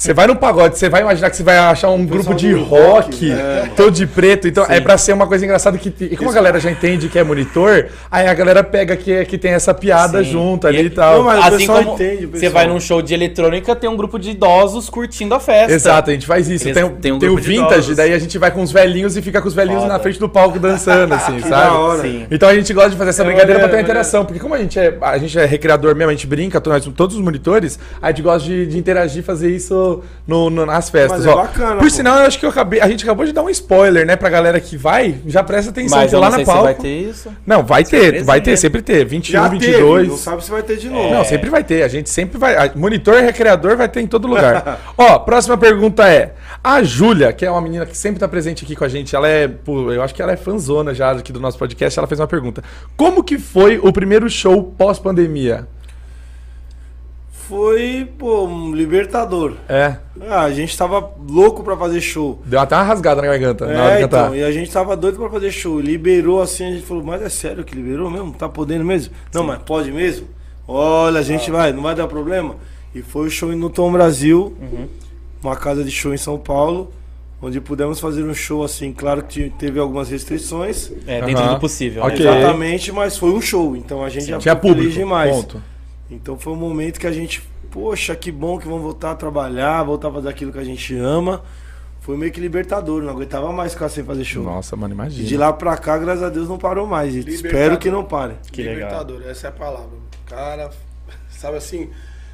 Speaker 2: Você vai no pagode, você vai imaginar que você vai achar um grupo de
Speaker 3: do
Speaker 2: rock,
Speaker 3: rock, é.
Speaker 2: todo de preto. Então, é pra ser uma coisa engraçada que. E como a galera já entende que é monitor, aí a galera pega que, que tem essa piada Tá junto ali e, é- tal.
Speaker 3: Não, mas o
Speaker 6: assim
Speaker 3: pessoal
Speaker 6: como
Speaker 3: entende, o
Speaker 6: você
Speaker 3: pessoal.
Speaker 6: vai num show de eletrônica, tem um grupo de idosos curtindo a festa.
Speaker 2: *laughs* Exato, a gente faz isso.
Speaker 5: Eles
Speaker 2: Tem, o-
Speaker 5: têm um
Speaker 2: tem o
Speaker 5: grupo de
Speaker 2: vintage,
Speaker 5: idosos.
Speaker 2: daí a gente vai com os velhinhos e fica com os velhinhos na frente do palco dançando, assim, sabe?
Speaker 3: da hora.
Speaker 5: Sim.
Speaker 2: Então a gente gosta de fazer
Speaker 3: É,
Speaker 2: essa brincadeira pra ter uma
Speaker 3: maneiro,
Speaker 2: interação, porque como a gente é, a gente é recreador mesmo, a gente brinca, nós somos todos os monitores, a gente gosta de, de interagir, fazer isso no, no- nas festas.
Speaker 3: Mas é
Speaker 2: ó.
Speaker 3: bacana,
Speaker 2: Por
Speaker 3: pô.
Speaker 2: sinal, eu acho que eu acabei, a gente acabou de dar um spoiler, né, pra galera que vai, já presta atenção,
Speaker 6: Mas
Speaker 2: que
Speaker 6: eu
Speaker 2: lá
Speaker 6: não sei
Speaker 2: na
Speaker 6: se
Speaker 2: palco...
Speaker 6: vai ter isso.
Speaker 2: Não, vai ter,
Speaker 5: Surpresa,
Speaker 2: vai ter,
Speaker 5: né?
Speaker 2: sempre ter, 21,
Speaker 3: Já
Speaker 2: 22...
Speaker 3: teve, não sabe se vai ter de novo.
Speaker 2: Não, sempre vai ter. A gente sempre vai. a- Monitor e recreador vai ter em todo
Speaker 3: *laughs*
Speaker 2: lugar. Ó, próxima pergunta é: a Júlia, que é uma menina que sempre tá presente aqui com a gente, ela é. pô, eu acho que ela é fanzona já aqui do nosso podcast. Ela fez uma pergunta: Como que foi o primeiro show pós-pandemia?
Speaker 3: Foi, pô, um libertador.
Speaker 2: É.
Speaker 3: Ah, a gente tava louco pra fazer show.
Speaker 2: Deu até uma rasgada na garganta na hora de
Speaker 3: É,
Speaker 2: cantar.
Speaker 3: então, e a gente tava doido pra fazer show. Liberou assim, a gente falou, mas é sério que liberou mesmo? Tá podendo mesmo? Não, mas pode mesmo? Olha, a
Speaker 2: Ah.
Speaker 3: gente vai, não vai dar problema. E foi o show no Tom Brasil,
Speaker 2: Uhum.
Speaker 3: uma casa de show em São Paulo, onde pudemos fazer um show assim, claro que teve algumas restrições.
Speaker 5: É, dentro
Speaker 2: Aham.
Speaker 5: do possível.
Speaker 2: Ok.
Speaker 3: Exatamente, mas foi um show, então a gente já
Speaker 2: Tinha
Speaker 3: ficou
Speaker 2: público.
Speaker 3: demais.
Speaker 2: Ponto.
Speaker 3: Então foi um momento que a gente, poxa, que bom que vão voltar a trabalhar, voltar a fazer aquilo que a gente ama. Foi meio que libertador, não aguentava mais ficar sem fazer show.
Speaker 2: Nossa, mano,
Speaker 3: E
Speaker 2: imagina.
Speaker 3: de lá pra cá, graças a Deus, não parou mais. E
Speaker 4: Libertador.
Speaker 3: espero que não pare.
Speaker 5: Que legal.
Speaker 4: Libertador, essa é a palavra. Cara, sabe assim,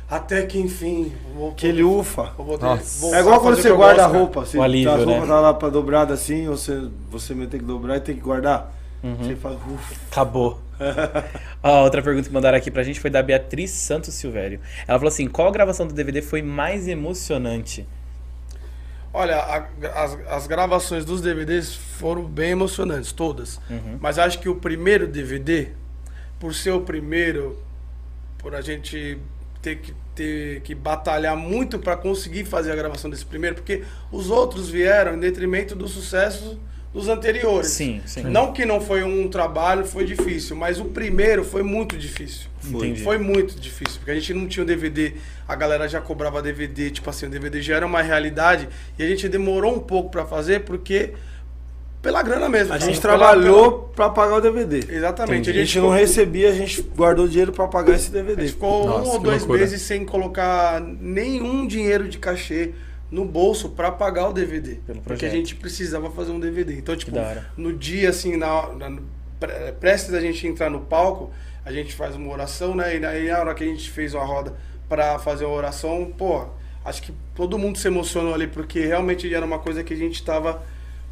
Speaker 4: até que enfim. Vou,
Speaker 3: Que ele ufa.
Speaker 4: vou voltar-
Speaker 2: Nossa.
Speaker 4: vou
Speaker 3: É igual
Speaker 4: fazer
Speaker 3: quando
Speaker 4: o
Speaker 3: você
Speaker 4: que eu
Speaker 3: guarda a
Speaker 4: gosto, cara.
Speaker 3: roupa. Se
Speaker 6: O alívio,
Speaker 3: as
Speaker 6: né?
Speaker 3: roupas tá lá pra dobrada assim, você, você mesmo tem que dobrar e tem que guardar.
Speaker 6: Uhum.
Speaker 3: Você fala, ufa.
Speaker 6: Acabou.
Speaker 5: A outra pergunta que mandaram aqui pra gente foi da Beatriz Santos Silvério. Ela falou assim: qual gravação do DVD foi mais emocionante?
Speaker 4: Olha, a- as, as gravações dos DVDs foram bem emocionantes, todas.
Speaker 5: Uhum.
Speaker 4: Mas acho que o primeiro DVD, por ser o primeiro, por a gente ter que, ter que batalhar muito para conseguir fazer a gravação desse primeiro, porque os outros vieram em detrimento do sucesso dos anteriores.
Speaker 5: Sim, sim.
Speaker 4: Não que não foi um trabalho, foi difícil, mas o primeiro foi muito difícil.
Speaker 5: Entendi.
Speaker 4: Foi muito difícil, porque a gente não tinha um DVD, a galera já cobrava DVD, tipo assim, o DVD já era uma realidade e a gente demorou um pouco pra fazer porque pela grana mesmo.
Speaker 3: A
Speaker 4: sabe?
Speaker 3: gente
Speaker 4: Pela-
Speaker 3: trabalhou pra pagar o DVD.
Speaker 4: pela- Exatamente.
Speaker 3: A gente não recebia, a gente guardou dinheiro pra pagar esse DVD.
Speaker 4: Ficou
Speaker 2: Nossa,
Speaker 4: um ou
Speaker 2: que
Speaker 4: dois
Speaker 2: loucura.
Speaker 4: meses sem colocar nenhum dinheiro de cachê no bolso pra pagar o DVD. Porque a
Speaker 5: projeto.
Speaker 4: gente precisava fazer um DVD. Então, tipo,
Speaker 5: da hora.
Speaker 4: no dia, assim, na, na, pre- prestes a gente entrar no palco, a gente faz uma oração, né? E na, e na hora que a gente fez uma roda pra fazer uma oração, pô, acho que todo mundo se emocionou ali, porque realmente era uma coisa que a gente tava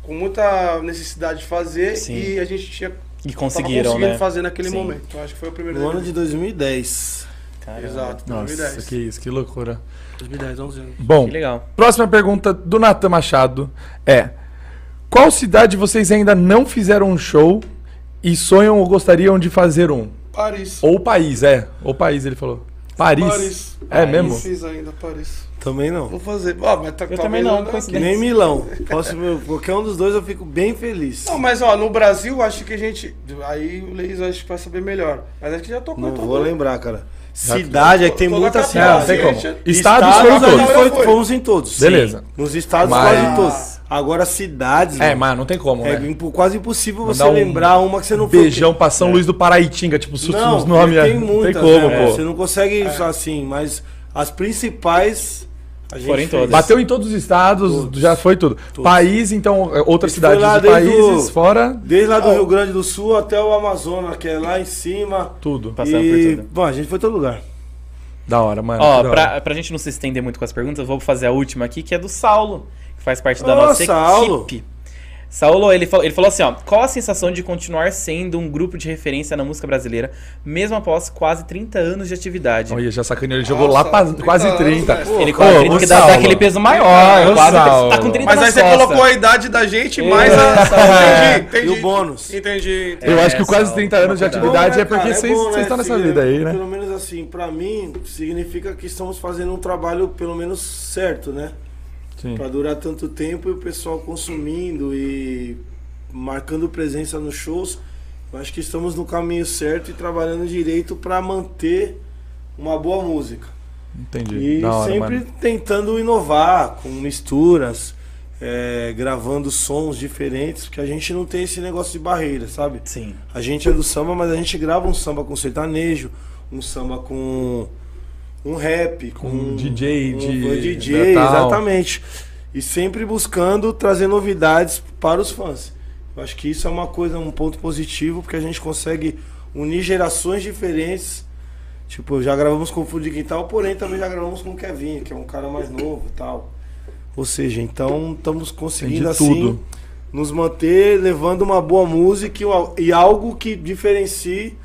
Speaker 4: com muita necessidade de fazer
Speaker 5: Sim.
Speaker 4: e a gente tinha
Speaker 5: E
Speaker 4: tava
Speaker 5: conseguiram,
Speaker 4: conseguindo
Speaker 5: né?
Speaker 4: fazer naquele
Speaker 5: Sim.
Speaker 4: momento. Então, acho que foi o primeiro
Speaker 3: No ano
Speaker 4: DVD.
Speaker 3: de 2010.
Speaker 5: Caramba,
Speaker 4: Exato, é
Speaker 2: Nossa,
Speaker 4: 2010.
Speaker 2: que isso, que loucura.
Speaker 4: 2010, 11 anos.
Speaker 2: Bom,
Speaker 5: Que legal.
Speaker 2: próxima pergunta do Natan Machado é: Qual cidade vocês ainda não fizeram um show e sonham ou gostariam de fazer um?
Speaker 4: Paris.
Speaker 2: Ou país, é. Ou país, ele falou. Paris.
Speaker 4: Paris.
Speaker 2: É
Speaker 4: Não
Speaker 2: mesmo?
Speaker 4: fiz ainda, Paris.
Speaker 3: Também não.
Speaker 4: Vou fazer. Ó, mas tá,
Speaker 5: Eu
Speaker 4: talvez
Speaker 5: também não,
Speaker 4: eu
Speaker 5: coincidência.
Speaker 3: Que nem Milão. Posso, meu, qualquer um dos dois eu fico bem feliz.
Speaker 4: Não, mas ó, no Brasil acho que a gente. Aí o Leis acho que vai saber melhor. Mas acho que já tocou.
Speaker 3: Não
Speaker 4: tocou.
Speaker 3: vou lembrar, cara. Cidade, é que tem
Speaker 4: Tô na
Speaker 3: muita
Speaker 4: capital,
Speaker 2: Ah,
Speaker 3: cidade.
Speaker 2: não tem como.
Speaker 4: Gente,
Speaker 2: Estados
Speaker 3: a
Speaker 2: foram
Speaker 4: Estados,
Speaker 3: gente
Speaker 2: todos.
Speaker 4: agora
Speaker 3: foi-
Speaker 4: foi.
Speaker 3: fomos em todos.
Speaker 2: Beleza.
Speaker 3: Nos estados
Speaker 2: Mas-
Speaker 3: quase todos. Agora cidades,
Speaker 2: É,
Speaker 3: mano,
Speaker 2: mas não tem como,
Speaker 3: é
Speaker 2: né?
Speaker 3: impo- quase impossível você
Speaker 2: Mandar um
Speaker 3: lembrar uma que você não foi.
Speaker 2: Beijão pra São Luís do Paraitinga, tipo, sus- os
Speaker 3: É. Não,
Speaker 2: nomes.
Speaker 3: tem
Speaker 2: é,
Speaker 3: muitas,
Speaker 2: tem como,
Speaker 3: né? Você
Speaker 2: pô.
Speaker 3: não consegue
Speaker 4: É.
Speaker 3: assim, mas as principais a gente
Speaker 5: Foram em
Speaker 3: fez.
Speaker 5: todas.
Speaker 2: Bateu em todos os estados, já foi tudo. País, então, é, outras
Speaker 3: Isso
Speaker 2: cidades
Speaker 3: foi lá
Speaker 2: e
Speaker 3: desde o-
Speaker 2: países, fora
Speaker 3: Desde lá do Rio Grande do Sul até o Amazonas, que é lá em cima.
Speaker 2: tudo.
Speaker 5: Passando por
Speaker 3: e,
Speaker 5: tudo.
Speaker 3: bom, a gente foi em todo lugar.
Speaker 2: Da hora, mano.
Speaker 5: Ó,
Speaker 2: que Tá da hora.
Speaker 5: pra, pra gente não se estender muito com as perguntas, eu vou fazer a última aqui, que é do Saulo, que faz parte da
Speaker 3: Ô,
Speaker 5: nossa
Speaker 3: Saulo!
Speaker 5: equipe. Saulo, ele falou, ele falou assim, ó, qual a sensação de continuar sendo um grupo de referência na música brasileira, mesmo após quase 30 anos de atividade?
Speaker 2: Olha, já sacaneou. Ele jogou lá
Speaker 4: Nossa,
Speaker 2: pra, quase
Speaker 4: 30
Speaker 2: 30.
Speaker 4: anos,
Speaker 5: Ele
Speaker 2: Ô,
Speaker 5: quase 30,
Speaker 2: ô,
Speaker 5: porque dá, dá
Speaker 2: Saulo.
Speaker 5: aquele peso maior,
Speaker 2: Ô,
Speaker 5: quase,
Speaker 2: Saulo.
Speaker 5: tá com 30
Speaker 4: Mas
Speaker 5: na
Speaker 4: aí você
Speaker 5: costa.
Speaker 4: colocou a idade da gente, mais
Speaker 2: *laughs* É.
Speaker 4: a. Entendi, entendi.
Speaker 3: E o bônus.
Speaker 4: Entendi. entendi.
Speaker 2: Eu
Speaker 3: É,
Speaker 2: acho que o quase
Speaker 5: Saulo,
Speaker 2: 30 anos de
Speaker 5: toma cuidado.
Speaker 2: atividade
Speaker 3: né,
Speaker 2: é porque
Speaker 3: cara?
Speaker 2: vocês
Speaker 3: bom,
Speaker 2: vocês
Speaker 3: né,
Speaker 2: estão nessa
Speaker 3: assim,
Speaker 2: vida aí, né?
Speaker 3: Pelo menos assim, pra mim, significa que estamos fazendo um trabalho, pelo menos, certo, né?
Speaker 2: Sim.
Speaker 3: Pra durar tanto tempo e o pessoal consumindo e marcando presença nos shows. Eu acho que estamos no caminho certo e trabalhando direito pra manter uma boa música.
Speaker 2: Entendi.
Speaker 3: E
Speaker 2: Da hora,
Speaker 3: sempre
Speaker 2: mano.
Speaker 3: tentando inovar com misturas, é, gravando sons diferentes, porque a gente não tem esse negócio de barreira, sabe?
Speaker 5: Sim.
Speaker 3: A gente é do samba, mas a gente grava um samba com sertanejo, um samba com um rap, com,
Speaker 2: um DJ de-
Speaker 3: um DJ,
Speaker 2: da tal.
Speaker 3: exatamente. E sempre buscando trazer novidades para os fãs. Eu acho que isso é uma coisa, um ponto positivo, porque a gente consegue unir gerações diferentes. Tipo, já gravamos com o Fundo de Quintal, porém também já gravamos com o Kevin, que é um cara mais novo e tal. Ou seja, então estamos conseguindo
Speaker 2: Entendi
Speaker 3: assim
Speaker 2: tudo.
Speaker 3: nos manter levando uma boa música e al- e algo que diferencie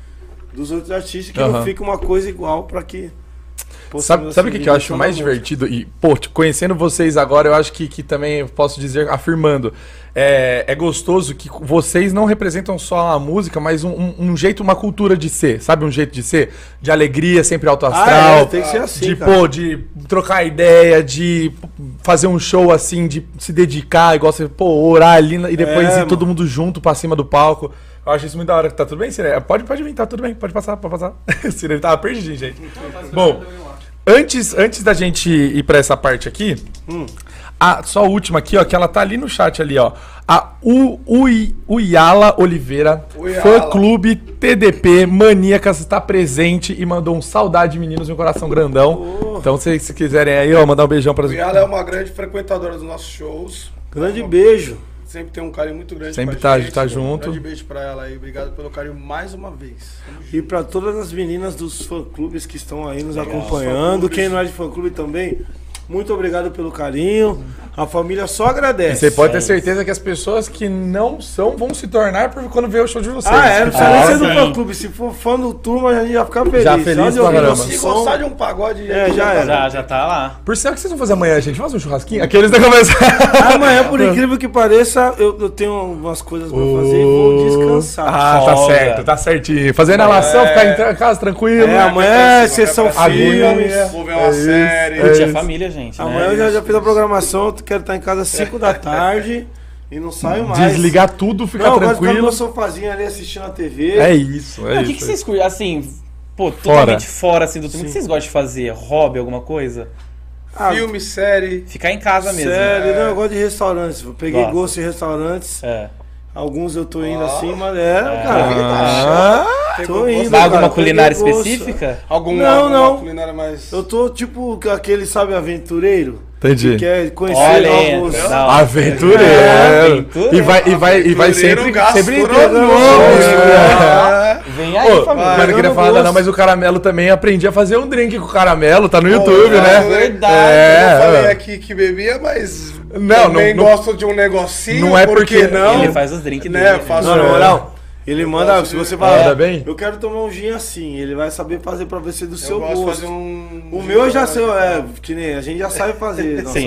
Speaker 3: dos outros artistas, que não
Speaker 2: Aham.
Speaker 3: fica uma coisa igual para que.
Speaker 2: Sabe,
Speaker 3: possamos,
Speaker 2: sabe o
Speaker 3: assim,
Speaker 2: que, que eu acho
Speaker 3: direcionar
Speaker 2: mais
Speaker 3: muito.
Speaker 2: divertido? E, pô, te- conhecendo vocês agora, eu acho que, que também eu posso dizer, afirmando, é, é gostoso que vocês não representam só a música, mas um, um- um jeito, uma cultura de ser, sabe? Um jeito de ser? De alegria, sempre alto astral.
Speaker 3: é, tem que ser assim,
Speaker 2: De,
Speaker 3: cara.
Speaker 2: pô, de trocar ideia, de p- fazer um show assim, de se dedicar, igual você, pô, orar ali na- e depois
Speaker 3: É,
Speaker 2: ir
Speaker 3: mano.
Speaker 2: todo mundo junto pra cima do palco. Eu acho isso muito da hora. Tá tudo bem, Sirene? Pode, pode vir, tá tudo bem. Pode passar, pode passar. *laughs* Sirene tava perdidinho, gente. Bom, antes, antes da gente ir pra essa parte aqui, a, só a última aqui, ó, que ela tá ali no chat ali, ó. A U, Ui, Uiala Oliveira, fã clube TDP Maníacas, tá presente e mandou um saudade, meninos, meu coração grandão.
Speaker 3: Oh.
Speaker 2: Então, se vocês quiserem aí, ó, mandar um beijão pra
Speaker 4: E ela é uma grande frequentadora dos nossos shows.
Speaker 3: Grande beijo.
Speaker 4: Sempre tem um carinho muito grande
Speaker 2: Sempre
Speaker 4: pra
Speaker 2: tá- tá junto.
Speaker 4: Um grande beijo pra ela aí. Obrigado pelo carinho mais uma vez. Tamo junto.
Speaker 3: E para todas as meninas dos fã-clubes que estão aí nos acompanhando, quem não é de fã-clube também, muito obrigado pelo carinho. A família só agradece.
Speaker 2: Você pode ter certeza que as pessoas que não são vão se tornar por quando ver o show de vocês.
Speaker 3: Ah, é, não precisa nem
Speaker 2: Ah,
Speaker 3: ser do
Speaker 2: sim.
Speaker 3: fã-clube. Se for fã do turma, a gente já fica feliz.
Speaker 2: Já feliz
Speaker 3: Só de
Speaker 2: pra
Speaker 3: ouvir
Speaker 2: caramba.
Speaker 3: nosso
Speaker 4: Se
Speaker 3: som,
Speaker 4: gostar de um pagode...
Speaker 3: É, já era.
Speaker 5: Já, já tá lá.
Speaker 2: Por sinal, o que vocês vão fazer amanhã, gente? Vamos fazer um churrasquinho? Aqueles da *laughs* conversa.
Speaker 3: Amanhã, é,
Speaker 2: *laughs*
Speaker 3: por incrível que pareça, eu, eu tenho umas coisas pra fazer e vou descansar.
Speaker 2: Ah, tá
Speaker 5: Folga.
Speaker 2: certo, tá certinho. Fazer inalação, ficar em tra- casa tranquilo. É
Speaker 3: É, amanhã é
Speaker 4: Vai pra
Speaker 3: sessão
Speaker 4: cima, vai pra
Speaker 2: filmes.
Speaker 4: cima, Vou ver uma
Speaker 2: É
Speaker 4: série.
Speaker 5: Curtir a família, gente,
Speaker 3: Amanhã
Speaker 5: né?
Speaker 3: eu já, já fiz a programação, eu quero estar em casa às 5 da tarde e não saio mais.
Speaker 2: Desligar tudo, ficar
Speaker 3: não, eu gosto de ficar no
Speaker 2: tranquilo.
Speaker 3: meu sofazinho ali assistindo a TV.
Speaker 2: É isso,
Speaker 5: Ah,
Speaker 2: é
Speaker 5: O
Speaker 2: isso.
Speaker 5: que, que vocês curtem? Assim, pô, totalmente fora, assim, do tudo. O que vocês gostam de fazer? Hobby, alguma coisa?
Speaker 3: Ah,
Speaker 4: Filme, série.
Speaker 5: Ficar em casa mesmo. É.
Speaker 3: Sério, não, eu gosto de restaurantes. Eu peguei
Speaker 5: Gosta.
Speaker 3: gosto de restaurantes.
Speaker 5: É.
Speaker 3: Alguns eu tô indo assim, mas é, cara.
Speaker 2: Ah,
Speaker 3: Tô indo.
Speaker 5: Mas alguma
Speaker 3: cara,
Speaker 5: culinária
Speaker 3: peguei gosto.
Speaker 5: específica?
Speaker 4: Algum,
Speaker 3: Não,
Speaker 4: alguma
Speaker 3: não.
Speaker 4: culinária mais...
Speaker 3: Eu tô tipo aquele, sabe, aventureiro.
Speaker 2: Entendi.
Speaker 3: Que é? quer conhecer
Speaker 5: Olha aí,
Speaker 3: novos.
Speaker 5: da hora.
Speaker 2: Aventureiro.
Speaker 5: aventureiro.
Speaker 2: E vai, e vai, e vai
Speaker 4: Aventureiro
Speaker 2: sempre, sempre
Speaker 4: um
Speaker 2: né?
Speaker 4: gastronômico.
Speaker 2: entregando né?
Speaker 4: É.
Speaker 5: Vem aí,
Speaker 2: Ô,
Speaker 5: família.
Speaker 2: mas não queria
Speaker 3: eu
Speaker 2: falar
Speaker 3: gosto.
Speaker 2: nada, não, mas o caramelo também aprendi a fazer um drink com caramelo, tá no YouTube,
Speaker 4: Não,
Speaker 2: né?
Speaker 4: é Verdade.
Speaker 2: É,
Speaker 4: eu não falei
Speaker 2: é.
Speaker 4: aqui que bebia, mas
Speaker 2: Não,
Speaker 4: também
Speaker 2: não- não-
Speaker 4: gosto de um negocinho.
Speaker 2: não é
Speaker 4: por que
Speaker 2: porque-
Speaker 4: não.
Speaker 5: Ele faz os drinks
Speaker 4: Né,
Speaker 5: dele.
Speaker 4: faz-
Speaker 3: Não, na moral. Ele manda,
Speaker 4: gosto
Speaker 3: se
Speaker 4: de- É.
Speaker 3: você falar,
Speaker 2: Manda bem?
Speaker 3: eu quero tomar um gin assim, ele vai saber fazer pra ver se é do
Speaker 4: Eu
Speaker 3: seu
Speaker 4: gosto de
Speaker 3: gosto.
Speaker 4: fazer um.
Speaker 3: O meu eu já sei, é, que nem a gente já sabe
Speaker 4: *laughs*
Speaker 3: fazer nossa,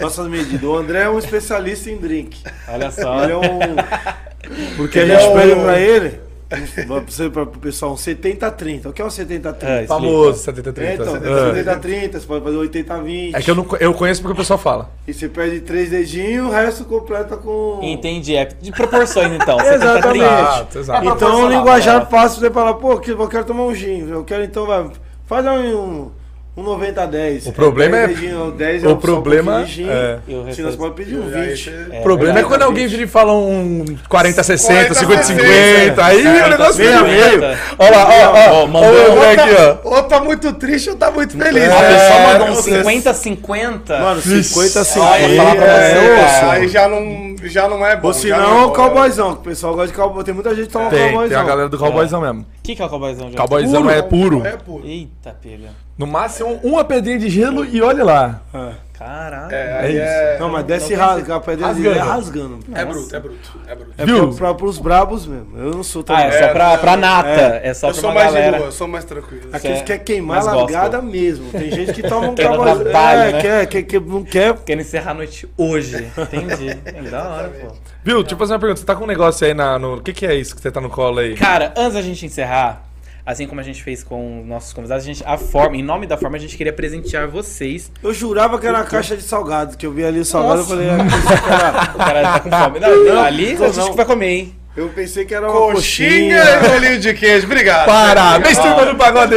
Speaker 3: nossas medidas. O André é um especialista em drink.
Speaker 1: né?
Speaker 5: Olha só.
Speaker 3: Ele é um. Porque a
Speaker 4: Ele
Speaker 3: gente
Speaker 4: é um-
Speaker 3: pede pra ele, pra você- pra- pro pessoal, um 70-30. O que é um 70-30?
Speaker 5: É,
Speaker 2: Famoso, 70
Speaker 3: É,
Speaker 2: 30.
Speaker 3: então, 70-30, você pode fazer 80-20.
Speaker 2: tá É que eu, não, co- eu conheço porque o pessoal fala.
Speaker 3: E você perde três dedinhos, o resto completa com.
Speaker 1: Então,
Speaker 5: Entendi. É de proporções, então.
Speaker 1: tá
Speaker 3: Exatamente.
Speaker 5: 70, 30.
Speaker 2: Exato, exato.
Speaker 3: Então, um linguajar fácil pra você falar, pô, que- eu quero tomar um gin. Eu quero então, vai, faz um, um, um 90 a 10.
Speaker 2: O problema é-
Speaker 3: 10 dedinho, 10
Speaker 2: o
Speaker 3: é opção pra
Speaker 2: problema
Speaker 3: pedir gin,
Speaker 2: é-
Speaker 5: E o
Speaker 3: Se
Speaker 5: restante-
Speaker 3: nós pode pedir um 20.
Speaker 2: O problema é quando alguém vira e fala um 40, 60, 50, 50. Aí o negócio
Speaker 3: meio a meio.
Speaker 2: Olha lá, tá ó, Então, ó.
Speaker 5: Ó, mandou
Speaker 2: Olha o
Speaker 5: um
Speaker 2: moleque, ó.
Speaker 4: Ou tá muito triste ou tá muito feliz.
Speaker 5: A pessoa
Speaker 4: É,
Speaker 5: mandou um
Speaker 4: você-
Speaker 5: 50, 50.
Speaker 3: Mano, 50 a 50.
Speaker 5: Olha, eu ia falar pra
Speaker 4: é,
Speaker 5: você,
Speaker 4: é,
Speaker 5: cara.
Speaker 4: Aí já não.
Speaker 3: hein?
Speaker 4: Já não é bom.
Speaker 3: Ou se não, o um cowboyzão. que O pessoal gosta de cowboy. Tem muita gente que toma
Speaker 2: Tem, tem
Speaker 3: cowboyzão.
Speaker 2: a galera do cowboyzão mesmo.
Speaker 13: O que, que é o cowboyzão, João?
Speaker 2: Cowboyzão é puro.
Speaker 4: É puro.
Speaker 13: Eita, pega.
Speaker 2: No máximo, uma pedrinha de gelo e olha lá.
Speaker 1: Caralho.
Speaker 4: É,
Speaker 2: É
Speaker 4: aí
Speaker 2: isso.
Speaker 4: é.
Speaker 3: Não, mas desce rasga, pra
Speaker 2: Rasgando.
Speaker 3: rasgando. É rasgando.
Speaker 4: É bruto, é bruto. É bruto.
Speaker 3: É
Speaker 2: Viu?
Speaker 3: pra, pra, pros brabos mesmo. Eu não sou tão
Speaker 1: Ah, é só
Speaker 4: É,
Speaker 1: pra,
Speaker 4: não,
Speaker 1: pra nata. É, só
Speaker 4: Eu
Speaker 1: pra
Speaker 4: sou
Speaker 1: uma
Speaker 4: mais
Speaker 1: galera.
Speaker 4: de boa, eu sou mais tranquilo.
Speaker 3: Aqueles
Speaker 1: é
Speaker 3: que quer queimar
Speaker 1: mais
Speaker 3: largada mesmo. Tem gente
Speaker 1: *laughs*
Speaker 3: que toma um
Speaker 1: Quer dar
Speaker 3: cowboyzão.
Speaker 1: trabalho,
Speaker 3: É,
Speaker 1: né?
Speaker 3: quer, quer, quer, não quer.
Speaker 1: Quero encerrar a noite hoje. Entendi. É da hora, pô.
Speaker 2: Viu? Deixa eu fazer uma pergunta. Você tá com um negócio aí na, no. O que, que é isso que você tá no colo aí?
Speaker 1: Cara, antes da gente encerrar, assim como a gente fez com nossos convidados, a gente, a forma, em nome da forma, a gente queria presentear vocês.
Speaker 3: Eu jurava que era uma caixa de salgado, que eu vi ali o salgado eu falei, ah, esse
Speaker 1: O cara tá com fome. Não, não, ali a gente que vai comer, hein?
Speaker 3: *laughs* eu pensei que era uma
Speaker 4: Coxinha e bolinho de queijo, obrigado.
Speaker 2: Parabéns, turma do pagode!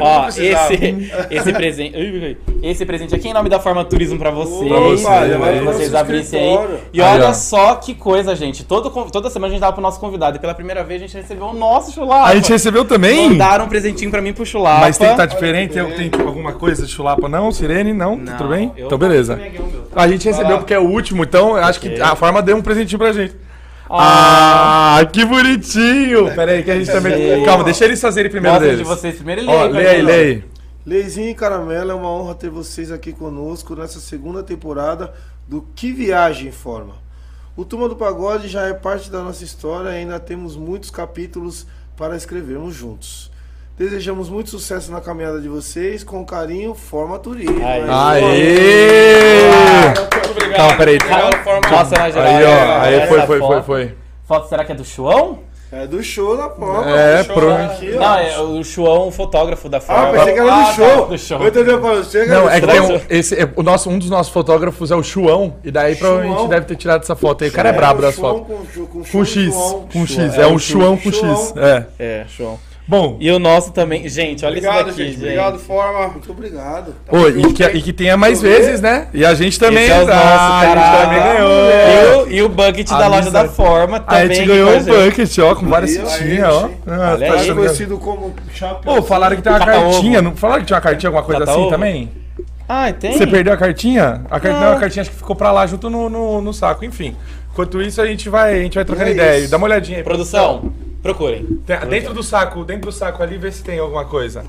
Speaker 1: Ó,
Speaker 4: precisava.
Speaker 1: esse, esse presente. Ui, ui, ui. Esse presente aqui em nome da Forma Turismo pra vocês.
Speaker 2: Pra vocês,
Speaker 1: pra
Speaker 2: aí.
Speaker 1: vocês
Speaker 3: Nosso
Speaker 1: abrissem aí.
Speaker 3: escritório.
Speaker 1: E
Speaker 2: Aí,
Speaker 1: olha
Speaker 2: ó.
Speaker 1: só que coisa, gente. Todo, con- toda semana a gente dava pro nosso convidado. E pela primeira vez a gente recebeu o nosso chulapa.
Speaker 2: A gente recebeu também?
Speaker 1: Mandaram um presentinho pra mim pro chulapa.
Speaker 2: Mas tem que tá estar diferente? Tem, tem alguma coisa de chulapa? Não? Sirene? Não?
Speaker 1: Não,
Speaker 2: Tudo bem?
Speaker 1: eu
Speaker 2: Então, beleza.
Speaker 1: também ganhei um meu.
Speaker 2: A gente recebeu porque é o último, então eu acho que a forma deu um presentinho pra gente.
Speaker 1: Ah.
Speaker 2: Ah, que bonitinho! Pera aí que a gente também.
Speaker 1: Gente.
Speaker 2: Calma, deixa eles fazerem primeiro
Speaker 1: Mostra de
Speaker 2: deles.
Speaker 1: vocês primeiro e
Speaker 2: Ó,
Speaker 1: pra
Speaker 2: lê aí,
Speaker 1: mim,
Speaker 2: lê
Speaker 1: ó.
Speaker 2: aí.
Speaker 3: Leizinho e Caramelo, é uma honra ter vocês aqui conosco nessa segunda temporada do Que Viagem Forma. O Turma do Pagode já é parte da nossa história e ainda temos muitos capítulos para escrevermos juntos. Desejamos muito sucesso na caminhada de vocês, com carinho, Forma Turismo.
Speaker 1: Ah,
Speaker 2: Aê! Calma, peraí.
Speaker 1: Raul Forma- Mostra na geral.
Speaker 2: Aí, ó.
Speaker 1: galera,
Speaker 2: Aí foi,
Speaker 1: essa
Speaker 2: foi, foi,
Speaker 1: foto.
Speaker 2: foi.
Speaker 1: Foto, será que é do João?
Speaker 3: É do show da Forma.
Speaker 2: É,
Speaker 3: do show
Speaker 2: pro-
Speaker 3: lá aqui, ó.
Speaker 1: Não, é o João, fotógrafo da Forma.
Speaker 3: Ah, pensei que era do show.
Speaker 1: tá, do show.
Speaker 3: Eu entendi, eu falei, você que era
Speaker 2: Não,
Speaker 3: do
Speaker 2: é que
Speaker 3: show.
Speaker 2: tem um, esse, é- o nosso, um dos nossos fotógrafos é o Chuão, e daí provavelmente
Speaker 3: Chuão.
Speaker 2: deve ter tirado essa foto aí. O cara é brabo das
Speaker 3: João
Speaker 2: fotos.
Speaker 3: Com, com,
Speaker 2: Com X, com X. É um Chuão com X. É.
Speaker 1: É, João.
Speaker 2: Bom,
Speaker 1: E o nosso também. Gente, olha
Speaker 4: Obrigado,
Speaker 1: isso daqui,
Speaker 4: gente.
Speaker 1: gente.
Speaker 4: Obrigado, forma.
Speaker 3: Muito obrigado.
Speaker 2: Ô, e, que, e que tenha mais vezes, né? E a gente também.
Speaker 1: Esse é o nosso,
Speaker 2: Ah, A gente
Speaker 1: caralho.
Speaker 2: também ganhou.
Speaker 1: E o, e o bucket
Speaker 2: A
Speaker 1: da loja
Speaker 2: Lisa-
Speaker 1: da Forma também.
Speaker 2: Aí a gente
Speaker 1: aqui
Speaker 2: ganhou
Speaker 1: com
Speaker 2: um
Speaker 1: gente.
Speaker 2: bucket, ó, com várias
Speaker 3: Aí, ó,
Speaker 2: cintinhas, ó.
Speaker 3: gente.
Speaker 2: Ah,
Speaker 1: Olha
Speaker 2: tá
Speaker 1: aí.
Speaker 2: jogando.
Speaker 3: é Conhecido como Chapéu.
Speaker 2: Pô, falaram que tem uma
Speaker 1: Cata-ovo.
Speaker 2: cartinha. Não, falaram que tinha uma cartinha, alguma coisa assim
Speaker 1: Cata-ovo?
Speaker 2: também?
Speaker 1: Ah, tem?
Speaker 2: Você perdeu a cartinha? A cartinha,
Speaker 1: Não.
Speaker 2: não, a cartinha acho que ficou pra lá junto no, no, no saco, enfim. Enquanto isso, a gente vai, a gente vai trocando
Speaker 3: É
Speaker 2: ideia.
Speaker 3: isso.
Speaker 2: Dá uma olhadinha aí.
Speaker 1: Produção, procurem.
Speaker 2: Tem- dentro do saco, dentro do saco ali, vê se tem alguma coisa.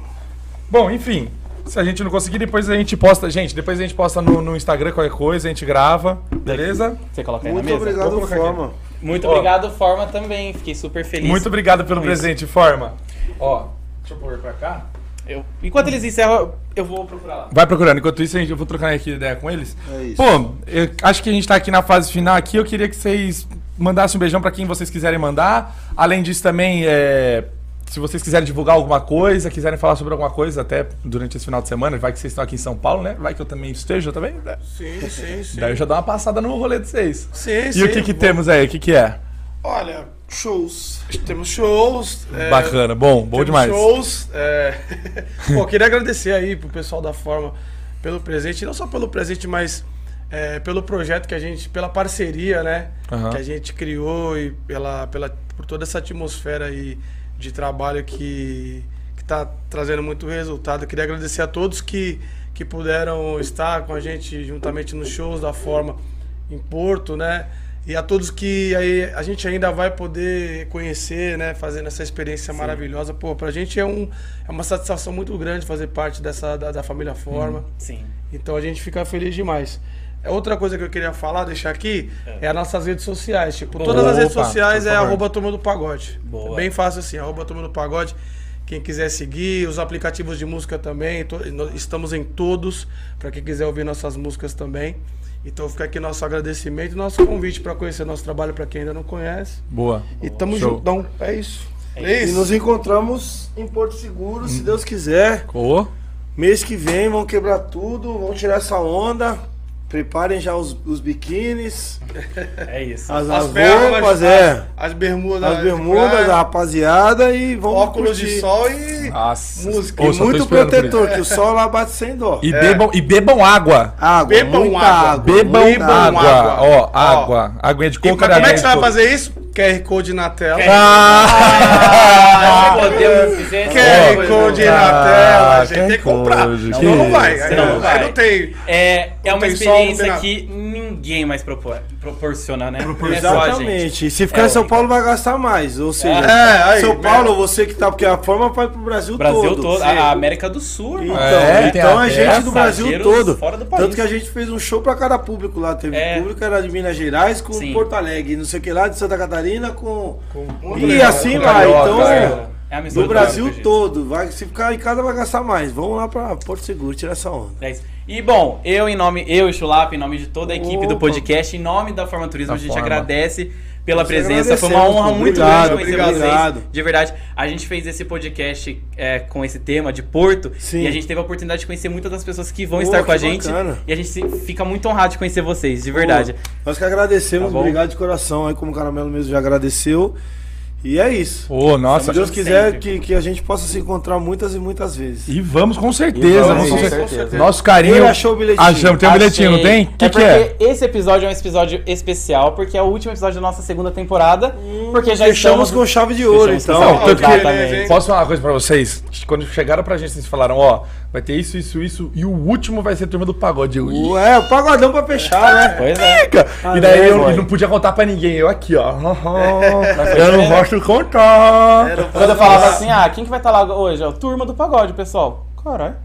Speaker 2: Bom, enfim. Se a gente não conseguir, depois a gente posta. Gente, depois a gente posta no, no Instagram qualquer coisa, a gente grava, beleza?
Speaker 1: Você coloca aí na
Speaker 3: Muito
Speaker 1: mesa.
Speaker 3: obrigado,
Speaker 2: Vou colocar aqui.
Speaker 3: Forma.
Speaker 1: Muito
Speaker 2: Ó.
Speaker 1: obrigado, Forma também. Fiquei super feliz.
Speaker 2: Muito obrigado pelo presente, Forma. Ó, deixa eu pôr pra cá.
Speaker 1: Eu- Enquanto eles encerram, eu vou procurar lá.
Speaker 2: Vai procurando. Enquanto isso, a gente- eu vou trocar aqui ideia com eles.
Speaker 3: É isso.
Speaker 2: Pô, eu acho que a gente tá aqui na fase final aqui. Eu queria que vocês mandassem um beijão pra quem vocês quiserem mandar. Além disso, também, é, se vocês quiserem divulgar alguma coisa, quiserem falar sobre alguma coisa, até durante esse final de semana, vai que vocês estão aqui em São Paulo, né? Vai que eu também esteja também. né?
Speaker 4: Sim, sim, sim.
Speaker 2: Daí eu já dou uma passada no rolê de vocês.
Speaker 4: Sim,
Speaker 2: E
Speaker 4: sim.
Speaker 2: o que que temos aí? O que que é?
Speaker 4: Olha, shows. Temos shows. é,
Speaker 2: Bacana, bom, bom
Speaker 4: temos
Speaker 2: demais.
Speaker 4: Shows. É... *laughs* Pô, queria agradecer aí pro pessoal da Forma pelo presente. Não só pelo presente, mas é, pelo projeto que a gente... Pela parceria, né?
Speaker 2: Aham.
Speaker 4: Que a gente criou e pela, pela, por toda essa atmosfera aí de trabalho que, que tá trazendo muito resultado. Eu queria agradecer a todos que, que puderam estar com a gente juntamente nos shows da Forma em Porto, né? E a todos que aí a gente ainda vai poder conhecer, né? Fazendo essa experiência maravilhosa. Pô, pra gente é, um, é uma satisfação muito grande fazer parte dessa, da, da família Forma.
Speaker 1: Sim.
Speaker 4: Então a gente fica feliz demais. É, Outra coisa que eu queria falar, deixar aqui, é, as nossas redes sociais. Tipo, todas as redes
Speaker 2: Opa,
Speaker 4: sociais
Speaker 2: por
Speaker 4: é
Speaker 2: favor.
Speaker 4: arroba turma do pagode.
Speaker 1: Boa.
Speaker 4: É bem fácil assim, arroba turma do pagode. Quem quiser seguir, os aplicativos de música também, to- nós estamos em todos, para quem quiser ouvir nossas músicas também. Então fica aqui nosso agradecimento e nosso convite para conhecer nosso trabalho para quem ainda não conhece.
Speaker 2: Boa.
Speaker 4: E tamo
Speaker 2: Show.
Speaker 4: juntão. É isso.
Speaker 3: E nos encontramos em Porto Seguro,
Speaker 2: Hum.
Speaker 3: se Deus quiser.
Speaker 2: Ô,
Speaker 3: Mês que vem vão quebrar tudo, vão tirar essa onda. Preparem já os, os biquínis,
Speaker 1: É isso.
Speaker 3: as, as
Speaker 4: bermudas,
Speaker 3: roupas, é.
Speaker 4: as bermudas,
Speaker 3: As bermudas, a rapaziada e vão
Speaker 4: óculos de sol e
Speaker 2: Nossa.
Speaker 4: Música.
Speaker 2: Ô,
Speaker 3: E
Speaker 2: só tô
Speaker 3: muito
Speaker 2: esperando por isso.
Speaker 3: protetor, que o sol lá bate sem dó.
Speaker 4: É.
Speaker 2: E, bebam, e bebam água.
Speaker 3: Água,
Speaker 4: Bebam
Speaker 3: muita
Speaker 4: água.
Speaker 3: água.
Speaker 2: Bebam,
Speaker 4: Bebam
Speaker 2: água.
Speaker 4: água.
Speaker 2: Ó,
Speaker 4: Ó.
Speaker 2: água. Aguinha de
Speaker 4: E,
Speaker 2: coco.
Speaker 4: mas como é que você vai
Speaker 2: areia de
Speaker 4: fazer isso? QR Code na
Speaker 1: É
Speaker 4: tela.
Speaker 2: Ah!
Speaker 1: Podemos dizer.
Speaker 4: QR
Speaker 2: Ó.
Speaker 4: Code
Speaker 2: Ah,
Speaker 4: na tela, gente.
Speaker 2: QR
Speaker 4: Tem que comprar. Então
Speaker 2: Code,
Speaker 4: Senão
Speaker 2: que
Speaker 4: não vai.
Speaker 1: isso.
Speaker 4: Aí
Speaker 1: Senão
Speaker 4: não,
Speaker 1: não
Speaker 4: aí
Speaker 1: vai.
Speaker 4: não tem.
Speaker 1: É, é
Speaker 4: Não
Speaker 1: uma
Speaker 4: tem sol, não tem
Speaker 1: experiência
Speaker 4: nada.
Speaker 1: que ninguém ninguém mais propor, proporciona, né? É só a gente.
Speaker 3: Exatamente. E se ficar em São Paulo, vai gastar mais. Ou seja,
Speaker 4: É, aí,
Speaker 3: São
Speaker 4: né?
Speaker 3: Paulo, você que tá. Porque a forma vai pro Brasil,
Speaker 1: Brasil
Speaker 3: todo.
Speaker 1: todo, a a América do Sul,
Speaker 3: Então,
Speaker 1: irmão.
Speaker 2: É, tem
Speaker 3: então a
Speaker 2: até
Speaker 3: gente do Brasil
Speaker 1: passageiros
Speaker 3: todo.
Speaker 1: fora do país.
Speaker 3: Tanto que a gente fez um show pra cada público lá. Teve
Speaker 1: É.
Speaker 3: público que era de Minas Gerais com
Speaker 1: Sim.
Speaker 3: Porto Alegre, não sei o que lá, de Santa Catarina com. e
Speaker 2: legal,
Speaker 3: assim
Speaker 2: com
Speaker 3: vai.
Speaker 2: carioca,
Speaker 3: Então,
Speaker 2: é.
Speaker 1: É a mistura
Speaker 3: do Brasil
Speaker 1: todo.
Speaker 3: todo. Vai, se ficar em casa, vai gastar mais. Vamos lá pra Porto Seguro tirar essa onda.
Speaker 1: É isso. E bom, eu em nome, eu e Chulap, em nome de toda a equipe do
Speaker 3: Opa.
Speaker 1: podcast, em nome da Forma Turismo,
Speaker 2: Da
Speaker 1: a gente
Speaker 2: Forma.
Speaker 1: agradece pela
Speaker 3: Nós
Speaker 1: presença. Foi uma
Speaker 3: agradecemos,
Speaker 1: honra
Speaker 3: pô.
Speaker 1: muito
Speaker 3: Obrigado,
Speaker 1: grande conhecer
Speaker 3: obrigado.
Speaker 1: vocês. De verdade, a gente fez esse podcast é, com esse tema de Porto
Speaker 3: Sim.
Speaker 1: e a gente teve a oportunidade de conhecer muitas das pessoas que vão
Speaker 3: Pô,
Speaker 1: estar com
Speaker 3: que
Speaker 1: a gente.
Speaker 3: bacana.
Speaker 1: E a gente se- fica muito honrado de conhecer vocês, de verdade.
Speaker 3: Pô, Nós que agradecemos,
Speaker 1: Tá bom?
Speaker 3: obrigado de coração. Aí, como o Caramelo mesmo já agradeceu. E é isso.
Speaker 2: Ô,
Speaker 3: se
Speaker 2: nossa.
Speaker 3: Deus
Speaker 1: sempre.
Speaker 3: quiser que, que a gente possa se encontrar muitas e muitas vezes.
Speaker 2: E vamos com certeza. vamos
Speaker 3: vamos,
Speaker 2: com
Speaker 3: sim,
Speaker 2: certeza.
Speaker 3: com certeza.
Speaker 2: Nosso carinho.
Speaker 3: Ele achou o bilhetinho.
Speaker 2: Achamos. Tem um bilhetinho, não
Speaker 1: Achei.
Speaker 2: tem? O que, que é?
Speaker 1: porque Esse episódio é um episódio especial, porque é o último episódio da nossa segunda temporada. porque já
Speaker 3: Hum, Fechamos
Speaker 1: estamos
Speaker 3: com chave de ouro,
Speaker 1: Fechamos com
Speaker 3: então.
Speaker 2: Não,
Speaker 1: chave
Speaker 2: tanto que-
Speaker 1: Exatamente.
Speaker 2: Posso falar uma coisa pra vocês? Quando chegaram pra gente, vocês falaram, ó, vai ter isso, isso, isso, e o último vai ser a turma do pagode. Eu, "Ih,
Speaker 3: Ué, É, o pagodão pra fechar, né?
Speaker 1: Pois é.
Speaker 2: cara."
Speaker 3: Ah,
Speaker 2: e daí
Speaker 3: né,
Speaker 2: eu
Speaker 3: boy?
Speaker 2: e não podia contar pra ninguém. Eu aqui, ó. eu não gosto de contar.
Speaker 1: Quando eu falava assim, ah, quem que vai estar lá hoje? É o Turma do Pagode, pessoal. Caralho.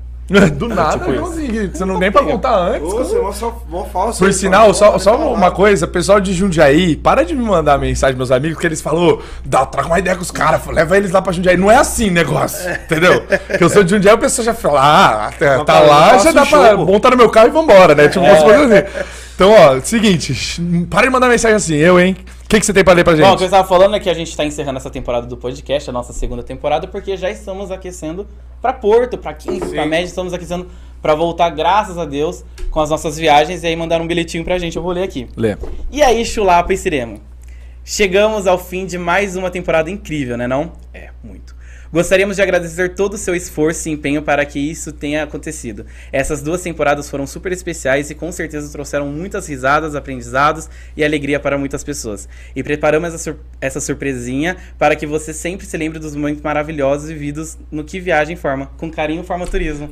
Speaker 2: Do nada, não, assim, você não nem pra contar antes.
Speaker 3: Ô, você é mó só- mó falso,
Speaker 2: Por
Speaker 3: hein,
Speaker 2: sinal,
Speaker 3: mano? tá
Speaker 2: só,
Speaker 3: Vou
Speaker 2: só
Speaker 3: falar.
Speaker 2: uma coisa, pessoal de Jundiaí, para de me mandar mensagem, meus amigos, que eles falam, dá, troca uma ideia com os caras, leva eles lá pra Jundiaí. Não é assim o negócio, entendeu? Porque eu sou de Jundiaí, o pessoal já fala, ah, tá, tá
Speaker 3: cara, eu
Speaker 2: lá,
Speaker 3: faço
Speaker 2: já dá
Speaker 3: um
Speaker 2: pra
Speaker 3: jogo.
Speaker 2: montar no meu carro e vambora, né? Tipo, umas coisas assim. Então, ó, seguinte, sh- para de mandar mensagem assim, eu, hein? O que, que você tem pra ler pra gente?
Speaker 1: Bom, o que eu estava falando é que a gente está encerrando essa temporada do podcast, a nossa segunda temporada, porque já estamos aquecendo para Porto, para Quinto, para Média, estamos aquecendo para voltar, graças a Deus, com as nossas viagens e aí mandaram um bilhetinho pra gente, eu vou ler aqui.
Speaker 2: Lê.
Speaker 1: E aí, Chulapa e Cirema? Chegamos ao fim de mais uma temporada incrível, né não? É, muito. Gostaríamos de agradecer todo o seu esforço e empenho para que isso tenha acontecido. Essas duas temporadas foram super especiais e com certeza trouxeram muitas risadas, aprendizados e alegria para muitas pessoas. E preparamos essa, sur- essa surpresinha para que você sempre se lembre dos momentos maravilhosos vividos no Que Viagem Forma. Com carinho, Forma Turismo.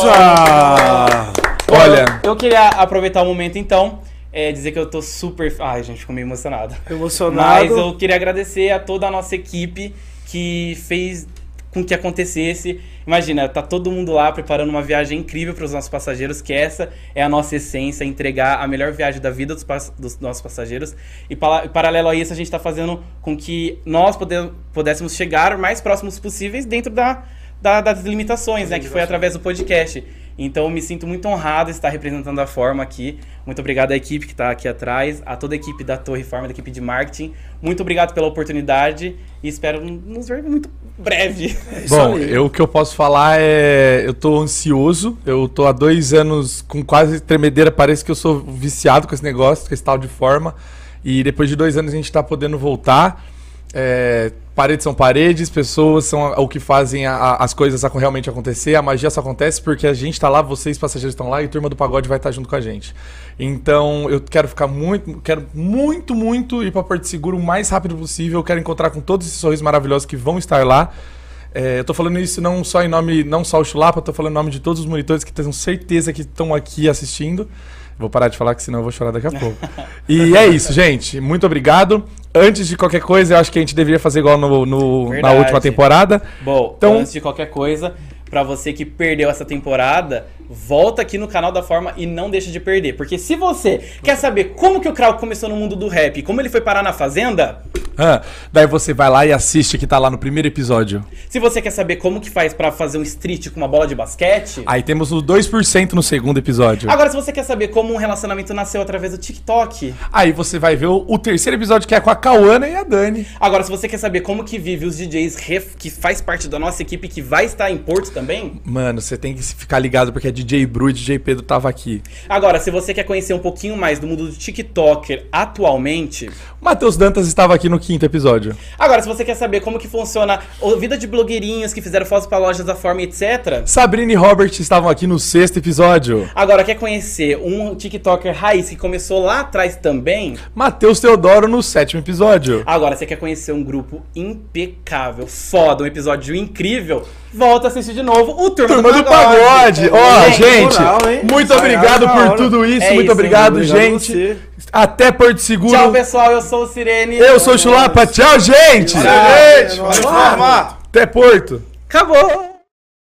Speaker 3: Beleza!
Speaker 2: Olha,
Speaker 1: Eu queria aproveitar o momento então, é, dizer que eu tô super. Ai, gente, fico meio emocionado. Mas
Speaker 3: Emocionado.
Speaker 1: eu queria agradecer a toda a nossa equipe que fez com que acontecesse. Imagina, tá todo mundo lá preparando uma viagem incrível para os nossos passageiros, que essa é a nossa essência, entregar a melhor viagem da vida dos, pas- dos nossos passageiros. E pala- e paralelo a isso, a gente está fazendo com que nós pode- pudéssemos chegar o mais próximos possíveis dentro da- da- das limitações, né? Que foi através do podcast. Então eu me sinto muito honrado de estar representando a Forma aqui. Muito obrigado à equipe que está aqui atrás, a toda a equipe da Torre Forma, da equipe de marketing. Muito obrigado pela oportunidade e espero nos ver muito breve. *laughs*
Speaker 2: Bom, eu, o que eu posso falar é. Eu tô ansioso, eu tô há dois anos com quase tremedeira, parece que eu sou viciado com esse negócio, com esse tal de forma. E depois de dois anos a gente tá podendo voltar. É, paredes são paredes, pessoas são a- o que fazem a- a- as coisas acon- realmente acontecer. A magia só acontece porque a gente tá lá, vocês passageiros estão lá e a turma do pagode vai estar junto com a gente. Então eu quero ficar muito, quero muito, muito ir pra Porto Seguro o mais rápido possível. Eu quero encontrar com todos esses sorrisos maravilhosos que vão estar lá. É, eu tô falando isso não só em nome, não só o Chulapa, eu tô falando em nome de todos os monitores que tenho certeza que estão aqui assistindo. Vou parar de falar que senão eu vou chorar daqui a pouco. e é isso, gente. Muito obrigado. Antes de qualquer coisa, eu acho que a gente deveria fazer igual no, no- na
Speaker 1: Verdade.
Speaker 2: última temporada.
Speaker 1: Bom,
Speaker 2: Então-
Speaker 1: antes de qualquer coisa, pra você que perdeu essa temporada, volta aqui no canal da Forma e não deixa de perder. Porque se você quer saber como que o Krauk começou no mundo do rap e como ele foi parar na Fazenda,
Speaker 2: Ah, daí você vai lá e assiste que tá lá no primeiro episódio.
Speaker 1: se você quer saber como que faz pra fazer um street com uma bola de basquete...
Speaker 2: Aí temos o 2% no segundo episódio.
Speaker 1: Agora, se você quer saber como um relacionamento nasceu através do TikTok,
Speaker 2: Aí você vai ver o, o terceiro episódio que é com a Cauana e a Dani.
Speaker 1: agora se você quer saber como que vive os DJs ref- que faz parte da nossa equipe que vai estar em Porto também,
Speaker 2: Mano, você tem que ficar ligado porque a DJ Bru e DJ Pedro tava aqui.
Speaker 1: agora se você quer conhecer um pouquinho mais do mundo do TikToker atualmente,
Speaker 2: Matheus Dantas estava aqui no quinto episódio.
Speaker 1: Agora, se você quer saber como que funciona a vida de blogueirinhos que fizeram fotos pra lojas da forma, e etc.
Speaker 2: Sabrina e Robert estavam aqui no sexto episódio.
Speaker 1: Agora, quer conhecer um TikToker raiz que começou lá atrás também?
Speaker 2: Matheus Teodoro no sétimo episódio.
Speaker 1: Agora, você quer conhecer um grupo impecável, foda, um episódio incrível? Volta a assistir de novo o Turma,
Speaker 2: Turma do Pagode. Ó,
Speaker 1: Gente,
Speaker 2: gente,
Speaker 3: moral, hein?
Speaker 2: muito
Speaker 3: Ensaiado
Speaker 2: obrigado
Speaker 3: na
Speaker 2: por
Speaker 3: hora.
Speaker 2: tudo isso.
Speaker 1: É
Speaker 2: muito
Speaker 1: isso,
Speaker 2: obrigado,
Speaker 3: obrigado
Speaker 2: gente.
Speaker 3: você.
Speaker 2: Até Porto Seguro.
Speaker 1: Tchau, pessoal. Eu sou o Sirene.
Speaker 2: Eu sou o Chulapa. Tchau, gente.
Speaker 4: Gente, vai formar.
Speaker 2: Até Porto.
Speaker 1: Acabou.